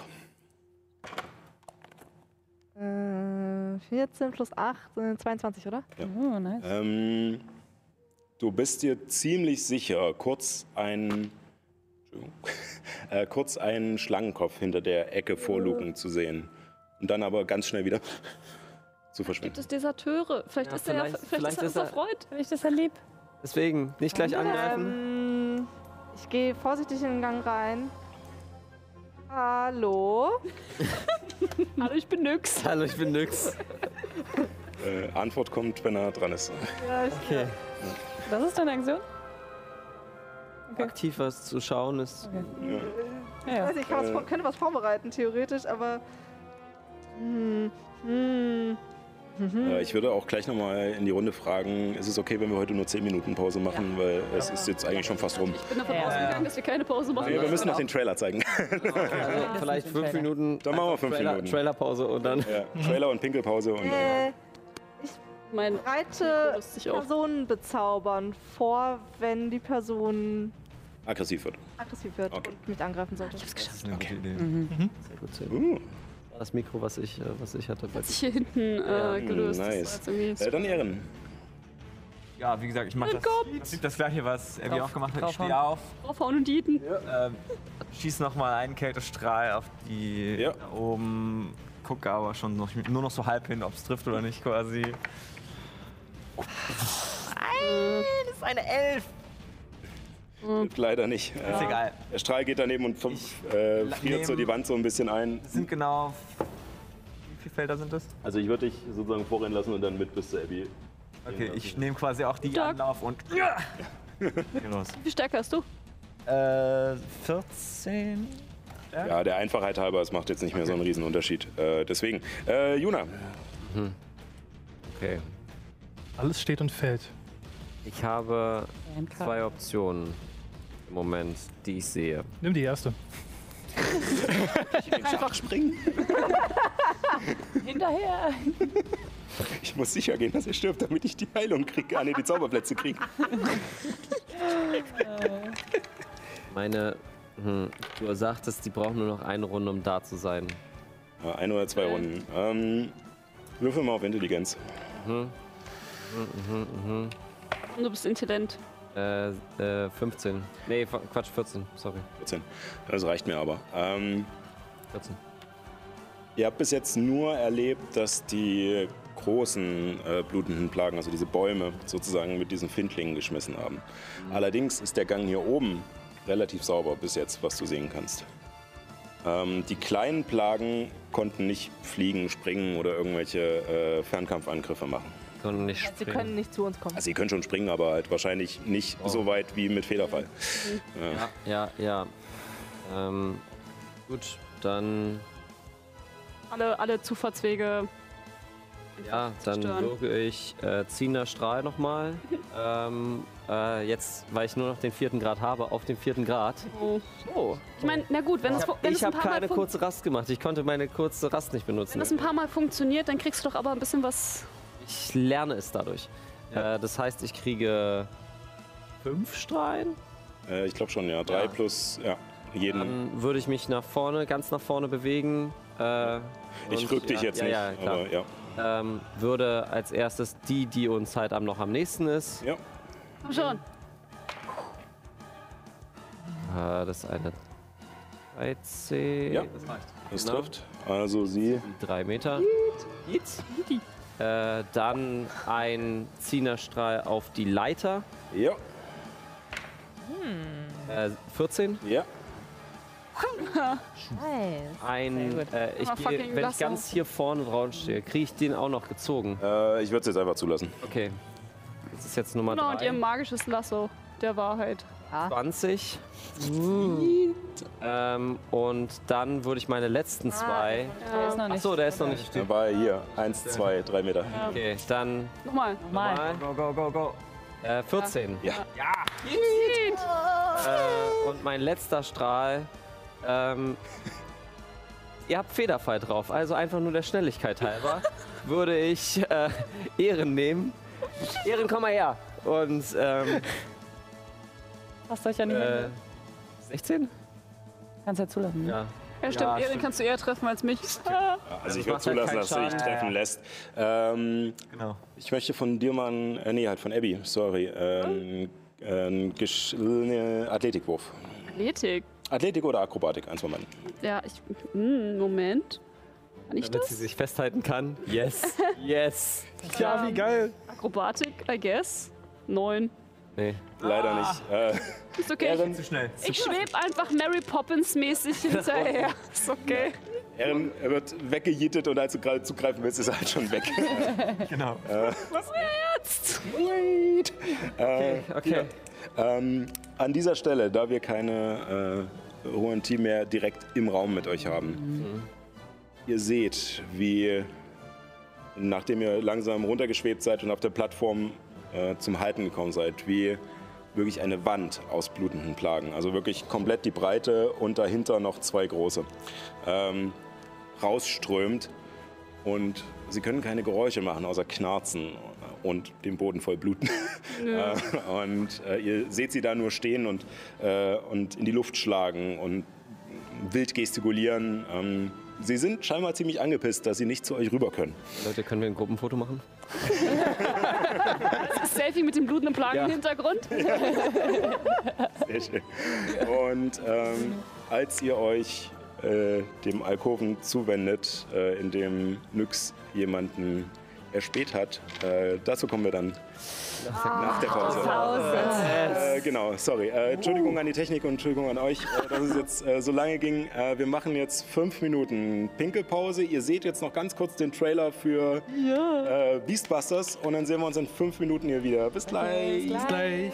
[SPEAKER 7] Äh, 14 plus 8, sind 22, oder?
[SPEAKER 6] Oh, nice.
[SPEAKER 1] Ähm, du bist dir ziemlich sicher, kurz ein, Entschuldigung. äh, kurz einen Schlangenkopf hinter der Ecke vor Luken zu sehen. Und dann aber ganz schnell wieder zu
[SPEAKER 8] Gibt
[SPEAKER 1] verschwinden.
[SPEAKER 8] es Deserteure? Vielleicht
[SPEAKER 2] Ja,
[SPEAKER 8] ist er ja,
[SPEAKER 2] vielleicht-
[SPEAKER 8] vielleicht, ist er unser Freund.
[SPEAKER 6] Ich das erlebt.
[SPEAKER 2] Deswegen, nicht gleich angreifen.
[SPEAKER 7] Ähm, ich gehe vorsichtig in den Gang rein. Hallo?
[SPEAKER 8] Hallo, Also, ich bin Nix.
[SPEAKER 2] Hallo, ich bin Nyx.
[SPEAKER 1] Äh, Antwort kommt, wenn er dran ist.
[SPEAKER 7] Ja, ich,
[SPEAKER 2] Okay.
[SPEAKER 6] Das ist deine Aktion?
[SPEAKER 2] Aktiv was zu schauen ist.
[SPEAKER 7] Ich
[SPEAKER 6] Ja.
[SPEAKER 7] weiß nicht, ich kann was, vor- könnte was vorbereiten, theoretisch, aber. Hm, hm,
[SPEAKER 1] Äh, ich würde auch gleich nochmal in die Runde fragen, ist es okay, wenn wir heute nur 10 Minuten Pause machen, weil es ist jetzt eigentlich schon fast rum.
[SPEAKER 8] Ich bin davon
[SPEAKER 6] Ja.
[SPEAKER 8] ausgegangen, dass wir keine Pause machen.
[SPEAKER 1] Nee, wir müssen noch den Trailer zeigen.
[SPEAKER 8] genau.
[SPEAKER 2] Also vielleicht
[SPEAKER 6] ein
[SPEAKER 2] fünf
[SPEAKER 6] Trailer.
[SPEAKER 2] Minuten.
[SPEAKER 1] Dann machen wir
[SPEAKER 2] einfach
[SPEAKER 1] fünf
[SPEAKER 2] Trailer,
[SPEAKER 1] Minuten.
[SPEAKER 2] Trailerpause und dann.
[SPEAKER 1] Ja, Trailer und Pinkelpause und dann.
[SPEAKER 7] äh,
[SPEAKER 8] Mein
[SPEAKER 7] reite
[SPEAKER 8] Lustig auch.
[SPEAKER 7] Personen bezaubern vor, wenn die Person
[SPEAKER 1] aggressiv wird.
[SPEAKER 7] aggressiv wird
[SPEAKER 1] Okay.
[SPEAKER 7] und mich angreifen sollte. Ich hab's geschafft.
[SPEAKER 12] Mhm.
[SPEAKER 2] Sehr gut, sehr gut.
[SPEAKER 1] Uh,
[SPEAKER 2] Das Mikro, was ich, äh, was ich hatte. Bei
[SPEAKER 8] sich hier hinten äh, gelöst.
[SPEAKER 1] nice.
[SPEAKER 8] Das war jetzt
[SPEAKER 1] Äh,
[SPEAKER 8] irgendwie
[SPEAKER 1] dann Ehren.
[SPEAKER 10] Ja, wie gesagt, ich mache das, im Prinzip das gleiche, was Abby auch gemacht hat. Ich stehe auf,
[SPEAKER 8] draufhauen und dieten.
[SPEAKER 10] ähm, schieß nochmal einen Kältestrahl auf die
[SPEAKER 1] Ja.
[SPEAKER 10] da oben gucke aber schon noch, nur noch so halb hin, ob es trifft oder nicht quasi.
[SPEAKER 12] Nein, das ist eine Elf.
[SPEAKER 8] Hm.
[SPEAKER 1] Leider nicht.
[SPEAKER 10] Ist egal.
[SPEAKER 1] Der Strahl geht daneben und ver- äh, friert so
[SPEAKER 10] nehm-
[SPEAKER 1] die Wand so ein bisschen ein.
[SPEAKER 10] Das sind genau. Wie viele Felder sind das?
[SPEAKER 9] Also ich würde dich sozusagen vorrennen lassen und dann mit bis zur Abby.
[SPEAKER 10] Okay, ich nehme quasi auch die
[SPEAKER 8] Stark.
[SPEAKER 10] Anlauf und. Geh los.
[SPEAKER 8] Wie stark hast du?
[SPEAKER 10] Äh, 14.
[SPEAKER 1] Ja, der Einfachheit halber, es macht jetzt nicht mehr so einen Riesenunterschied. Äh, deswegen. Äh, Juna.
[SPEAKER 2] Okay.
[SPEAKER 5] Alles steht und fällt.
[SPEAKER 2] Ich habe zwei Optionen im Moment, die ich sehe.
[SPEAKER 5] Nimm die erste.
[SPEAKER 1] Einfach springen.
[SPEAKER 6] Hinterher.
[SPEAKER 1] Ich muss sicher gehen, dass er stirbt, damit ich die Heilung kriege. Ah, ne, die Zauberplätze kriege.
[SPEAKER 2] Meine. Hm, du sagtest, die brauchen nur noch eine Runde, um da zu sein.
[SPEAKER 1] Ja, Äh, ein oder zwei Runden. Ähm, würfel mal auf Intelligenz.
[SPEAKER 2] Mhm. Mhm, mhm, mhm.
[SPEAKER 8] Und du bist intelligent.
[SPEAKER 2] Äh, äh, 15. Nee, fa- Quatsch, 14, sorry.
[SPEAKER 1] 14. Das reicht mir aber. Ähm,
[SPEAKER 2] 14.
[SPEAKER 1] Ihr habt bis jetzt nur erlebt, dass die großen äh, blutenden Plagen, also diese Bäume, sozusagen mit diesen Findlingen geschmissen haben. Allerdings ist der Gang hier oben relativ sauber bis jetzt, was du sehen kannst. Ähm, die kleinen Plagen konnten nicht fliegen, springen oder irgendwelche äh, Fernkampfangriffe machen.
[SPEAKER 2] Können nicht
[SPEAKER 3] Sie können nicht zu uns kommen.
[SPEAKER 1] Also sie können schon springen, aber halt wahrscheinlich nicht so weit wie mit Federfall. Ja.
[SPEAKER 2] Ja, ja. Ähm, gut, dann.
[SPEAKER 8] Alle, alle Zufahrtswege.
[SPEAKER 2] Ja, dann
[SPEAKER 8] Stören.
[SPEAKER 2] wirke ich äh, ziehender Strahl nochmal. ähm, äh, jetzt, weil ich nur noch den vierten Grad habe, auf den vierten Grad.
[SPEAKER 8] Oh.
[SPEAKER 2] Oh.
[SPEAKER 8] Ich meine, na gut, wenn es
[SPEAKER 2] ich
[SPEAKER 8] fu-
[SPEAKER 2] hab-
[SPEAKER 8] wenn es
[SPEAKER 2] ich
[SPEAKER 8] ein
[SPEAKER 2] habe
[SPEAKER 8] paar Mal
[SPEAKER 2] keine
[SPEAKER 8] fun-
[SPEAKER 2] kurze Rast gemacht. Ich konnte meine kurze Rast nicht
[SPEAKER 8] Wenn
[SPEAKER 2] benutzen.
[SPEAKER 8] das ein paar Mal funktioniert, dann kriegst du doch aber ein bisschen was.
[SPEAKER 2] Ich lerne es dadurch. Äh, das heißt, ich kriege fünf Strahlen.
[SPEAKER 1] Äh, ich glaube schon, ja. Drei plus, ja, jeden.
[SPEAKER 2] Dann würde ich mich nach vorne, ganz nach vorne bewegen. Äh,
[SPEAKER 1] Ich
[SPEAKER 2] und-
[SPEAKER 1] rück dich jetzt
[SPEAKER 2] ja,
[SPEAKER 1] nicht,
[SPEAKER 2] Ja, klar.
[SPEAKER 1] aber ja.
[SPEAKER 2] Ähm, würde als erstes die, die uns halt am noch am nächsten ist.
[SPEAKER 1] Ja.
[SPEAKER 8] Komm schon.
[SPEAKER 2] Äh, das ist eine 13.
[SPEAKER 1] Ja, das trifft. Also sie.
[SPEAKER 2] Drei Meter. Äh, dann ein Zienerstrahl auf die Leiter.
[SPEAKER 1] Ja.
[SPEAKER 2] Äh, 14.
[SPEAKER 1] Ja.
[SPEAKER 2] Ein, äh, ich
[SPEAKER 8] Aber fucking
[SPEAKER 2] gehe, wenn ich
[SPEAKER 8] lass
[SPEAKER 2] ganz
[SPEAKER 8] auf.
[SPEAKER 2] hier vorne drauf stehe, kriege ich den auch noch gezogen.
[SPEAKER 1] Äh, ich würde es jetzt einfach zulassen.
[SPEAKER 2] Okay. Das ist jetzt Nummer
[SPEAKER 8] Genau, und ihr
[SPEAKER 2] 3.
[SPEAKER 8] magisches Lasso der Wahrheit.
[SPEAKER 2] 20. Ähm, und dann würde ich meine letzten zwei.
[SPEAKER 8] Ah, Der ist noch
[SPEAKER 2] Achso, der ist noch nicht.
[SPEAKER 1] Da war er hier. Eins, zwei, drei Meter.
[SPEAKER 2] Okay, dann
[SPEAKER 8] Nochmal.
[SPEAKER 2] mal.
[SPEAKER 10] Go, go, go, go.
[SPEAKER 2] Äh, 14.
[SPEAKER 1] Ja.
[SPEAKER 2] Äh, und mein letzter Strahl. Ähm, ihr habt Federfall drauf, also einfach nur der Schnelligkeit halber würde ich äh, Ehren nehmen. Ehren, komm mal her. Und ähm,
[SPEAKER 6] Passt euch an die
[SPEAKER 2] äh,
[SPEAKER 6] Hände.
[SPEAKER 2] 16?
[SPEAKER 6] Kannst ja zulassen. ne?
[SPEAKER 2] Ja.
[SPEAKER 8] Ja, stimmt.
[SPEAKER 2] Ja,
[SPEAKER 8] Erik
[SPEAKER 2] stimmt.
[SPEAKER 8] kannst du eher treffen als mich.
[SPEAKER 1] Also ich würde zulassen,
[SPEAKER 2] macht halt keinen
[SPEAKER 1] dass er dich
[SPEAKER 2] Schaden.
[SPEAKER 1] treffen
[SPEAKER 2] Ja, ja.
[SPEAKER 1] lässt. Ähm,
[SPEAKER 10] Genau.
[SPEAKER 1] Ich möchte von dir mal, einen, äh, nee, halt von Abby, sorry, ähm, einen Gesch- äh, Athletikwurf.
[SPEAKER 8] Athletik.
[SPEAKER 1] Athletik oder Akrobatik, eins von beiden.
[SPEAKER 8] Ja, ich. Hm, Moment. Kann ich
[SPEAKER 2] Damit
[SPEAKER 8] das?
[SPEAKER 2] sie sich festhalten kann. Yes. Yes.
[SPEAKER 8] Ja, wie geil. Akrobatik, I guess. Neun.
[SPEAKER 2] Nee.
[SPEAKER 1] Leider
[SPEAKER 2] Ah.
[SPEAKER 1] nicht. Äh,
[SPEAKER 8] Ist okay.
[SPEAKER 1] Ehren,
[SPEAKER 10] Zu schnell.
[SPEAKER 8] Ich, ich schweb einfach Mary Poppins-mäßig hinterher. Ist okay.
[SPEAKER 1] Ehren, er wird weggejietet und als du gerade zugreifen willst, ist er halt schon weg. Äh,
[SPEAKER 10] Genau.
[SPEAKER 8] Was jetzt?
[SPEAKER 1] Wait. Äh,
[SPEAKER 2] Okay.
[SPEAKER 1] Ähm, an dieser Stelle, da wir keine äh, hohen Team mehr direkt im Raum mit euch haben, ihr seht, wie nachdem ihr langsam runtergeschwebt seid und auf der Plattform äh, zum Halten gekommen seid, wie wirklich eine Wand aus blutenden Plagen, also wirklich komplett die Breite und dahinter noch zwei große, ähm, rausströmt und sie können keine Geräusche machen, außer knarzen und den Boden voll bluten. Äh, und äh, ihr seht sie da nur stehen und, äh, und in die Luft schlagen und wild gestikulieren. Ähm, sie sind scheinbar ziemlich angepisst, dass sie nicht zu euch rüber können.
[SPEAKER 2] Leute, können wir ein Gruppenfoto machen?
[SPEAKER 8] Das Selfie mit dem blutenden Plagen
[SPEAKER 1] Ja.
[SPEAKER 8] im Hintergrund.
[SPEAKER 1] Sehr schön. Und ähm, als ihr euch äh, dem Alkoven zuwendet, äh, in dem Nyx jemanden erspäht hat. Äh, dazu kommen wir dann nach der Pause. Äh, genau, sorry. Äh, Entschuldigung an die Technik und Entschuldigung an euch, äh, dass es jetzt äh, so lange ging. Äh, wir machen jetzt fünf Minuten Pinkelpause. Ihr seht jetzt noch ganz kurz den Trailer für äh, Beastbusters und dann sehen wir uns in fünf Minuten hier wieder. Bis gleich.
[SPEAKER 5] Bis gleich.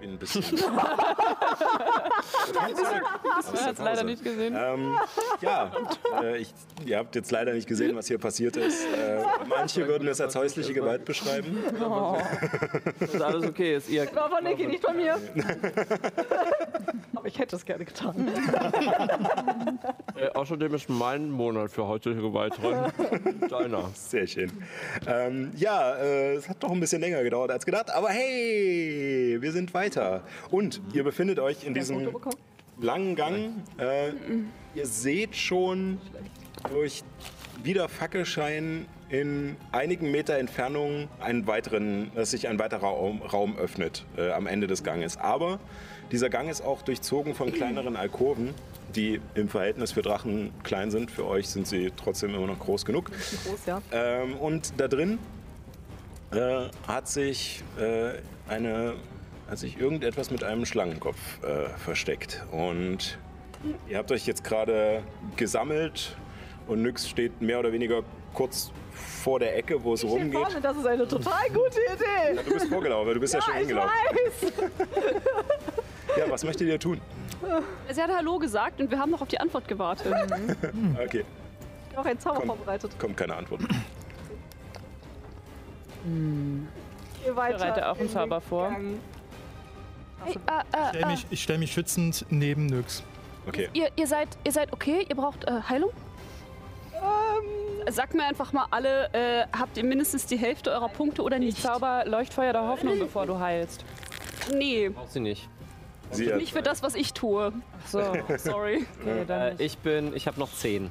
[SPEAKER 1] Bin ein bisschen.
[SPEAKER 13] Man hat es leider nicht gesehen.
[SPEAKER 1] Ähm, ja, äh, ich, ihr habt jetzt leider nicht gesehen, was hier passiert ist. Äh, manche würden es als häusliche Gewalt beschreiben.
[SPEAKER 2] Oh. Dass alles okay ist. Ihr
[SPEAKER 3] War von Niki, nicht von mir.
[SPEAKER 12] Aber ich hätte es gerne getan.
[SPEAKER 2] Äh, außerdem ist mein Monat für häusliche Gewalt dran. Deiner.
[SPEAKER 1] Sehr schön. Ähm, ja, äh, es hat doch ein bisschen länger gedauert als gedacht, aber hey, wir sind weiter. Und ihr befindet euch in diesem langen Gang. Äh, ihr seht schon durch wieder Fackelschein in einigen Meter Entfernung einen weiteren, dass sich ein weiterer Raum, Raum öffnet äh, am Ende des Ganges. Aber dieser Gang ist auch durchzogen von kleineren Alkoven, die im Verhältnis für Drachen klein sind. Für euch sind sie trotzdem immer noch groß genug.
[SPEAKER 12] Groß, ja.
[SPEAKER 1] Ähm, und da drin äh, hat sich äh, eine, hat sich irgendetwas mit einem Schlangenkopf äh, versteckt. Und ihr habt euch jetzt gerade gesammelt und Nyx steht mehr oder weniger kurz vor der Ecke, wo es
[SPEAKER 12] Hier
[SPEAKER 1] rumgeht.
[SPEAKER 12] vorne, das ist eine total gute Idee.
[SPEAKER 1] Du bist vorgelaufen, du bist ja, schon
[SPEAKER 12] ich
[SPEAKER 1] hingelaufen.
[SPEAKER 12] weiß.
[SPEAKER 1] Ja, was möchtet ihr tun?
[SPEAKER 8] Sie hat Hallo gesagt und wir haben noch auf die Antwort gewartet.
[SPEAKER 1] Okay,
[SPEAKER 7] Ich habe auch einen Zauber
[SPEAKER 1] Komm.
[SPEAKER 7] vorbereitet.
[SPEAKER 1] kommt keine Antwort.
[SPEAKER 7] Ihr weiter.
[SPEAKER 13] Bereite auch
[SPEAKER 7] in
[SPEAKER 13] einen
[SPEAKER 7] den
[SPEAKER 13] Zauber vor.
[SPEAKER 7] Gang.
[SPEAKER 8] Hey, ah, ah,
[SPEAKER 5] Ich stelle mich, ich stell mich schützend neben Nyx.
[SPEAKER 1] Okay.
[SPEAKER 8] Ihr, ihr, seid, ihr seid okay? Ihr braucht äh, Heilung? Sagt mir einfach mal alle, äh, habt ihr mindestens die Hälfte eurer Punkte oder nicht?
[SPEAKER 13] Zauber Leuchtfeuer der Hoffnung, bevor du heilst.
[SPEAKER 8] Nee,
[SPEAKER 2] Braucht sie nicht.
[SPEAKER 1] Sie hat,
[SPEAKER 8] nicht für das, was ich tue.
[SPEAKER 13] So,
[SPEAKER 8] Sorry.
[SPEAKER 13] okay, dann
[SPEAKER 2] Äh, ich bin, ich habe noch zehn.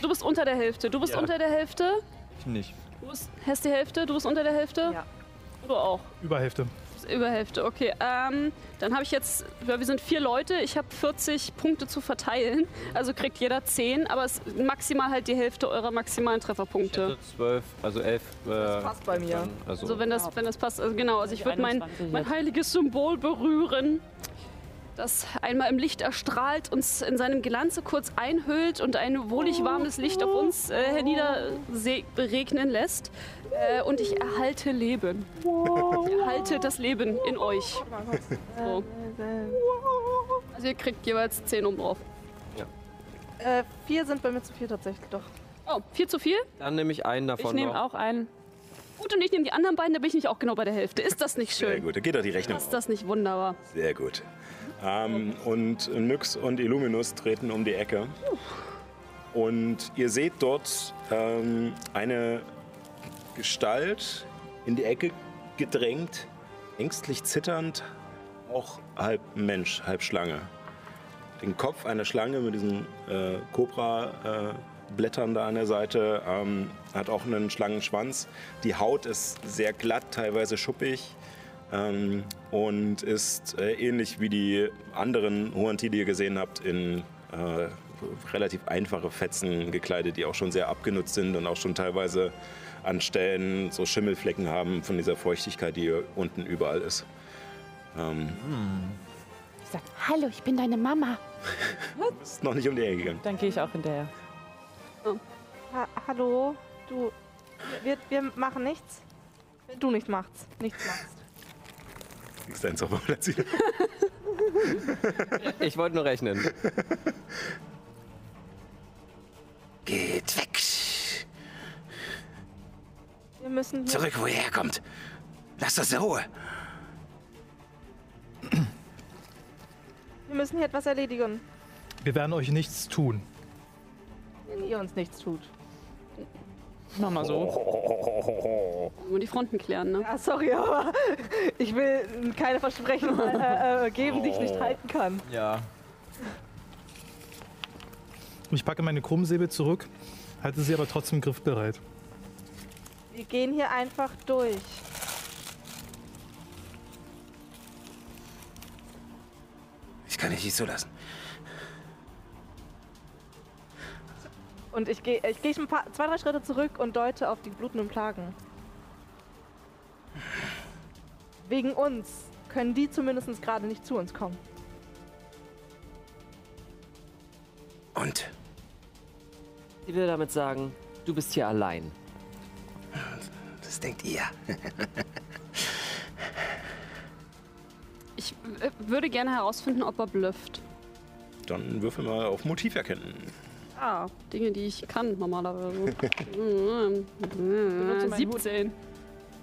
[SPEAKER 8] Du bist unter der Hälfte. Du bist
[SPEAKER 4] Ja.
[SPEAKER 8] unter der Hälfte.
[SPEAKER 4] Ich nicht.
[SPEAKER 8] Du bist, hast die Hälfte. Du bist unter der Hälfte.
[SPEAKER 12] Ja.
[SPEAKER 8] Du auch.
[SPEAKER 5] Überhälfte.
[SPEAKER 8] Du bist über Hälfte. Okay. Ähm, dann habe ich jetzt, ja, wir sind vier Leute. Ich habe 40 Punkte zu verteilen. Also kriegt jeder 10, aber es ist maximal halt die Hälfte eurer maximalen Trefferpunkte.
[SPEAKER 2] Zwölf, also elf. Das
[SPEAKER 12] passt bei mir.
[SPEAKER 2] Also,
[SPEAKER 8] Also wenn das, wenn das passt. Also genau. Also ich würde mein,
[SPEAKER 13] 21
[SPEAKER 8] mein
[SPEAKER 13] jetzt.
[SPEAKER 8] heiliges Symbol berühren. Das einmal im Licht erstrahlt, uns in seinem Glanze kurz einhüllt und ein wohlig warmes Licht auf uns äh, herniederregnen lässt. Äh, und ich erhalte Leben. Ich erhalte das Leben in euch. So. Also ihr kriegt jeweils 10 um drauf.
[SPEAKER 7] Äh, vier sind bei mir zu viel tatsächlich, doch.
[SPEAKER 8] Oh, 4 zu viel?
[SPEAKER 2] dann nehme ich einen davon
[SPEAKER 8] Ich nehme
[SPEAKER 2] noch.
[SPEAKER 8] auch einen. Gut, und ich nehme die anderen beiden, da bin ich nämlich auch genau bei der Hälfte. Ist das nicht
[SPEAKER 1] sehr
[SPEAKER 8] schön?
[SPEAKER 1] gut, da geht doch die Rechnung.
[SPEAKER 8] Ist das nicht wunderbar?
[SPEAKER 1] Sehr gut. Ähm, und Nyx und Illuminus treten um die Ecke. Und ihr seht dort ähm, eine Gestalt in die Ecke gedrängt, ängstlich zitternd, auch halb Mensch, halb Schlange. Den Kopf einer Schlange mit diesen äh, Kobra-Blättern da an der Seite, ähm, hat auch einen Schlangenschwanz. Die Haut ist sehr glatt, teilweise schuppig ähm, und ist äh, ähnlich wie die anderen Huanti, die ihr gesehen habt, in äh, relativ einfache Fetzen gekleidet, die auch schon sehr abgenutzt sind und auch schon teilweise an Stellen so Schimmelflecken haben von dieser Feuchtigkeit, die hier unten überall ist. Ähm,
[SPEAKER 13] Sag, hallo, ich bin deine Mama.
[SPEAKER 1] ist noch nicht um die Ecke gegangen.
[SPEAKER 13] Dann gehe ich auch hinterher.
[SPEAKER 7] Ha Hallo, du. Wir, wir machen nichts. Wenn du nichts machst. Nichts machst.
[SPEAKER 1] Ist dein Zauber platziert?
[SPEAKER 2] Ich wollte nur rechnen.
[SPEAKER 14] Geht weg.
[SPEAKER 7] Wir müssen. hier-
[SPEAKER 14] Zurück, wo ihr herkommt. Lasst uns in Ruhe.
[SPEAKER 7] Wir müssen hier etwas erledigen.
[SPEAKER 5] Wir werden euch nichts tun.
[SPEAKER 7] Wenn ihr uns nichts tut.
[SPEAKER 13] Mach mal so.
[SPEAKER 8] Nur die Fronten klären, ne?
[SPEAKER 7] Ah, sorry, aber ich will keine Versprechen äh, äh, geben, die ich
[SPEAKER 14] Oh.
[SPEAKER 7] nicht halten kann.
[SPEAKER 4] Ja.
[SPEAKER 5] Ich packe meine Krummsäbel zurück, halte sie aber trotzdem griffbereit.
[SPEAKER 7] Wir gehen hier einfach durch.
[SPEAKER 14] Ich kann dich nicht so lassen.
[SPEAKER 7] Und ich gehe ich geh ein paar, zwei, drei Schritte zurück und deute auf die blutenden Plagen. Wegen uns können die zumindest gerade nicht zu uns kommen.
[SPEAKER 14] Und?
[SPEAKER 2] Ich will damit sagen, du bist hier allein.
[SPEAKER 14] Das denkt ihr.
[SPEAKER 8] Ich äh, würde gerne herausfinden, ob er blufft.
[SPEAKER 1] Dann würfel mal auf Motiv erkennen.
[SPEAKER 8] Ah, Dinge, die ich kann normalerweise.
[SPEAKER 3] meinen Hut.
[SPEAKER 8] 17.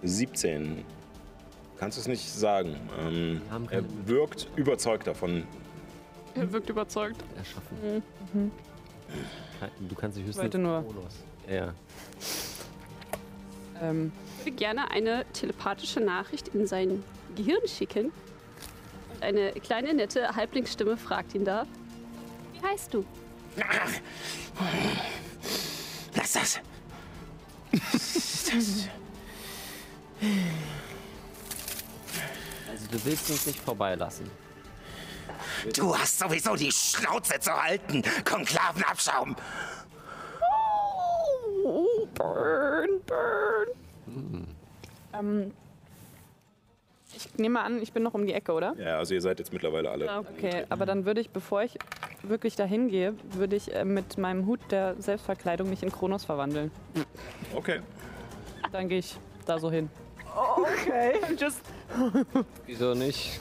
[SPEAKER 1] 17. Kannst du es nicht sagen. Ähm,
[SPEAKER 2] haben keine
[SPEAKER 1] er wirkt überzeugt davon.
[SPEAKER 8] Er wirkt überzeugt.
[SPEAKER 2] Erschaffen.
[SPEAKER 13] Mhm.
[SPEAKER 2] Mhm. Du kannst dich höchstens.
[SPEAKER 13] Wollte nur-
[SPEAKER 2] Bonus. Ja.
[SPEAKER 13] Ähm,
[SPEAKER 8] Ich würde gerne eine telepathische Nachricht in sein Gehirn schicken. Und eine kleine, nette Halblingsstimme fragt ihn da: Wie heißt du?
[SPEAKER 14] Lass das. das.
[SPEAKER 2] Also, du willst uns nicht vorbeilassen.
[SPEAKER 14] Du hast sowieso die Schnauze zu halten. Konklavenabschaum.
[SPEAKER 12] Oh, burn, burn. Ähm, ich nehme an, ich bin noch um die Ecke, oder?
[SPEAKER 1] Ja, also ihr seid jetzt mittlerweile alle.
[SPEAKER 2] Genau.
[SPEAKER 12] Okay, aber dann würde ich, bevor ich wirklich dahin gehe, würde ich äh, mit meinem Hut der Selbstverkleidung mich in Kronos verwandeln.
[SPEAKER 1] Okay.
[SPEAKER 12] Dann gehe ich da so hin.
[SPEAKER 3] Okay.
[SPEAKER 12] Just
[SPEAKER 2] Wieso nicht?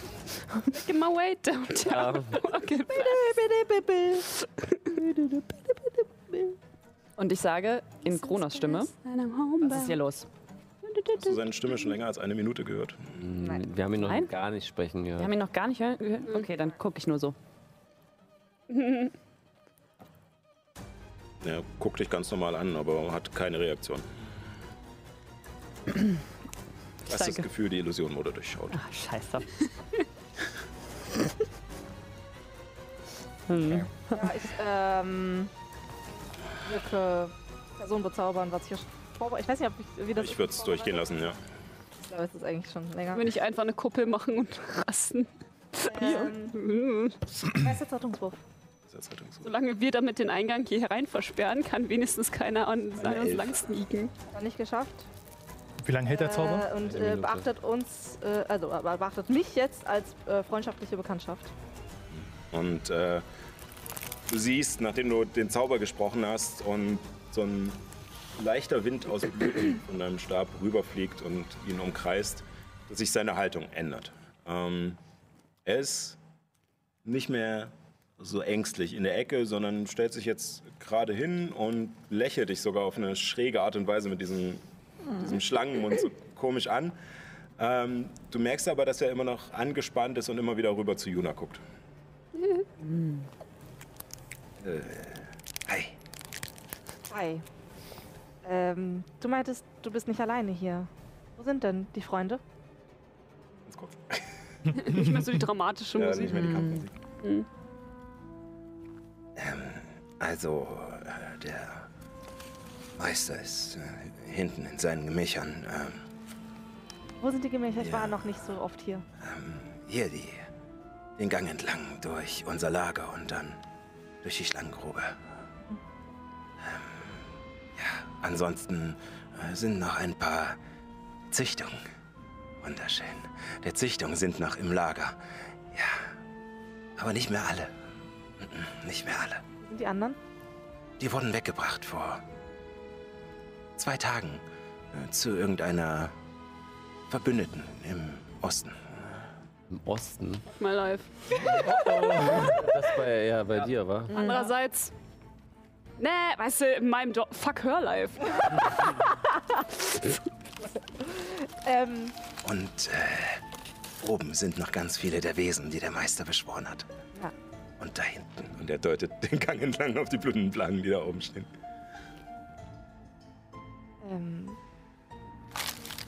[SPEAKER 8] Make my way down.
[SPEAKER 2] Ja.
[SPEAKER 12] Und ich sage in Kronos Stimme,
[SPEAKER 8] And I'm home
[SPEAKER 12] was ist hier los?
[SPEAKER 1] Hast du seine Stimme schon länger als eine Minute gehört?
[SPEAKER 2] Wir haben ihn noch
[SPEAKER 12] Nein.
[SPEAKER 2] gar nicht sprechen
[SPEAKER 12] Wir haben
[SPEAKER 2] gehört.
[SPEAKER 12] ihn noch gar nicht hören gehört. Okay, dann gucke ich nur so.
[SPEAKER 1] Er guckt dich ganz normal an, aber hat keine Reaktion. Hast das
[SPEAKER 12] Danke.
[SPEAKER 1] Gefühl, die Illusion wurde durchschaut.
[SPEAKER 12] Ah, scheiße.
[SPEAKER 7] Ja, ich ähm, wirke Person bezaubern, was ich hier vorbe- Ich weiß nicht, ob ich, wie das
[SPEAKER 1] Ich würde es durchgehen lassen, ja.
[SPEAKER 7] Ich glaube, es ist eigentlich schon länger.
[SPEAKER 8] Wenn ich einfach eine Kuppel machen und rasten.
[SPEAKER 7] Ähm, wer ist jetzt Rettungswurf?
[SPEAKER 8] Solange wir damit den Eingang hier herein versperren, kann wenigstens keiner an an uns
[SPEAKER 1] Elf.
[SPEAKER 8] lang sneaken.
[SPEAKER 7] Hat nicht geschafft.
[SPEAKER 5] Wie lange hält der Zauber?
[SPEAKER 7] Äh, und äh, beachtet uns, äh, also äh, beachtet mich jetzt als äh, freundschaftliche Bekanntschaft.
[SPEAKER 1] Und äh, du siehst, nachdem du den Zauber gesprochen hast und so ein leichter Wind aus dem Blüten von deinem Stab rüberfliegt und ihn umkreist, dass sich seine Haltung ändert. Ähm, er ist nicht mehr so ängstlich in der Ecke, sondern stellt sich jetzt gerade hin und lächelt dich sogar auf eine schräge Art und Weise mit diesem, diesem Schlangenmund so komisch an. Ähm, du merkst aber, dass er immer noch angespannt ist und immer wieder rüber zu Juna guckt.
[SPEAKER 14] Äh, hi.
[SPEAKER 7] Hi. Ähm, du meintest, du bist nicht alleine hier. Wo sind denn die Freunde?
[SPEAKER 8] Nicht mehr so die dramatische
[SPEAKER 14] Ja,
[SPEAKER 8] Musik.
[SPEAKER 14] nicht mehr die Kampfmusik.
[SPEAKER 8] Mhm.
[SPEAKER 14] Ähm, Also, äh, der Meister ist äh, hinten in seinen Gemächern. Ähm,
[SPEAKER 7] Wo sind die Gemächer? Ich
[SPEAKER 14] Ja.
[SPEAKER 7] war noch nicht so oft hier.
[SPEAKER 14] Hier die, den Gang entlang durch unser Lager und dann durch die Schlangengrube. Ähm, ja, ansonsten äh, sind noch ein paar Züchtungen. Wunderschön. Der Züchtung sind noch im Lager. Ja, aber nicht mehr alle. Mhm, Nicht mehr alle.
[SPEAKER 7] Und die anderen?
[SPEAKER 14] Die wurden weggebracht vor zwei Tagen äh, zu irgendeiner Verbündeten im Osten.
[SPEAKER 2] Im Osten.
[SPEAKER 8] My life.
[SPEAKER 2] Das war ja eher bei dir, war?
[SPEAKER 8] Andererseits. Nee, weißt du, in meinem Job. Fuck her life.
[SPEAKER 7] Ähm,
[SPEAKER 14] Und äh, oben sind noch ganz viele der Wesen, die der Meister beschworen hat.
[SPEAKER 7] Ja.
[SPEAKER 14] Und da hinten.
[SPEAKER 1] Und er deutet den Gang entlang auf die blutenden Plagen, die da oben stehen.
[SPEAKER 7] ähm,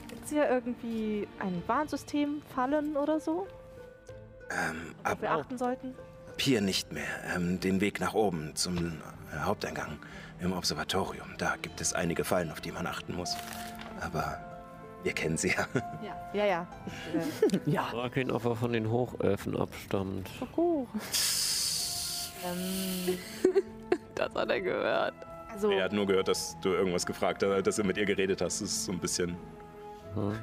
[SPEAKER 7] Gibt es hier irgendwie ein Warnsystem, Fallen oder so,
[SPEAKER 14] Ähm,
[SPEAKER 7] worauf wir
[SPEAKER 1] Oh.
[SPEAKER 14] ab,
[SPEAKER 7] achten sollten?
[SPEAKER 14] ab hier nicht mehr. Ähm, den Weg nach oben zum äh, Haupteingang im Observatorium. Da gibt es einige Fallen, auf die man achten muss.
[SPEAKER 1] aber wir kennen sie ja.
[SPEAKER 7] Ja, ja, ja. Ich, äh,
[SPEAKER 2] ja. Rakeln aber von den Hochöfen abstammt.
[SPEAKER 7] Oh. ähm,
[SPEAKER 16] das hat er gehört.
[SPEAKER 17] Also, er hat nur gehört, dass du irgendwas gefragt hast, dass du mit ihr geredet hast. Das ist so ein bisschen. Hm.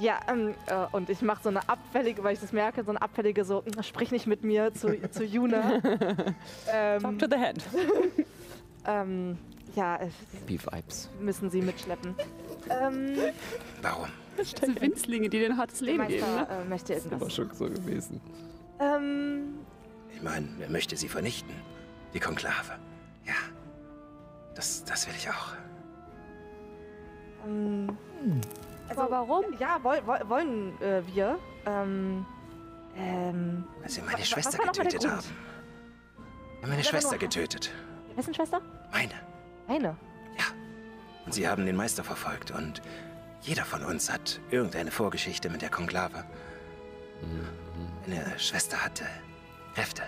[SPEAKER 7] Ja, ähm, äh, und ich mache so eine abfällige, weil ich das merke, so eine abfällige, so, "Hm, sprich nicht mit mir zu, zu Juna.
[SPEAKER 8] ähm, Talk to the head.
[SPEAKER 7] ähm, ja, äh,
[SPEAKER 2] B-Vibes.
[SPEAKER 7] Müssen sie mitschleppen. ähm,
[SPEAKER 1] Warum?
[SPEAKER 16] Diese Winzlinge, die den hartes Leben
[SPEAKER 7] Meister,
[SPEAKER 16] geben. Ne?
[SPEAKER 7] äh, möchte
[SPEAKER 2] Das ist aber
[SPEAKER 7] irgendwas.
[SPEAKER 2] schon so gewesen.
[SPEAKER 7] Ähm,
[SPEAKER 1] Ich meine, wer möchte sie vernichten? Die Konklave. Ja. Das, das will ich auch.
[SPEAKER 7] ähm, also, warum? Ja, woll, woll, wollen äh, wir. Ähm, ähm,
[SPEAKER 1] Weil sie
[SPEAKER 7] wa-
[SPEAKER 1] meine
[SPEAKER 7] wa-
[SPEAKER 1] Schwester
[SPEAKER 7] was war nochmal der
[SPEAKER 1] getötet
[SPEAKER 7] Grund?
[SPEAKER 1] haben. Wir haben meine
[SPEAKER 7] Ja, aber
[SPEAKER 1] Schwester
[SPEAKER 7] nur-
[SPEAKER 1] getötet.
[SPEAKER 7] Wessen Schwester?
[SPEAKER 1] Meine.
[SPEAKER 7] Eine.
[SPEAKER 1] Und sie haben den Meister verfolgt. Und jeder von uns hat irgendeine Vorgeschichte mit der Konklave. Eine Schwester hatte Kräfte.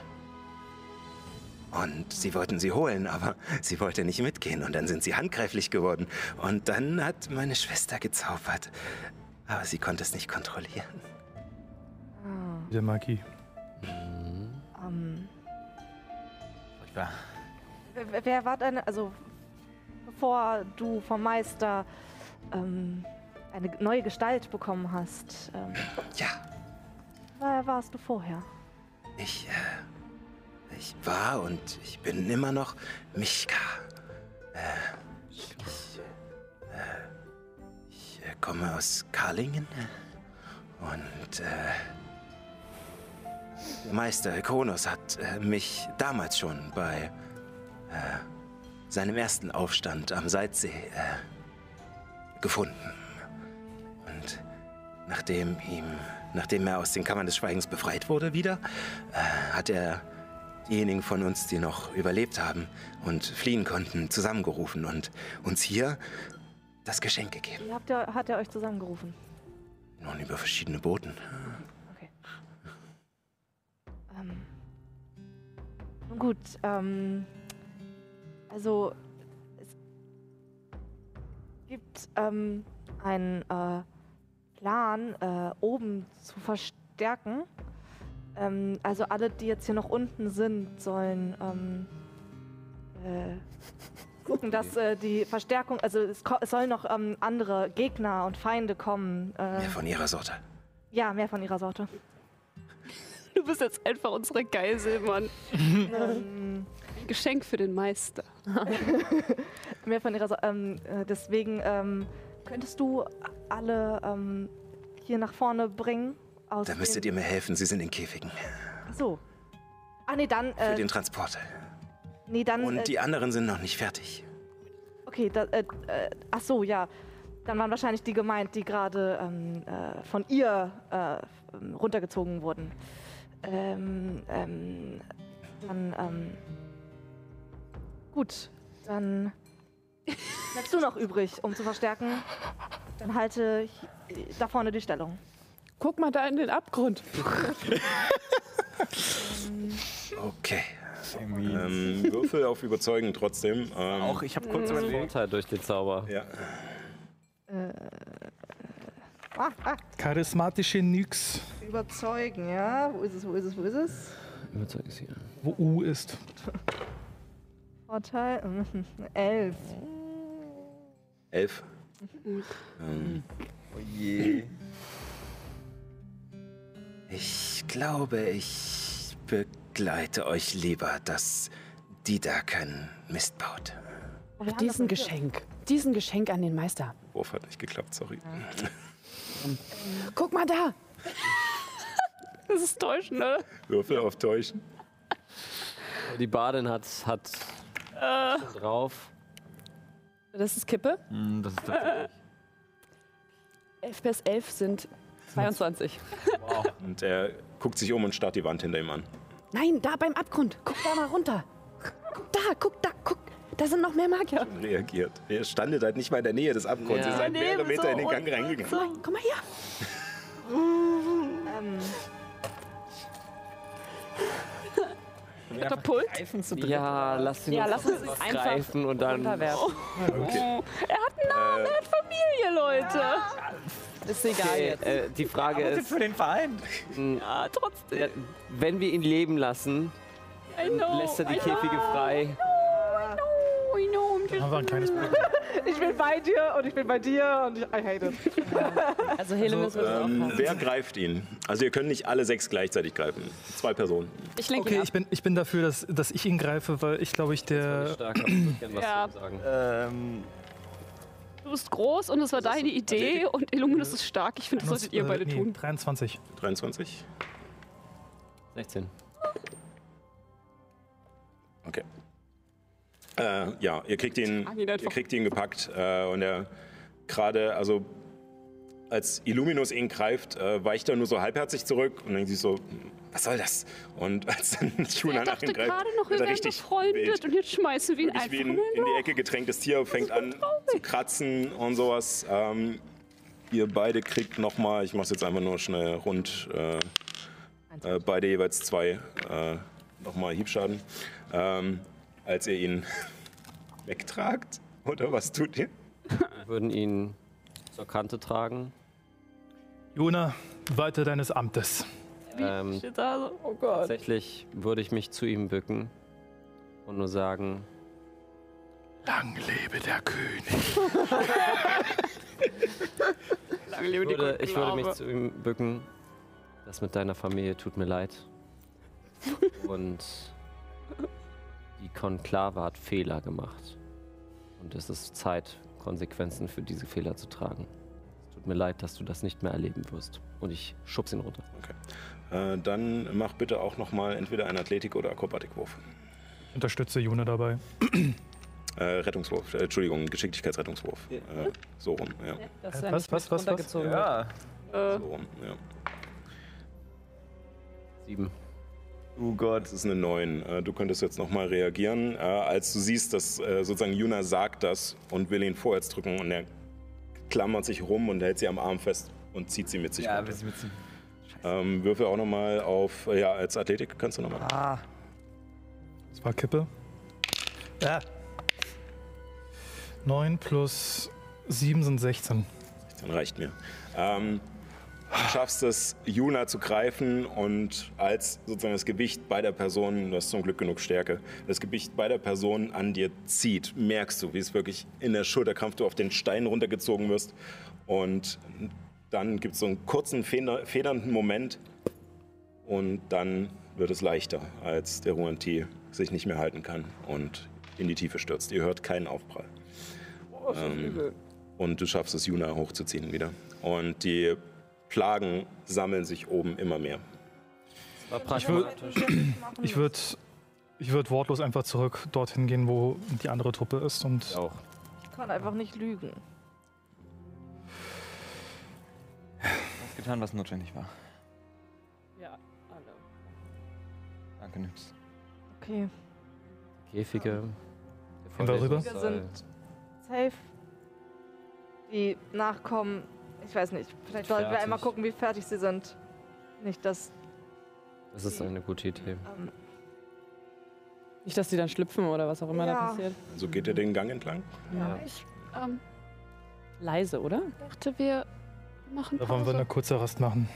[SPEAKER 1] Und sie wollten sie holen, aber sie wollte nicht mitgehen. Und dann sind sie handgreiflich geworden. Und dann hat meine Schwester gezaubert. Aber sie konnte es nicht kontrollieren.
[SPEAKER 7] Ah,
[SPEAKER 5] Der Magie.
[SPEAKER 7] ähm,
[SPEAKER 10] Furchtbar.
[SPEAKER 7] wer, wer war deine. Also, bevor du vom Meister ähm, eine neue Gestalt bekommen hast, ähm,
[SPEAKER 1] Ja,
[SPEAKER 7] wer warst du vorher?
[SPEAKER 1] ich, äh, ich war und ich bin immer noch Mischka. Äh, ich, äh, ich äh, komme aus Karlingen und äh, der Meister Kronos hat äh, mich damals schon bei äh, seinem ersten Aufstand am Salzsee äh, gefunden. Und nachdem, ihm, nachdem er aus den Kammern des Schweigens befreit wurde wieder, äh, hat er diejenigen von uns, die noch überlebt haben und fliehen konnten, zusammengerufen und uns hier das Geschenk gegeben.
[SPEAKER 7] Wie habt ihr, hat er euch zusammengerufen?
[SPEAKER 1] Nun über verschiedene Boten.
[SPEAKER 7] Ähm, nun gut, ähm, also es gibt ähm, einen äh, Plan, äh, oben zu verstärken. Ähm, also alle, die jetzt hier noch unten sind, sollen ähm, äh, gucken, dass äh, die Verstärkung, also es, ko- es sollen noch ähm, andere Gegner und Feinde kommen. Äh,
[SPEAKER 1] Mehr von ihrer Sorte.
[SPEAKER 7] Ja, mehr von ihrer Sorte.
[SPEAKER 16] Du bist jetzt einfach unsere Geisel, Mann.
[SPEAKER 7] ähm,
[SPEAKER 16] Geschenk für den Meister.
[SPEAKER 7] mehr von ihrer Sa- ähm, äh, deswegen ähm, könntest du alle ähm, hier nach vorne bringen aus
[SPEAKER 1] Da müsstet ihr mir helfen, sie sind in Käfigen.
[SPEAKER 7] so ah nee dann
[SPEAKER 1] Für
[SPEAKER 7] äh,
[SPEAKER 1] den Transport.
[SPEAKER 7] nee dann äh,
[SPEAKER 1] Und die anderen sind noch nicht fertig.
[SPEAKER 7] okay da, äh, äh, ach so ja dann waren wahrscheinlich die gemeint die gerade ähm, äh, von ihr äh, ähm, runtergezogen wurden ähm, ähm, dann ähm, gut dann bleibst du noch übrig um zu verstärken dann halte hi- da vorne die Stellung
[SPEAKER 12] Guck mal da in den Abgrund.
[SPEAKER 1] Okay.
[SPEAKER 17] Ähm, Würfel auf Überzeugen trotzdem. Ähm,
[SPEAKER 10] Auch ich habe kurz überlegt.
[SPEAKER 2] Vorteil durch den Zauber.
[SPEAKER 17] Ja.
[SPEAKER 7] ah, ah,
[SPEAKER 5] Charismatische Nix,
[SPEAKER 7] Überzeugen, ja. Wo ist es, wo ist es, wo ist es?
[SPEAKER 2] Überzeug ist hier.
[SPEAKER 5] wo U ist.
[SPEAKER 7] Vorteil, elf.
[SPEAKER 17] Elf. Ähm,
[SPEAKER 10] Oh je.
[SPEAKER 1] Ich glaube, ich begleite euch lieber, dass die da keinen Mist baut.
[SPEAKER 8] Diesen Geschenk. Diesen Geschenk an den Meister.
[SPEAKER 17] Wurf hat nicht geklappt, sorry.
[SPEAKER 8] Guck mal da.
[SPEAKER 16] Das ist täuschend, oder?
[SPEAKER 17] Würfel auf Täuschen.
[SPEAKER 2] Die Badin hat, hat schon drauf.
[SPEAKER 8] Das ist Kippe.
[SPEAKER 10] Hm, Das ist tatsächlich.
[SPEAKER 8] 11 bis 11 sind 22.
[SPEAKER 17] Und er guckt sich um und starrt die Wand hinter ihm an.
[SPEAKER 8] Nein, da beim Abgrund. Guck da mal runter. Guck da, guck da, guck. Da sind noch mehr Magier.
[SPEAKER 17] Reagiert. Ihr standet halt nicht mal in der Nähe des Abgrunds.
[SPEAKER 2] Ja.
[SPEAKER 1] halt
[SPEAKER 17] Ihr seid
[SPEAKER 2] Nee,
[SPEAKER 17] mehrere Meter
[SPEAKER 2] so
[SPEAKER 17] in den Gang
[SPEAKER 2] und-
[SPEAKER 17] reingegangen.
[SPEAKER 8] Guck mal, guck mal her.
[SPEAKER 7] Ähm,
[SPEAKER 12] Katapult?
[SPEAKER 2] Ja, lass ihn
[SPEAKER 12] Ja, lass uns
[SPEAKER 2] einfach
[SPEAKER 12] einfach
[SPEAKER 2] greifen und dann.
[SPEAKER 12] runterwerfen.
[SPEAKER 2] Okay.
[SPEAKER 8] Er hat einen Namen, er hat Familie, Leute.
[SPEAKER 2] Ist egal jetzt. Äh, die Frage
[SPEAKER 4] arbeitet
[SPEAKER 2] ist.
[SPEAKER 4] für den Verein.
[SPEAKER 2] Ja, trotzdem. Wenn wir ihn leben lassen,
[SPEAKER 8] I
[SPEAKER 2] dann
[SPEAKER 8] know,
[SPEAKER 2] lässt er die
[SPEAKER 8] I
[SPEAKER 2] Käfige
[SPEAKER 8] know.
[SPEAKER 2] frei.
[SPEAKER 8] Oh, I know, I'm
[SPEAKER 5] Haben wir ein kleines Problem.
[SPEAKER 7] Ich bin bei dir und ich bin bei dir und ich, I hate it.
[SPEAKER 6] Also Hele müssen wir
[SPEAKER 1] Ähm, wer greift ihn? Also ihr könnt nicht alle sechs gleichzeitig greifen. Zwei Personen.
[SPEAKER 8] Ich lenke
[SPEAKER 5] okay,
[SPEAKER 8] ihn ab.
[SPEAKER 5] ich bin, ich bin dafür, dass, dass ich ihn greife, weil ich glaube, ich
[SPEAKER 2] Äh,
[SPEAKER 5] der.
[SPEAKER 2] was
[SPEAKER 8] Ja. zu
[SPEAKER 2] sagen.
[SPEAKER 4] Ähm,
[SPEAKER 8] Du bist groß und es war deine Idee und Illuminus ist stark. Ich finde, das solltet ihr
[SPEAKER 5] äh,
[SPEAKER 8] beide
[SPEAKER 5] nee,
[SPEAKER 8] tun.
[SPEAKER 5] 23.
[SPEAKER 1] 23.
[SPEAKER 2] 16.
[SPEAKER 1] Okay. Äh, ja, ihr kriegt ihn,
[SPEAKER 8] Trag ihn
[SPEAKER 1] ihr
[SPEAKER 8] einfach.
[SPEAKER 1] kriegt ihn gepackt äh, und er gerade, also als Illuminus ihn greift, äh, weicht er nur so halbherzig zurück und dann siehst du so, "Hm, was soll das? Und als dann Juna
[SPEAKER 8] Er
[SPEAKER 1] nach
[SPEAKER 8] dachte
[SPEAKER 1] ihm greift,
[SPEAKER 8] gerade noch, wir
[SPEAKER 1] wird er
[SPEAKER 8] wären
[SPEAKER 1] richtig
[SPEAKER 8] befreundet
[SPEAKER 1] wild.
[SPEAKER 8] und jetzt schmeißen wir ihn
[SPEAKER 1] Wirklich
[SPEAKER 8] einfach
[SPEAKER 1] wie ein
[SPEAKER 8] nur
[SPEAKER 1] in die Ecke getränktes Tier fängt an zu kratzen und sowas. Ähm, ihr beide kriegt nochmal, ich mach's jetzt einfach nur schnell rund, äh, äh, beide jeweils zwei äh, nochmal Hiebschaden, ähm, als ihr ihn wegtragt. Oder was tut ihr?
[SPEAKER 2] Wir würden ihn zur Kante tragen.
[SPEAKER 5] Jona, weiter deines Amtes.
[SPEAKER 2] Ähm,
[SPEAKER 8] Steht da so, oh Gott.
[SPEAKER 2] tatsächlich würde ich mich zu ihm bücken und nur sagen:
[SPEAKER 5] Lang lebe der König.
[SPEAKER 8] Lange lebe
[SPEAKER 2] Ich
[SPEAKER 8] die
[SPEAKER 2] würde,
[SPEAKER 8] guten
[SPEAKER 2] ich würde mich
[SPEAKER 8] Laune.
[SPEAKER 2] zu ihm bücken. Das mit deiner Familie tut mir leid. Und die Konklave hat Fehler gemacht. Und es ist Zeit, Konsequenzen für diese Fehler zu tragen. Es tut mir leid, dass du das nicht mehr erleben wirst. Und ich schubs ihn runter.
[SPEAKER 1] Äh, dann mach bitte auch nochmal entweder einen Athletik- oder Akrobatikwurf.
[SPEAKER 5] Ich unterstütze Jona dabei.
[SPEAKER 1] Äh, Rettungswurf, äh, Entschuldigung, Geschicklichkeitsrettungswurf. Äh, so rum, ja.
[SPEAKER 5] Dass er Was, nicht was, mit was, was? runtergezogen
[SPEAKER 4] Ja.
[SPEAKER 1] So rum, ja.
[SPEAKER 2] Sieben.
[SPEAKER 1] Oh Gott. Das ist eine 9. Äh, Du könntest jetzt nochmal reagieren. Äh, Als du siehst, dass äh, sozusagen Juna sagt das und will ihn vorwärts drücken und er klammert sich rum und hält sie am Arm fest und zieht sie mit sich
[SPEAKER 4] ja,
[SPEAKER 1] runter.
[SPEAKER 4] wir sind mit
[SPEAKER 1] Ähm, würfel auch nochmal auf, äh, ja, als Athletik kannst du nochmal.
[SPEAKER 4] Ah.
[SPEAKER 5] Das war Kippe. Ah. 9 plus 7 sind 16.
[SPEAKER 1] Dann reicht mir. Ähm, du schaffst es, Juna zu greifen und als sozusagen das Gewicht beider Personen, du hast zum Glück genug Stärke, das Gewicht beider Personen an dir zieht, merkst du, wie es wirklich in der Schulterkampf du auf den Stein runtergezogen wirst. Und dann gibt es so einen kurzen, feder federnden Moment und dann wird es leichter, als der Ruan T sich nicht mehr halten kann und in die Tiefe stürzt. Ihr hört keinen Aufprall. Ähm, und du schaffst es, Juna hochzuziehen wieder. Und die Plagen sammeln sich oben immer mehr.
[SPEAKER 2] War
[SPEAKER 5] Ich würde ich würd, ich würd wortlos einfach zurück dorthin gehen, wo die andere Truppe ist. Und
[SPEAKER 2] auch.
[SPEAKER 7] Ich kann einfach nicht lügen.
[SPEAKER 4] Was getan, was notwendig war.
[SPEAKER 7] Ja,
[SPEAKER 12] Oh,
[SPEAKER 7] alle.
[SPEAKER 4] Danke, Nix.
[SPEAKER 7] Okay.
[SPEAKER 2] Käfige.
[SPEAKER 5] Gehen wir rüber?
[SPEAKER 7] Wir sind
[SPEAKER 2] halt-
[SPEAKER 7] safe. Die Nachkommen, ich weiß nicht. Vielleicht sollten wir
[SPEAKER 2] Fertig.
[SPEAKER 7] einmal gucken, wie fertig sie sind. Nicht, dass.
[SPEAKER 2] Das ist eine gute Idee.
[SPEAKER 7] Ähm,
[SPEAKER 12] Nicht, dass die dann schlüpfen oder was auch immer da
[SPEAKER 7] Ja.
[SPEAKER 12] passiert.
[SPEAKER 1] So Also geht ihr den Gang entlang.
[SPEAKER 8] Ja, ich ähm,
[SPEAKER 12] Leise, oder?
[SPEAKER 8] dachte, wir machen
[SPEAKER 5] da wollen wir eine
[SPEAKER 8] Pause.
[SPEAKER 5] kurze Rast machen.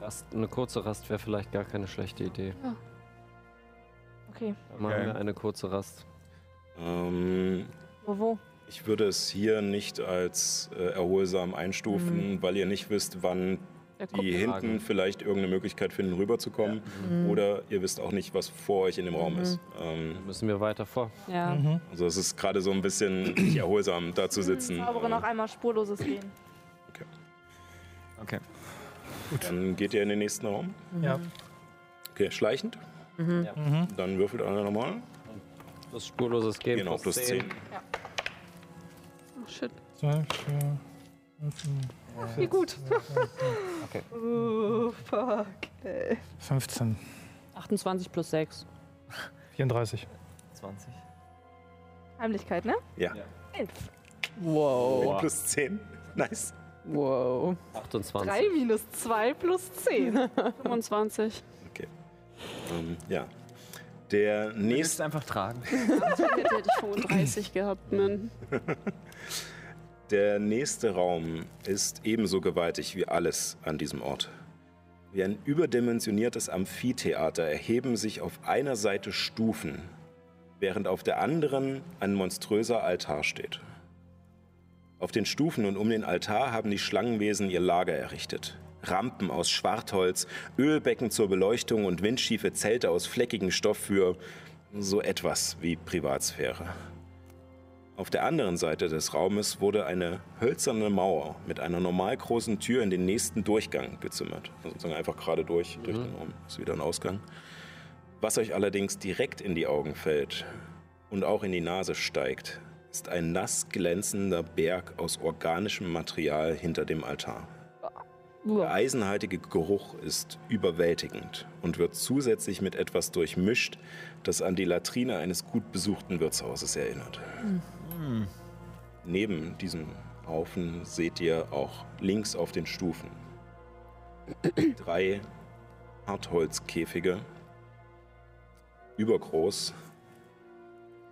[SPEAKER 2] Rast, eine kurze Rast wäre vielleicht gar keine schlechte Idee.
[SPEAKER 7] Okay.
[SPEAKER 2] Dann Machen wir eine kurze Rast.
[SPEAKER 1] Ähm,
[SPEAKER 7] Wo, wo?
[SPEAKER 1] ich würde es hier nicht als äh, erholsam einstufen,
[SPEAKER 12] Mhm.
[SPEAKER 1] weil ihr nicht wisst, wann
[SPEAKER 12] Ja, guck,
[SPEAKER 1] die hinten
[SPEAKER 12] Fragen.
[SPEAKER 1] vielleicht irgendeine Möglichkeit finden, rüberzukommen.
[SPEAKER 12] Mhm.
[SPEAKER 1] Oder ihr wisst auch nicht, was vor euch in dem Raum
[SPEAKER 12] Mhm.
[SPEAKER 1] ist. Ähm,
[SPEAKER 2] Müssen wir weiter vor.
[SPEAKER 12] Ja.
[SPEAKER 1] Also es ist gerade so ein bisschen nicht erholsam, da
[SPEAKER 12] Mhm.
[SPEAKER 1] zu sitzen.
[SPEAKER 7] Zaubere noch einmal spurloses Gehen.
[SPEAKER 1] Okay. Dann geht ihr in den nächsten Raum.
[SPEAKER 5] Ja.
[SPEAKER 1] Okay, schleichend.
[SPEAKER 2] Ja.
[SPEAKER 1] Dann würfelt einer nochmal.
[SPEAKER 2] Plus spurloses Gehen.
[SPEAKER 1] Genau, plus 10.
[SPEAKER 8] Oh, shit.
[SPEAKER 5] Zwei, vier, fünf,
[SPEAKER 7] Ach, wie gut.
[SPEAKER 5] Okay.
[SPEAKER 7] Oh, fuck. Ey.
[SPEAKER 5] 15,
[SPEAKER 12] 28 plus 6.
[SPEAKER 5] 34.
[SPEAKER 4] 20.
[SPEAKER 7] Heimlichkeit, ne?
[SPEAKER 1] Ja.
[SPEAKER 7] Elf.
[SPEAKER 12] Wow.
[SPEAKER 1] Plus 10. Nice.
[SPEAKER 12] Wow.
[SPEAKER 2] 28.
[SPEAKER 7] 3 minus 2 plus 10.
[SPEAKER 8] 25.
[SPEAKER 1] Okay. Ähm, ja. Der nächste.
[SPEAKER 10] einfach tragen.
[SPEAKER 8] Hätte ich 35 gehabt, man.
[SPEAKER 1] Der nächste Raum ist ebenso gewaltig wie alles an diesem Ort. Wie ein überdimensioniertes Amphitheater erheben sich auf einer Seite Stufen, während auf der anderen ein monströser Altar steht. Auf den Stufen und um den Altar haben die Schlangenwesen ihr Lager errichtet. Rampen aus Schwartholz, Ölbecken zur Beleuchtung und windschiefe Zelte aus fleckigem Stoff für so etwas wie Privatsphäre. Auf der anderen Seite des Raumes wurde eine hölzerne Mauer mit einer normal großen Tür in den nächsten Durchgang gezimmert. Also sozusagen einfach gerade durch, durch den Raum. Ist wieder ein Ausgang. Was euch allerdings direkt in die Augen fällt und auch in die Nase steigt, ist ein nass glänzender Berg aus organischem Material hinter dem Altar. Der eisenhaltige Geruch ist überwältigend und wird zusätzlich mit etwas durchmischt, das an die Latrine eines gut besuchten Wirtshauses erinnert. Neben diesem Haufen seht ihr auch links auf den Stufen drei Hartholzkäfige, übergroß,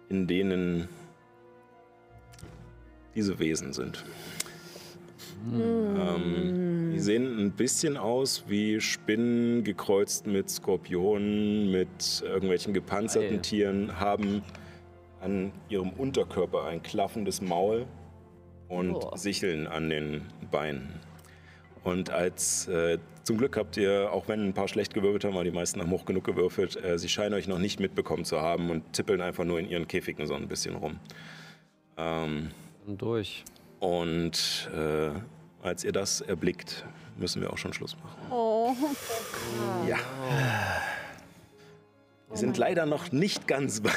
[SPEAKER 1] in denen diese Wesen sind. Ähm, die sehen ein bisschen aus wie Spinnen, gekreuzt mit Skorpionen, mit irgendwelchen gepanzerten
[SPEAKER 2] Geil.
[SPEAKER 1] Tieren, haben an ihrem Unterkörper ein klaffendes Maul und
[SPEAKER 2] Boah.
[SPEAKER 1] Sicheln an den Beinen. Und als äh, zum Glück habt ihr, auch wenn ein paar schlecht gewürfelt haben, weil die meisten haben hoch genug gewürfelt, äh, sie scheinen euch noch nicht mitbekommen zu haben und tippeln einfach nur in ihren Käfigen so ein bisschen rum. Ähm,
[SPEAKER 2] durch.
[SPEAKER 1] Und äh, als ihr das erblickt, müssen wir auch schon Schluss machen.
[SPEAKER 12] Oh.
[SPEAKER 1] Ja. Wir sind leider noch nicht ganz bei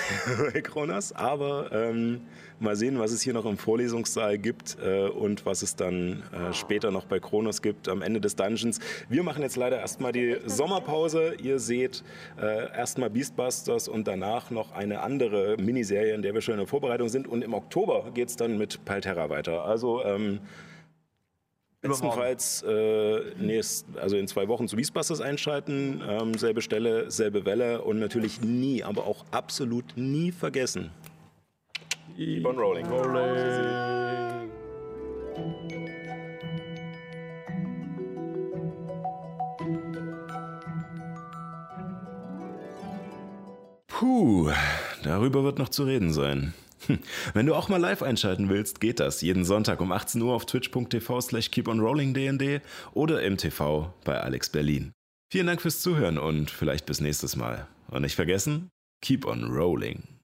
[SPEAKER 1] bei Kronas, aber ähm, mal sehen, was es hier noch im Vorlesungssaal gibt äh, und was es dann äh, später noch bei Kronos gibt am Ende des Dungeons. Wir machen jetzt leider erstmal die Sommerpause. Ihr seht äh, erstmal Beastbusters und danach noch eine andere Miniserie, in der wir schon in der Vorbereitung sind. Und im Oktober geht es dann mit Palterra weiter. Also ähm, Bestenfalls äh, nächst, also in zwei Wochen zu Beastbusters einschalten. Ähm, selbe Stelle, selbe Welle und natürlich nie, aber auch absolut nie vergessen. Keep on rolling. Puh, darüber wird noch zu reden sein. Hm, Wenn du auch mal live einschalten willst, geht das. Jeden Sonntag um 18 Uhr auf twitch.tv slash keeponrollingdnd oder im TV bei Alex Berlin. Vielen Dank fürs Zuhören und vielleicht bis nächstes Mal. Und nicht vergessen, keep on rolling.